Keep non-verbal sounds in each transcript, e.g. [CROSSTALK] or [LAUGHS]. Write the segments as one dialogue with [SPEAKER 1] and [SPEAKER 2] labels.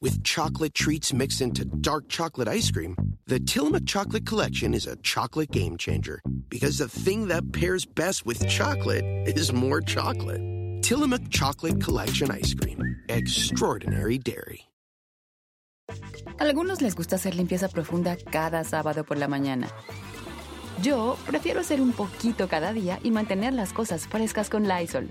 [SPEAKER 1] With chocolate treats mixed into dark chocolate ice cream, the Tillamook Chocolate Collection is a chocolate game changer because the thing that pairs best with chocolate is more chocolate. Tillamook Chocolate Collection Ice Cream. Extraordinary Dairy.
[SPEAKER 2] Algunos les gusta hacer limpieza profunda cada sábado por la mañana. Yo prefiero hacer un poquito cada día y mantener las cosas frescas con Lysol.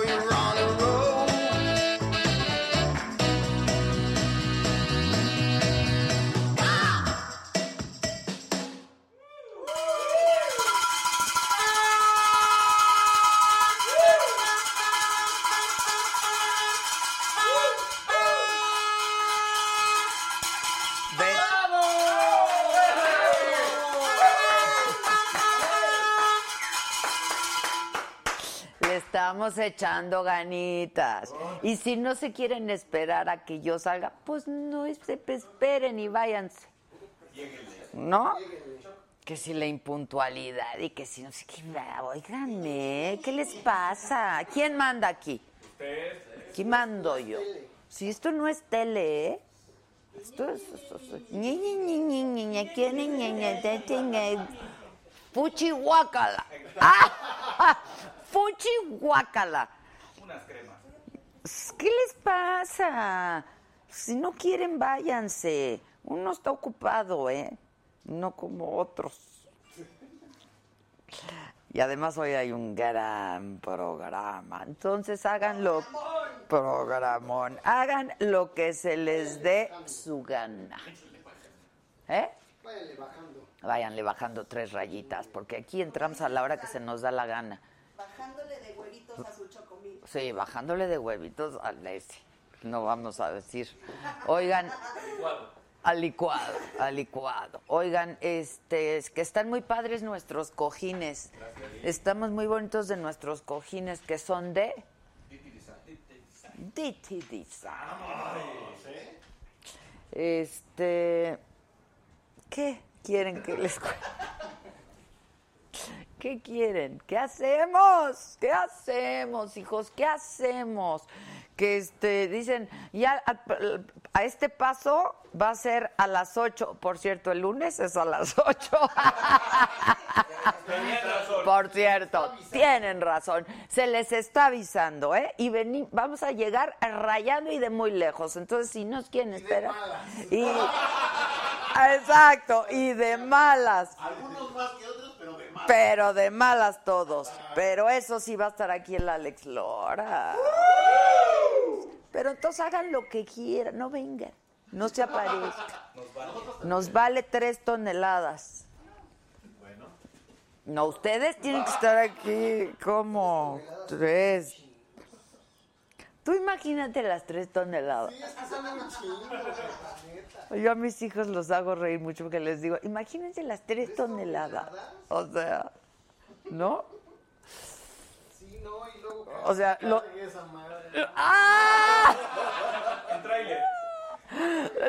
[SPEAKER 3] Le estamos echando ganitas. Y si no se quieren esperar a que yo salga, pues no se esperen y váyanse. ¿No? Que si la impuntualidad y que si no sé qué, va, oíganme, ¿qué les pasa? ¿Quién manda aquí? ¿Quién mando yo? Si esto no es tele, ¿eh? Esto es... esto es- Ñi, ñi, ñi, ñi, ñi, ñi, ¿quién, ñi, ñi, ñi, te, te, ñi? Fuchi guácala. [LAUGHS] ¡Ah! Fuchi guácala. Unas cremas. pues, ¿Qué les pasa? Si no quieren, váyanse. Uno está ocupado, ¿eh? No como otros. Y además hoy hay un gran programa. Entonces hagan lo programón. Hagan lo que se les dé su gana. ¿Eh? Váyanle bajando tres rayitas, porque aquí entramos a la hora que se nos da la gana. Bajándole de huevitos a su chocomil. Sí, bajándole de huevitos al ese. No vamos a decir. Oigan, al licuado, al licuado. Oigan, este, es que están muy padres nuestros cojines. Estamos muy bonitos de nuestros cojines que son de DT Design. Este, ¿Qué quieren que les cuente? ¿Qué quieren? ¿Qué hacemos? ¿Qué hacemos, hijos? ¿Qué hacemos? Que este, dicen, ya a, a este paso va a ser a las 8. Por cierto, el lunes es a las [LAUGHS] 8. Por cierto, tienen razón. Se les está avisando, ¿eh? Y veni- vamos a llegar rayando y de muy lejos. Entonces, si nos quieren esperar. Y. Exacto, y de malas. Pero de malas todos. Pero eso sí va a estar aquí en la Alex Lora. Pero entonces hagan lo que quieran, no vengan, no se aparezcan. Nos vale tres toneladas. No, ustedes tienen que estar aquí como tres. Tú imagínate las tres toneladas. Yo a mis hijos los hago reír mucho porque les digo, imagínense las tres toneladas. O sea, ¿no? Sí, no, y luego... O sea, lo... ¡Ah!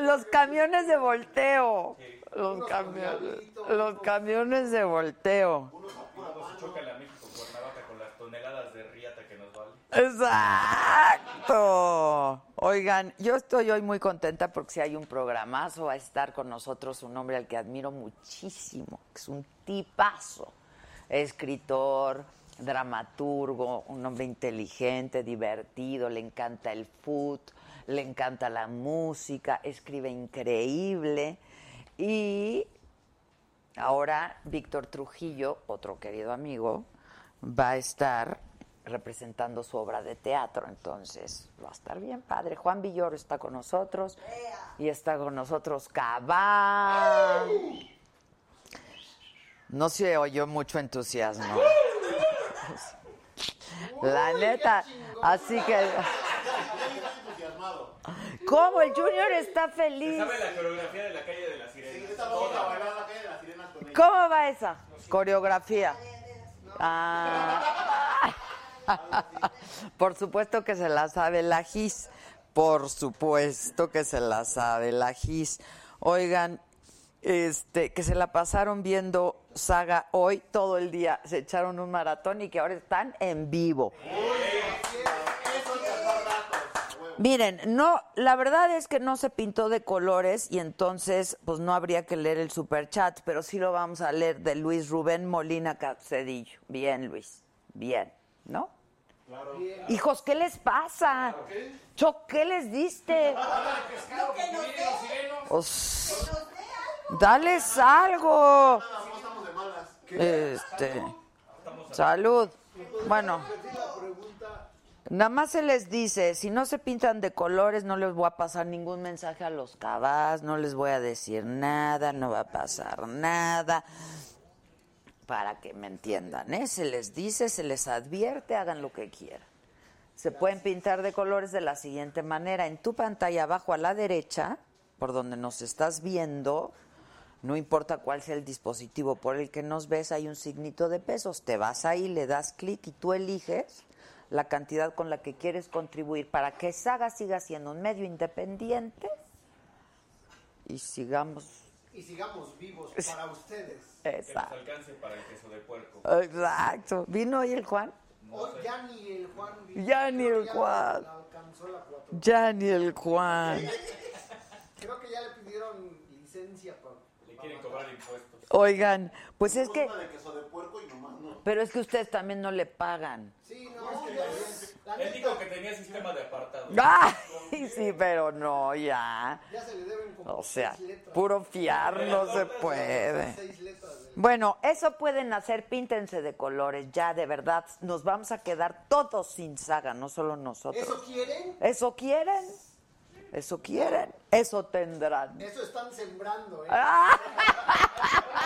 [SPEAKER 3] Los camiones de volteo. Los camiones, los camiones de volteo. Exacto. Oigan, yo estoy hoy muy contenta porque si hay un programazo, va a estar con nosotros un hombre al que admiro muchísimo, que es un tipazo, escritor, dramaturgo, un hombre inteligente, divertido, le encanta el food, le encanta la música, escribe increíble y Ahora Víctor Trujillo, otro querido amigo, va a estar representando su obra de teatro, entonces va a estar bien padre. Juan Villoro está con nosotros y está con nosotros Cabá. No se oyó mucho entusiasmo. La neta, Así que. ¿Cómo? El Junior está feliz.
[SPEAKER 4] ¿Sabe la coreografía de la calle de las sirenas?
[SPEAKER 3] ¿Cómo va esa? Coreografía. Ah. [LAUGHS] Por supuesto que se la sabe la GIS. Por supuesto que se la sabe la GIS. Oigan, este, que se la pasaron viendo saga hoy todo el día. Se echaron un maratón y que ahora están en vivo. Miren, no, la verdad es que no se pintó de colores y entonces pues no habría que leer el superchat, pero sí lo vamos a leer de Luis Rubén Molina Cedillo. Bien, Luis, bien, ¿no? Hijos, ¿qué les pasa? Choc, ¿qué les diste? Os- Dales algo. Este, salud. Bueno, nada más se les dice, si no se pintan de colores, no les voy a pasar ningún mensaje a los cabas, no les voy a decir nada, no va a pasar nada. Para que me entiendan, ¿eh? Se les dice, se les advierte, hagan lo que quieran. Se pueden pintar de colores de la siguiente manera. En tu pantalla abajo a la derecha, por donde nos estás viendo, no importa cuál sea el dispositivo por el que nos ves, hay un signito de pesos. Te vas ahí, le das clic y tú eliges la cantidad con la que quieres contribuir para que Saga siga siendo un medio independiente y sigamos.
[SPEAKER 5] y sigamos vivos para ustedes.
[SPEAKER 4] Nos
[SPEAKER 3] Exacto.
[SPEAKER 4] alcance para el queso de puerco.
[SPEAKER 3] Exacto. ¿Vino hoy el Juan?
[SPEAKER 5] Hoy ya ni el Juan vi-
[SPEAKER 3] Ya ni el Juan.
[SPEAKER 5] alcanzó la cuatro.
[SPEAKER 3] Ya ni el Juan.
[SPEAKER 5] Creo que ya le pidieron licencia para.
[SPEAKER 4] Le quieren cobrar impuestos.
[SPEAKER 3] Oigan, pues es que... Pero es que ustedes también no le pagan.
[SPEAKER 5] Sí, no, ya es- la
[SPEAKER 4] Él
[SPEAKER 5] neta,
[SPEAKER 4] dijo que tenía sistema de apartado.
[SPEAKER 3] ¡Ah! ¡Ay! Sí, pero no, ya.
[SPEAKER 5] ya se le deben como
[SPEAKER 3] O sea,
[SPEAKER 5] seis letras.
[SPEAKER 3] puro fiar no se puede.
[SPEAKER 5] Seis letras. de-
[SPEAKER 3] Bueno, eso pueden hacer, píntense de colores, ya de verdad, nos vamos a quedar todos sin saga, no solo nosotros.
[SPEAKER 5] ¿Eso quieren?
[SPEAKER 3] ¿Eso quieren? ¿Eso quieren? Eso tendrán.
[SPEAKER 5] Eso están
[SPEAKER 3] [LAUGHS]
[SPEAKER 5] sembrando, ¿eh?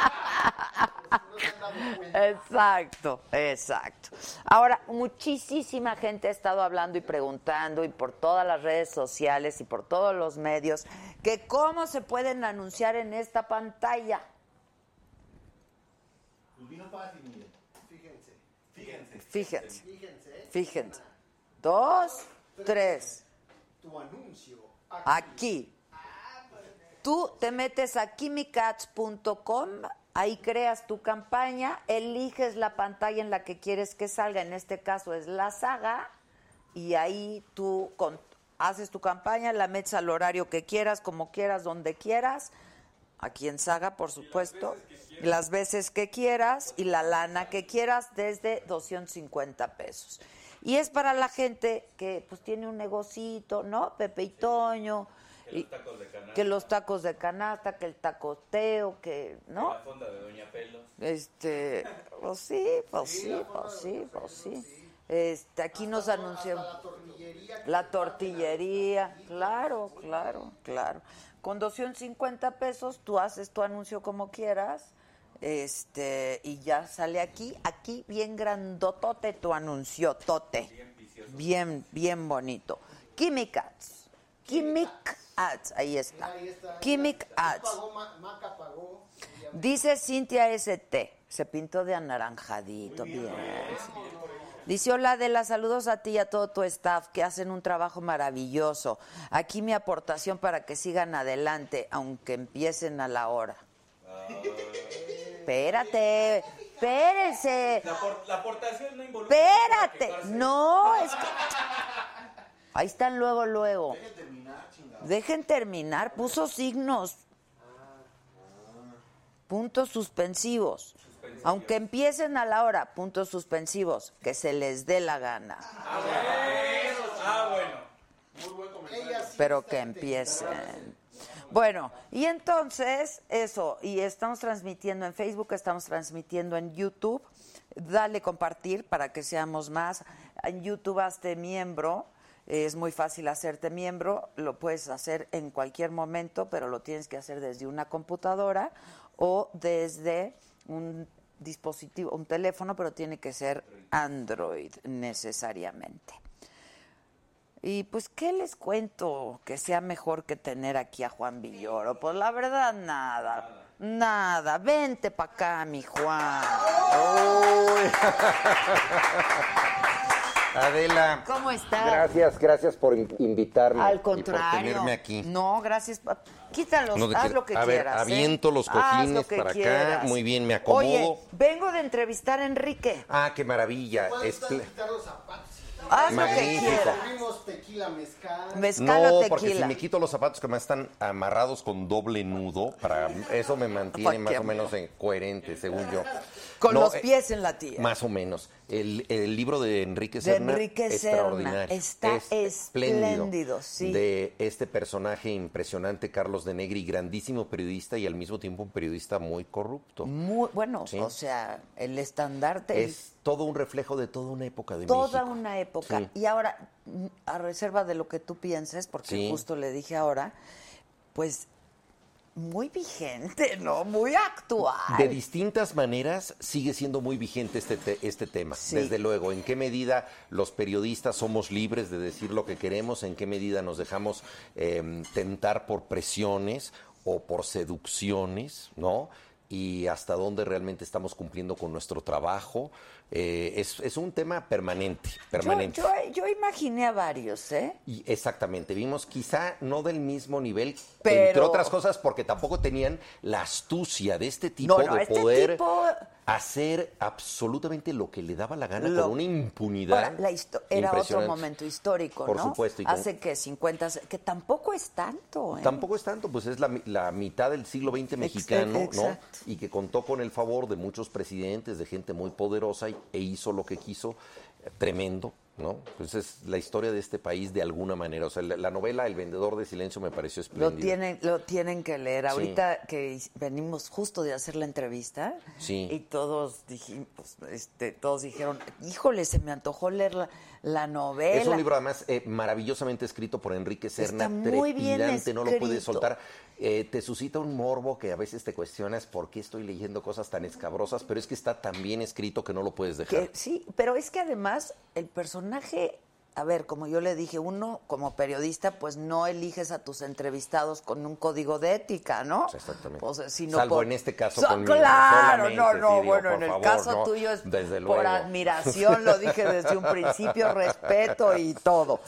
[SPEAKER 5] No se han dado cuenta.
[SPEAKER 3] [LAUGHS] Exacto, exacto. Ahora, muchísima gente ha estado hablando y preguntando y por todas las redes sociales y por todos los medios que cómo se pueden anunciar en esta pantalla.
[SPEAKER 5] Fíjense,
[SPEAKER 3] Fíjense,
[SPEAKER 5] fíjense,
[SPEAKER 3] fíjense. Dos, tres.
[SPEAKER 5] tu anuncio. Aquí.
[SPEAKER 3] aquí. Tú te metes a kimicats.com, ahí creas tu campaña, eliges la pantalla en la que quieres que salga, en este caso es la saga, y ahí tú con- haces tu campaña, la metes al horario que quieras, como quieras, donde quieras, aquí en saga, por supuesto, y las veces que quieras, y la lana que quieras, desde 250 pesos. Y es para la gente que pues tiene un negocito, ¿no? Pepe y Toño. y-
[SPEAKER 4] Tacos de canasta.
[SPEAKER 3] que los tacos de canasta, que el tacoteo, que, ¿no?
[SPEAKER 4] La fonda de Doña Pelos.
[SPEAKER 3] Este, pues sí, pues sí, pues sí, pues sí. Este, aquí nos anuncian la tortillería, claro, claro, claro. Con 250 pesos tú haces tu anuncio como quieras, este, y ya sale aquí, aquí bien grandotote tu anuncio, tote. Bien, bien bonito. Química Ads. Químic Ads, ahí está. Químic Ads.
[SPEAKER 5] Pagó, Ma- Maca pagó.
[SPEAKER 3] Dice Cintia ST, se pintó de anaranjadito, bien. sí. Dice, hola de las saludos a ti y a todo tu staff que hacen un trabajo maravilloso. Aquí mi aportación para que sigan adelante, aunque empiecen a la hora. Espérate, espérense,
[SPEAKER 4] La, por- la aportación no involucra.
[SPEAKER 3] espérate. No, es que... Ahí están luego, luego. Dejen terminar, puso signos. Puntos suspensivos. Aunque empiecen a la hora, puntos suspensivos, que se les dé la gana,
[SPEAKER 4] Ah, bueno.
[SPEAKER 5] Ella sí
[SPEAKER 3] pero
[SPEAKER 5] está
[SPEAKER 3] que empiecen. Bueno, y entonces eso, y estamos transmitiendo en Facebook, estamos transmitiendo en YouTube. Dale compartir para que seamos más. En YouTube hazte miembro. Es muy fácil hacerte miembro, lo puedes hacer en cualquier momento, pero lo tienes que hacer desde una computadora o desde un dispositivo, un teléfono, pero tiene que ser Android necesariamente. Y pues, ¿qué les cuento que sea mejor que tener aquí a Juan Villoro? Pues la verdad, nada. Nada. Vente pa' acá, mi Juan.
[SPEAKER 6] Uy. Adela.
[SPEAKER 3] [LAUGHS] ¿Cómo estás?
[SPEAKER 6] Gracias, gracias por in- invitarme. y
[SPEAKER 3] Al
[SPEAKER 6] por
[SPEAKER 3] contrario.
[SPEAKER 6] tenerme aquí.
[SPEAKER 3] No, gracias. pa- Quítalos,
[SPEAKER 6] No te
[SPEAKER 3] haz
[SPEAKER 6] quiero-
[SPEAKER 3] lo que
[SPEAKER 6] a ver,
[SPEAKER 3] quieras. ¿eh?
[SPEAKER 6] aviento los
[SPEAKER 3] Haz lo
[SPEAKER 6] cojines
[SPEAKER 3] que
[SPEAKER 6] para acá,
[SPEAKER 3] quieras.
[SPEAKER 6] muy bien, me acomodo.
[SPEAKER 3] Oye, vengo de entrevistar a Enrique.
[SPEAKER 6] Ah, qué maravilla. este,
[SPEAKER 5] Puedes
[SPEAKER 6] Esple-
[SPEAKER 5] quitar los zapatos.
[SPEAKER 3] Haz
[SPEAKER 6] Magnífico.
[SPEAKER 3] lo que quieras.
[SPEAKER 5] Abrimos tequila, mezcal.
[SPEAKER 3] Mezcal o
[SPEAKER 6] No,
[SPEAKER 3] tequila.
[SPEAKER 6] porque si me quito los zapatos que más están amarrados con doble nudo, para eso me mantiene
[SPEAKER 3] Porque,
[SPEAKER 6] más o
[SPEAKER 3] amigo.
[SPEAKER 6] menos en- coherente, según yo.
[SPEAKER 3] Con
[SPEAKER 6] No,
[SPEAKER 3] los
[SPEAKER 6] eh,
[SPEAKER 3] pies en la tierra.
[SPEAKER 6] Más o menos. El, el libro de Enrique
[SPEAKER 3] De
[SPEAKER 6] Serna,
[SPEAKER 3] Enrique Serna.
[SPEAKER 6] extraordinario.
[SPEAKER 3] Está
[SPEAKER 6] Es
[SPEAKER 3] espléndido, sí.
[SPEAKER 6] De este personaje impresionante, Carlos de Negri, grandísimo periodista y al mismo tiempo un periodista muy corrupto.
[SPEAKER 3] Muy, bueno,
[SPEAKER 6] Sí.
[SPEAKER 3] o sea, el estandarte
[SPEAKER 6] Es todo un reflejo de toda una época de
[SPEAKER 3] toda
[SPEAKER 6] México.
[SPEAKER 3] una época.
[SPEAKER 6] Sí.
[SPEAKER 3] Y ahora, mm, a reserva de lo que tú pienses, porque
[SPEAKER 6] Sí.
[SPEAKER 3] justo le dije ahora, pues muy vigente, [LAUGHS] ¿no? Muy actual.
[SPEAKER 6] De distintas maneras sigue siendo muy vigente este, te- este tema,
[SPEAKER 3] Sí.
[SPEAKER 6] desde luego. ¿En qué medida los periodistas somos libres de decir lo que queremos? ¿En qué medida nos dejamos eh, tentar por presiones o por seducciones? ¿No? Y hasta dónde realmente estamos cumpliendo con nuestro trabajo. Eh, es, es un tema permanente,
[SPEAKER 3] yo,
[SPEAKER 6] permanente.
[SPEAKER 3] yo, yo imaginé a varios, ¿eh?
[SPEAKER 6] Y exactamente, vimos quizá no del mismo nivel,
[SPEAKER 3] Pero-
[SPEAKER 6] entre otras cosas porque tampoco tenían la astucia de este tipo
[SPEAKER 3] No, no,
[SPEAKER 6] de
[SPEAKER 3] este
[SPEAKER 6] poder
[SPEAKER 3] tipo-
[SPEAKER 6] hacer absolutamente lo que le daba la gana
[SPEAKER 3] Lo-
[SPEAKER 6] con una impunidad.
[SPEAKER 3] Ahora, la histo- era otro
[SPEAKER 6] impresionante.
[SPEAKER 3] momento histórico,
[SPEAKER 6] Por
[SPEAKER 3] ¿no?
[SPEAKER 6] supuesto, y con-
[SPEAKER 3] Hace que 50, se- que tampoco es tanto, ¿eh?
[SPEAKER 6] Tampoco es tanto, pues es la, mi- la mitad del siglo XX mexicano, ¿no?
[SPEAKER 3] exacto.
[SPEAKER 6] Y que contó con el favor de muchos presidentes, de gente muy poderosa y- e hizo lo que quiso, eh, tremendo, ¿no? Pues es la historia de este país de alguna manera. O sea, la, la novela El Vendedor de Silencio me pareció
[SPEAKER 3] Lo
[SPEAKER 6] espléndida.
[SPEAKER 3] tienen, lo tienen que leer. Ahorita que hi- venimos justo de hacer la entrevista
[SPEAKER 6] Sí.
[SPEAKER 3] y todos dijimos, este, todos dijeron, híjole, se me antojó leer la, la novela.
[SPEAKER 6] Es un libro además eh, maravillosamente escrito por Enrique Serna,
[SPEAKER 3] Está muy bien
[SPEAKER 6] trepidante, no lo puedes
[SPEAKER 3] escrito.
[SPEAKER 6] soltar. Eh, te suscita un morbo que a veces te cuestionas por qué estoy leyendo cosas tan escabrosas, pero es que está tan bien escrito que no lo puedes dejar.
[SPEAKER 3] Que- Eh, sí, pero es que además el personaje, a ver, como yo le dije, uno como periodista, pues no eliges a tus entrevistados con un código de ética, ¿no?
[SPEAKER 6] Exactamente.
[SPEAKER 3] O sea, sino
[SPEAKER 6] Salvo
[SPEAKER 3] por-
[SPEAKER 6] en este caso
[SPEAKER 3] So-
[SPEAKER 6] conmigo,
[SPEAKER 3] Claro,
[SPEAKER 6] solamente,
[SPEAKER 3] no,
[SPEAKER 6] sí,
[SPEAKER 3] no,
[SPEAKER 6] digo,
[SPEAKER 3] bueno,
[SPEAKER 6] por
[SPEAKER 3] en el
[SPEAKER 6] favor,
[SPEAKER 3] caso
[SPEAKER 6] no,
[SPEAKER 3] tuyo es
[SPEAKER 6] desde
[SPEAKER 3] por
[SPEAKER 6] luego. [LAUGHS]
[SPEAKER 3] admiración, lo dije desde un principio, respeto y todo.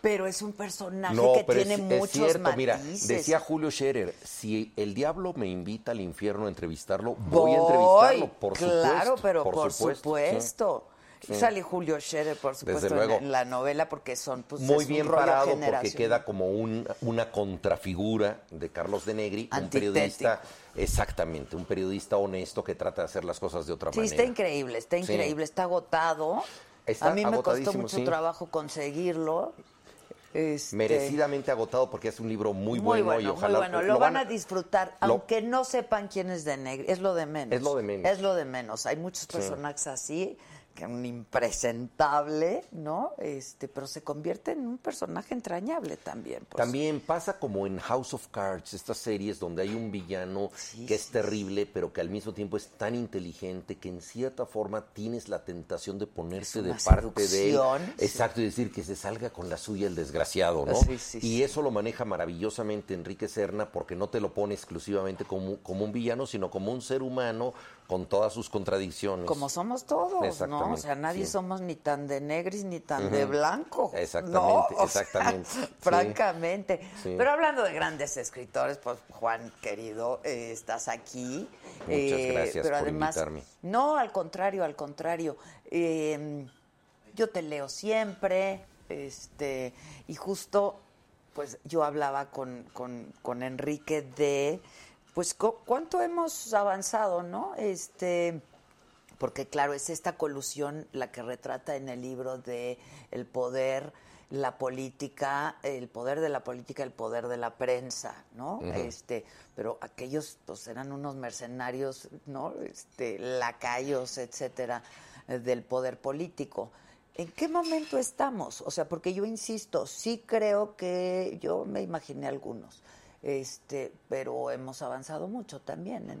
[SPEAKER 3] Pero es un personaje que
[SPEAKER 6] pero
[SPEAKER 3] tiene
[SPEAKER 6] es- es
[SPEAKER 3] muchos
[SPEAKER 6] cierto, mira,
[SPEAKER 3] matices.
[SPEAKER 6] decía Julio Scherer, si el diablo me invita al infierno a entrevistarlo, voy, a
[SPEAKER 3] Voy,
[SPEAKER 6] entrevistarlo, por supuesto.
[SPEAKER 3] Claro, pero por, supuesto.
[SPEAKER 6] sí.
[SPEAKER 3] Y Sale Julio Scherer, por supuesto, en-
[SPEAKER 6] luego.
[SPEAKER 3] en la novela, porque son pues,
[SPEAKER 6] muy
[SPEAKER 3] es un
[SPEAKER 6] bien
[SPEAKER 3] rollo
[SPEAKER 6] parado porque
[SPEAKER 3] generacional.
[SPEAKER 6] queda como un- una contrafigura de Carlos de Negri, un
[SPEAKER 3] Antitético.
[SPEAKER 6] periodista, exactamente, un periodista honesto que trata de hacer las cosas de otra
[SPEAKER 3] Sí,
[SPEAKER 6] manera.
[SPEAKER 3] está increíble, está
[SPEAKER 6] Sí.
[SPEAKER 3] increíble, está agotado.
[SPEAKER 6] Está
[SPEAKER 3] A mí me costó
[SPEAKER 6] agotadísimo,
[SPEAKER 3] mucho
[SPEAKER 6] sí.
[SPEAKER 3] trabajo conseguirlo. Este,
[SPEAKER 6] Merecidamente agotado porque es un libro muy,
[SPEAKER 3] Muy bueno,
[SPEAKER 6] y ojalá
[SPEAKER 3] muy bueno. Lo, van a disfrutar,
[SPEAKER 6] lo-
[SPEAKER 3] aunque no sepan quién es de Negri. Es lo de menos.
[SPEAKER 6] Es lo de menos.
[SPEAKER 3] Es lo de menos. Hay muchos personajes así, que un impresentable, ¿no? Este, pero se convierte en un personaje entrañable también. pues.
[SPEAKER 6] También pasa como en House of Cards, estas series donde hay un villano
[SPEAKER 3] Sí,
[SPEAKER 6] que
[SPEAKER 3] sí,
[SPEAKER 6] es terrible, pero que al mismo tiempo es tan inteligente que en cierta forma tienes la tentación de ponerte de
[SPEAKER 3] una
[SPEAKER 6] parte de él.
[SPEAKER 3] seducción, sí.
[SPEAKER 6] Exacto, y decir que se salga con la suya el desgraciado, ¿no?
[SPEAKER 3] Sí, sí,
[SPEAKER 6] y
[SPEAKER 3] sí.
[SPEAKER 6] eso lo maneja maravillosamente Enrique Serna porque no te lo pone exclusivamente como, como un villano, sino como un ser humano con todas sus contradicciones.
[SPEAKER 3] Como somos todos, ¿no? O
[SPEAKER 6] Pues, Exactamente,
[SPEAKER 3] sea, nadie
[SPEAKER 6] sí.
[SPEAKER 3] somos ni tan de negris ni tan de blanco. ¿no?
[SPEAKER 6] Exactamente,
[SPEAKER 3] O sea,
[SPEAKER 6] exactamente, sí.
[SPEAKER 3] francamente.
[SPEAKER 6] Sí.
[SPEAKER 3] Pero hablando de grandes escritores, pues Juan, querido, eh, estás aquí.
[SPEAKER 6] Muchas gracias
[SPEAKER 3] Eh, pero
[SPEAKER 6] por
[SPEAKER 3] además,
[SPEAKER 6] invitarme.
[SPEAKER 3] No, al contrario, al contrario. Eh, yo te leo siempre, este, y justo, pues yo hablaba con, con, con Enrique de, pues, co- cuánto hemos avanzado, ¿no? Este, porque claro, es esta colusión la que retrata en el libro de el poder, la política, el poder de la política, el poder de la prensa, ¿no? Este, pero aquellos pues eran unos mercenarios, ¿no? Este, lacayos, etcétera, eh, del poder político. ¿En qué momento estamos? O sea, porque yo insisto, sí creo que yo me imaginé algunos. este, pero hemos avanzado mucho también. En,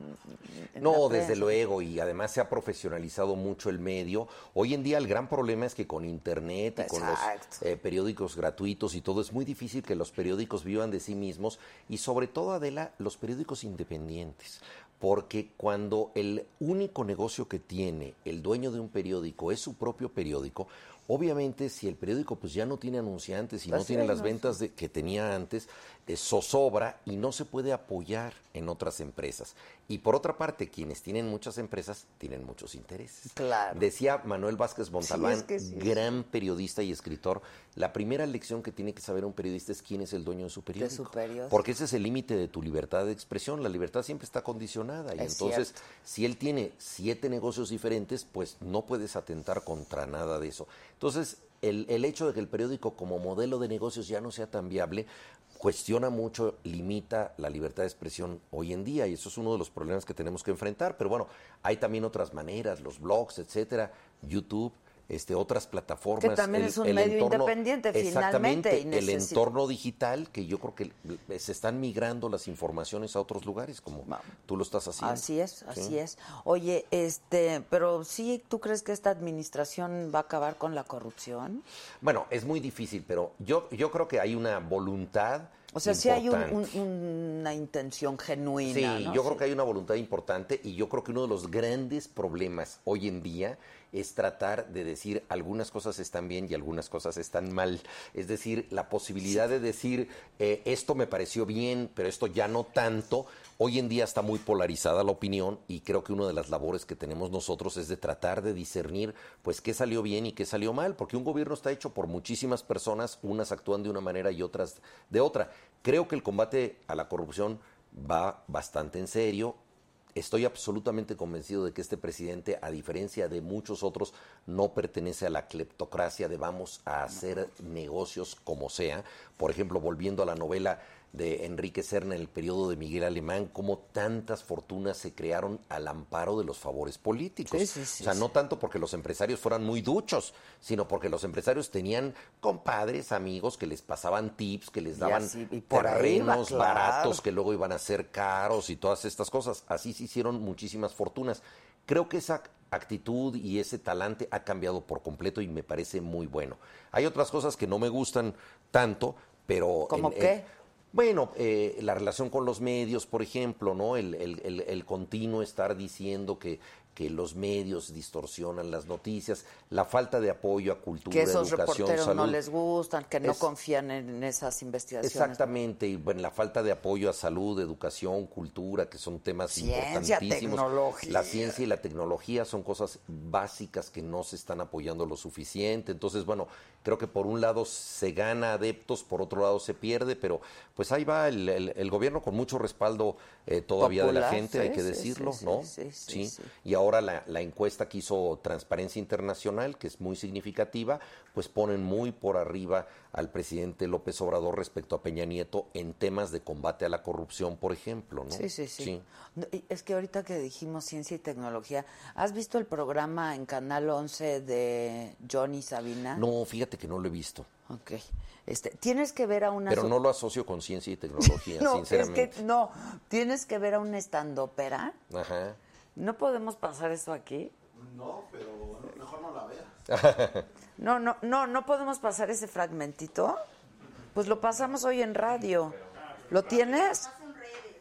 [SPEAKER 3] en
[SPEAKER 6] No,
[SPEAKER 3] la
[SPEAKER 6] desde
[SPEAKER 3] prensa.
[SPEAKER 6] luego, y además se ha profesionalizado mucho el medio. Hoy en día el gran problema es que con internet y con los
[SPEAKER 3] Exacto.
[SPEAKER 6] eh, periódicos gratuitos y todo, es muy difícil que los periódicos vivan de sí mismos y sobre todo, Adela, los periódicos independientes. Porque cuando el único negocio que tiene el dueño de un periódico es su propio periódico, obviamente si el periódico pues ya no tiene anunciantes y no
[SPEAKER 3] Así
[SPEAKER 6] tiene
[SPEAKER 3] es,
[SPEAKER 6] las
[SPEAKER 3] no
[SPEAKER 6] ventas, ventas de- que tenía antes eh, zozobra y no se puede apoyar en otras empresas. Y por otra parte, quienes tienen muchas empresas tienen muchos intereses.
[SPEAKER 3] Claro.
[SPEAKER 6] Decía Manuel Vázquez Montalbán,
[SPEAKER 3] es que sí es.
[SPEAKER 6] gran periodista y escritor, la primera lección que tiene que saber un periodista es quién es el dueño de su periódico.
[SPEAKER 3] periódico.
[SPEAKER 6] Porque ese es el límite de tu libertad de expresión. La libertad siempre está condicionada. Y
[SPEAKER 3] Es
[SPEAKER 6] entonces,
[SPEAKER 3] cierto.
[SPEAKER 6] si él tiene siete negocios diferentes, pues no puedes atentar contra nada de eso. Entonces, el, el hecho de que el periódico como modelo de negocios ya no sea tan viable, cuestiona mucho, limita la libertad de expresión hoy en día y eso es uno de los problemas que tenemos que enfrentar. Pero bueno, hay también otras maneras, los blogs, etcétera, YouTube. Este, otras plataformas.
[SPEAKER 3] también es un medio independiente,
[SPEAKER 6] exactamente,
[SPEAKER 3] finalmente, y
[SPEAKER 6] el
[SPEAKER 3] necesita-
[SPEAKER 6] entorno entorno digital que yo creo que eh, se están migrando las informaciones a otros lugares, como
[SPEAKER 3] Va-
[SPEAKER 6] tú lo estás haciendo.
[SPEAKER 3] Así es, así
[SPEAKER 6] Sí.
[SPEAKER 3] es. Oye, este, pero sí, ¿tú crees que esta administración va a acabar con la corrupción?
[SPEAKER 6] Bueno, es muy difícil, pero yo, yo creo que hay una voluntad.
[SPEAKER 3] O sea, sí hay un-
[SPEAKER 6] importante.
[SPEAKER 3] un- una intención genuina.
[SPEAKER 6] Sí,
[SPEAKER 3] ¿no?
[SPEAKER 6] yo creo que hay una voluntad importante y yo creo que uno de los grandes problemas hoy en día es tratar de decir algunas cosas están bien y algunas cosas están mal. Es decir, la posibilidad de decir eh, esto me pareció bien, pero esto ya no tanto. Hoy en día está muy polarizada la opinión y creo que una de las labores que tenemos nosotros es de tratar de discernir pues qué salió bien y qué salió mal, porque un gobierno está hecho por muchísimas personas, unas actúan de una manera y otras de otra. Creo que el combate a la corrupción va bastante en serio. Estoy absolutamente convencido de que este presidente, a diferencia de muchos otros, no pertenece a la cleptocracia de vamos a hacer negocios como sea. Por ejemplo, volviendo a la novela de Enrique Serna en el periodo de Miguel Alemán, cómo tantas fortunas se crearon al amparo de los favores políticos.
[SPEAKER 3] Sí, sí, sí,
[SPEAKER 6] o sea,
[SPEAKER 3] sí.
[SPEAKER 6] no tanto porque los empresarios fueran muy duchos, sino porque los empresarios tenían compadres, amigos que les pasaban tips, que les
[SPEAKER 3] Y
[SPEAKER 6] daban
[SPEAKER 3] así, y por ahí va,
[SPEAKER 6] terrenos
[SPEAKER 3] claro.
[SPEAKER 6] baratos que luego iban a ser caros y todas estas cosas. Así se hicieron muchísimas fortunas. Creo que esa actitud y ese talante ha cambiado por completo y me parece muy bueno. Hay otras cosas que no me gustan tanto, pero...
[SPEAKER 3] ¿Cómo
[SPEAKER 6] en-
[SPEAKER 3] qué?
[SPEAKER 6] en- bueno, eh, la relación con los medios, por ejemplo, ¿no? El, el- el- el continuo estar diciendo que, que los medios distorsionan las noticias, la falta de apoyo a cultura,
[SPEAKER 3] que esos
[SPEAKER 6] educación,
[SPEAKER 3] reporteros no
[SPEAKER 6] salud.
[SPEAKER 3] les gustan, que no
[SPEAKER 6] Es-
[SPEAKER 3] confían en esas investigaciones.
[SPEAKER 6] Exactamente, y bueno, la falta de apoyo a salud, educación, cultura, que son temas
[SPEAKER 3] Ciencia,
[SPEAKER 6] importantísimos.
[SPEAKER 3] tecnología.
[SPEAKER 6] La ciencia y la tecnología son cosas básicas que no se están apoyando lo suficiente. Entonces, bueno, creo que por un lado se gana adeptos, por otro lado se pierde, pero pues ahí va el, el- el gobierno con mucho respaldo eh, todavía de
[SPEAKER 3] Popular,
[SPEAKER 6] la gente, hay
[SPEAKER 3] sí,
[SPEAKER 6] que
[SPEAKER 3] sí,
[SPEAKER 6] decirlo,
[SPEAKER 3] sí, sí,
[SPEAKER 6] ¿no?
[SPEAKER 3] sí, sí, sí.
[SPEAKER 6] Y ahora la, la encuesta que hizo Transparencia Internacional, que es muy significativa, pues ponen muy por arriba al presidente López Obrador respecto a Peña Nieto en temas de combate a la corrupción, por ejemplo, ¿no?
[SPEAKER 3] Sí, sí, sí, No, y Es que ahorita que dijimos ciencia y tecnología, ¿has visto el programa en Canal 11 de Johnny Sabina?
[SPEAKER 6] No, fíjate que no lo he visto,
[SPEAKER 3] Ah. Ok. Este, tienes que ver a una...
[SPEAKER 6] pero
[SPEAKER 3] so-
[SPEAKER 6] no lo asocio con ciencia y tecnología,
[SPEAKER 3] [LAUGHS] No, es
[SPEAKER 6] sinceramente.
[SPEAKER 3] que no, tienes que ver a una estandopera.
[SPEAKER 6] Ajá.
[SPEAKER 3] ¿No podemos pasar eso aquí?
[SPEAKER 5] No, pero no- mejor no la veas.
[SPEAKER 3] No, no, no, no podemos pasar ese fragmentito. Pues lo pasamos hoy en radio. ¿Lo tienes?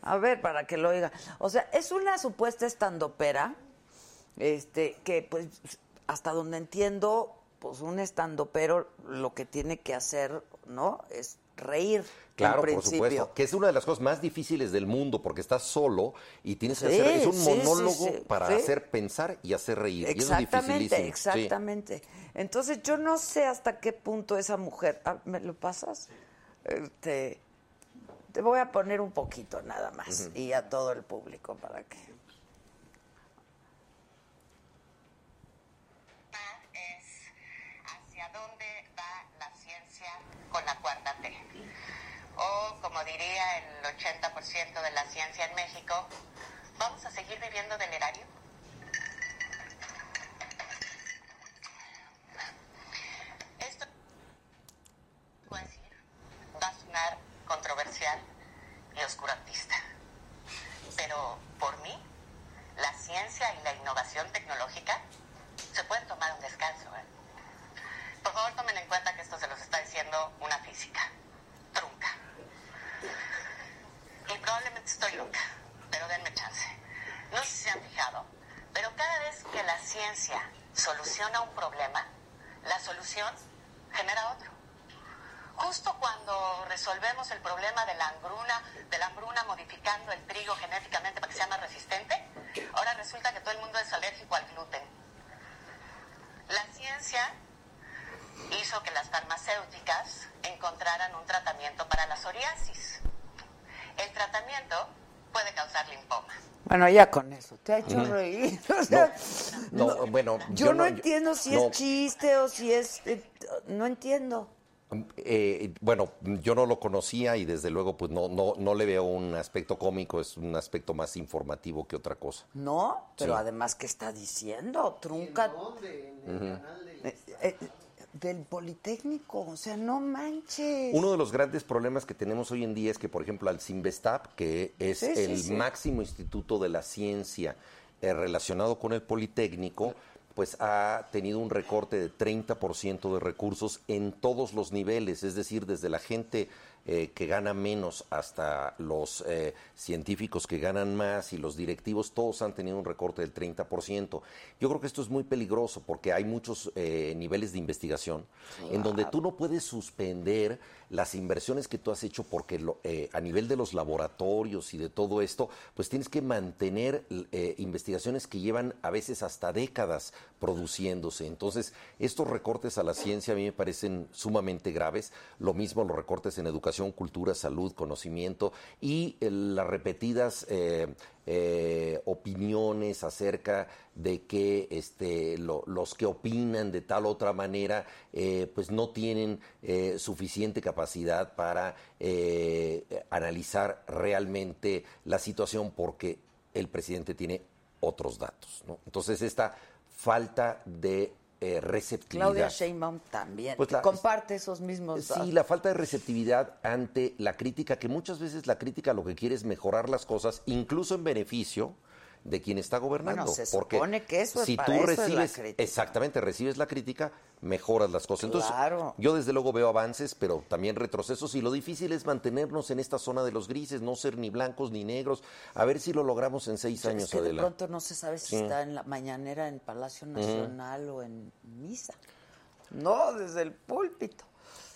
[SPEAKER 3] A ver, para que lo oiga. O sea, es una supuesta estandopera, este, que pues hasta donde entiendo, pues un estandopero lo que tiene que hacer, ¿no? Es reír.
[SPEAKER 6] Claro,
[SPEAKER 3] en
[SPEAKER 6] por
[SPEAKER 3] principio.
[SPEAKER 6] supuesto. Que es una de las cosas más difíciles del mundo porque estás solo y tienes que
[SPEAKER 3] Sí,
[SPEAKER 6] hacer. Es un
[SPEAKER 3] sí, sí,
[SPEAKER 6] monólogo
[SPEAKER 3] sí,
[SPEAKER 6] para
[SPEAKER 3] sí.
[SPEAKER 6] hacer pensar y hacer reír. y eso es
[SPEAKER 3] Exactamente,
[SPEAKER 6] dificilísimo. sí.
[SPEAKER 3] exactamente. Entonces yo no sé hasta qué punto esa mujer, ah, ¿me lo pasas? Este, te voy a poner un poquito nada más y a todo el público para que.
[SPEAKER 7] es hacia dónde va la ciencia con la cuarta T. O, como diría el 80% de la ciencia en México, ¿vamos a seguir viviendo del erario? Esto voy a decir, va a sonar controversial y oscurantista. Pero por mí, la ciencia y la innovación tecnológica se pueden tomar un descanso. ¿eh? Por favor, tomen en cuenta que esto se los está diciendo una física trunca. Y probablemente estoy loca, pero denme chance. No sé si se han fijado, pero cada vez que la ciencia soluciona un problema, la solución genera otro. Justo cuando resolvemos el problema de la hambruna, de la hambruna modificando el trigo genéticamente para que sea más resistente, ahora resulta que todo el mundo es alérgico al gluten. La ciencia hizo que las farmacéuticas encontraran un tratamiento para la psoriasis. El tratamiento puede causar linfoma.
[SPEAKER 3] Bueno, ya con eso. Te ha hecho reír. [LAUGHS] O sea,
[SPEAKER 6] No, bueno,
[SPEAKER 3] yo, no, entiendo si
[SPEAKER 6] no,
[SPEAKER 3] es chiste o si es... eh, no entiendo.
[SPEAKER 6] eh, bueno, yo no lo conocía y desde luego pues no, no, no le veo un aspecto cómico, es un aspecto más informativo que otra cosa.
[SPEAKER 3] No, pero
[SPEAKER 6] Sí.
[SPEAKER 3] además, ¿qué está diciendo? Trunca...
[SPEAKER 5] ¿Dónde? En el canal de
[SPEAKER 3] Eh, eh, del Politécnico, o sea, no manches.
[SPEAKER 6] Uno de los grandes problemas que tenemos hoy en día es que, por ejemplo, al CIMBESTAP, que es
[SPEAKER 3] Sí, sí,
[SPEAKER 6] el
[SPEAKER 3] sí.
[SPEAKER 6] máximo instituto de la ciencia eh, relacionado con el Politécnico, pues ha tenido un recorte de 30% de recursos en todos los niveles, es decir, desde la gente eh, que gana menos hasta los eh, científicos que ganan más y los directivos, todos han tenido un recorte del 30%. Yo creo que esto es muy peligroso porque hay muchos eh, niveles de investigación en donde tú no puedes suspender las inversiones que tú has hecho porque lo- eh, a nivel de los laboratorios y de todo esto, pues tienes que mantener l- eh, investigaciones que llevan a veces hasta décadas produciéndose. Entonces, estos recortes a la ciencia a mí me parecen sumamente graves. Lo mismo los recortes en educación, cultura, salud, conocimiento y eh, las repetidas eh, eh, opiniones acerca de que este, lo- los que opinan de tal otra manera eh, pues no tienen eh, suficiente capacidad para eh, analizar realmente la situación porque el presidente tiene otros datos. ¿no? Entonces esta falta de eh, receptividad.
[SPEAKER 3] Claudia Sheinbaum también.
[SPEAKER 6] Pues la-
[SPEAKER 3] comparte esos mismos
[SPEAKER 6] Sí, la falta de receptividad ante la crítica, que muchas veces la crítica lo que quiere es mejorar las cosas, incluso en beneficio de quien está gobernando.
[SPEAKER 3] Bueno, se
[SPEAKER 6] porque
[SPEAKER 3] supone que eso es-
[SPEAKER 6] si
[SPEAKER 3] para
[SPEAKER 6] tú
[SPEAKER 3] eso es la
[SPEAKER 6] recibes,
[SPEAKER 3] crítica.
[SPEAKER 6] exactamente, recibes la crítica, mejoras las cosas. Entonces,
[SPEAKER 3] Claro.
[SPEAKER 6] yo desde luego veo avances, pero también retrocesos y lo difícil es mantenernos en esta zona de los grises, no ser ni blancos ni negros, a ver si lo logramos en seis
[SPEAKER 3] Es
[SPEAKER 6] años
[SPEAKER 3] que de
[SPEAKER 6] adelante.
[SPEAKER 3] pronto no se sabe si está en la mañanera en Palacio Nacional o en misa. No, desde el púlpito.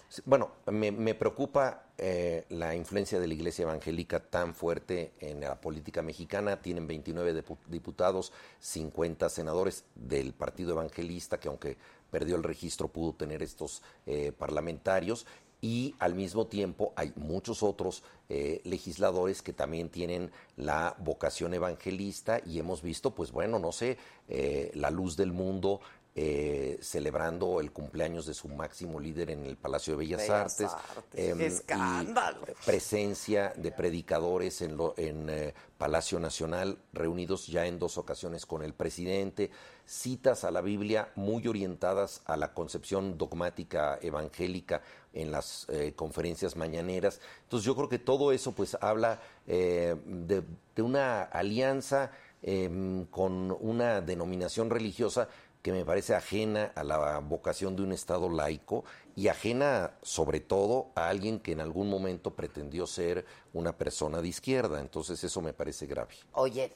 [SPEAKER 6] Sí, Bueno, me, me preocupa eh, la influencia de la Iglesia Evangélica tan fuerte en la política mexicana. Tienen 29 depu- diputados, 50 senadores del Partido Evangelista, que aunque perdió el registro pudo tener estos eh, parlamentarios. Y al mismo tiempo hay muchos otros eh, legisladores que también tienen la vocación evangelista y hemos visto, pues bueno, no sé, eh, la luz del mundo eh, celebrando el cumpleaños de su máximo líder en el Palacio de Bellas,
[SPEAKER 3] Bellas
[SPEAKER 6] Artes.
[SPEAKER 3] Artes.
[SPEAKER 6] em,
[SPEAKER 3] ¡Qué
[SPEAKER 6] y
[SPEAKER 3] escándalo!
[SPEAKER 6] presencia de predicadores en, lo- en, eh, Palacio Nacional, reunidos ya en dos ocasiones con el presidente, citas a la Biblia muy orientadas a la concepción dogmática evangélica en las eh, conferencias mañaneras. Entonces yo creo que todo eso pues habla eh, de, de una alianza em, con una denominación religiosa que me parece ajena a la vocación de un Estado laico y ajena sobre todo a alguien que en algún momento pretendió ser una persona de izquierda. Entonces eso me parece grave.
[SPEAKER 3] Oye,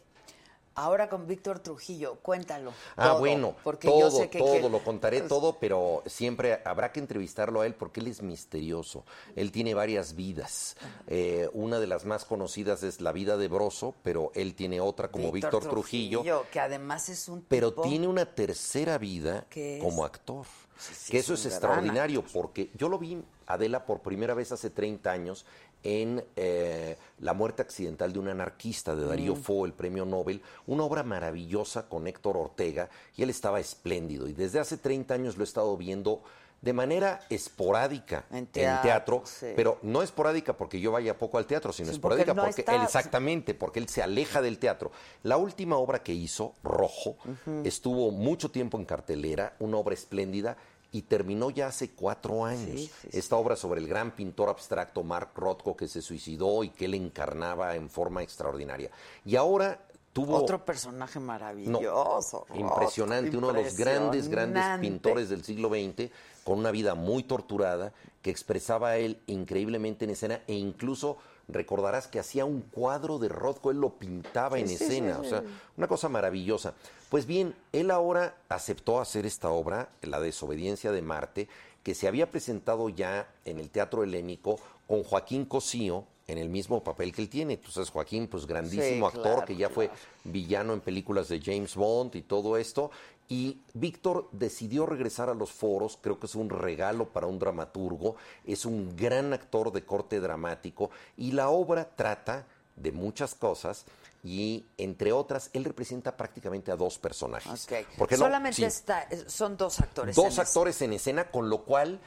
[SPEAKER 3] ahora con Víctor Trujillo, cuéntalo.
[SPEAKER 6] Ah,
[SPEAKER 3] todo,
[SPEAKER 6] bueno,
[SPEAKER 3] porque
[SPEAKER 6] todo,
[SPEAKER 3] yo sé que
[SPEAKER 6] todo,
[SPEAKER 3] que-
[SPEAKER 6] lo contaré
[SPEAKER 3] pues,
[SPEAKER 6] todo, pero siempre habrá que entrevistarlo a él porque él es misterioso. Él tiene varias vidas. Eh, una de las más conocidas es la vida de Broso, pero él tiene otra como Víctor, Trujillo.
[SPEAKER 3] que además es un
[SPEAKER 6] pero
[SPEAKER 3] tipo-
[SPEAKER 6] tiene una tercera vida
[SPEAKER 3] ¿Qué es?
[SPEAKER 6] como actor.
[SPEAKER 3] sí,
[SPEAKER 6] que
[SPEAKER 3] es
[SPEAKER 6] eso
[SPEAKER 3] un
[SPEAKER 6] es
[SPEAKER 3] gran
[SPEAKER 6] extraordinario, porque yo lo vi, Adela, por primera vez hace 30 años en eh, La muerte accidental de un anarquista de Darío
[SPEAKER 3] Mm.
[SPEAKER 6] Fo, el premio Nobel, una obra maravillosa con Héctor Ortega, y él estaba espléndido. Y desde hace 30 años lo he estado viendo de manera esporádica
[SPEAKER 3] En
[SPEAKER 6] en
[SPEAKER 3] teatro,
[SPEAKER 6] teatro,
[SPEAKER 3] sí.
[SPEAKER 6] pero no esporádica porque yo vaya poco al teatro, sino
[SPEAKER 3] Sí, porque
[SPEAKER 6] esporádica
[SPEAKER 3] no
[SPEAKER 6] porque,
[SPEAKER 3] está-
[SPEAKER 6] él Exactamente, porque él se aleja del teatro. La última obra que hizo, Rojo, estuvo mucho tiempo en cartelera, una obra espléndida, y terminó ya hace cuatro años.
[SPEAKER 3] Sí, sí, sí.
[SPEAKER 6] Esta obra sobre el gran pintor abstracto Mark Rothko que se suicidó y que él encarnaba en forma extraordinaria. Y ahora tuvo...
[SPEAKER 3] Otro personaje maravilloso. Roth,
[SPEAKER 6] Impresionante, uno de los grandes, grandes
[SPEAKER 3] impresionante.
[SPEAKER 6] pintores del siglo XX, con una vida muy torturada, que expresaba a él increíblemente en escena e incluso recordarás que hacía un cuadro de Rothko, él lo pintaba en escena, o sea, una cosa maravillosa. Pues bien, él ahora aceptó hacer esta obra, La desobediencia de Marte, que se había presentado ya en el Teatro Helénico con Joaquín Cosío en el mismo papel que él tiene. Tú sabes, Joaquín, pues grandísimo
[SPEAKER 3] Sí,
[SPEAKER 6] actor
[SPEAKER 3] claro,
[SPEAKER 6] que ya fue
[SPEAKER 3] claro.
[SPEAKER 6] villano en películas de James Bond y todo esto. Y Víctor decidió regresar a los foros, creo que es un regalo para un dramaturgo, es un gran actor de corte dramático y la obra trata de muchas cosas y entre otras él representa prácticamente a dos personajes.
[SPEAKER 3] Ok.
[SPEAKER 6] Porque no-
[SPEAKER 3] Solamente
[SPEAKER 6] sí.
[SPEAKER 3] está, son dos actores. en
[SPEAKER 6] Dos
[SPEAKER 3] esa.
[SPEAKER 6] actores en escena, con lo cual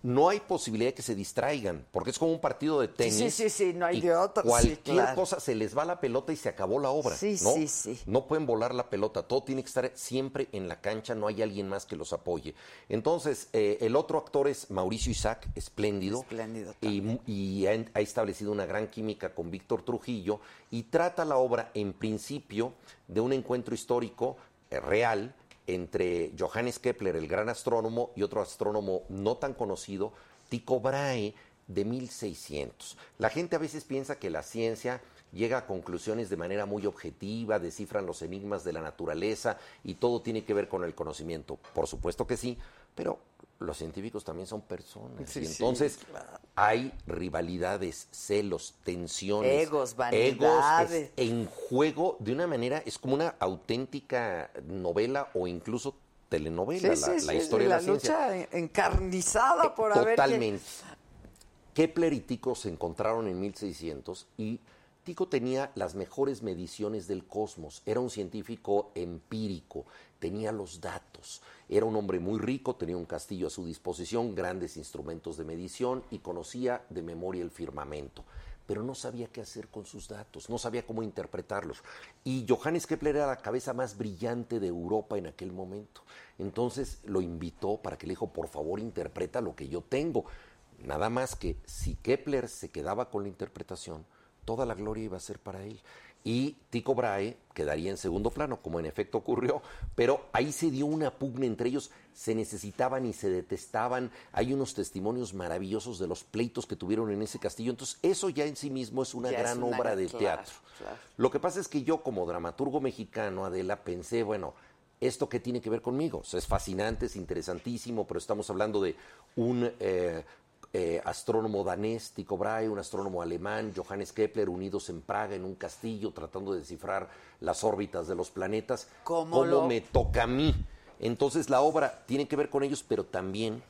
[SPEAKER 6] no hay posibilidad de que se distraigan, porque es como un partido de tenis.
[SPEAKER 3] Sí, sí, sí, no hay
[SPEAKER 6] y
[SPEAKER 3] de otro, sí,
[SPEAKER 6] Cualquier
[SPEAKER 3] claro.
[SPEAKER 6] cosa, se les va la pelota y se acabó la obra.
[SPEAKER 3] Sí,
[SPEAKER 6] ¿no?
[SPEAKER 3] sí, sí.
[SPEAKER 6] No pueden volar la pelota, todo tiene que estar siempre en la cancha, no hay alguien más que los apoye. Entonces, eh, el otro actor es Mauricio Isaac, espléndido.
[SPEAKER 3] Espléndido
[SPEAKER 6] Y, mu- y ha, en- ha establecido una gran química con Víctor Trujillo y trata la obra, en principio, de un encuentro histórico eh, real entre Johannes Kepler, el gran astrónomo, y otro astrónomo no tan conocido, Tycho Brahe, de 1600. La gente a veces piensa que la ciencia llega a conclusiones de manera muy objetiva, descifran los enigmas de la naturaleza y todo tiene que ver con el conocimiento. Por supuesto que sí, pero los científicos también son personas.
[SPEAKER 3] Sí,
[SPEAKER 6] y
[SPEAKER 3] sí,
[SPEAKER 6] entonces hay rivalidades, celos, tensiones,
[SPEAKER 3] Egos,
[SPEAKER 6] egos
[SPEAKER 3] vanidades.
[SPEAKER 6] es- en juego de una manera, es como una auténtica novela o incluso telenovela,
[SPEAKER 3] Sí,
[SPEAKER 6] la,
[SPEAKER 3] sí,
[SPEAKER 6] la
[SPEAKER 3] sí,
[SPEAKER 6] historia de la, ciencia.
[SPEAKER 3] lucha en- encarnizada por haber.
[SPEAKER 6] Totalmente. Kepler y Tico se encontraron en 1600 y Tico tenía las mejores mediciones del cosmos. Era un científico empírico, tenía los datos. Era un hombre muy rico, tenía un castillo a su disposición, grandes instrumentos de medición y conocía de memoria el firmamento pero no sabía qué hacer con sus datos, no sabía cómo interpretarlos. Y Johannes Kepler era la cabeza más brillante de Europa en aquel momento. Entonces lo invitó para que le dijo, por favor, interpreta lo que yo tengo. Nada más que si Kepler se quedaba con la interpretación, toda la gloria iba a ser para él. Y Tycho Brahe quedaría en segundo plano, como en efecto ocurrió, pero ahí se dio una pugna entre ellos, se necesitaban y se detestaban, hay unos testimonios maravillosos de los pleitos que tuvieron en ese castillo, entonces eso ya en sí mismo es una
[SPEAKER 3] Ya es
[SPEAKER 6] gran
[SPEAKER 3] una-
[SPEAKER 6] obra de
[SPEAKER 3] claro,
[SPEAKER 6] teatro.
[SPEAKER 3] claro.
[SPEAKER 6] Lo que pasa es que yo como dramaturgo mexicano, Adela, pensé, bueno, ¿esto qué tiene que ver conmigo? O sea, es fascinante, es interesantísimo, pero estamos hablando de un eh, eh, astrónomo danés, Tycho Brahe, un astrónomo alemán, Johannes Kepler, unidos en Praga, en un castillo, tratando de descifrar las órbitas de los planetas.
[SPEAKER 3] ¿Cómo lo-
[SPEAKER 6] me toca a mí? Entonces la obra tiene que ver con ellos, pero también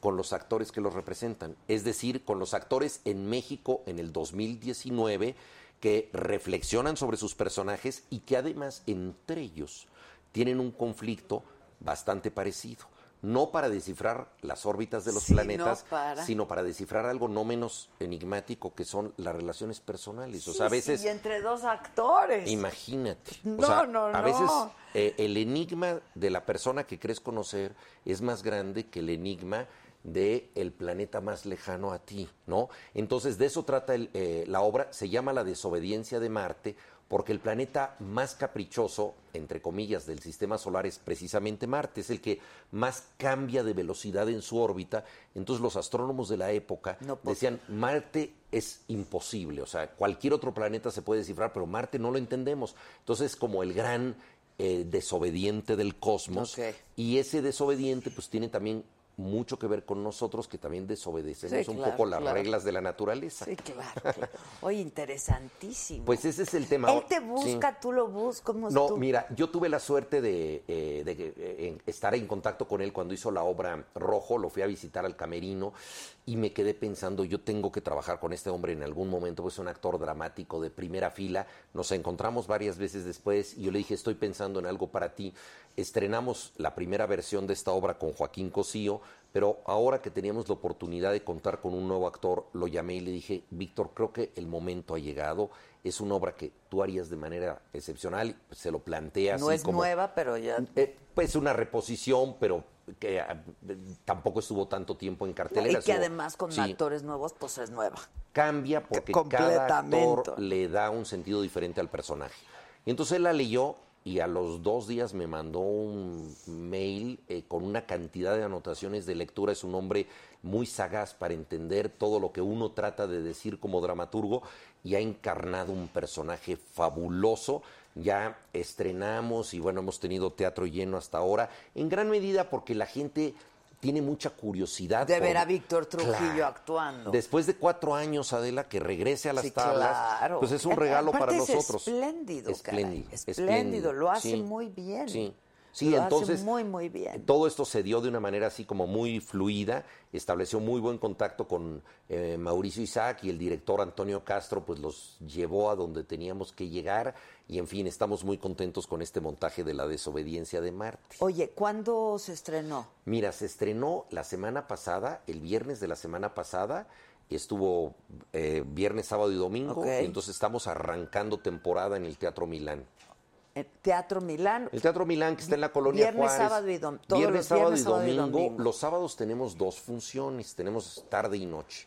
[SPEAKER 6] con los actores que los representan, es decir, con los actores en México en el 2019 que reflexionan sobre sus personajes y que además entre ellos tienen un conflicto bastante parecido, no para descifrar las órbitas de los
[SPEAKER 3] Sino
[SPEAKER 6] planetas,
[SPEAKER 3] para-
[SPEAKER 6] sino para descifrar algo no menos enigmático que son las relaciones personales.
[SPEAKER 3] Sí,
[SPEAKER 6] o sea, a
[SPEAKER 3] sí,
[SPEAKER 6] veces
[SPEAKER 3] y entre dos actores. [LAUGHS]
[SPEAKER 6] Imagínate.
[SPEAKER 3] No,
[SPEAKER 6] o sea,
[SPEAKER 3] no,
[SPEAKER 6] A veces
[SPEAKER 3] no.
[SPEAKER 6] eh, el enigma de la persona que crees conocer es más grande que el enigma de el planeta más lejano a ti, ¿no? Entonces de eso trata el, eh, la obra, se llama La desobediencia de Marte, porque el planeta más caprichoso, entre comillas, del sistema solar es precisamente Marte, es el que más cambia de velocidad en su órbita, entonces los astrónomos de la época
[SPEAKER 3] No puedo
[SPEAKER 6] decían, Marte es imposible, o sea, cualquier otro planeta se puede descifrar, pero Marte no lo entendemos. Entonces, como el gran eh, desobediente del cosmos,
[SPEAKER 3] Ok.
[SPEAKER 6] y ese desobediente pues tiene también mucho que ver con nosotros, que también desobedecemos
[SPEAKER 3] Sí,
[SPEAKER 6] un
[SPEAKER 3] claro,
[SPEAKER 6] poco las
[SPEAKER 3] claro.
[SPEAKER 6] reglas de la naturaleza.
[SPEAKER 3] Sí, claro. claro. Oye, interesantísimo.
[SPEAKER 6] Pues ese es el tema.
[SPEAKER 3] Él te
[SPEAKER 6] Sí.
[SPEAKER 3] busca, tú lo buscas. ¿cómo es
[SPEAKER 6] No,
[SPEAKER 3] tú?
[SPEAKER 6] mira, yo tuve la suerte de, eh, de que, eh, en- estar en contacto con él cuando hizo la obra Rojo, lo fui a visitar al camerino y me quedé pensando, yo tengo que trabajar con este hombre en algún momento, pues es un actor dramático de primera fila, nos encontramos varias veces después y yo le dije, estoy pensando en algo para ti. Estrenamos la primera versión de esta obra con Joaquín Cosío, pero ahora que teníamos la oportunidad de contar con un nuevo actor, lo llamé y le dije, Víctor, creo que el momento ha llegado. Es una obra que tú harías de manera excepcional, se lo planteas.
[SPEAKER 3] no es nueva, pero ya.
[SPEAKER 6] pues una reposición, pero que ah, tampoco estuvo tanto tiempo en
[SPEAKER 3] Y
[SPEAKER 6] cartelera.
[SPEAKER 3] que
[SPEAKER 6] estuvo-
[SPEAKER 3] además con
[SPEAKER 6] Sí,
[SPEAKER 3] actores nuevos, pues es nueva.
[SPEAKER 6] cambia porque cada
[SPEAKER 3] completamente.
[SPEAKER 6] actor le da un sentido diferente al personaje. Y entonces él la leyó y a los dos días me mandó un mail eh, con una cantidad de anotaciones de lectura. Es un hombre muy sagaz para entender todo lo que uno trata de decir como dramaturgo y ha encarnado un personaje fabuloso. Ya estrenamos y bueno, hemos tenido teatro lleno hasta ahora, en gran medida porque la gente tiene mucha curiosidad.
[SPEAKER 3] De
[SPEAKER 6] por-
[SPEAKER 3] ver a Víctor Trujillo
[SPEAKER 6] Claro.
[SPEAKER 3] actuando.
[SPEAKER 6] Después de cuatro años, Adela, que regrese a las
[SPEAKER 3] Sí,
[SPEAKER 6] tablas,
[SPEAKER 3] claro.
[SPEAKER 6] pues es
[SPEAKER 3] Eh,
[SPEAKER 6] un regalo
[SPEAKER 3] aparte
[SPEAKER 6] para
[SPEAKER 3] es
[SPEAKER 6] nosotros.
[SPEAKER 3] espléndido, caray.
[SPEAKER 6] espléndido,
[SPEAKER 3] Espléndido, lo hace muy bien.
[SPEAKER 6] Sí, sí,
[SPEAKER 3] Lo hace
[SPEAKER 6] entonces
[SPEAKER 3] muy, muy bien.
[SPEAKER 6] todo esto se dio de una manera así como muy fluida, estableció muy buen contacto con eh, Mauricio Isaac y el director Antonio Castro, pues los llevó a donde teníamos que llegar y en fin, estamos muy contentos con este montaje de la desobediencia de Marte.
[SPEAKER 3] Oye, ¿cuándo se estrenó?
[SPEAKER 6] Mira, se estrenó la semana pasada, el viernes de la semana pasada, y estuvo eh, viernes, sábado y domingo,
[SPEAKER 3] Ok.
[SPEAKER 6] y entonces estamos arrancando temporada en el Teatro Milán.
[SPEAKER 3] En Teatro Milán.
[SPEAKER 6] El Teatro Milán que está en la colonia
[SPEAKER 3] Viernes,
[SPEAKER 6] Juárez.
[SPEAKER 3] sábado y dom- todos
[SPEAKER 6] viernes,
[SPEAKER 3] los
[SPEAKER 6] sábado,
[SPEAKER 3] viernes,
[SPEAKER 6] y
[SPEAKER 3] sábado y
[SPEAKER 6] domingo.
[SPEAKER 3] domingo.
[SPEAKER 6] Los sábados tenemos dos funciones, tenemos tarde y noche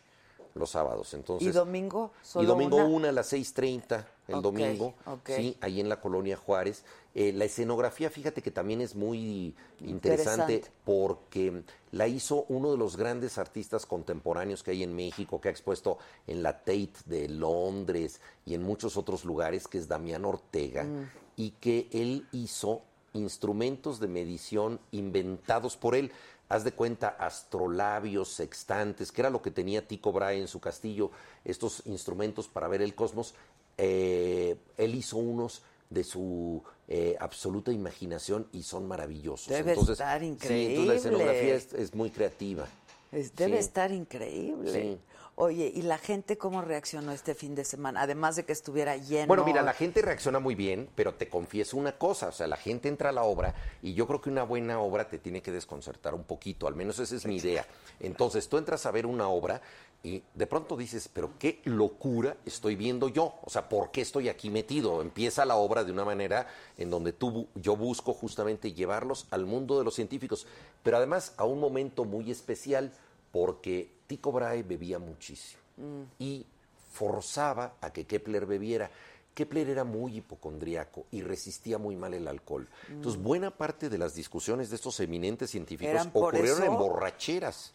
[SPEAKER 6] los sábados. Entonces,
[SPEAKER 3] ¿Y domingo?
[SPEAKER 6] y
[SPEAKER 3] ¿Solo
[SPEAKER 6] domingo
[SPEAKER 3] una?
[SPEAKER 6] una, a las 6.30 el
[SPEAKER 3] Ok,
[SPEAKER 6] domingo,
[SPEAKER 3] ok.
[SPEAKER 6] sí, ahí en la colonia Juárez. Eh, la escenografía, fíjate que también es muy interesante,
[SPEAKER 3] Interesante.
[SPEAKER 6] porque la hizo uno de los grandes artistas contemporáneos que hay en México, que ha expuesto en la Tate de Londres y en muchos otros lugares, que es Damián Ortega, y que él hizo instrumentos de medición inventados por él. Haz de cuenta, astrolabios, sextantes, que era lo que tenía Tico Brahe en su castillo, estos instrumentos para ver el cosmos. eh, él hizo unos de su eh, absoluta imaginación y son maravillosos.
[SPEAKER 3] Debe estar
[SPEAKER 6] Pues Sí, entonces la escenografía
[SPEAKER 3] increíble.
[SPEAKER 6] es, es muy creativa.
[SPEAKER 3] Es- Debe
[SPEAKER 6] Sí.
[SPEAKER 3] estar increíble.
[SPEAKER 6] Sí.
[SPEAKER 3] Oye, ¿y la gente cómo reaccionó este fin de semana? Además de que estuviera lleno.
[SPEAKER 6] Bueno, mira, la gente reacciona muy bien, pero te confieso una cosa, o sea, la gente entra a la obra y yo creo que una buena obra te tiene que desconcertar un poquito, al menos esa es mi idea. Entonces, tú entras a ver una obra y de pronto dices, pero qué locura estoy viendo yo, o sea, ¿por qué estoy aquí metido? Empieza la obra de una manera en donde tú, bu- yo busco justamente llevarlos al mundo de los científicos, pero además a un momento muy especial porque Tico Brahe bebía muchísimo
[SPEAKER 3] Mm,
[SPEAKER 6] y forzaba a que Kepler bebiera. Kepler era muy hipocondriaco y resistía muy mal el alcohol. Entonces, buena parte de las discusiones de estos eminentes científicos
[SPEAKER 3] Mm. Eran por
[SPEAKER 6] ocurrieron en
[SPEAKER 3] eso.
[SPEAKER 6] borracheras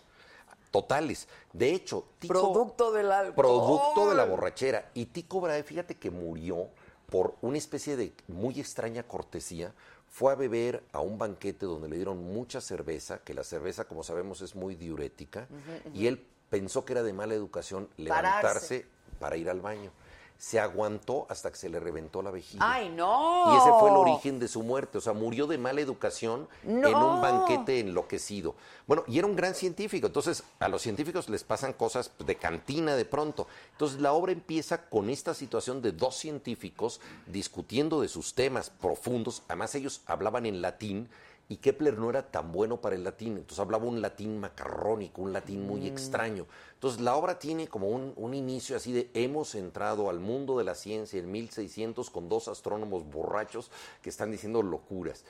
[SPEAKER 6] totales. De hecho, Tico,
[SPEAKER 3] Producto del alcohol.
[SPEAKER 6] Producto de la borrachera. Y Tico Brahe, fíjate que murió por una especie de muy extraña cortesía. Fue a beber a un banquete donde le dieron mucha cerveza, que la cerveza, como sabemos, es muy diurética. Y él pensó que era de mala educación levantarse para ir al baño. Se aguantó hasta que se le reventó la vejiga.
[SPEAKER 3] ¡Ay, no!
[SPEAKER 6] Y ese fue el origen de su muerte. O sea, murió de mala educación en
[SPEAKER 3] ¡No!
[SPEAKER 6] un banquete enloquecido. Bueno, y era un gran científico. Entonces, a los científicos les pasan cosas de cantina de pronto. Entonces, la obra empieza con esta situación de dos científicos discutiendo de sus temas profundos. Además, ellos hablaban en latín. Y Kepler no era tan bueno para el latín, entonces hablaba un latín macarrónico, un latín muy extraño. Entonces la obra tiene como un, un inicio así de hemos entrado al mundo de la ciencia en 1600 con dos astrónomos borrachos que están diciendo locuras.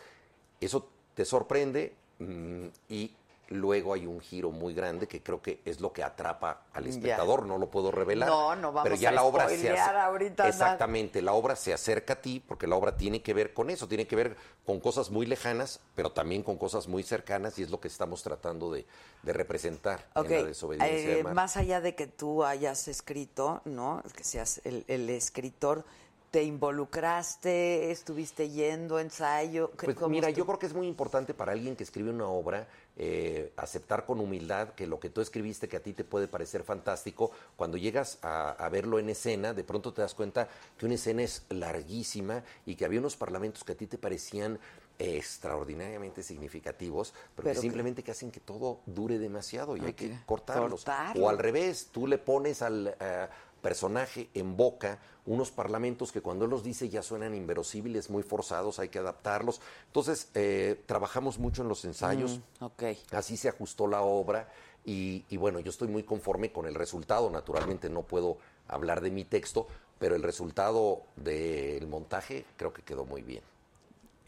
[SPEAKER 6] Eso te sorprende mm, y luego hay un giro muy grande que creo que es lo que atrapa al espectador, no lo puedo revelar.
[SPEAKER 3] No, no vamos
[SPEAKER 6] pero ya
[SPEAKER 3] a
[SPEAKER 6] la obra se
[SPEAKER 3] spoilear
[SPEAKER 6] hace-
[SPEAKER 3] ahorita nada.
[SPEAKER 6] Exactamente, la obra se acerca a ti porque la obra tiene que ver con eso, tiene que ver con cosas muy lejanas, pero también con cosas muy cercanas y es lo que estamos tratando de, de representar
[SPEAKER 3] Ok,
[SPEAKER 6] en la desobediencia
[SPEAKER 3] eh,
[SPEAKER 6] de Marte.
[SPEAKER 3] más allá de que tú hayas escrito, ¿no? Que seas el, el escritor, ¿te involucraste? ¿Estuviste yendo, ensayo? ¿Qué-
[SPEAKER 6] Pues
[SPEAKER 3] cómo
[SPEAKER 6] mira,
[SPEAKER 3] estu-
[SPEAKER 6] yo creo que es muy importante para alguien que escribe una obra eh, aceptar con humildad que lo que tú escribiste, que a ti te puede parecer fantástico, cuando llegas a, a verlo en escena, de pronto te das cuenta que una escena es larguísima y que había unos parlamentos que a ti te parecían eh, extraordinariamente significativamente significativos, pero,
[SPEAKER 3] Pero
[SPEAKER 6] que
[SPEAKER 3] que-
[SPEAKER 6] simplemente que hacen que todo dure demasiado y hay que
[SPEAKER 3] Ok.
[SPEAKER 6] cortarlos.
[SPEAKER 3] Cortarlo.
[SPEAKER 6] O al revés, tú le pones al eh, personaje en boca unos parlamentos que cuando él los dice ya suenan inverosímiles, muy forzados, hay que adaptarlos. Entonces, eh, trabajamos mucho en los ensayos,
[SPEAKER 3] Mm, Ok.
[SPEAKER 6] así se ajustó la obra y, y bueno, yo estoy muy conforme con el resultado, naturalmente no puedo hablar de mi texto, pero el resultado del montaje creo que quedó muy bien.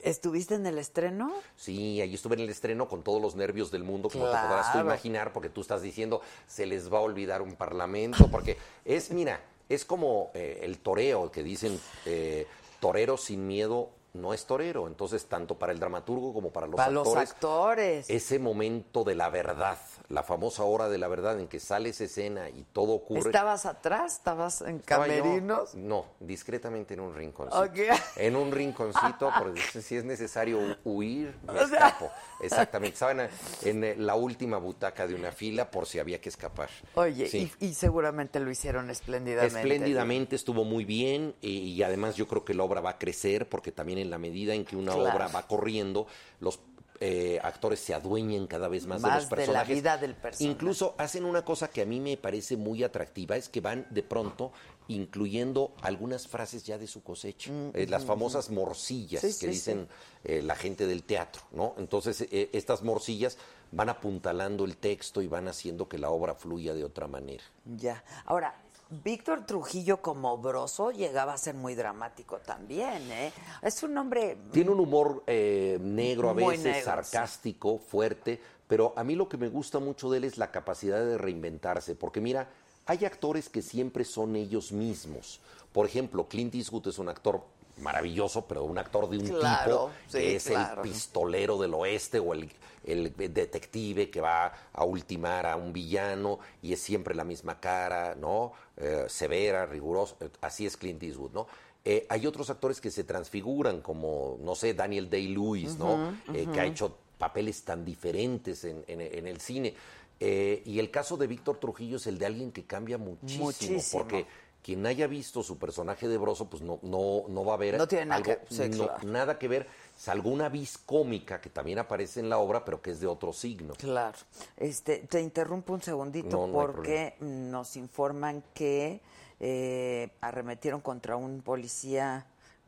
[SPEAKER 3] ¿Estuviste en el estreno?
[SPEAKER 6] Sí, ahí estuve en el estreno con todos los nervios del mundo, como
[SPEAKER 3] Claro.
[SPEAKER 6] te podrás tú imaginar, porque tú estás diciendo, se les va a olvidar un parlamento, porque es, mira, es como eh, el toreo, que dicen, eh, torero sin miedo no es torero, entonces tanto para el dramaturgo como para los
[SPEAKER 3] Para
[SPEAKER 6] actores.
[SPEAKER 3] los actores.
[SPEAKER 6] Ese momento de la verdad, la famosa hora de la verdad en que sale esa escena y todo ocurre.
[SPEAKER 3] ¿Estabas atrás? ¿Estabas en
[SPEAKER 6] Estaba yo-
[SPEAKER 3] camerinos?
[SPEAKER 6] no, discretamente en un rinconcito.
[SPEAKER 3] Ok. [LAUGHS]
[SPEAKER 6] En un rinconcito, porque si es necesario huir, me
[SPEAKER 3] O sea.
[SPEAKER 6] escapo. Exactamente. Estaban en eh, la última butaca de una fila por si había que escapar.
[SPEAKER 3] Oye,
[SPEAKER 6] Sí.
[SPEAKER 3] y, y seguramente lo hicieron espléndidamente.
[SPEAKER 6] Espléndidamente estuvo muy bien y, y además yo creo que la obra va a crecer porque también en la medida en que una
[SPEAKER 3] Claro.
[SPEAKER 6] obra va corriendo, los eh, actores se adueñan cada vez más, de
[SPEAKER 3] Más
[SPEAKER 6] los
[SPEAKER 3] de la
[SPEAKER 6] personajes.
[SPEAKER 3] vida del personaje.
[SPEAKER 6] Incluso hacen una cosa que a mí me parece muy atractiva, es que van de pronto incluyendo algunas frases ya de su cosecha, Eh, las famosas morcillas
[SPEAKER 3] Mm, Sí,
[SPEAKER 6] que
[SPEAKER 3] sí,
[SPEAKER 6] dicen eh, la gente del teatro, ¿no? Entonces eh, estas morcillas van apuntalando el texto y van haciendo que la obra fluya de otra manera.
[SPEAKER 3] Ya. Ahora, Víctor Trujillo como broso llegaba a ser muy dramático también, ¿eh? Es un hombre...
[SPEAKER 6] Tiene un humor eh, negro a
[SPEAKER 3] Muy
[SPEAKER 6] veces,
[SPEAKER 3] negro, sí.
[SPEAKER 6] sarcástico, fuerte, pero a mí lo que me gusta mucho de él es la capacidad de reinventarse, porque mira, hay actores que siempre son ellos mismos. Por ejemplo, Clint Eastwood es un actor maravilloso, pero un actor de un
[SPEAKER 3] Claro,
[SPEAKER 6] tipo
[SPEAKER 3] sí,
[SPEAKER 6] que es
[SPEAKER 3] claro.
[SPEAKER 6] el pistolero del oeste o el, el detective que va a ultimar a un villano y es siempre la misma cara, ¿no? Eh, severa, riguroso. eh, Así es Clint Eastwood, ¿no? Eh, hay otros actores que se transfiguran, como, no sé, Daniel Day-Lewis, ¿no? Eh, Que ha hecho papeles tan diferentes en, en- en el cine. Eh, y el caso de Víctor Trujillo es el de alguien que cambia muchísimo,
[SPEAKER 3] Muchísimo.
[SPEAKER 6] porque quien haya visto su personaje de Broso, pues no, no, no va a ver
[SPEAKER 3] No tiene nada
[SPEAKER 6] algo,
[SPEAKER 3] que- sí,
[SPEAKER 6] no-
[SPEAKER 3] claro.
[SPEAKER 6] nada que ver, salvo una vis cómica que también aparece en la obra, pero que es de otro signo.
[SPEAKER 3] Claro. Este, te interrumpo un segundito
[SPEAKER 6] No, no hay
[SPEAKER 3] porque nos informan que eh, arremetieron contra un policía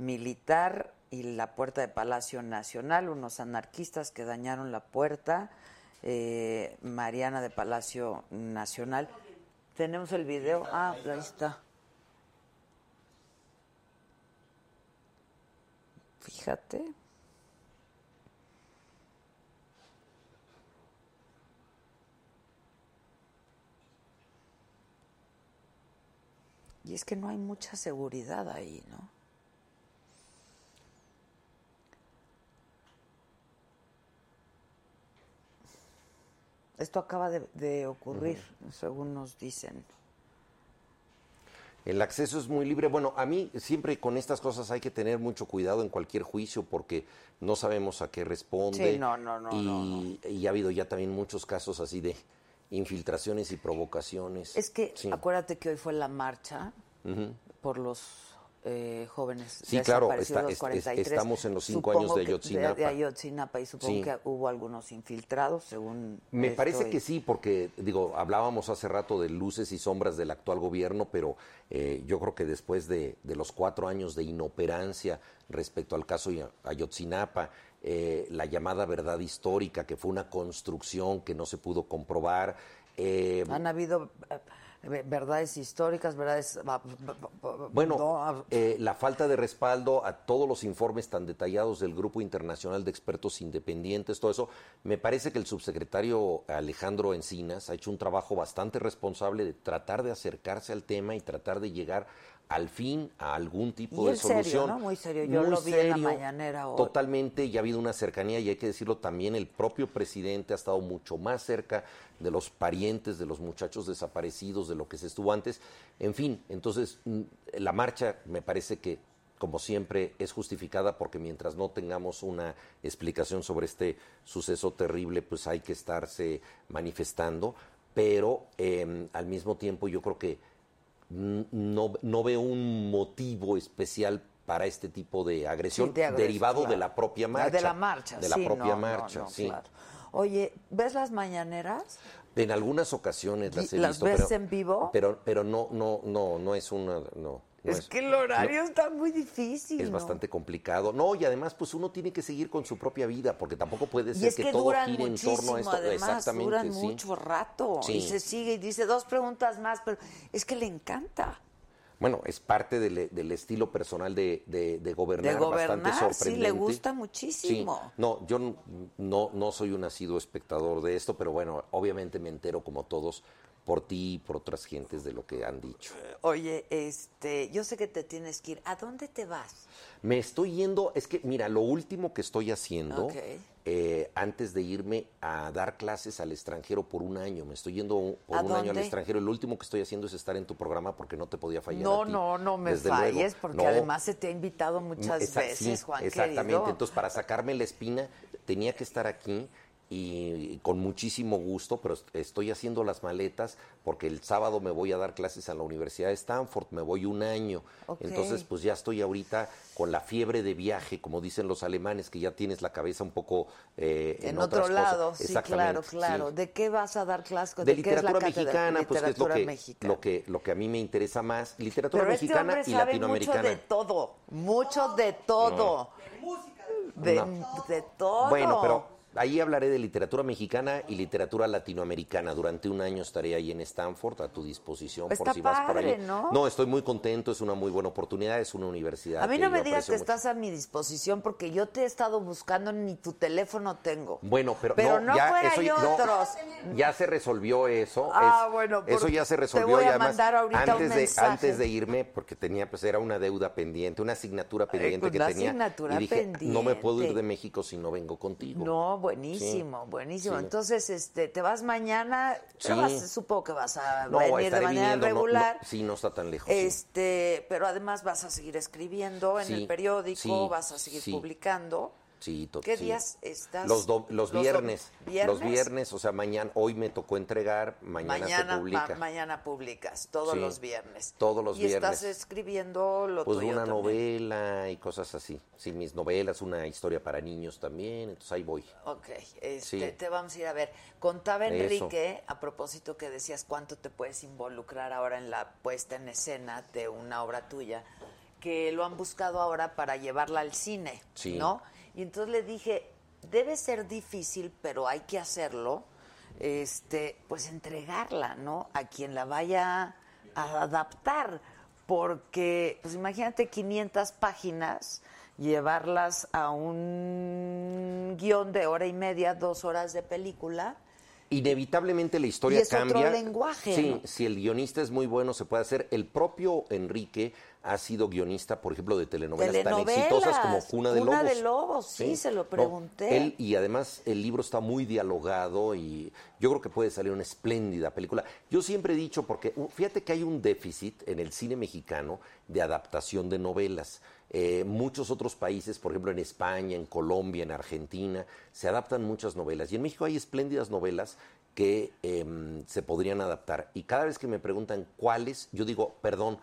[SPEAKER 3] militar y la puerta de Palacio Nacional, unos anarquistas que dañaron la puerta, eh, Mariana de Palacio Nacional. Tenemos el video. Ah, ahí está. Fíjate. Y es que no hay mucha seguridad ahí, ¿no? Esto acaba de, de ocurrir, según nos dicen.
[SPEAKER 6] El acceso es muy libre. Bueno, a mí siempre con estas cosas hay que tener mucho cuidado en cualquier juicio porque no sabemos a qué responde.
[SPEAKER 3] Sí, no, no, no,
[SPEAKER 6] y,
[SPEAKER 3] no,
[SPEAKER 6] y ha habido ya también muchos casos así de infiltraciones y provocaciones.
[SPEAKER 3] Es que
[SPEAKER 6] Sí.
[SPEAKER 3] acuérdate que hoy fue la marcha por los eh, jóvenes
[SPEAKER 6] Sí, claro,
[SPEAKER 3] desaparecidos,
[SPEAKER 6] está-
[SPEAKER 3] los
[SPEAKER 6] es- es-
[SPEAKER 3] 43.
[SPEAKER 6] estamos en los cinco
[SPEAKER 3] Supongo
[SPEAKER 6] años de
[SPEAKER 3] que- De,
[SPEAKER 6] Ayotzinapa.
[SPEAKER 3] Ayotzinapa, y supongo
[SPEAKER 6] Sí.
[SPEAKER 3] que hubo algunos infiltrados, según.
[SPEAKER 6] Me
[SPEAKER 3] esto,
[SPEAKER 6] parece
[SPEAKER 3] y-
[SPEAKER 6] que sí, porque digo, hablábamos hace rato de luces y sombras del actual gobierno, pero eh, yo creo que después de, de los cuatro años de inoperancia respecto al caso Ya- Ayotzinapa, eh, la llamada verdad histórica, que fue una construcción que no se pudo comprobar, eh,
[SPEAKER 3] Han habido eh, verdades históricas, verdades... ah, b- b- b-
[SPEAKER 6] Bueno,
[SPEAKER 3] no, ah,
[SPEAKER 6] eh, la falta de respaldo a todos los informes tan detallados del Grupo Internacional de Expertos Independientes, todo eso, me parece que el subsecretario Alejandro Encinas ha hecho un trabajo bastante responsable de tratar de acercarse al tema y tratar de llegar al fin a algún tipo
[SPEAKER 3] Y
[SPEAKER 6] de
[SPEAKER 3] él serio,
[SPEAKER 6] pues, solución.
[SPEAKER 3] ¿no? Muy serio. Yo lo vi en la mañanera hoy.
[SPEAKER 6] Totalmente, y ha habido una cercanía, y hay que decirlo también, el propio presidente ha estado mucho más cerca de los parientes, de los muchachos desaparecidos, de lo que se estuvo antes. En fin, entonces mm, la marcha me parece que, como siempre, es justificada porque mientras no tengamos una explicación sobre este suceso terrible, pues hay que estarse manifestando. Pero eh, al mismo tiempo yo creo que n- no, no veo un motivo especial para este tipo de agresión,
[SPEAKER 3] sí, te agradezco,
[SPEAKER 6] derivado de
[SPEAKER 3] claro.
[SPEAKER 6] la propia marcha.
[SPEAKER 3] De la marcha,
[SPEAKER 6] De la
[SPEAKER 3] sí,
[SPEAKER 6] propia
[SPEAKER 3] no, no,
[SPEAKER 6] marcha,
[SPEAKER 3] no,
[SPEAKER 6] sí.
[SPEAKER 3] claro. Oye, ¿ves las mañaneras?
[SPEAKER 6] En algunas ocasiones las he
[SPEAKER 3] ¿Las
[SPEAKER 6] visto.
[SPEAKER 3] ves
[SPEAKER 6] pero,
[SPEAKER 3] en vivo?
[SPEAKER 6] Pero, pero no, no, no, no es una, no. no
[SPEAKER 3] es, que el horario está muy difícil,
[SPEAKER 6] Es
[SPEAKER 3] ¿no?
[SPEAKER 6] bastante complicado. No, y además, pues uno tiene que seguir con su propia vida, porque tampoco puede
[SPEAKER 3] Y
[SPEAKER 6] ser
[SPEAKER 3] es que,
[SPEAKER 6] todo
[SPEAKER 3] duran
[SPEAKER 6] gire en
[SPEAKER 3] muchísimo,
[SPEAKER 6] torno a esto.
[SPEAKER 3] además,
[SPEAKER 6] Exactamente,
[SPEAKER 3] duran
[SPEAKER 6] sí.
[SPEAKER 3] mucho rato.
[SPEAKER 6] Sí.
[SPEAKER 3] Y se sigue y dice dos preguntas más, pero es que le encanta.
[SPEAKER 6] bueno, es parte del, eh, del estilo personal de, de- de gobernar,
[SPEAKER 3] De gobernar,
[SPEAKER 6] bastante
[SPEAKER 3] sí,
[SPEAKER 6] sorprendente.
[SPEAKER 3] le gusta
[SPEAKER 6] Sí,
[SPEAKER 3] muchísimo.
[SPEAKER 6] no, yo n- no, no soy un asiduo espectador de esto, pero bueno, obviamente me entero como todos por ti y por otras gentes de lo que han dicho.
[SPEAKER 3] Oye, este, yo sé que te tienes que ir. ¿A dónde te vas?
[SPEAKER 6] Me estoy yendo, es que mira, lo último que estoy haciendo
[SPEAKER 3] Ok.
[SPEAKER 6] eh, antes de irme a dar clases al extranjero por un año, me estoy yendo un- por
[SPEAKER 3] ¿A
[SPEAKER 6] un año al
[SPEAKER 3] dónde?
[SPEAKER 6] extranjero, lo último que estoy haciendo es estar en tu programa porque no te podía fallar.
[SPEAKER 3] No,
[SPEAKER 6] a ti,
[SPEAKER 3] no, no me
[SPEAKER 6] desde
[SPEAKER 3] falles,
[SPEAKER 6] luego.
[SPEAKER 3] porque
[SPEAKER 6] No,
[SPEAKER 3] además se te ha invitado muchas
[SPEAKER 6] Esa- sí,
[SPEAKER 3] veces, Juan
[SPEAKER 6] Exactamente,
[SPEAKER 3] querido.
[SPEAKER 6] entonces para sacarme la espina tenía que estar aquí y con muchísimo gusto, pero est- estoy haciendo las maletas porque el sábado me voy a dar clases a la Universidad de Stanford, me voy un año.
[SPEAKER 3] Ok.
[SPEAKER 6] Entonces, pues ya estoy ahorita con la fiebre de viaje, como dicen los alemanes, que ya tienes la cabeza un poco eh, en,
[SPEAKER 3] en, otro
[SPEAKER 6] otras cosas.
[SPEAKER 3] lado, sí, claro,
[SPEAKER 6] Exactamente,
[SPEAKER 3] claro.
[SPEAKER 6] sí
[SPEAKER 3] ¿De qué vas a dar
[SPEAKER 6] de
[SPEAKER 3] clases? qué es la
[SPEAKER 6] literatura
[SPEAKER 3] cátedra?
[SPEAKER 6] mexicana, pues que es lo
[SPEAKER 3] Literatura
[SPEAKER 6] que,
[SPEAKER 3] mexicana.
[SPEAKER 6] lo que lo que a mí me interesa más, literatura
[SPEAKER 3] Pero
[SPEAKER 6] mexicana
[SPEAKER 3] este
[SPEAKER 6] y
[SPEAKER 3] hombre sabe mucho
[SPEAKER 6] latinoamericana.
[SPEAKER 3] de todo, mucho de todo. De
[SPEAKER 6] No.
[SPEAKER 3] de todo.
[SPEAKER 6] Bueno, pero ahí hablaré de literatura mexicana y literatura latinoamericana. Durante un año estaré ahí en Stanford a tu disposición
[SPEAKER 3] Pues Está
[SPEAKER 6] por si vas por
[SPEAKER 3] padre,
[SPEAKER 6] ahí.
[SPEAKER 3] ¿no?
[SPEAKER 6] estoy muy contento, es una muy buena oportunidad, es una universidad.
[SPEAKER 3] A mí
[SPEAKER 6] que
[SPEAKER 3] no
[SPEAKER 6] yo
[SPEAKER 3] me digas que
[SPEAKER 6] aprecio mucho.
[SPEAKER 3] estás a mi disposición porque yo te he estado buscando, ni tu teléfono tengo.
[SPEAKER 6] Bueno, pero,
[SPEAKER 3] Pero no
[SPEAKER 6] ya
[SPEAKER 3] fuera
[SPEAKER 6] eso ya-
[SPEAKER 3] yo
[SPEAKER 6] no,
[SPEAKER 3] otros.
[SPEAKER 6] ya se resolvió eso.
[SPEAKER 3] Ah,
[SPEAKER 6] es-
[SPEAKER 3] bueno, por-
[SPEAKER 6] eso ya se
[SPEAKER 3] te
[SPEAKER 6] resolvió
[SPEAKER 3] voy
[SPEAKER 6] y
[SPEAKER 3] a
[SPEAKER 6] además,
[SPEAKER 3] mandar ahorita un
[SPEAKER 6] antes de
[SPEAKER 3] mensaje.
[SPEAKER 6] antes de irme porque tenía pues era una deuda pendiente, una asignatura pendiente
[SPEAKER 3] pues,
[SPEAKER 6] que
[SPEAKER 3] una
[SPEAKER 6] tenía
[SPEAKER 3] asignatura
[SPEAKER 6] y dije, no me puedo ir
[SPEAKER 3] pendiente.
[SPEAKER 6] de México si no vengo contigo.
[SPEAKER 3] No, buenísimo,
[SPEAKER 6] Sí,
[SPEAKER 3] buenísimo.
[SPEAKER 6] sí.
[SPEAKER 3] Entonces, este, te vas mañana, te
[SPEAKER 6] Sí.
[SPEAKER 3] vas- supongo que vas a
[SPEAKER 6] No,
[SPEAKER 3] venir de
[SPEAKER 6] estaré
[SPEAKER 3] manera
[SPEAKER 6] viniendo, no- no-
[SPEAKER 3] regular.
[SPEAKER 6] sí, no está tan lejos. sí.
[SPEAKER 3] Este, pero además vas a seguir escribiendo en
[SPEAKER 6] Sí,
[SPEAKER 3] el periódico,
[SPEAKER 6] sí,
[SPEAKER 3] vas a seguir
[SPEAKER 6] sí.
[SPEAKER 3] publicando.
[SPEAKER 6] Sí, to-
[SPEAKER 3] ¿Qué
[SPEAKER 6] sí.
[SPEAKER 3] días estás?
[SPEAKER 6] Los, do- los
[SPEAKER 3] do-
[SPEAKER 6] viernes, Los
[SPEAKER 3] viernes.
[SPEAKER 6] viernes, o sea, mañana, hoy me tocó entregar, mañana,
[SPEAKER 3] Mañana,
[SPEAKER 6] se publica.
[SPEAKER 3] ma- mañana publicas, todos
[SPEAKER 6] Sí,
[SPEAKER 3] los viernes.
[SPEAKER 6] todos los
[SPEAKER 3] y estás
[SPEAKER 6] viernes.
[SPEAKER 3] escribiendo lo
[SPEAKER 6] pues
[SPEAKER 3] tuyo
[SPEAKER 6] una
[SPEAKER 3] también.
[SPEAKER 6] novela y cosas así. Sí, mis novelas, una historia para niños también, entonces ahí voy.
[SPEAKER 3] Ok, este,
[SPEAKER 6] Sí.
[SPEAKER 3] te vamos a ir a ver. Contaba
[SPEAKER 6] Eso.
[SPEAKER 3] Enrique, a propósito que decías cuánto te puedes involucrar ahora en la puesta en escena de una obra tuya, que lo han buscado ahora para llevarla al cine,
[SPEAKER 6] Sí.
[SPEAKER 3] ¿no? Y entonces le dije, debe ser difícil, pero hay que hacerlo, este, pues entregarla, ¿no? A quien la vaya a adaptar, porque, pues imagínate 500 páginas, llevarlas a un guión de hora y media, dos horas de película.
[SPEAKER 6] Inevitablemente la historia
[SPEAKER 3] Y es otro
[SPEAKER 6] cambia.
[SPEAKER 3] lenguaje,
[SPEAKER 6] Sí,
[SPEAKER 3] ¿no?
[SPEAKER 6] si el guionista es muy bueno, se puede hacer. El propio Enrique ha sido guionista, por ejemplo, de telenovelas,
[SPEAKER 3] Telenovelas,
[SPEAKER 6] tan exitosas como Cuna de
[SPEAKER 3] Cuna
[SPEAKER 6] Lobos.
[SPEAKER 3] de Lobos, sí, se lo
[SPEAKER 6] No,
[SPEAKER 3] pregunté.
[SPEAKER 6] él, y además el libro está muy dialogado y yo creo que puede salir una espléndida película. Yo siempre he dicho, porque uh, fíjate que hay un déficit en el cine mexicano de adaptación de novelas. Eh, muchos otros países, por ejemplo en España, en Colombia, en Argentina, se adaptan muchas novelas. Y en México hay espléndidas novelas que em, se podrían adaptar. Y cada vez que me preguntan cuáles, yo digo, perdón,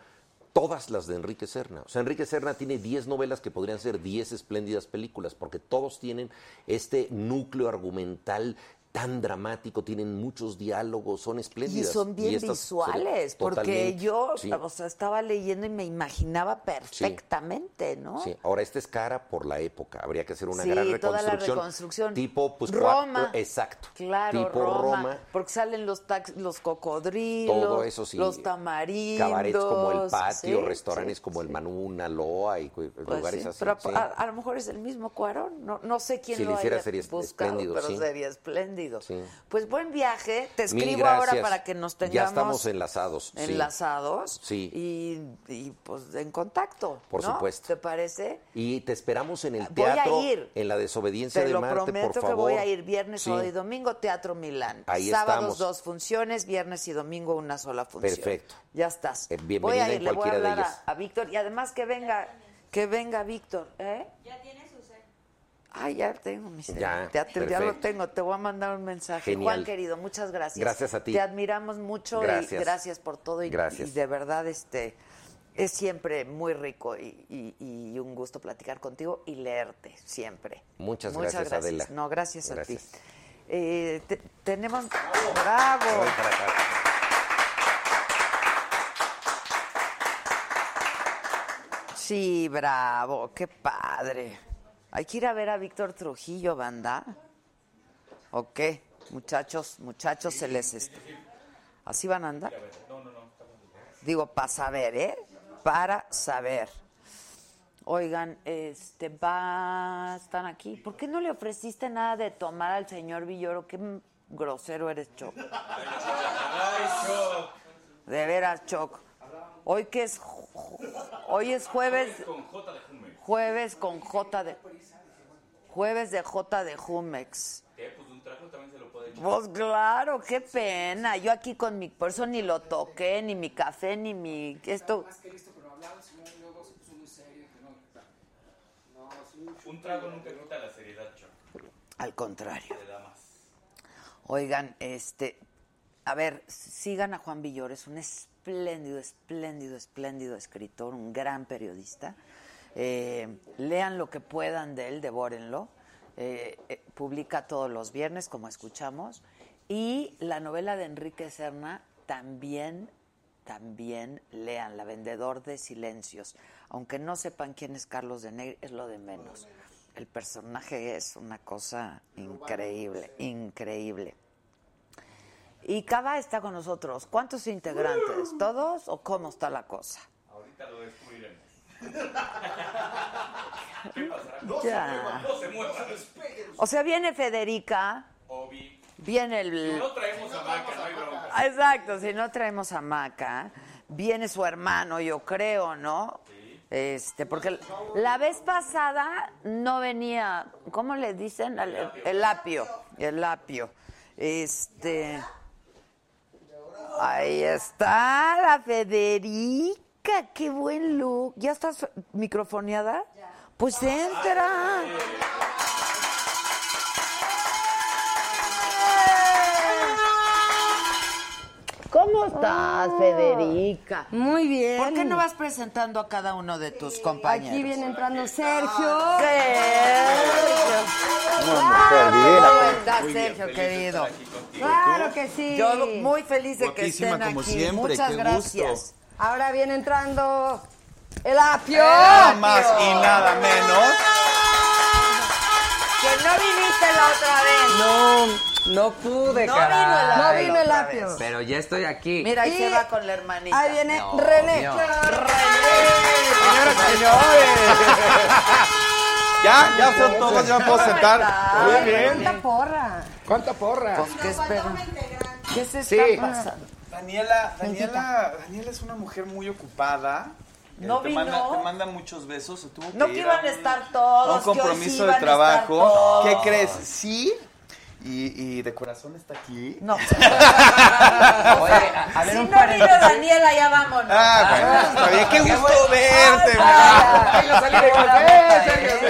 [SPEAKER 6] todas las de Enrique Serna. O sea, Enrique Serna tiene 10 novelas que podrían ser 10 espléndidas películas, porque todos tienen este núcleo argumental tan dramático, tienen muchos diálogos, son
[SPEAKER 3] Y
[SPEAKER 6] espléndidas.
[SPEAKER 3] son bien
[SPEAKER 6] estas serían
[SPEAKER 3] visuales, porque
[SPEAKER 6] totalmente-
[SPEAKER 3] yo
[SPEAKER 6] sí,
[SPEAKER 3] o sea, estaba leyendo y me imaginaba perfectamente, ¿no?
[SPEAKER 6] sí. Ahora, esta es cara por la época, habría que hacer una
[SPEAKER 3] Sí,
[SPEAKER 6] gran
[SPEAKER 3] toda la
[SPEAKER 6] reconstrucción.
[SPEAKER 3] reconstrucción.
[SPEAKER 6] Tipo, pues, cua-
[SPEAKER 3] Roma.
[SPEAKER 6] Exacto.
[SPEAKER 3] Claro,
[SPEAKER 6] tipo
[SPEAKER 3] Roma,
[SPEAKER 6] Roma
[SPEAKER 3] Porque salen los tax- los cocodrilos,
[SPEAKER 6] todo eso sí.
[SPEAKER 3] los tamarindos.
[SPEAKER 6] Cabarets como el patio,
[SPEAKER 3] sí,
[SPEAKER 6] restaurantes
[SPEAKER 3] sí,
[SPEAKER 6] como el
[SPEAKER 3] sí.
[SPEAKER 6] Manuna, Loa y cu-
[SPEAKER 3] Pues
[SPEAKER 6] lugares
[SPEAKER 3] sí,
[SPEAKER 6] así.
[SPEAKER 3] pero
[SPEAKER 6] sí.
[SPEAKER 3] a, a lo mejor es el mismo Cuarón, no, no sé quién
[SPEAKER 6] Si
[SPEAKER 3] lo
[SPEAKER 6] lo hiciera
[SPEAKER 3] haya
[SPEAKER 6] sería es-
[SPEAKER 3] buscado,
[SPEAKER 6] espléndido,
[SPEAKER 3] pero
[SPEAKER 6] sí.
[SPEAKER 3] sería espléndido.
[SPEAKER 6] Sí.
[SPEAKER 3] Pues buen viaje, te
[SPEAKER 6] Mil
[SPEAKER 3] escribo ahora
[SPEAKER 6] gracias.
[SPEAKER 3] para que nos tengamos
[SPEAKER 6] Ya estamos enlazados. sí.
[SPEAKER 3] enlazados
[SPEAKER 6] Sí.
[SPEAKER 3] y, y, pues en contacto.
[SPEAKER 6] Por
[SPEAKER 3] ¿no?
[SPEAKER 6] supuesto.
[SPEAKER 3] ¿Te parece?
[SPEAKER 6] Y te esperamos en el
[SPEAKER 3] Voy a
[SPEAKER 6] teatro,
[SPEAKER 3] ir.
[SPEAKER 6] en la desobediencia
[SPEAKER 3] Te
[SPEAKER 6] de
[SPEAKER 3] lo
[SPEAKER 6] Marte,
[SPEAKER 3] prometo
[SPEAKER 6] por
[SPEAKER 3] que
[SPEAKER 6] favor.
[SPEAKER 3] voy a ir viernes,
[SPEAKER 6] Sí.
[SPEAKER 3] sábado y domingo, Teatro Milán.
[SPEAKER 6] Ahí
[SPEAKER 3] Sábados
[SPEAKER 6] estamos.
[SPEAKER 3] dos funciones, viernes y domingo una sola función.
[SPEAKER 6] Perfecto.
[SPEAKER 3] Ya estás.
[SPEAKER 6] Eh, bienvenida
[SPEAKER 3] voy a
[SPEAKER 6] en
[SPEAKER 3] ir, le voy a
[SPEAKER 6] cualquiera de
[SPEAKER 3] hablar
[SPEAKER 6] ellas.
[SPEAKER 3] a, a Víctor y además que venga, que venga Víctor, ¿eh?
[SPEAKER 8] Ya tiene su ser.
[SPEAKER 3] Ah, ya tengo mi cel.
[SPEAKER 6] Ya,
[SPEAKER 3] Te- te- ya lo
[SPEAKER 6] perfecto.
[SPEAKER 3] tengo, te voy a mandar un mensaje.
[SPEAKER 6] Genial.
[SPEAKER 3] Juan querido, muchas gracias.
[SPEAKER 6] Gracias a ti.
[SPEAKER 3] Te admiramos mucho y
[SPEAKER 6] Gracias.
[SPEAKER 3] gracias por todo y,
[SPEAKER 6] Gracias.
[SPEAKER 3] y de verdad este es siempre muy rico y, y- y un gusto platicar contigo y leerte siempre.
[SPEAKER 6] Muchas gracias, Adela.
[SPEAKER 3] No, gracias, a
[SPEAKER 6] Gracias.
[SPEAKER 3] ti. Eh, te- tenemos bravo.
[SPEAKER 6] Te doy para acá.
[SPEAKER 3] Sí, bravo, qué padre. Hay que ir a ver a Víctor Trujillo, banda. ¿O qué? Muchachos, muchachos, se les... est- ¿Así van a andar? Digo, para saber, ¿eh? para saber. Oigan, este, va, están aquí. ¿Por qué no le ofreciste nada de tomar al señor Villoro? Qué m- grosero eres, Choc.
[SPEAKER 4] Ay, yo.
[SPEAKER 3] De veras, Choc. Hoy que es, ju- ju- hoy es jueves,
[SPEAKER 4] Con J de Jume.
[SPEAKER 3] jueves con J de, jueves de J de Jumex.
[SPEAKER 4] ¿Qué? Pues un trago también se lo puede echar.
[SPEAKER 3] Pues claro, qué pena. Yo aquí con mi, por eso ni lo toqué, ni mi café, ni mi, esto.
[SPEAKER 4] Un trago nunca quita la seriedad, Choc.
[SPEAKER 3] Al contrario.
[SPEAKER 4] Te da más.
[SPEAKER 3] Oigan, este, a ver, sigan a Juan Villoro, es un espléndido, espléndido, espléndido escritor, un gran periodista. Eh, lean lo que puedan de él, devórenlo. Eh, eh, publica todos los viernes, como escuchamos. Y la novela de Enrique Serna también, también lean, La Vendedor de Silencios. Aunque no sepan quién es Carlos de Negri, es lo de menos. El personaje es una cosa increíble, increíble. Y Cava está con nosotros. ¿Cuántos integrantes? ¿Todos o cómo está la cosa?
[SPEAKER 4] Ahorita lo
[SPEAKER 3] [LAUGHS]
[SPEAKER 4] descubriremos. ¿Qué pasará?
[SPEAKER 3] Ya.
[SPEAKER 4] No se mueva.
[SPEAKER 3] O sea, viene Federica,
[SPEAKER 4] Obi.
[SPEAKER 3] viene el...
[SPEAKER 4] No traemos a Maca, no hay bronca.
[SPEAKER 3] Ah, Exacto, si no traemos a Maca, viene su hermano, yo creo, ¿no? Este, porque la vez pasada no venía, ¿cómo le dicen? El, el apio, el apio. Este, ahí está la Federica, qué buen look. ¿Ya estás microfoneada? Pues entra. ¿Cómo estás, Federica?
[SPEAKER 8] Ah. Muy bien.
[SPEAKER 3] ¿Por qué no vas presentando a cada uno de tus compañeros? Ah,
[SPEAKER 8] Aquí viene entrando Sergio.
[SPEAKER 3] Sergio.
[SPEAKER 9] mujer divina.
[SPEAKER 3] Ah, ¿Cómo estás,
[SPEAKER 4] Muy bien,
[SPEAKER 3] Sergio,
[SPEAKER 4] feliz de
[SPEAKER 3] querido?
[SPEAKER 4] estar aquí contigo.
[SPEAKER 8] Claro que sí.
[SPEAKER 3] Yo muy feliz de que
[SPEAKER 10] Guapísima
[SPEAKER 3] estén
[SPEAKER 10] como
[SPEAKER 3] aquí.
[SPEAKER 10] siempre,
[SPEAKER 3] Muchas
[SPEAKER 10] qué gusto.
[SPEAKER 3] gracias.
[SPEAKER 8] Ahora viene entrando el apio.
[SPEAKER 10] Nada más y nada menos.
[SPEAKER 3] Que no viniste la otra vez.
[SPEAKER 9] No, no pude,
[SPEAKER 3] No
[SPEAKER 9] caray.
[SPEAKER 8] No
[SPEAKER 3] Ay,
[SPEAKER 8] vino el
[SPEAKER 3] otra
[SPEAKER 8] apio.
[SPEAKER 9] Pero ya estoy aquí.
[SPEAKER 3] Mira, ahí
[SPEAKER 8] Y-
[SPEAKER 3] se va con la hermanita.
[SPEAKER 8] Ahí viene
[SPEAKER 9] No,
[SPEAKER 8] René.
[SPEAKER 9] Dios.
[SPEAKER 10] [LAUGHS] Ya, ya son todos, ya me puedo sentar.
[SPEAKER 3] Ay,
[SPEAKER 10] Muy bien.
[SPEAKER 8] Cuánta porra.
[SPEAKER 5] ¿Cuánta porra?
[SPEAKER 3] Pues, ¿qué esperan? ¿Qué se está
[SPEAKER 10] Sí.
[SPEAKER 3] pasando?
[SPEAKER 10] Daniela, Daniela, Daniela es una mujer muy ocupada. Eh,
[SPEAKER 3] No
[SPEAKER 10] te,
[SPEAKER 3] vino.
[SPEAKER 10] manda, te manda muchos besos. se tuvo
[SPEAKER 3] No
[SPEAKER 10] que
[SPEAKER 3] que
[SPEAKER 10] ir
[SPEAKER 3] iban a
[SPEAKER 10] un-
[SPEAKER 3] estar todos,
[SPEAKER 10] a Un
[SPEAKER 3] que hoy sí
[SPEAKER 10] compromiso
[SPEAKER 3] iban a
[SPEAKER 10] de trabajo.
[SPEAKER 3] estar todos.
[SPEAKER 10] ¿Qué
[SPEAKER 3] [LAUGHS]
[SPEAKER 10] crees? Sí. Y, y de corazón está aquí. [LAUGHS]
[SPEAKER 3] No.
[SPEAKER 9] Oye, a, a ver
[SPEAKER 3] si
[SPEAKER 9] un
[SPEAKER 3] no vino
[SPEAKER 9] paréntesis.
[SPEAKER 3] Daniela, ya vámonos.
[SPEAKER 10] Ah, bueno, está bien. Qué gusto
[SPEAKER 3] Ah,
[SPEAKER 10] verte.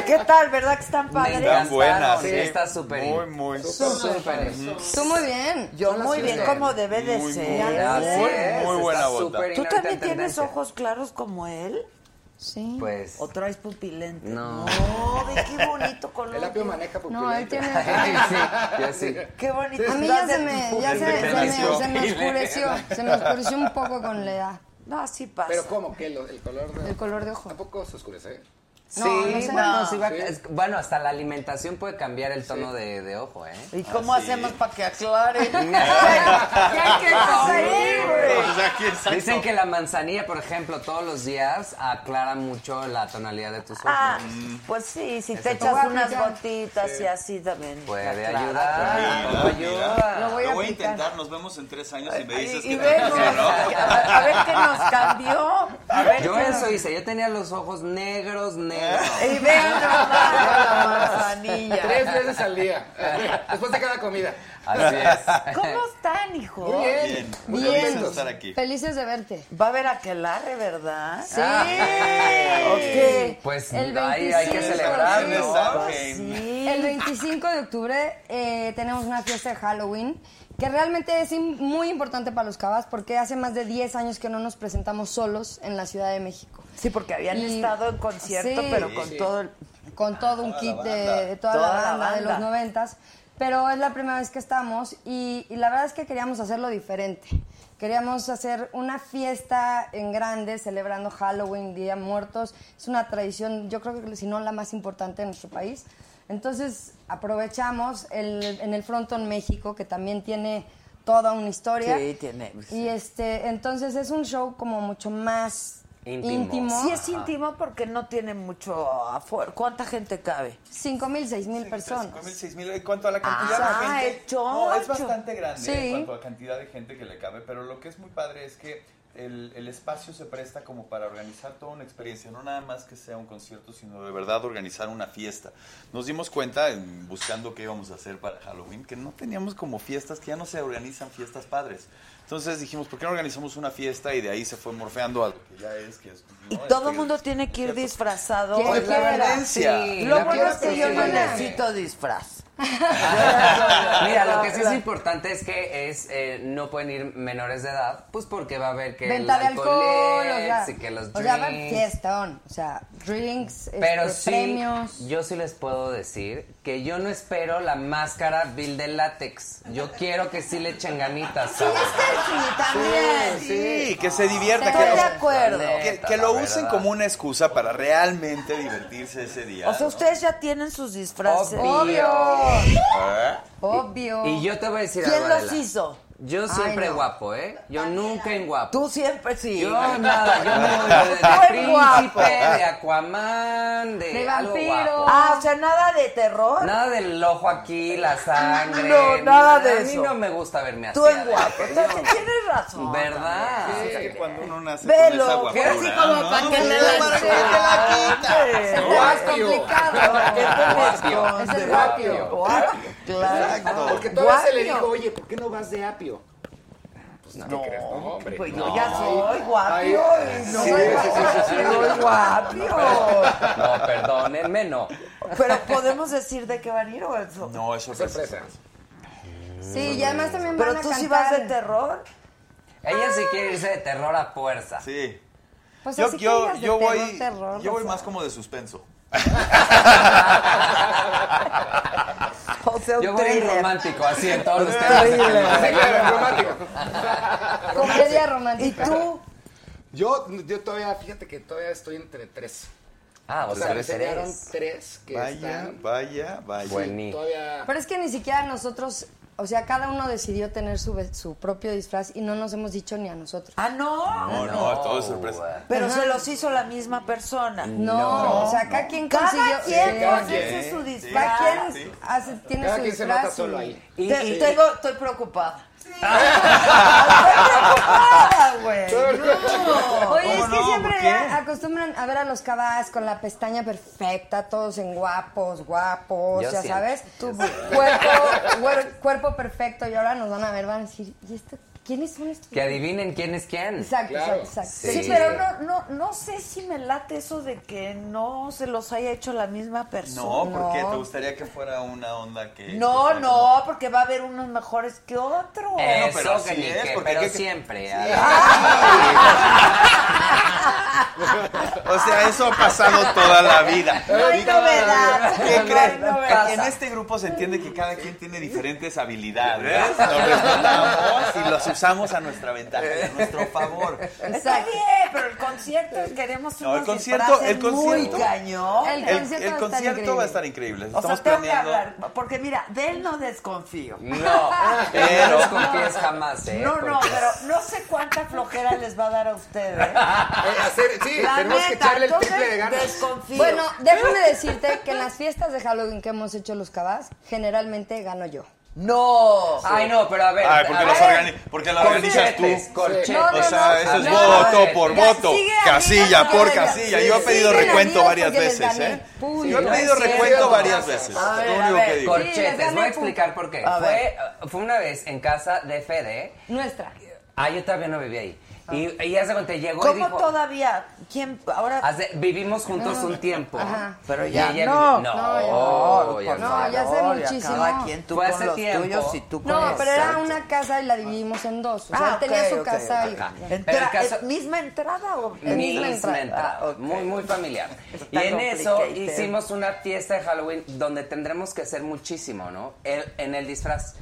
[SPEAKER 3] ¿Qué tal? ¿Verdad que están
[SPEAKER 9] Me
[SPEAKER 3] padres?
[SPEAKER 10] Tan
[SPEAKER 9] encantaron,
[SPEAKER 10] buena,
[SPEAKER 9] sí.
[SPEAKER 10] sí.
[SPEAKER 9] Está súper
[SPEAKER 10] Muy,
[SPEAKER 9] in.
[SPEAKER 10] muy.
[SPEAKER 9] Súper in.
[SPEAKER 8] Tú muy bien.
[SPEAKER 3] Yo muy bien,
[SPEAKER 9] ustedes.
[SPEAKER 3] como debe de
[SPEAKER 10] Muy,
[SPEAKER 3] ser.
[SPEAKER 10] muy,
[SPEAKER 9] Así
[SPEAKER 10] muy
[SPEAKER 9] es, está
[SPEAKER 10] buena bota.
[SPEAKER 9] súper in
[SPEAKER 3] ¿Tú
[SPEAKER 9] ahorita
[SPEAKER 3] también
[SPEAKER 9] en
[SPEAKER 3] tienes
[SPEAKER 9] tendencia.
[SPEAKER 3] ojos claros como él?
[SPEAKER 8] Sí.
[SPEAKER 9] Pues.
[SPEAKER 3] ¿O traes pupilente?
[SPEAKER 9] No.
[SPEAKER 3] ve qué
[SPEAKER 11] [LAUGHS]
[SPEAKER 3] bonito color.
[SPEAKER 5] El apio maneja
[SPEAKER 8] No, él
[SPEAKER 5] pupilente.
[SPEAKER 8] tiene.
[SPEAKER 9] [LAUGHS] sí, yo sí.
[SPEAKER 3] Qué bonito.
[SPEAKER 8] A mí ya se me, ya se, se me, se me oscureció. Se me oscureció un poco con la edad.
[SPEAKER 3] No, así pasa.
[SPEAKER 5] Pero ¿cómo? ¿Qué? Lo- ¿El color de...
[SPEAKER 8] El color de ojo.
[SPEAKER 5] ¿Tampoco se oscurece?
[SPEAKER 8] [LAUGHS]
[SPEAKER 9] Sí,
[SPEAKER 8] No, no sé.
[SPEAKER 9] bueno,
[SPEAKER 8] No,
[SPEAKER 9] sí va-
[SPEAKER 5] sí.
[SPEAKER 9] es- bueno, hasta la alimentación puede cambiar el tono de, de ojo, ¿eh?
[SPEAKER 3] ¿Y cómo hacemos para
[SPEAKER 9] [LAUGHS]
[SPEAKER 3] que aclare? ¿Qué hay que conseguir, güey?
[SPEAKER 10] Pues aquí, exacto.
[SPEAKER 9] Dicen que la manzanilla, por ejemplo, todos los días aclara mucho la tonalidad de tus ojos.
[SPEAKER 3] Ah, pues sí, si te echas
[SPEAKER 8] Voy a
[SPEAKER 3] unas
[SPEAKER 8] aplicar.
[SPEAKER 3] gotitas y así también. te
[SPEAKER 9] Puede
[SPEAKER 3] aclara.
[SPEAKER 9] ayudar.
[SPEAKER 10] Mira,
[SPEAKER 9] todo
[SPEAKER 10] mira.
[SPEAKER 9] ayuda.
[SPEAKER 8] Lo voy a
[SPEAKER 10] Lo voy a
[SPEAKER 8] aplicar.
[SPEAKER 10] intentar, nos vemos en tres años y me dices
[SPEAKER 3] Y, y
[SPEAKER 10] que
[SPEAKER 3] vemos, a, a ver qué nos cambió. A ver
[SPEAKER 9] Yo
[SPEAKER 3] qué
[SPEAKER 9] eso
[SPEAKER 3] nos-
[SPEAKER 9] hice, yo tenía los ojos negros, negros.
[SPEAKER 3] Y vean [LAUGHS] nomás la manzanilla.
[SPEAKER 5] Tres veces al día. Después de cada comida.
[SPEAKER 9] Así es.
[SPEAKER 3] [LAUGHS] ¿Cómo están, hijo?
[SPEAKER 5] Muy bien.
[SPEAKER 10] Muy
[SPEAKER 8] Bien.
[SPEAKER 10] contento de estar aquí.
[SPEAKER 8] Felices de verte.
[SPEAKER 3] Va a haber aquelarre, ¿verdad? Ah.
[SPEAKER 8] Sí.
[SPEAKER 9] [LAUGHS]
[SPEAKER 3] Ok.
[SPEAKER 9] Pues
[SPEAKER 8] El
[SPEAKER 9] ahí hay que
[SPEAKER 8] 25,
[SPEAKER 9] celebrar,
[SPEAKER 10] ¿no?
[SPEAKER 9] ¿no?
[SPEAKER 8] [LAUGHS]
[SPEAKER 3] Sí.
[SPEAKER 8] El 25 de octubre eh, tenemos una fiesta de Halloween que realmente es im- muy importante para los cabas porque hace más de 10 años que no nos presentamos solos en la Ciudad de México.
[SPEAKER 3] Sí, porque habían
[SPEAKER 8] Y-
[SPEAKER 3] estado en concierto,
[SPEAKER 8] Sí.
[SPEAKER 3] pero con todo el... Ah,
[SPEAKER 8] Con todo un kit de, de toda,
[SPEAKER 3] Toda
[SPEAKER 8] la,
[SPEAKER 3] la
[SPEAKER 8] banda, de
[SPEAKER 3] banda.
[SPEAKER 8] los noventas. Pero es la primera vez que estamos y, y la verdad es que queríamos hacerlo diferente. Queríamos hacer una fiesta en grande, celebrando Halloween, Día Muertos. Es una tradición, yo creo que si no la más importante de nuestro país. Entonces aprovechamos el- en el Frontón México, que también tiene toda una historia.
[SPEAKER 3] Sí, tiene, sí.
[SPEAKER 8] Y este, entonces es un show como mucho más
[SPEAKER 12] Íntimo. Íntimo.
[SPEAKER 3] Sí, es íntimo porque no tiene mucho afuera. ¿Cuánta gente cabe?
[SPEAKER 8] Cinco mil, seis mil personas.
[SPEAKER 10] 5.000, 6.000. En cuanto a la cantidad
[SPEAKER 3] Ah,
[SPEAKER 10] de gente.
[SPEAKER 3] hecho,
[SPEAKER 10] no, es
[SPEAKER 3] hecho.
[SPEAKER 10] bastante grande
[SPEAKER 8] Sí.
[SPEAKER 10] en cuanto a cantidad de gente que le cabe, pero lo que es muy padre es que el, el espacio se presta como para organizar toda una experiencia, no nada más que sea un concierto, sino de verdad organizar una fiesta. Nos dimos cuenta, en- buscando qué íbamos a hacer para Halloween, que no teníamos como fiestas, que ya no se organizan fiestas padres. Entonces dijimos, ¿por qué no organizamos una fiesta? Y de ahí se fue morfeando a lo que ya es, que es...
[SPEAKER 3] Y
[SPEAKER 10] ¿no?
[SPEAKER 3] todo el
[SPEAKER 10] Este-
[SPEAKER 3] mundo tiene que ir disfrazado.
[SPEAKER 8] ¿Quién
[SPEAKER 10] Pues la
[SPEAKER 8] quiera?
[SPEAKER 10] verdad,
[SPEAKER 12] Sí,
[SPEAKER 10] sí.
[SPEAKER 3] Lo
[SPEAKER 12] la
[SPEAKER 3] bueno
[SPEAKER 12] quiera
[SPEAKER 3] es que yo no
[SPEAKER 12] persona.
[SPEAKER 3] necesito disfraz.
[SPEAKER 12] Mira, lo que sí es importante es que es eh, no pueden ir menores de edad, pues porque va a haber que
[SPEAKER 8] Venta
[SPEAKER 12] el
[SPEAKER 8] de alcohol, o sea,
[SPEAKER 12] es, y que los
[SPEAKER 8] o sea, va a haber
[SPEAKER 12] drinks.
[SPEAKER 8] fiestón, o sea, drinks,
[SPEAKER 12] Pero
[SPEAKER 8] este,
[SPEAKER 12] sí,
[SPEAKER 8] premios.
[SPEAKER 12] yo sí les puedo decir que yo no espero la máscara Bill de látex. Yo quiero que sí le echen ganitas,
[SPEAKER 8] Sí,
[SPEAKER 12] ¿sabes?
[SPEAKER 8] es que sí, también.
[SPEAKER 10] Sí, que se divierta.
[SPEAKER 8] Estoy
[SPEAKER 10] que,
[SPEAKER 8] de
[SPEAKER 10] o sea,
[SPEAKER 8] acuerdo.
[SPEAKER 10] que-
[SPEAKER 12] Neta,
[SPEAKER 10] que lo
[SPEAKER 12] la
[SPEAKER 10] usen
[SPEAKER 12] verdad.
[SPEAKER 10] como una excusa para realmente divertirse ese día.
[SPEAKER 3] O sea,
[SPEAKER 10] ¿no?
[SPEAKER 3] ustedes ya tienen sus disfraces.
[SPEAKER 8] Obvio,
[SPEAKER 10] ¿Eh?
[SPEAKER 8] obvio.
[SPEAKER 12] Y yo te voy a decir
[SPEAKER 3] ¿Quién
[SPEAKER 12] algo,
[SPEAKER 3] los
[SPEAKER 12] Adela.
[SPEAKER 3] hizo?
[SPEAKER 12] Yo siempre
[SPEAKER 8] Ay, no.
[SPEAKER 12] guapo, ¿eh? Yo nunca en guapo.
[SPEAKER 3] Tú siempre sí.
[SPEAKER 12] Yo nada, yo me voy
[SPEAKER 3] [LAUGHS] Muy
[SPEAKER 12] de príncipe,
[SPEAKER 3] guapo.
[SPEAKER 12] de Aquaman, de,
[SPEAKER 8] De
[SPEAKER 12] algo
[SPEAKER 8] vampiro.
[SPEAKER 12] guapo.
[SPEAKER 3] Ah, o sea, nada de terror.
[SPEAKER 12] Nada del ojo aquí, la sangre.
[SPEAKER 3] No, nada de
[SPEAKER 12] A mí
[SPEAKER 3] eso.
[SPEAKER 12] no me gusta verme así.
[SPEAKER 3] Tú en
[SPEAKER 12] Adela.
[SPEAKER 3] guapo. Entonces tienes razón.
[SPEAKER 12] ¿Verdad?
[SPEAKER 10] Sí, que cuando uno nace
[SPEAKER 3] Velo,
[SPEAKER 10] con esa guapura,
[SPEAKER 3] que así
[SPEAKER 10] como
[SPEAKER 3] para que le la-
[SPEAKER 10] para que te la quita.
[SPEAKER 8] Es más complicado.
[SPEAKER 3] ¿Para qué te
[SPEAKER 12] Guapio.
[SPEAKER 3] escondes?
[SPEAKER 8] Es el guapio.
[SPEAKER 3] Guapio, Claro.
[SPEAKER 10] Exacto.
[SPEAKER 11] Porque todavía se le
[SPEAKER 3] Guapio.
[SPEAKER 11] dijo, oye, ¿por qué no vas de apio? Pues no, crees, no, hombre.
[SPEAKER 3] Pues yo ya soy guapio. y No
[SPEAKER 11] Sí,
[SPEAKER 3] soy
[SPEAKER 11] sí, sí, sí, sí.
[SPEAKER 3] soy guapio.
[SPEAKER 12] No, perdónenme, no.
[SPEAKER 3] Pero podemos decir de qué van a ir o eso.
[SPEAKER 10] No, eso es sorpresa.
[SPEAKER 11] Sorpresa.
[SPEAKER 8] Sí, y además también van
[SPEAKER 3] Pero
[SPEAKER 8] a
[SPEAKER 3] tú
[SPEAKER 8] cantar.
[SPEAKER 3] sí vas de terror.
[SPEAKER 12] Ella sí quiere irse de terror a fuerza.
[SPEAKER 10] Sí.
[SPEAKER 8] Pues
[SPEAKER 10] Yo,
[SPEAKER 8] así que
[SPEAKER 10] yo,
[SPEAKER 8] digas de
[SPEAKER 10] yo
[SPEAKER 8] terror,
[SPEAKER 10] voy,
[SPEAKER 8] terror,
[SPEAKER 10] yo
[SPEAKER 8] o
[SPEAKER 10] voy
[SPEAKER 8] sea.
[SPEAKER 10] más como de suspenso.
[SPEAKER 11] Ah,
[SPEAKER 8] [LAUGHS]
[SPEAKER 3] O sea, un
[SPEAKER 12] Yo voy en
[SPEAKER 3] thriller.
[SPEAKER 12] romántico, así en todos los
[SPEAKER 11] Terrible.
[SPEAKER 12] temas.
[SPEAKER 11] Sí, claro, romántico.
[SPEAKER 8] Comedia romántica.
[SPEAKER 3] ¿Y tú?
[SPEAKER 11] Yo, yo todavía, fíjate que todavía estoy entre tres.
[SPEAKER 12] Ah, o sea,
[SPEAKER 11] me enseñaron
[SPEAKER 12] tres.
[SPEAKER 11] tres que
[SPEAKER 10] Vaya,
[SPEAKER 11] están
[SPEAKER 10] vaya, vaya.
[SPEAKER 12] Buenísimo.
[SPEAKER 11] todavía...
[SPEAKER 8] Pero es que ni siquiera nosotros, o sea, cada uno decidió tener su, ve- su propio disfraz y no nos hemos dicho ni a nosotros.
[SPEAKER 3] Ah, no.
[SPEAKER 10] No, no, es todo es sorpresa.
[SPEAKER 3] Pero se los hizo la misma persona.
[SPEAKER 8] No, o sea, cada quien
[SPEAKER 3] Cada
[SPEAKER 8] consiguió.
[SPEAKER 3] quien
[SPEAKER 8] Sí,
[SPEAKER 3] cada
[SPEAKER 8] quien.
[SPEAKER 3] quien hace su
[SPEAKER 8] Cada
[SPEAKER 3] disfraz.
[SPEAKER 8] quien
[SPEAKER 10] Sí.
[SPEAKER 8] hace- tiene
[SPEAKER 11] Cada
[SPEAKER 8] su
[SPEAKER 11] quien se
[SPEAKER 8] disfraz.
[SPEAKER 11] nota solo
[SPEAKER 8] y-
[SPEAKER 11] ahí.
[SPEAKER 12] Y-
[SPEAKER 3] Te-
[SPEAKER 12] y-
[SPEAKER 3] tengo- estoy preocupada. [LAUGHS] Estoy preocupada, güey. No.
[SPEAKER 8] Oye, es
[SPEAKER 10] ¿Cómo
[SPEAKER 8] que
[SPEAKER 10] no?
[SPEAKER 8] siempre
[SPEAKER 10] ¿Por qué?
[SPEAKER 8] acostumbran a ver a los cabas con la pestaña perfecta, todos en guapos, guapos,
[SPEAKER 12] Yo
[SPEAKER 8] ya
[SPEAKER 12] siempre.
[SPEAKER 8] sabes. Tu cuerpo, güer- cuerpo perfecto. Y ahora nos van a ver, van a decir, ¿y esto? ¿Quiénes son estos?
[SPEAKER 12] Que adivinen quién es quién.
[SPEAKER 8] Exacto,
[SPEAKER 11] Claro.
[SPEAKER 8] exacto, exacto.
[SPEAKER 3] Sí, pero no, no, no sé si me late eso de que no se los haya hecho la misma
[SPEAKER 10] No,
[SPEAKER 3] persona.
[SPEAKER 10] porque te gustaría que fuera una onda que... que
[SPEAKER 3] No, no,
[SPEAKER 10] fuera como-
[SPEAKER 3] porque va a haber unos mejores que otros.
[SPEAKER 12] Eso
[SPEAKER 10] pero así
[SPEAKER 12] que ni
[SPEAKER 10] es,
[SPEAKER 12] qué,
[SPEAKER 10] porque
[SPEAKER 12] pero
[SPEAKER 10] hay que-
[SPEAKER 12] siempre.
[SPEAKER 10] [LAUGHS] O sea, eso ha pasado toda la vida.
[SPEAKER 3] No hay novedad.
[SPEAKER 10] ¿Qué
[SPEAKER 3] No hay
[SPEAKER 10] creen?
[SPEAKER 3] novedad.
[SPEAKER 10] en este grupo se entiende que cada quien tiene diferentes habilidades. Los respetamos y los usamos a nuestra ventaja, a nuestro favor.
[SPEAKER 3] Está
[SPEAKER 8] Exacto.
[SPEAKER 3] bien, pero el concierto queremos
[SPEAKER 10] No, el
[SPEAKER 3] unos
[SPEAKER 10] concierto-
[SPEAKER 3] disfraces
[SPEAKER 10] el concierto-
[SPEAKER 3] muy cañón.
[SPEAKER 8] El-
[SPEAKER 10] El, el
[SPEAKER 8] concierto va a estar
[SPEAKER 10] concierto va a estar increíble.
[SPEAKER 3] o sea,
[SPEAKER 10] Estamos
[SPEAKER 3] tengo que
[SPEAKER 10] planeando.
[SPEAKER 3] hablar, porque mira, de él no desconfío. [LAUGHS]
[SPEAKER 12] No,
[SPEAKER 10] Pero-
[SPEAKER 12] no desconfíes jamás, ¿eh?
[SPEAKER 3] No, no,
[SPEAKER 12] Porque-
[SPEAKER 3] pero no sé cuánta flojera les va a dar a
[SPEAKER 12] [LAUGHS]
[SPEAKER 3] ustedes.
[SPEAKER 11] Eh, hacer- sí,
[SPEAKER 3] La
[SPEAKER 11] tenemos que
[SPEAKER 3] neta,
[SPEAKER 11] echarle el
[SPEAKER 3] entonces,
[SPEAKER 11] triple de ganas.
[SPEAKER 3] Desconfío.
[SPEAKER 8] Bueno, déjame decirte que en las fiestas de Halloween que hemos hecho los cabas, generalmente gano yo.
[SPEAKER 3] no.
[SPEAKER 12] Ay, no, pero a ver.
[SPEAKER 10] Ay, Ah, porque
[SPEAKER 12] a
[SPEAKER 10] los
[SPEAKER 12] ver.
[SPEAKER 10] organi- porque la organizas tú.
[SPEAKER 12] Corchetes, corchetes.
[SPEAKER 8] No, no,
[SPEAKER 10] O sea, eso
[SPEAKER 12] A
[SPEAKER 10] es
[SPEAKER 12] ver,
[SPEAKER 10] voto
[SPEAKER 12] a ver.
[SPEAKER 10] por
[SPEAKER 8] Ya,
[SPEAKER 10] voto,
[SPEAKER 8] sigue amigas
[SPEAKER 10] casilla
[SPEAKER 8] porque
[SPEAKER 10] por
[SPEAKER 8] les gané.
[SPEAKER 10] casilla. Yo he
[SPEAKER 8] Sí,
[SPEAKER 10] pedido
[SPEAKER 8] siguen
[SPEAKER 10] recuento
[SPEAKER 8] amigas
[SPEAKER 10] varias
[SPEAKER 8] porque les
[SPEAKER 10] veces,
[SPEAKER 8] gané.
[SPEAKER 10] ¿eh?
[SPEAKER 8] Punto.
[SPEAKER 10] Yo he
[SPEAKER 12] no
[SPEAKER 10] pedido
[SPEAKER 12] es cierto.
[SPEAKER 10] recuento varias
[SPEAKER 11] Gracias.
[SPEAKER 10] veces.
[SPEAKER 3] A
[SPEAKER 10] es
[SPEAKER 3] ver,
[SPEAKER 10] lo
[SPEAKER 3] a
[SPEAKER 10] único que
[SPEAKER 3] ver,
[SPEAKER 10] digo.
[SPEAKER 8] Sí, les
[SPEAKER 12] Corchetes,
[SPEAKER 8] gané
[SPEAKER 12] voy a
[SPEAKER 8] punto.
[SPEAKER 12] explicar por qué.
[SPEAKER 3] A
[SPEAKER 12] Fue,
[SPEAKER 3] ver.
[SPEAKER 12] eh, fue una vez en casa de Fede.
[SPEAKER 8] Nuestra.
[SPEAKER 12] Ah, yo todavía no vivía ahí.
[SPEAKER 8] Ah.
[SPEAKER 12] Y, y ya se cuenta, llegó y
[SPEAKER 3] ¿Cómo
[SPEAKER 12] dijo...
[SPEAKER 3] todavía? ¿Quién? Ahora.
[SPEAKER 12] hace- vivimos juntos un tiempo.
[SPEAKER 8] Ajá.
[SPEAKER 12] Pero
[SPEAKER 3] ya
[SPEAKER 12] ya No,
[SPEAKER 3] no.
[SPEAKER 8] No,
[SPEAKER 12] ya
[SPEAKER 8] no,
[SPEAKER 12] no.
[SPEAKER 8] ya sé
[SPEAKER 3] Ahora,
[SPEAKER 8] muchísimo.
[SPEAKER 3] Cada quien tú
[SPEAKER 12] Fue
[SPEAKER 3] con
[SPEAKER 12] hace
[SPEAKER 3] los
[SPEAKER 12] tiempo.
[SPEAKER 3] tuyos y tú con
[SPEAKER 8] No,
[SPEAKER 3] los-
[SPEAKER 8] pero era
[SPEAKER 3] Exacto.
[SPEAKER 8] una casa y la dividimos en dos. O sea,
[SPEAKER 3] Ah,
[SPEAKER 8] tenía
[SPEAKER 3] ok,
[SPEAKER 8] su
[SPEAKER 3] ok,
[SPEAKER 8] casa
[SPEAKER 3] ok.
[SPEAKER 8] y...
[SPEAKER 12] Pero el
[SPEAKER 3] Entra-
[SPEAKER 12] caso-
[SPEAKER 3] ¿es ¿Misma entrada o
[SPEAKER 8] El mismo
[SPEAKER 12] Misma
[SPEAKER 8] entrada.
[SPEAKER 12] entrada.
[SPEAKER 3] Ah, ok.
[SPEAKER 12] Muy, muy familiar.
[SPEAKER 3] [LAUGHS] Está
[SPEAKER 12] y en eso
[SPEAKER 3] complicated.
[SPEAKER 12] hicimos una fiesta de Halloween donde tendremos que hacer muchísimo, ¿no? El- en el disfraz.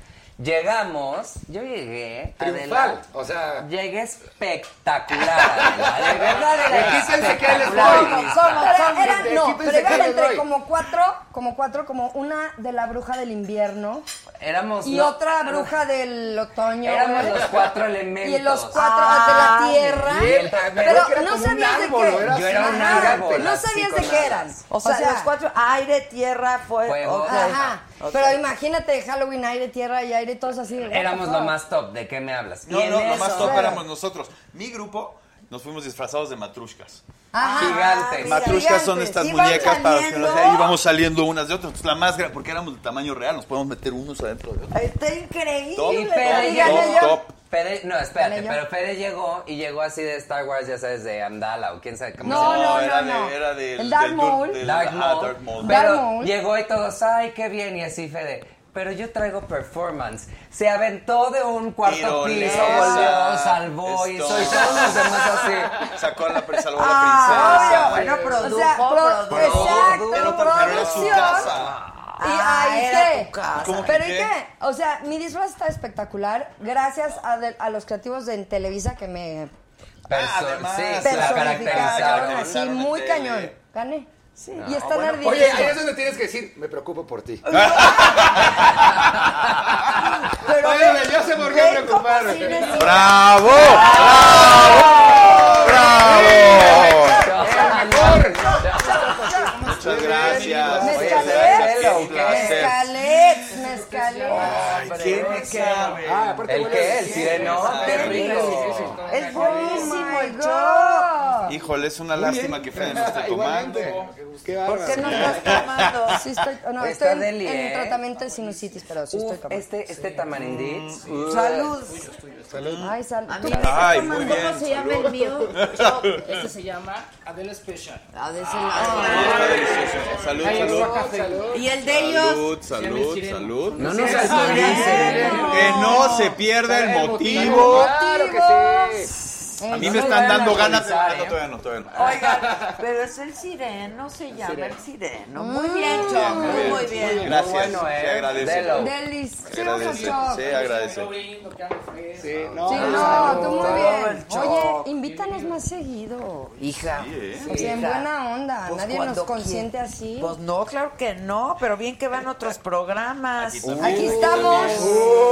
[SPEAKER 12] Llegamos, yo llegué.
[SPEAKER 11] Triunfal,
[SPEAKER 12] adelante.
[SPEAKER 11] o sea...
[SPEAKER 12] Llegué espectacular, Adela, de verdad era
[SPEAKER 11] Quítense que ahí les
[SPEAKER 12] espectacular
[SPEAKER 11] voy.
[SPEAKER 12] mi
[SPEAKER 8] Pero
[SPEAKER 12] disfraz.
[SPEAKER 8] era- era-
[SPEAKER 11] Desde
[SPEAKER 8] no,
[SPEAKER 11] aquí
[SPEAKER 8] pero
[SPEAKER 11] pensé
[SPEAKER 8] eran
[SPEAKER 11] que les
[SPEAKER 8] entre
[SPEAKER 11] doy.
[SPEAKER 8] como cuatro, como cuatro, como una de la bruja del invierno,
[SPEAKER 12] Éramos
[SPEAKER 8] Y
[SPEAKER 12] lo-
[SPEAKER 8] otra bruja del otoño.
[SPEAKER 12] Éramos
[SPEAKER 8] ¿verdad?
[SPEAKER 12] los cuatro elementos.
[SPEAKER 8] Y los cuatro ah, de la tierra.
[SPEAKER 12] y el-
[SPEAKER 8] pero
[SPEAKER 12] creo que era
[SPEAKER 8] no
[SPEAKER 12] como un
[SPEAKER 8] sabías de
[SPEAKER 12] árbol,
[SPEAKER 8] qué.
[SPEAKER 12] ¿no? Era Yo era un
[SPEAKER 8] Ajá,
[SPEAKER 12] árbol,
[SPEAKER 8] No
[SPEAKER 12] así
[SPEAKER 8] sabías
[SPEAKER 12] con
[SPEAKER 8] de qué
[SPEAKER 12] alas.
[SPEAKER 8] eran.
[SPEAKER 3] O sea, los cuatro, aire, tierra, fuego.
[SPEAKER 12] Fuego.
[SPEAKER 3] ok.
[SPEAKER 8] Ajá.
[SPEAKER 3] Ok.
[SPEAKER 8] Pero imagínate Halloween, aire, tierra y aire, todos así. de-
[SPEAKER 12] Éramos lo más top, ¿de qué me hablas?
[SPEAKER 10] No,
[SPEAKER 12] Y en
[SPEAKER 10] no,
[SPEAKER 12] eso-
[SPEAKER 10] lo más top éramos nosotros. Mi grupo nos fuimos disfrazados de matrushkas.
[SPEAKER 8] Ajá.
[SPEAKER 12] Gigantes.
[SPEAKER 10] Matrushkas son estas
[SPEAKER 3] Iban
[SPEAKER 10] muñecas para los que no sé,
[SPEAKER 3] saliendo.
[SPEAKER 10] íbamos saliendo unas de otras. Entonces, la más grande, porque éramos de tamaño real, nos podemos meter unos adentro de otros.
[SPEAKER 3] Está increíble.
[SPEAKER 10] Top,
[SPEAKER 12] Y Fede
[SPEAKER 10] top,
[SPEAKER 12] llegó.
[SPEAKER 10] top, top.
[SPEAKER 12] Fede- no, espérate,
[SPEAKER 8] Dale yo.
[SPEAKER 12] pero Fede llegó y llegó así de Star Wars, ya sabes, de Amdala o quién sabe cómo
[SPEAKER 8] No,
[SPEAKER 12] se llama.
[SPEAKER 8] no,
[SPEAKER 10] era
[SPEAKER 8] no,
[SPEAKER 10] de-
[SPEAKER 8] no.
[SPEAKER 10] era del-
[SPEAKER 8] El Dark
[SPEAKER 10] del-
[SPEAKER 8] Maul.
[SPEAKER 10] del-
[SPEAKER 12] Dark
[SPEAKER 10] ajá,
[SPEAKER 12] Maul.
[SPEAKER 10] Dark Maul.
[SPEAKER 12] Pero
[SPEAKER 8] Dark Maul.
[SPEAKER 12] llegó y todos, ay, qué bien, y así Fede. Pero yo traigo performance. Se aventó de un cuarto
[SPEAKER 10] Tirolesa,
[SPEAKER 12] piso, volvió, salvó y
[SPEAKER 10] esto.
[SPEAKER 12] soy todos los demás así.
[SPEAKER 8] [LAUGHS]
[SPEAKER 10] Sacó a la, pre- salvó a
[SPEAKER 3] Ah,
[SPEAKER 10] la princesa.
[SPEAKER 3] bueno,
[SPEAKER 8] O
[SPEAKER 3] produjo,
[SPEAKER 8] sea, pro-
[SPEAKER 3] produjo.
[SPEAKER 8] exacto,
[SPEAKER 10] Pero, pero era su
[SPEAKER 8] producción.
[SPEAKER 10] casa.
[SPEAKER 8] Y
[SPEAKER 3] Ah,
[SPEAKER 8] ahí
[SPEAKER 3] era
[SPEAKER 8] qué.
[SPEAKER 3] tu casa.
[SPEAKER 10] ¿Cómo que
[SPEAKER 8] Pero ¿y
[SPEAKER 10] qué?
[SPEAKER 8] qué? O sea, mi disfraz está espectacular. Gracias a, de- a los creativos de en Televisa que me
[SPEAKER 12] Perso-
[SPEAKER 10] Ah, además,
[SPEAKER 12] sí, se la
[SPEAKER 8] personificaron
[SPEAKER 12] caracterizaron. Ah,
[SPEAKER 8] así
[SPEAKER 10] caracterizaron en
[SPEAKER 8] muy
[SPEAKER 10] tele.
[SPEAKER 8] cañón. Gané. y están
[SPEAKER 11] Ah, Bueno,
[SPEAKER 8] ardiendo.
[SPEAKER 11] oye, ahí es donde tienes que decir, me preocupo por ti. Ah,
[SPEAKER 8] Pero
[SPEAKER 11] Oye,
[SPEAKER 8] ve-
[SPEAKER 11] ya se volvió a
[SPEAKER 8] ve cómo
[SPEAKER 11] preocupar.
[SPEAKER 8] sí necesito-
[SPEAKER 6] ¡Bravo!
[SPEAKER 12] Ah,
[SPEAKER 6] ¡Bravo! ¡Bravo!
[SPEAKER 10] Muchas gracias.
[SPEAKER 8] Mezcalex,
[SPEAKER 10] Oye,
[SPEAKER 12] ¿o qué?
[SPEAKER 8] mezcalex, mezcalex.
[SPEAKER 10] ¿Quién me sabe?
[SPEAKER 11] Ah, aparte
[SPEAKER 12] ¿El
[SPEAKER 11] huele
[SPEAKER 12] qué? El
[SPEAKER 11] delicioso.
[SPEAKER 12] sirenote,
[SPEAKER 11] Sabe
[SPEAKER 12] Ah, rico.
[SPEAKER 11] delicioso.
[SPEAKER 3] Es
[SPEAKER 8] Oh
[SPEAKER 3] buenísimo
[SPEAKER 8] my
[SPEAKER 3] el show.
[SPEAKER 8] God.
[SPEAKER 10] Híjole, es una
[SPEAKER 11] Muy
[SPEAKER 10] lástima
[SPEAKER 11] bien.
[SPEAKER 10] que Fede no esté tomando.
[SPEAKER 11] Igualmente. Qué
[SPEAKER 8] ¿Por qué no
[SPEAKER 11] bárbaro.
[SPEAKER 8] estás tomando?
[SPEAKER 3] [LAUGHS]
[SPEAKER 8] Sí estoy, no,
[SPEAKER 12] Está
[SPEAKER 8] estoy en,
[SPEAKER 12] deli,
[SPEAKER 8] en
[SPEAKER 12] ¿eh?
[SPEAKER 8] tratamiento de sinusitis, pero sí estoy
[SPEAKER 12] Uf,
[SPEAKER 8] tomando.
[SPEAKER 12] este, este tamarindí.
[SPEAKER 3] Salud.
[SPEAKER 8] Ay, sal.
[SPEAKER 13] A
[SPEAKER 8] tú-
[SPEAKER 13] mí
[SPEAKER 10] Ay,
[SPEAKER 13] ¿cómo
[SPEAKER 10] muy bien,
[SPEAKER 13] se llama el
[SPEAKER 10] [LAUGHS]
[SPEAKER 13] mío?
[SPEAKER 12] [LAUGHS]
[SPEAKER 13] Este se llama Adele Special.
[SPEAKER 3] A veces
[SPEAKER 10] Salud,
[SPEAKER 11] Ay,
[SPEAKER 10] salud.
[SPEAKER 11] agua, salud.
[SPEAKER 3] la- Y el de ellos.
[SPEAKER 10] Salud, salud, salud.
[SPEAKER 12] No nos alcoholicen.
[SPEAKER 10] Que no se pierda el motivo.
[SPEAKER 11] Claro que sí.
[SPEAKER 10] A mí me están
[SPEAKER 12] vayan a
[SPEAKER 10] dando ganas de... Ah,
[SPEAKER 12] alcoholizar,
[SPEAKER 10] No,
[SPEAKER 12] ¿eh?
[SPEAKER 10] todavía no, todavía no. [LAUGHS]
[SPEAKER 3] Oigan, pero es el sireno, se llama el sireno. Mm. Muy bien, Choco, muy, bien.
[SPEAKER 10] Gracias.
[SPEAKER 12] bueno, ¿eh?
[SPEAKER 10] Se agradece.
[SPEAKER 12] Delo.
[SPEAKER 8] Delis. Sí, vamos
[SPEAKER 10] Agradece.
[SPEAKER 8] a
[SPEAKER 10] Sí,
[SPEAKER 8] show.
[SPEAKER 10] agradece.
[SPEAKER 11] Sí, no.
[SPEAKER 8] Sí, no, tú muy bien. Oye, invítanos más seguido.
[SPEAKER 3] Hija.
[SPEAKER 8] O sea, en
[SPEAKER 3] hija.
[SPEAKER 8] buena onda.
[SPEAKER 3] Pues
[SPEAKER 8] Nadie nos
[SPEAKER 3] cuando
[SPEAKER 8] consiente
[SPEAKER 3] quiera.
[SPEAKER 8] así.
[SPEAKER 3] Pues no, claro que no, pero bien que van otros programas.
[SPEAKER 8] Aquí estamos.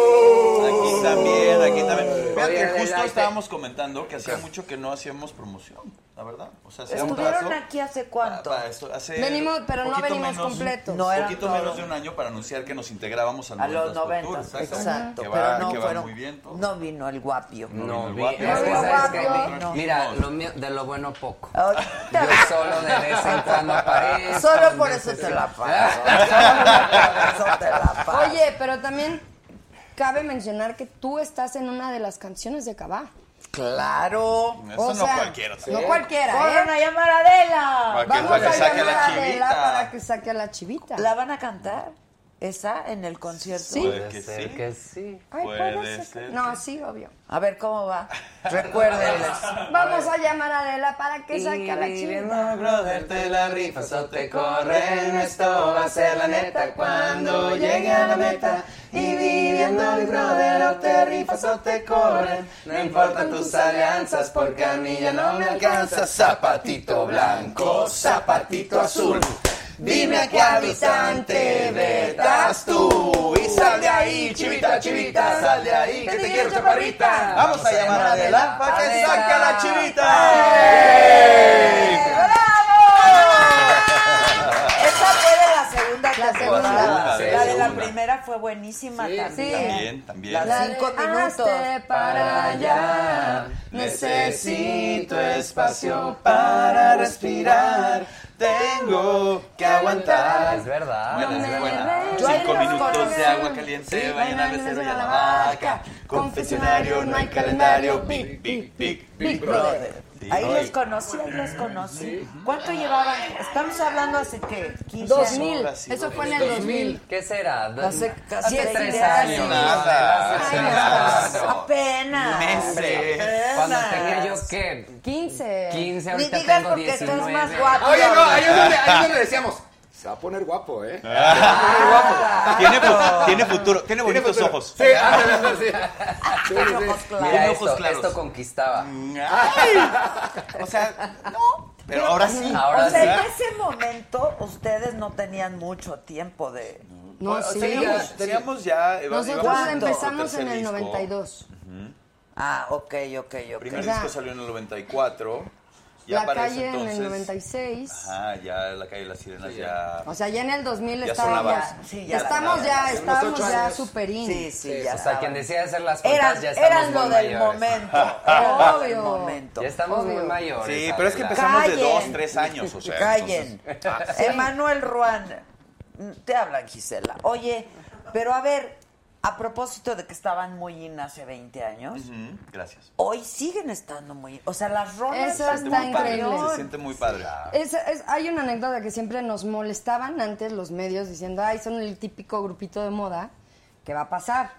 [SPEAKER 10] Aquí también, aquí también. Fíjate
[SPEAKER 12] Oye,
[SPEAKER 10] que justo
[SPEAKER 12] adelante.
[SPEAKER 10] estábamos comentando que hacía mucho que no hacíamos promoción, la verdad. O sea, hacía un
[SPEAKER 3] ¿Estuvieron
[SPEAKER 10] rato-
[SPEAKER 3] aquí hace cuánto?
[SPEAKER 10] Pa- pa- esto, hace
[SPEAKER 8] Venimos, pero no
[SPEAKER 10] poquito
[SPEAKER 8] venimos completos.
[SPEAKER 3] No
[SPEAKER 10] Un
[SPEAKER 3] eran
[SPEAKER 10] poquito
[SPEAKER 3] todos.
[SPEAKER 10] menos de un año para anunciar que nos integrábamos al
[SPEAKER 3] A los
[SPEAKER 10] 90
[SPEAKER 3] 90, exacto.
[SPEAKER 10] Que
[SPEAKER 3] pero
[SPEAKER 10] va,
[SPEAKER 3] no
[SPEAKER 10] que va
[SPEAKER 3] fueron.
[SPEAKER 10] muy bien todo.
[SPEAKER 3] No vino el guapio.
[SPEAKER 12] No,
[SPEAKER 10] el
[SPEAKER 12] vi-
[SPEAKER 10] guapo.
[SPEAKER 12] es que,
[SPEAKER 8] No,
[SPEAKER 12] ¿sabes
[SPEAKER 8] guapo.
[SPEAKER 12] qué? Vi-
[SPEAKER 3] No.
[SPEAKER 12] Mira, lo mío, de lo bueno poco. Yo
[SPEAKER 3] Ahorita-
[SPEAKER 12] solo de vez en cuando aparezco.
[SPEAKER 3] Solo por
[SPEAKER 12] donde
[SPEAKER 3] eso
[SPEAKER 12] se-
[SPEAKER 3] te la paso. Solo por eso te la paso.
[SPEAKER 8] Oye, pero también cabe mencionar que tú estás en una de las canciones de Cabá.
[SPEAKER 3] claro.
[SPEAKER 12] [LAUGHS]
[SPEAKER 10] Eso
[SPEAKER 8] O
[SPEAKER 10] no
[SPEAKER 8] sea,
[SPEAKER 10] cualquiera.
[SPEAKER 8] No cualquiera,
[SPEAKER 3] Corran
[SPEAKER 8] ¿eh?
[SPEAKER 3] a llamar a Adela.
[SPEAKER 10] Para que-
[SPEAKER 8] Vamos
[SPEAKER 10] para
[SPEAKER 8] a
[SPEAKER 10] que saque a
[SPEAKER 8] llamar
[SPEAKER 10] la
[SPEAKER 8] a Adela
[SPEAKER 10] chivita.
[SPEAKER 8] para que saque a la chivita.
[SPEAKER 3] ¿La van a cantar? ¿Esa en el concierto?
[SPEAKER 10] Puede
[SPEAKER 12] Puede
[SPEAKER 10] que
[SPEAKER 12] ser
[SPEAKER 10] sí.
[SPEAKER 12] que sí.
[SPEAKER 8] Ay,
[SPEAKER 10] Puede
[SPEAKER 8] puede ser.
[SPEAKER 10] ser
[SPEAKER 8] que- No, sí, obvio.
[SPEAKER 3] A ver cómo va. Recuérdenles.
[SPEAKER 8] Vamos a llamar a Adela para que saque a la chivita.
[SPEAKER 12] no, brother, te la rifas o te corren. Esto va a ser la neta cuando llegue a la meta. Y viviendo, mi brother, o te rifas o te corren. No importan tus alianzas, porque a mí ya no me alcanza. Zapatito blanco, zapatito azul. Dime a qué habitante vetas tú. Y sal de ahí, chivita, chivita, sal de ahí, que te quiero, chaparrita.
[SPEAKER 10] Vamos a llamar a Adela para que
[SPEAKER 12] Adela.
[SPEAKER 10] saque a la chivita.
[SPEAKER 3] Esa fue de la segunda temporada.
[SPEAKER 10] segunda,
[SPEAKER 3] La,
[SPEAKER 10] sí,
[SPEAKER 3] de la
[SPEAKER 10] segunda.
[SPEAKER 3] primera fue buenísima también.
[SPEAKER 10] También, también.
[SPEAKER 3] La-
[SPEAKER 8] La de
[SPEAKER 3] Cinco minutos.
[SPEAKER 8] hazte para allá.
[SPEAKER 12] Necesito espacio para respirar.
[SPEAKER 10] Tengo que
[SPEAKER 12] Ah,
[SPEAKER 10] aguantar.
[SPEAKER 12] Es verdad.
[SPEAKER 10] Buena,
[SPEAKER 12] es
[SPEAKER 10] es
[SPEAKER 12] buena.
[SPEAKER 10] buena.
[SPEAKER 8] Yo ahí
[SPEAKER 10] Cinco
[SPEAKER 8] los
[SPEAKER 10] minutos
[SPEAKER 8] conocí.
[SPEAKER 10] de agua caliente,
[SPEAKER 8] Sí,
[SPEAKER 10] vayan al
[SPEAKER 8] vayan al
[SPEAKER 10] becerro y a la
[SPEAKER 8] becerro
[SPEAKER 10] vaca. Confesionario, no hay calendario. Pic,
[SPEAKER 8] Big,
[SPEAKER 10] pic, pic,
[SPEAKER 8] Big
[SPEAKER 10] pic,
[SPEAKER 8] Brother.
[SPEAKER 10] brother.
[SPEAKER 3] Ahí
[SPEAKER 10] Sí.
[SPEAKER 3] los conocí, ahí los conocí. ¿Cuánto llevaban? Estamos hablando hace que 15 años.
[SPEAKER 8] 2000. Eso fue en el 2000.
[SPEAKER 12] ¿Qué será?
[SPEAKER 3] Hace casi
[SPEAKER 12] Hace
[SPEAKER 3] 20
[SPEAKER 12] tres
[SPEAKER 3] años.
[SPEAKER 12] años.
[SPEAKER 10] Nada.
[SPEAKER 12] Hace
[SPEAKER 10] Nada.
[SPEAKER 12] tres años.
[SPEAKER 3] Apenas.
[SPEAKER 10] Meses.
[SPEAKER 3] Apenas.
[SPEAKER 12] Cuando tenía yo, ¿qué?
[SPEAKER 8] 15.
[SPEAKER 12] 15,
[SPEAKER 3] Ni
[SPEAKER 12] ahorita
[SPEAKER 3] digas
[SPEAKER 12] tengo
[SPEAKER 3] porque estás
[SPEAKER 12] 19.
[SPEAKER 3] más guapo.
[SPEAKER 11] Oye, no, ahí es donde, ahí es donde decíamos, se va a poner guapo, ¿eh? Se va a poner guapo.
[SPEAKER 10] Tiene, fu- tiene futuro,
[SPEAKER 11] Tiene
[SPEAKER 10] tiene bonitos
[SPEAKER 11] futuro.
[SPEAKER 10] ojos.
[SPEAKER 11] Sí, ándale, sí. Sí, sí, sí.
[SPEAKER 12] Mira,
[SPEAKER 10] Tiene ojos
[SPEAKER 12] esto,
[SPEAKER 10] claros.
[SPEAKER 12] esto conquistaba.
[SPEAKER 10] Mm, ah. O sea,
[SPEAKER 3] [LAUGHS]
[SPEAKER 10] no. Pero ahora sí.
[SPEAKER 12] Ahora
[SPEAKER 3] Ah, o sea,
[SPEAKER 12] sí.
[SPEAKER 3] en ese momento ustedes no tenían mucho tiempo de,
[SPEAKER 8] No,
[SPEAKER 10] O-
[SPEAKER 8] sí.
[SPEAKER 10] teníamos, teníamos ya. eh,
[SPEAKER 8] Nosotros
[SPEAKER 10] íbamos por
[SPEAKER 8] empezamos
[SPEAKER 10] tercer
[SPEAKER 8] en el
[SPEAKER 10] disco.
[SPEAKER 8] 92.
[SPEAKER 10] Ujú.
[SPEAKER 3] Ah, ok, ok, ok.
[SPEAKER 10] El primer
[SPEAKER 8] O sea,
[SPEAKER 10] disco salió en el 94. Ya
[SPEAKER 8] La
[SPEAKER 10] para ese
[SPEAKER 8] calle en
[SPEAKER 10] entonces,
[SPEAKER 8] el 96.
[SPEAKER 10] Ajá, ya la calle de las sirenas ya.
[SPEAKER 8] O sea, ya en el 2000
[SPEAKER 10] Ya
[SPEAKER 8] estábamos.
[SPEAKER 10] sonaba. Sí, ya
[SPEAKER 8] estamos
[SPEAKER 10] sonaba.
[SPEAKER 8] ya,
[SPEAKER 10] Hace unos
[SPEAKER 8] estábamos
[SPEAKER 10] ocho
[SPEAKER 8] ya
[SPEAKER 10] años.
[SPEAKER 8] super in.
[SPEAKER 3] Sí, sí,
[SPEAKER 9] Sí,
[SPEAKER 3] ya
[SPEAKER 9] o sea, quien
[SPEAKER 3] saben.
[SPEAKER 9] decía hacer las
[SPEAKER 3] pues, Eran-
[SPEAKER 9] cuentas ya estamos
[SPEAKER 3] eran
[SPEAKER 9] muy
[SPEAKER 3] lo del
[SPEAKER 9] mayores.
[SPEAKER 3] momento, era lo del
[SPEAKER 9] Obvio. [LAUGHS]
[SPEAKER 3] momento.
[SPEAKER 9] Ya estamos muy
[SPEAKER 3] Obvio.
[SPEAKER 9] mayores.
[SPEAKER 10] Sí, pero es que
[SPEAKER 9] Adela.
[SPEAKER 10] empezamos de
[SPEAKER 3] Callen.
[SPEAKER 10] dos, tres años, o
[SPEAKER 3] [LAUGHS]
[SPEAKER 10] sea.
[SPEAKER 3] Callen. [LAUGHS]
[SPEAKER 10] entonces-
[SPEAKER 3] Emanuel Ruán, te hablan Gisela. Oye, pero a ver, a propósito de que estaban muy in hace 20 años,
[SPEAKER 10] Ujú, Gracias.
[SPEAKER 3] hoy siguen estando muy in. O sea, las rolas
[SPEAKER 8] Eso
[SPEAKER 3] están
[SPEAKER 8] está
[SPEAKER 3] muy
[SPEAKER 10] Padre,
[SPEAKER 8] increíble.
[SPEAKER 10] Se siente muy padre.
[SPEAKER 8] Es- es- hay una anécdota que siempre nos molestaban antes los medios diciendo, ay, son el típico grupito de moda que va a pasar.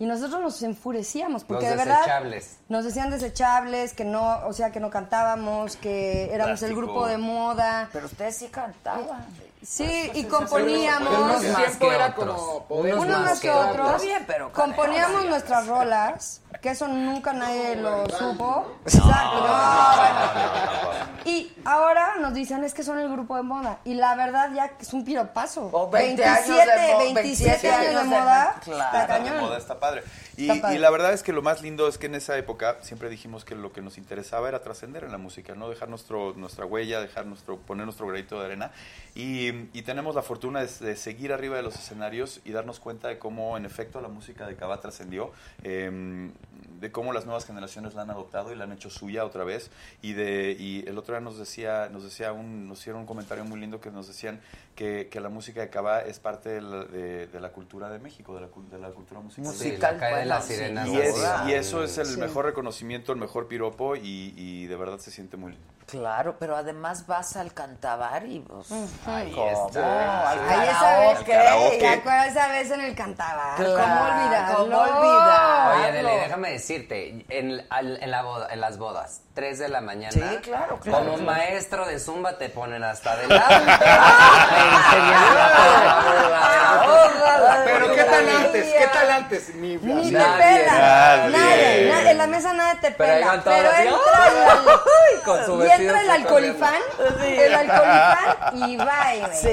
[SPEAKER 8] Y nosotros nos enfurecíamos porque
[SPEAKER 9] Los
[SPEAKER 8] de verdad [LAUGHS]
[SPEAKER 9] desechables.
[SPEAKER 8] nos decían desechables, que no, o sea, que no cantábamos, que éramos el
[SPEAKER 9] Plástico.
[SPEAKER 8] grupo de moda.
[SPEAKER 3] Pero ustedes sí cantaban.
[SPEAKER 8] Sí, y
[SPEAKER 14] Pero
[SPEAKER 8] componíamos.
[SPEAKER 14] unos Unos más tiempo que era otros. como poder
[SPEAKER 8] unos
[SPEAKER 14] más
[SPEAKER 8] más que
[SPEAKER 14] que otros.
[SPEAKER 8] otros.
[SPEAKER 14] Está bien, pero con-
[SPEAKER 8] componíamos nuestras rolas, que eso nunca nadie lo supo. Exacto.
[SPEAKER 14] Ah.
[SPEAKER 8] no, bueno. Y ahora nos dicen es que son el grupo de moda. Y la verdad ya que es un piropazo.
[SPEAKER 3] O 20 años de mo-
[SPEAKER 8] 27,
[SPEAKER 3] 27
[SPEAKER 8] años de
[SPEAKER 3] años de-
[SPEAKER 8] moda.
[SPEAKER 3] Claro.
[SPEAKER 8] Está
[SPEAKER 10] Está de
[SPEAKER 8] cañón.
[SPEAKER 10] moda, está padre. Y,
[SPEAKER 8] Está padre.
[SPEAKER 10] y la verdad es que lo más lindo es que en esa época siempre dijimos que lo que nos interesaba era trascender en la música, no dejar nuestro, nuestra huella, dejar nuestro, poner nuestro granito de arena. Y, y tenemos la fortuna de, de seguir arriba de los escenarios y darnos cuenta de cómo, en efecto, la música de Cava trascendió, eh, de cómo las nuevas generaciones la han adoptado y la han hecho suya otra vez. Y, de, y el otro día nos decía, nos decía un, nos hicieron un comentario muy lindo que nos decían que, que la música de Cava es parte de la, de- de la cultura de México, de la, cul- de la cultura musical.
[SPEAKER 9] Musical, Sí, la calle de bueno, las sí. sirenas,
[SPEAKER 10] Y, es-
[SPEAKER 9] ¿verdad?
[SPEAKER 10] y eso es el
[SPEAKER 9] Sí.
[SPEAKER 10] mejor reconocimiento, el mejor piropo y, y de verdad se siente muy lindo.
[SPEAKER 3] Claro, pero además vas al cantabar y pues,
[SPEAKER 10] Ahí
[SPEAKER 3] ¿cómo?
[SPEAKER 10] está.
[SPEAKER 3] Al
[SPEAKER 10] Ahí
[SPEAKER 8] esa vez,
[SPEAKER 3] Este, karaoke.
[SPEAKER 10] karaoke.
[SPEAKER 8] ¿Te acuerdas esa vez en el cantaba?
[SPEAKER 3] Claro,
[SPEAKER 8] ¿Cómo olvidarlo?
[SPEAKER 3] ¿cómo olvidarlo?
[SPEAKER 9] Oye, Adele, déjame decirte, en, al- en la boda, en las bodas, 3 de la mañana.
[SPEAKER 3] Sí, claro, claro,
[SPEAKER 9] Como
[SPEAKER 3] claro.
[SPEAKER 9] maestro de zumba te ponen hasta
[SPEAKER 3] [LAUGHS]
[SPEAKER 9] adelante. Te enseñan la boda, boda, boda, boda.
[SPEAKER 11] Pero qué tal antes, qué tal antes, mi
[SPEAKER 8] Ni te
[SPEAKER 9] Nadie,
[SPEAKER 8] pelan. Nadie.
[SPEAKER 9] nadie.
[SPEAKER 8] na- en la mesa nadie te
[SPEAKER 9] Pero ahí
[SPEAKER 8] pela.
[SPEAKER 9] van todos
[SPEAKER 8] Pero
[SPEAKER 9] así,
[SPEAKER 8] entra el-
[SPEAKER 9] ¡ay! Con su
[SPEAKER 8] Y
[SPEAKER 9] vestido
[SPEAKER 8] entra el
[SPEAKER 9] así
[SPEAKER 8] alcoholifán,
[SPEAKER 9] corriendo.
[SPEAKER 8] el alcoholifán y baile.
[SPEAKER 9] [LAUGHS] Sí, sí,
[SPEAKER 8] yo,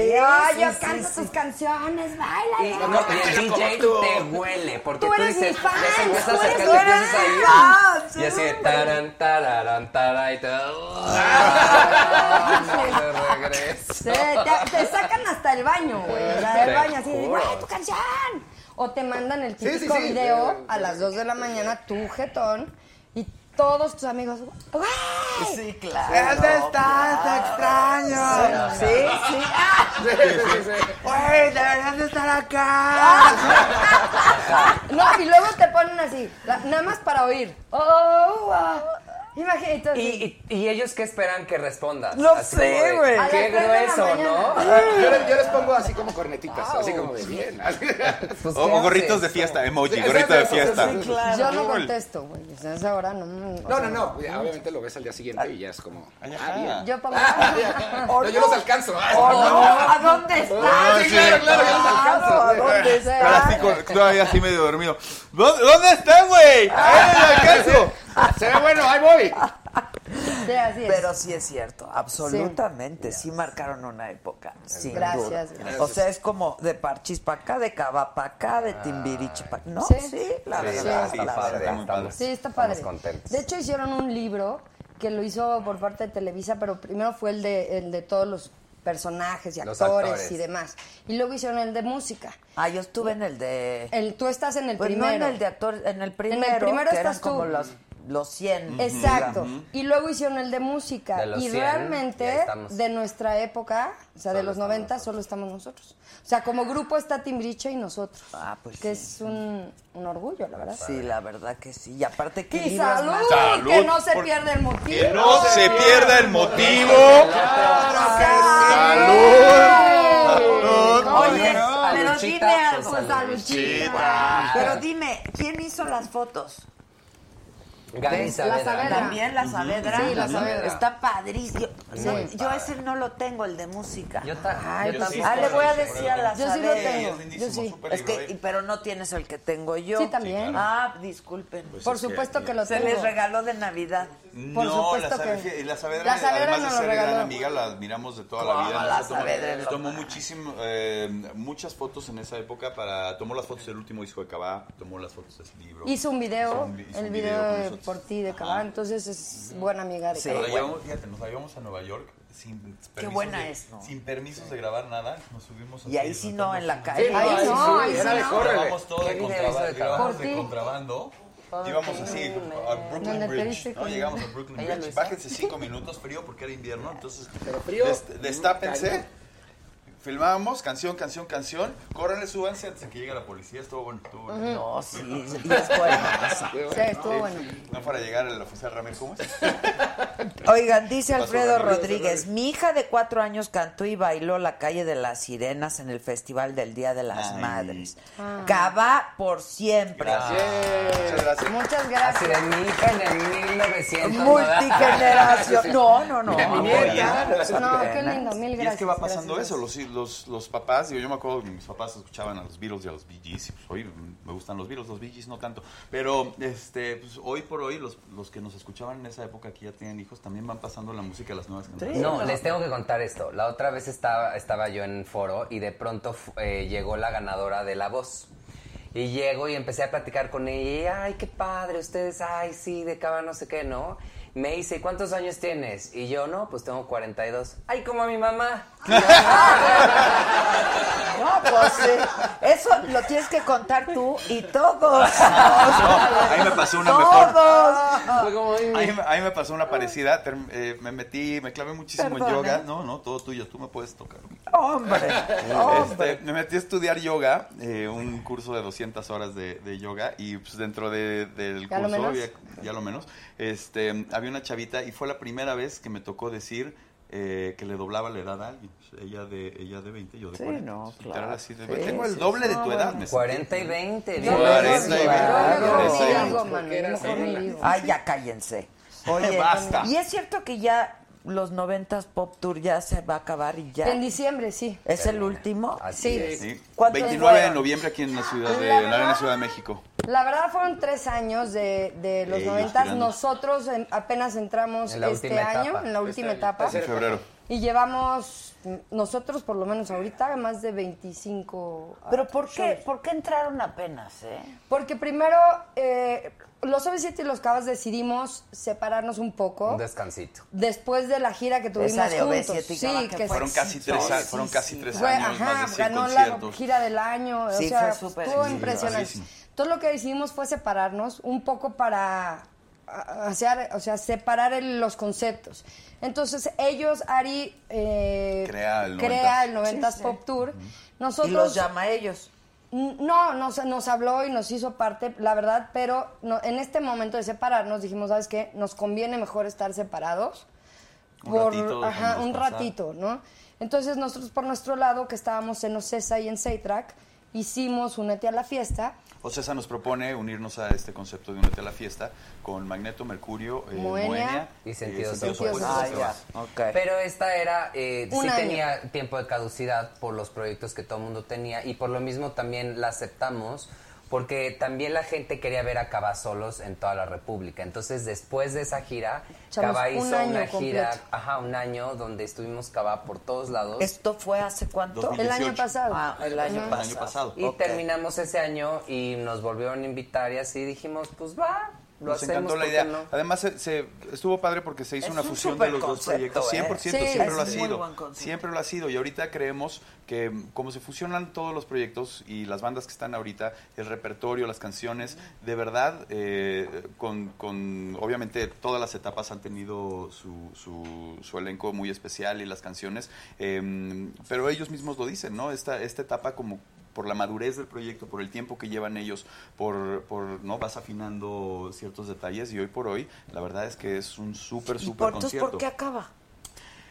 [SPEAKER 8] yo
[SPEAKER 9] sí,
[SPEAKER 8] canto tus canciones, baila.
[SPEAKER 9] Y, no, y el DJ te huele, porque
[SPEAKER 8] Tú
[SPEAKER 9] tú,
[SPEAKER 8] eres
[SPEAKER 9] dices,
[SPEAKER 8] mi fan,
[SPEAKER 9] les empiezas
[SPEAKER 8] tú
[SPEAKER 9] a
[SPEAKER 8] eres
[SPEAKER 9] sacar,
[SPEAKER 8] mi
[SPEAKER 9] te empiezas a ir.
[SPEAKER 8] fan.
[SPEAKER 9] Y así, de taran, taran, taran, y te ¡oh! [LAUGHS] se regresa.
[SPEAKER 8] Ah. Se- te, te sacan hasta el baño, güey. La del
[SPEAKER 9] Te
[SPEAKER 8] baño, así,
[SPEAKER 9] juro.
[SPEAKER 8] güey, tu canción. O te mandan el
[SPEAKER 9] Sí, sí,
[SPEAKER 8] típico
[SPEAKER 9] sí.
[SPEAKER 8] video a las 2 de la mañana, tu jetón, y todos tus amigos, güey.
[SPEAKER 3] Sí, claro.
[SPEAKER 11] extraño.
[SPEAKER 3] Sí, sí. ¡Ah!
[SPEAKER 11] [LAUGHS] Güey, deberías de estar acá.
[SPEAKER 8] [LAUGHS] No, y luego te ponen así, la- nada más para oír. Oh, ah. Imagínate.
[SPEAKER 9] Y,
[SPEAKER 8] así.
[SPEAKER 9] y- y ellos qué esperan que respondas?
[SPEAKER 8] No
[SPEAKER 9] Así
[SPEAKER 8] sé,
[SPEAKER 9] como de,
[SPEAKER 8] güey. A las
[SPEAKER 9] Qué
[SPEAKER 8] tres de la
[SPEAKER 9] grueso,
[SPEAKER 8] mañana.
[SPEAKER 11] [LAUGHS]
[SPEAKER 9] ¿no?
[SPEAKER 11] Yo les, yo les pongo así como cornetitas, así como de bien. así. [LAUGHS]
[SPEAKER 10] O, o gorritos de fiesta, emoji,
[SPEAKER 11] Sí,
[SPEAKER 10] gorrito de
[SPEAKER 11] exacto,
[SPEAKER 10] fiesta.
[SPEAKER 11] sí, sí,
[SPEAKER 8] Yo no contesto, güey. O sea, a esa hora no. o
[SPEAKER 11] No,
[SPEAKER 8] sea,
[SPEAKER 11] no, no. ya, Obviamente lo ves al día siguiente y ya es como. [LAUGHS] Ah, bien.
[SPEAKER 8] Yo pongo.
[SPEAKER 11] No, yo los alcanzo.
[SPEAKER 3] ¿O no? ¿A dónde
[SPEAKER 11] Ah,
[SPEAKER 3] estás?
[SPEAKER 11] sí, claro, claro, yo los
[SPEAKER 3] Claro, ¿a
[SPEAKER 11] alcanzo. güey.
[SPEAKER 3] dónde
[SPEAKER 10] Pero así,
[SPEAKER 3] estás?
[SPEAKER 10] con, todavía así medio dormido. ¿Dónde, dónde están, güey? ¡Ahí me alcanzo!
[SPEAKER 11] Se ve bueno, ahí voy.
[SPEAKER 8] Sí, así es.
[SPEAKER 3] Pero sí es cierto, absolutamente. Sí, marcaron una época. sin
[SPEAKER 8] Gracias,
[SPEAKER 3] duda.
[SPEAKER 8] gracias.
[SPEAKER 3] O sea, es como de Parchis para acá, de Cava para acá, de Timbiriche para acá. No,
[SPEAKER 8] Sí.
[SPEAKER 3] sí, la
[SPEAKER 9] Sí,
[SPEAKER 3] verdad.
[SPEAKER 9] sí,
[SPEAKER 3] la
[SPEAKER 9] está padre,
[SPEAKER 3] verdad.
[SPEAKER 9] está padre.
[SPEAKER 8] Sí, está padre.
[SPEAKER 9] Estamos contentos.
[SPEAKER 8] De hecho, hicieron un libro que lo hizo por parte de Televisa, pero primero fue el de, el de todos los personajes y
[SPEAKER 9] Los
[SPEAKER 8] actores,
[SPEAKER 9] actores.
[SPEAKER 8] y demás. Y luego hicieron el de música.
[SPEAKER 3] Ah, yo estuve en el de.
[SPEAKER 8] El, tú estás en el
[SPEAKER 3] pues no
[SPEAKER 8] primero.
[SPEAKER 3] en el de actor, en el primero.
[SPEAKER 8] primero
[SPEAKER 3] que eran
[SPEAKER 8] estás tú.
[SPEAKER 3] como los, los 100.
[SPEAKER 8] Exacto.
[SPEAKER 3] digamos.
[SPEAKER 8] Y luego hicieron el de música.
[SPEAKER 9] De los
[SPEAKER 8] y
[SPEAKER 9] 100,
[SPEAKER 8] realmente,
[SPEAKER 9] ya estamos.
[SPEAKER 8] de nuestra época, o sea, de los 90, solo estamos nosotros. O sea, como grupo está Timbriche y nosotros.
[SPEAKER 3] Ah, pues
[SPEAKER 8] que
[SPEAKER 3] sí.
[SPEAKER 8] es un, un orgullo, la verdad.
[SPEAKER 3] Sí, la verdad que sí. Y aparte que
[SPEAKER 8] Y
[SPEAKER 3] libras
[SPEAKER 8] salud,
[SPEAKER 3] más.
[SPEAKER 10] Salud,
[SPEAKER 8] que no se
[SPEAKER 10] por-
[SPEAKER 8] pierda el motivo.
[SPEAKER 10] Que no se pierda el motivo.
[SPEAKER 8] ¡Salud!
[SPEAKER 3] Oye,
[SPEAKER 9] no.
[SPEAKER 3] pero
[SPEAKER 9] Luchita,
[SPEAKER 3] dime algo.
[SPEAKER 9] pues, a
[SPEAKER 3] Pero dime, ¿quién hizo las fotos?
[SPEAKER 12] Gaby
[SPEAKER 3] La
[SPEAKER 12] Saavedra.
[SPEAKER 3] Saavedra. También la Saavedra.
[SPEAKER 12] Sí, la Saavedra.
[SPEAKER 3] Está padrísimo.
[SPEAKER 12] Sí.
[SPEAKER 3] No, yo ese no lo tengo, el de música. Yo
[SPEAKER 12] yo también.
[SPEAKER 3] Ah, le voy a decir a la
[SPEAKER 8] Yo sí lo
[SPEAKER 3] Saavedra.
[SPEAKER 8] tengo, Sí, es yo sí.
[SPEAKER 3] Es que, y- pero no tienes el que tengo yo.
[SPEAKER 8] Sí, también. Sí, claro.
[SPEAKER 3] Ah, disculpen.
[SPEAKER 8] Pues Por es que- supuesto que lo
[SPEAKER 3] Se
[SPEAKER 8] tengo.
[SPEAKER 3] les regaló de Navidad.
[SPEAKER 10] no, la Saavedra, la Saavedra,
[SPEAKER 3] La Saavedra
[SPEAKER 10] además
[SPEAKER 3] nos
[SPEAKER 10] de
[SPEAKER 3] lo
[SPEAKER 10] ser gran
[SPEAKER 3] regaló.
[SPEAKER 10] amiga, la admiramos de toda
[SPEAKER 3] ¿Cómo
[SPEAKER 10] la vida.
[SPEAKER 3] la
[SPEAKER 10] Nosotros tomó-
[SPEAKER 3] Saavedra es lo
[SPEAKER 10] tomó muchísimo, eh, muchas fotos en esa época para, tomó las fotos del último disco de Cabá, tomó las fotos de ese libro.
[SPEAKER 8] Hizo un
[SPEAKER 10] Hizo
[SPEAKER 8] video,
[SPEAKER 10] un vi- hizo
[SPEAKER 8] el
[SPEAKER 10] un
[SPEAKER 8] video,
[SPEAKER 10] con
[SPEAKER 8] de
[SPEAKER 10] nosotros.
[SPEAKER 8] por ti de Cabá, entonces es buena amiga de
[SPEAKER 10] Nos la
[SPEAKER 8] Cabá.
[SPEAKER 10] llevamos- fíjate, nos la llevamos a Nueva York sin permisos,
[SPEAKER 3] buena
[SPEAKER 10] de,
[SPEAKER 3] es, ¿no?
[SPEAKER 10] sin permisos de grabar nada. Nos subimos
[SPEAKER 3] Y ahí sí no, en la
[SPEAKER 10] calle.
[SPEAKER 3] calle. Ahí no, ahí sí no.
[SPEAKER 10] Grabamos todo de
[SPEAKER 3] Qué video hizo
[SPEAKER 10] contrabando.
[SPEAKER 3] de
[SPEAKER 10] grabamos
[SPEAKER 3] Cabá.
[SPEAKER 10] de
[SPEAKER 3] Por ti.
[SPEAKER 10] contrabando. Íbamos así a Brooklyn
[SPEAKER 3] Donde te
[SPEAKER 10] Bridge.
[SPEAKER 3] diste
[SPEAKER 10] ¿no?
[SPEAKER 3] con-
[SPEAKER 10] Llegamos a Brooklyn
[SPEAKER 3] Ella lo
[SPEAKER 10] Bridge.
[SPEAKER 3] hizo.
[SPEAKER 10] Bájense cinco minutos, frío porque era invierno. Entonces,
[SPEAKER 11] frío,
[SPEAKER 10] des- destápense.
[SPEAKER 11] caliente.
[SPEAKER 10] Filmábamos canción, canción, canción. Córranle, súbanse antes de que llegue la policía. Estuvo bueno. Estuvo bueno.
[SPEAKER 3] No, sí. y es buenazo. Sí, estuvo
[SPEAKER 10] [LAUGHS] Sí.
[SPEAKER 3] bueno.
[SPEAKER 10] No para llegar el oficial Ramírez, ¿cómo es?
[SPEAKER 3] Oigan, dice
[SPEAKER 10] Pasó
[SPEAKER 3] Alfredo
[SPEAKER 10] Ramírez,
[SPEAKER 3] Rodríguez, mi hija de cuatro años cantó y bailó La calle de las sirenas en el Festival del Día de las Madres.
[SPEAKER 8] Ah.
[SPEAKER 3] Cabá por siempre.
[SPEAKER 12] Gracias. Muchas gracias.
[SPEAKER 3] Muchas gracias.
[SPEAKER 12] Sirenita en el 1900.
[SPEAKER 8] [LAUGHS]
[SPEAKER 3] Multigeneración. No, no, no.
[SPEAKER 12] De mi nieta.
[SPEAKER 8] No, qué lindo, mil
[SPEAKER 10] Y es que
[SPEAKER 8] gracias.
[SPEAKER 10] va pasando
[SPEAKER 8] gracias.
[SPEAKER 10] eso, los, los, los papás, digo, yo me acuerdo que mis papás escuchaban a los Beatles y a los Bee Gees, y pues hoy mm, me gustan los Beatles, los Bee Gees no tanto, pero este, pues, hoy por hoy los, los que nos escuchaban en esa época que ya tienen hijos también van pasando la música a las nuevas canciones.
[SPEAKER 12] No, les tengo que contar esto. La otra vez estaba, estaba yo en foro y de pronto fu- eh, llegó la ganadora de La Voz. Y llego y empecé a platicar con ella. Y, ay, qué padre, ustedes, ay, sí, de cava no sé qué, ¿no? Me dice, ¿cuántos años tienes? Y yo, no, pues tengo 42. Ay, como a mi mamá.
[SPEAKER 3] [LAUGHS] No, pues sí. eso lo tienes que contar tú y todos.
[SPEAKER 10] ahí me pasó una mejor.
[SPEAKER 3] Todos.
[SPEAKER 10] A mí, a mí me pasó una parecida, term- eh, me metí, me clavé muchísimo
[SPEAKER 3] Perdón,
[SPEAKER 10] en yoga.
[SPEAKER 3] ¿eh?
[SPEAKER 10] No, no, todo tuyo, tú me puedes tocar.
[SPEAKER 3] Hombre, hombre.
[SPEAKER 10] Este, me metí a estudiar yoga, eh, un curso de 200 horas de, de yoga, y pues dentro de- del
[SPEAKER 12] ¿Ya lo
[SPEAKER 10] curso,
[SPEAKER 12] menos?
[SPEAKER 10] había- ya lo menos, este, había una chavita y fue la primera vez que me tocó decir eh, que le doblaba la edad a alguien. Ella de, ella de 20, yo de
[SPEAKER 12] Sí,
[SPEAKER 10] 40.
[SPEAKER 12] no,
[SPEAKER 10] Literal,
[SPEAKER 12] claro.
[SPEAKER 10] así de,
[SPEAKER 12] Sí,
[SPEAKER 10] tengo el
[SPEAKER 12] sí,
[SPEAKER 10] doble
[SPEAKER 12] sí.
[SPEAKER 10] de tu
[SPEAKER 12] No,
[SPEAKER 10] edad.
[SPEAKER 12] bueno.
[SPEAKER 10] me sentí.
[SPEAKER 12] 40 y 20, bien.
[SPEAKER 10] 40 y 20.
[SPEAKER 12] Claro.
[SPEAKER 10] Exacto.
[SPEAKER 12] Digo,
[SPEAKER 8] mano, mejor ni digo.
[SPEAKER 3] Ay,
[SPEAKER 10] [LAUGHS]
[SPEAKER 3] ya cállense. Oye,
[SPEAKER 10] ¿eh? Basta.
[SPEAKER 3] y es cierto que ya los 90 Pop Tour ya se va a acabar y ya.
[SPEAKER 8] En diciembre, sí.
[SPEAKER 3] ¿Es el último?
[SPEAKER 8] Así es.
[SPEAKER 10] Sí.
[SPEAKER 3] ¿Cuántos
[SPEAKER 10] 29 de
[SPEAKER 3] fueron?
[SPEAKER 10] noviembre aquí en la ciudad de
[SPEAKER 12] Ah.
[SPEAKER 10] en
[SPEAKER 8] La
[SPEAKER 10] la
[SPEAKER 8] verdad-
[SPEAKER 10] Arena Ciudad de México.
[SPEAKER 8] La verdad fueron tres años de, de los
[SPEAKER 10] Ellos
[SPEAKER 8] noventas.
[SPEAKER 10] tirando.
[SPEAKER 8] Nosotros em, apenas entramos
[SPEAKER 10] En la
[SPEAKER 8] este
[SPEAKER 10] última
[SPEAKER 8] año,
[SPEAKER 10] etapa.
[SPEAKER 8] en la última etapa.
[SPEAKER 10] En febrero.
[SPEAKER 8] Y llevamos, mm, nosotros por lo menos ahorita, más de 25
[SPEAKER 3] ¿Pero por qué,
[SPEAKER 8] shows.
[SPEAKER 3] por qué entraron apenas, eh?
[SPEAKER 8] Porque primero, eh, los OV7 y los Cabas decidimos separarnos un poco.
[SPEAKER 12] Un descansito.
[SPEAKER 8] Después de la gira que tuvimos
[SPEAKER 3] Esa de
[SPEAKER 8] juntos.
[SPEAKER 3] OV7 y
[SPEAKER 8] sí,
[SPEAKER 3] Cabá, que
[SPEAKER 8] que
[SPEAKER 10] Fueron
[SPEAKER 8] se-
[SPEAKER 10] casi tres, a-
[SPEAKER 3] sí,
[SPEAKER 10] fueron
[SPEAKER 3] sí.
[SPEAKER 10] casi tres
[SPEAKER 8] Fue,
[SPEAKER 10] años,
[SPEAKER 8] ajá,
[SPEAKER 10] más de 100
[SPEAKER 8] ganó la
[SPEAKER 10] conciertos.
[SPEAKER 8] gira del año,
[SPEAKER 3] Sí,
[SPEAKER 8] o sea,
[SPEAKER 3] fue súper
[SPEAKER 8] estuvo
[SPEAKER 10] bien.
[SPEAKER 8] impresionante.
[SPEAKER 10] Padrísimo.
[SPEAKER 8] Entonces lo que decidimos fue separarnos un poco para a- hacer, o sea, separar el- los conceptos. Entonces ellos, Ari, eh,
[SPEAKER 10] Crea el
[SPEAKER 8] crea
[SPEAKER 10] 90s.
[SPEAKER 8] el 90s
[SPEAKER 3] Sí, sí.
[SPEAKER 8] Pop Tour. Nosotros,
[SPEAKER 3] Y los llama a ellos.
[SPEAKER 8] N- No, nos, nos habló y nos hizo parte, la verdad, pero no- en este momento de separarnos dijimos, ¿sabes qué? Nos conviene mejor estar separados
[SPEAKER 15] Un ratito,
[SPEAKER 8] ajá,
[SPEAKER 15] dejándonos
[SPEAKER 8] un
[SPEAKER 15] pasar.
[SPEAKER 8] ratito, ¿no? Entonces nosotros por nuestro lado, que estábamos en Ocesa y en Seitrack, hicimos Únete a la fiesta.
[SPEAKER 10] O César nos propone unirnos a este concepto de Únete a la Fiesta con Magneto, Mercurio, eh,
[SPEAKER 8] Moenia.
[SPEAKER 10] Moenia,
[SPEAKER 12] Y
[SPEAKER 10] eh,
[SPEAKER 12] Sentidos
[SPEAKER 10] Opuestos.
[SPEAKER 12] Opuestos. Ah, ya.
[SPEAKER 10] Sebas.
[SPEAKER 12] Pero esta era, eh,
[SPEAKER 8] Un
[SPEAKER 12] sí
[SPEAKER 8] año.
[SPEAKER 12] tenía tiempo de caducidad por los proyectos que todo el mundo tenía y por lo mismo también la aceptamos porque también la gente quería ver a Cava solos en toda la República. Entonces, después de esa gira,
[SPEAKER 3] Echamos
[SPEAKER 12] Cava
[SPEAKER 3] un
[SPEAKER 12] hizo
[SPEAKER 3] año
[SPEAKER 12] una gira,
[SPEAKER 3] completo.
[SPEAKER 12] ajá, un año donde estuvimos Cava por todos lados.
[SPEAKER 3] ¿Esto fue hace cuánto?
[SPEAKER 12] 2018.
[SPEAKER 8] El año pasado.
[SPEAKER 3] Ah, el año
[SPEAKER 12] Ajá.
[SPEAKER 3] pasado.
[SPEAKER 12] Y
[SPEAKER 3] Ok.
[SPEAKER 12] terminamos ese año y nos volvieron a invitar y así dijimos, pues va, lo
[SPEAKER 10] Nos
[SPEAKER 12] hacemos.
[SPEAKER 10] encantó la
[SPEAKER 12] ¿por qué
[SPEAKER 10] idea.
[SPEAKER 12] no?
[SPEAKER 10] Además, se, se- estuvo padre porque se hizo
[SPEAKER 12] Es
[SPEAKER 10] una
[SPEAKER 12] un
[SPEAKER 10] fusión de los dos
[SPEAKER 12] superconcepto,
[SPEAKER 10] proyectos.
[SPEAKER 12] ¿eh?
[SPEAKER 10] 100%,
[SPEAKER 12] Sí,
[SPEAKER 10] siempre lo ha
[SPEAKER 12] es muy
[SPEAKER 10] sido.
[SPEAKER 12] buen concepto.
[SPEAKER 10] Siempre lo ha sido. Y ahorita creemos que mm, como se fusionan todos los proyectos y las bandas que están ahorita, el repertorio, las canciones, de verdad, eh, con, con- obviamente todas las etapas han tenido su, su- su elenco muy especial y las canciones, eh, pero ellos mismos lo dicen, ¿no? Esta, esta etapa como por la madurez del proyecto, por el tiempo que llevan ellos, por, por no vas afinando ciertos detalles y hoy por hoy, la verdad es que es un súper,
[SPEAKER 3] ¿Y
[SPEAKER 10] súper
[SPEAKER 3] por, entonces,
[SPEAKER 10] concierto.
[SPEAKER 3] por qué acaba?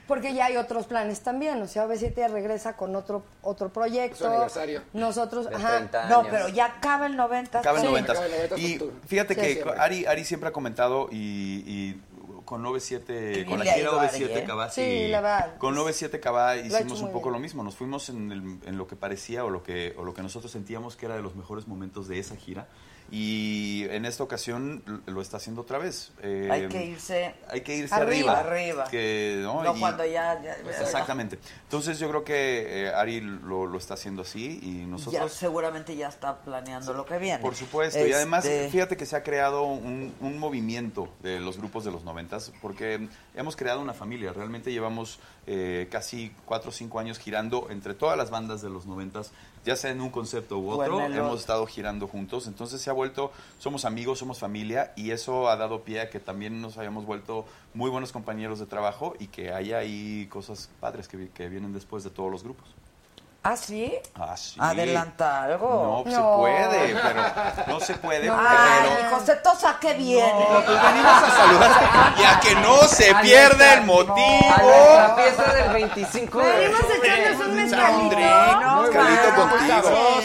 [SPEAKER 8] Porque ya hay otros planes también, o sea, OV7 regresa con otro otro proyecto.
[SPEAKER 11] Su aniversario.
[SPEAKER 8] Nosotros,
[SPEAKER 10] De
[SPEAKER 8] ajá.
[SPEAKER 10] 30
[SPEAKER 8] no,
[SPEAKER 10] años.
[SPEAKER 8] pero ya acaba el 90.
[SPEAKER 10] Acaba en
[SPEAKER 8] Sí.
[SPEAKER 10] 90. Y fíjate
[SPEAKER 8] Sí,
[SPEAKER 10] que
[SPEAKER 8] siempre.
[SPEAKER 10] Ari, Ari siempre ha comentado y, y con 97, con la
[SPEAKER 8] bien le ha
[SPEAKER 10] gira
[SPEAKER 8] ido a Ari,
[SPEAKER 10] 97
[SPEAKER 8] ¿eh?
[SPEAKER 10] Cabá,
[SPEAKER 8] Sí, la verdad.
[SPEAKER 10] Con 97 Cabá
[SPEAKER 8] hecho
[SPEAKER 10] hicimos
[SPEAKER 8] muy
[SPEAKER 10] un poco lo mismo, nos fuimos en, el- en lo que parecía o lo que, o lo que nosotros sentíamos que era de los mejores momentos de esa gira. Y en esta ocasión lo- lo está haciendo otra vez. Eh,
[SPEAKER 3] Hay que irse.
[SPEAKER 10] Hay que irse
[SPEAKER 3] Arriba,
[SPEAKER 10] arriba.
[SPEAKER 3] arriba.
[SPEAKER 10] Que, ¿no?
[SPEAKER 3] No,
[SPEAKER 10] Y- pues,
[SPEAKER 3] cuando ya. ya-
[SPEAKER 10] Exactamente. Entonces yo creo que eh, Ari lo, lo está haciendo así y
[SPEAKER 3] Ya,
[SPEAKER 10] nosotros
[SPEAKER 3] seguramente ya está planeando lo que viene.
[SPEAKER 10] por supuesto, y
[SPEAKER 3] Este,
[SPEAKER 10] además fíjate que se ha creado un, un movimiento de los grupos de los noventas, porque hemos creado una familia, realmente llevamos eh, casi cuatro o cinco años girando entre todas las bandas de los noventas, ya sea en un concepto u
[SPEAKER 12] O en
[SPEAKER 10] otro,
[SPEAKER 12] el
[SPEAKER 10] hemos
[SPEAKER 12] otro.
[SPEAKER 10] estado girando juntos, entonces se ha vuelto, somos amigos, somos familia, y eso ha dado pie a que también nos hayamos vuelto muy buenos compañeros de trabajo y que haya ahí cosas padres que, vi- que vienen después de todos los grupos.
[SPEAKER 3] ¿Ah, sí?
[SPEAKER 10] Ah, sí.
[SPEAKER 3] ¿Adelanta algo?
[SPEAKER 10] No, pues,
[SPEAKER 3] No.
[SPEAKER 10] se puede, pero no se puede,
[SPEAKER 3] Ay,
[SPEAKER 10] pero
[SPEAKER 3] José Tosa, qué bien.
[SPEAKER 10] pues venimos a saludar y a que no se pierda el motivo.
[SPEAKER 9] La fiesta del 25 de
[SPEAKER 8] Venimos
[SPEAKER 9] octubre.
[SPEAKER 8] echándonos un
[SPEAKER 9] No,
[SPEAKER 8] mezcalito.
[SPEAKER 9] hombre,
[SPEAKER 8] No,
[SPEAKER 9] mezcalito
[SPEAKER 8] mano,
[SPEAKER 9] contigo.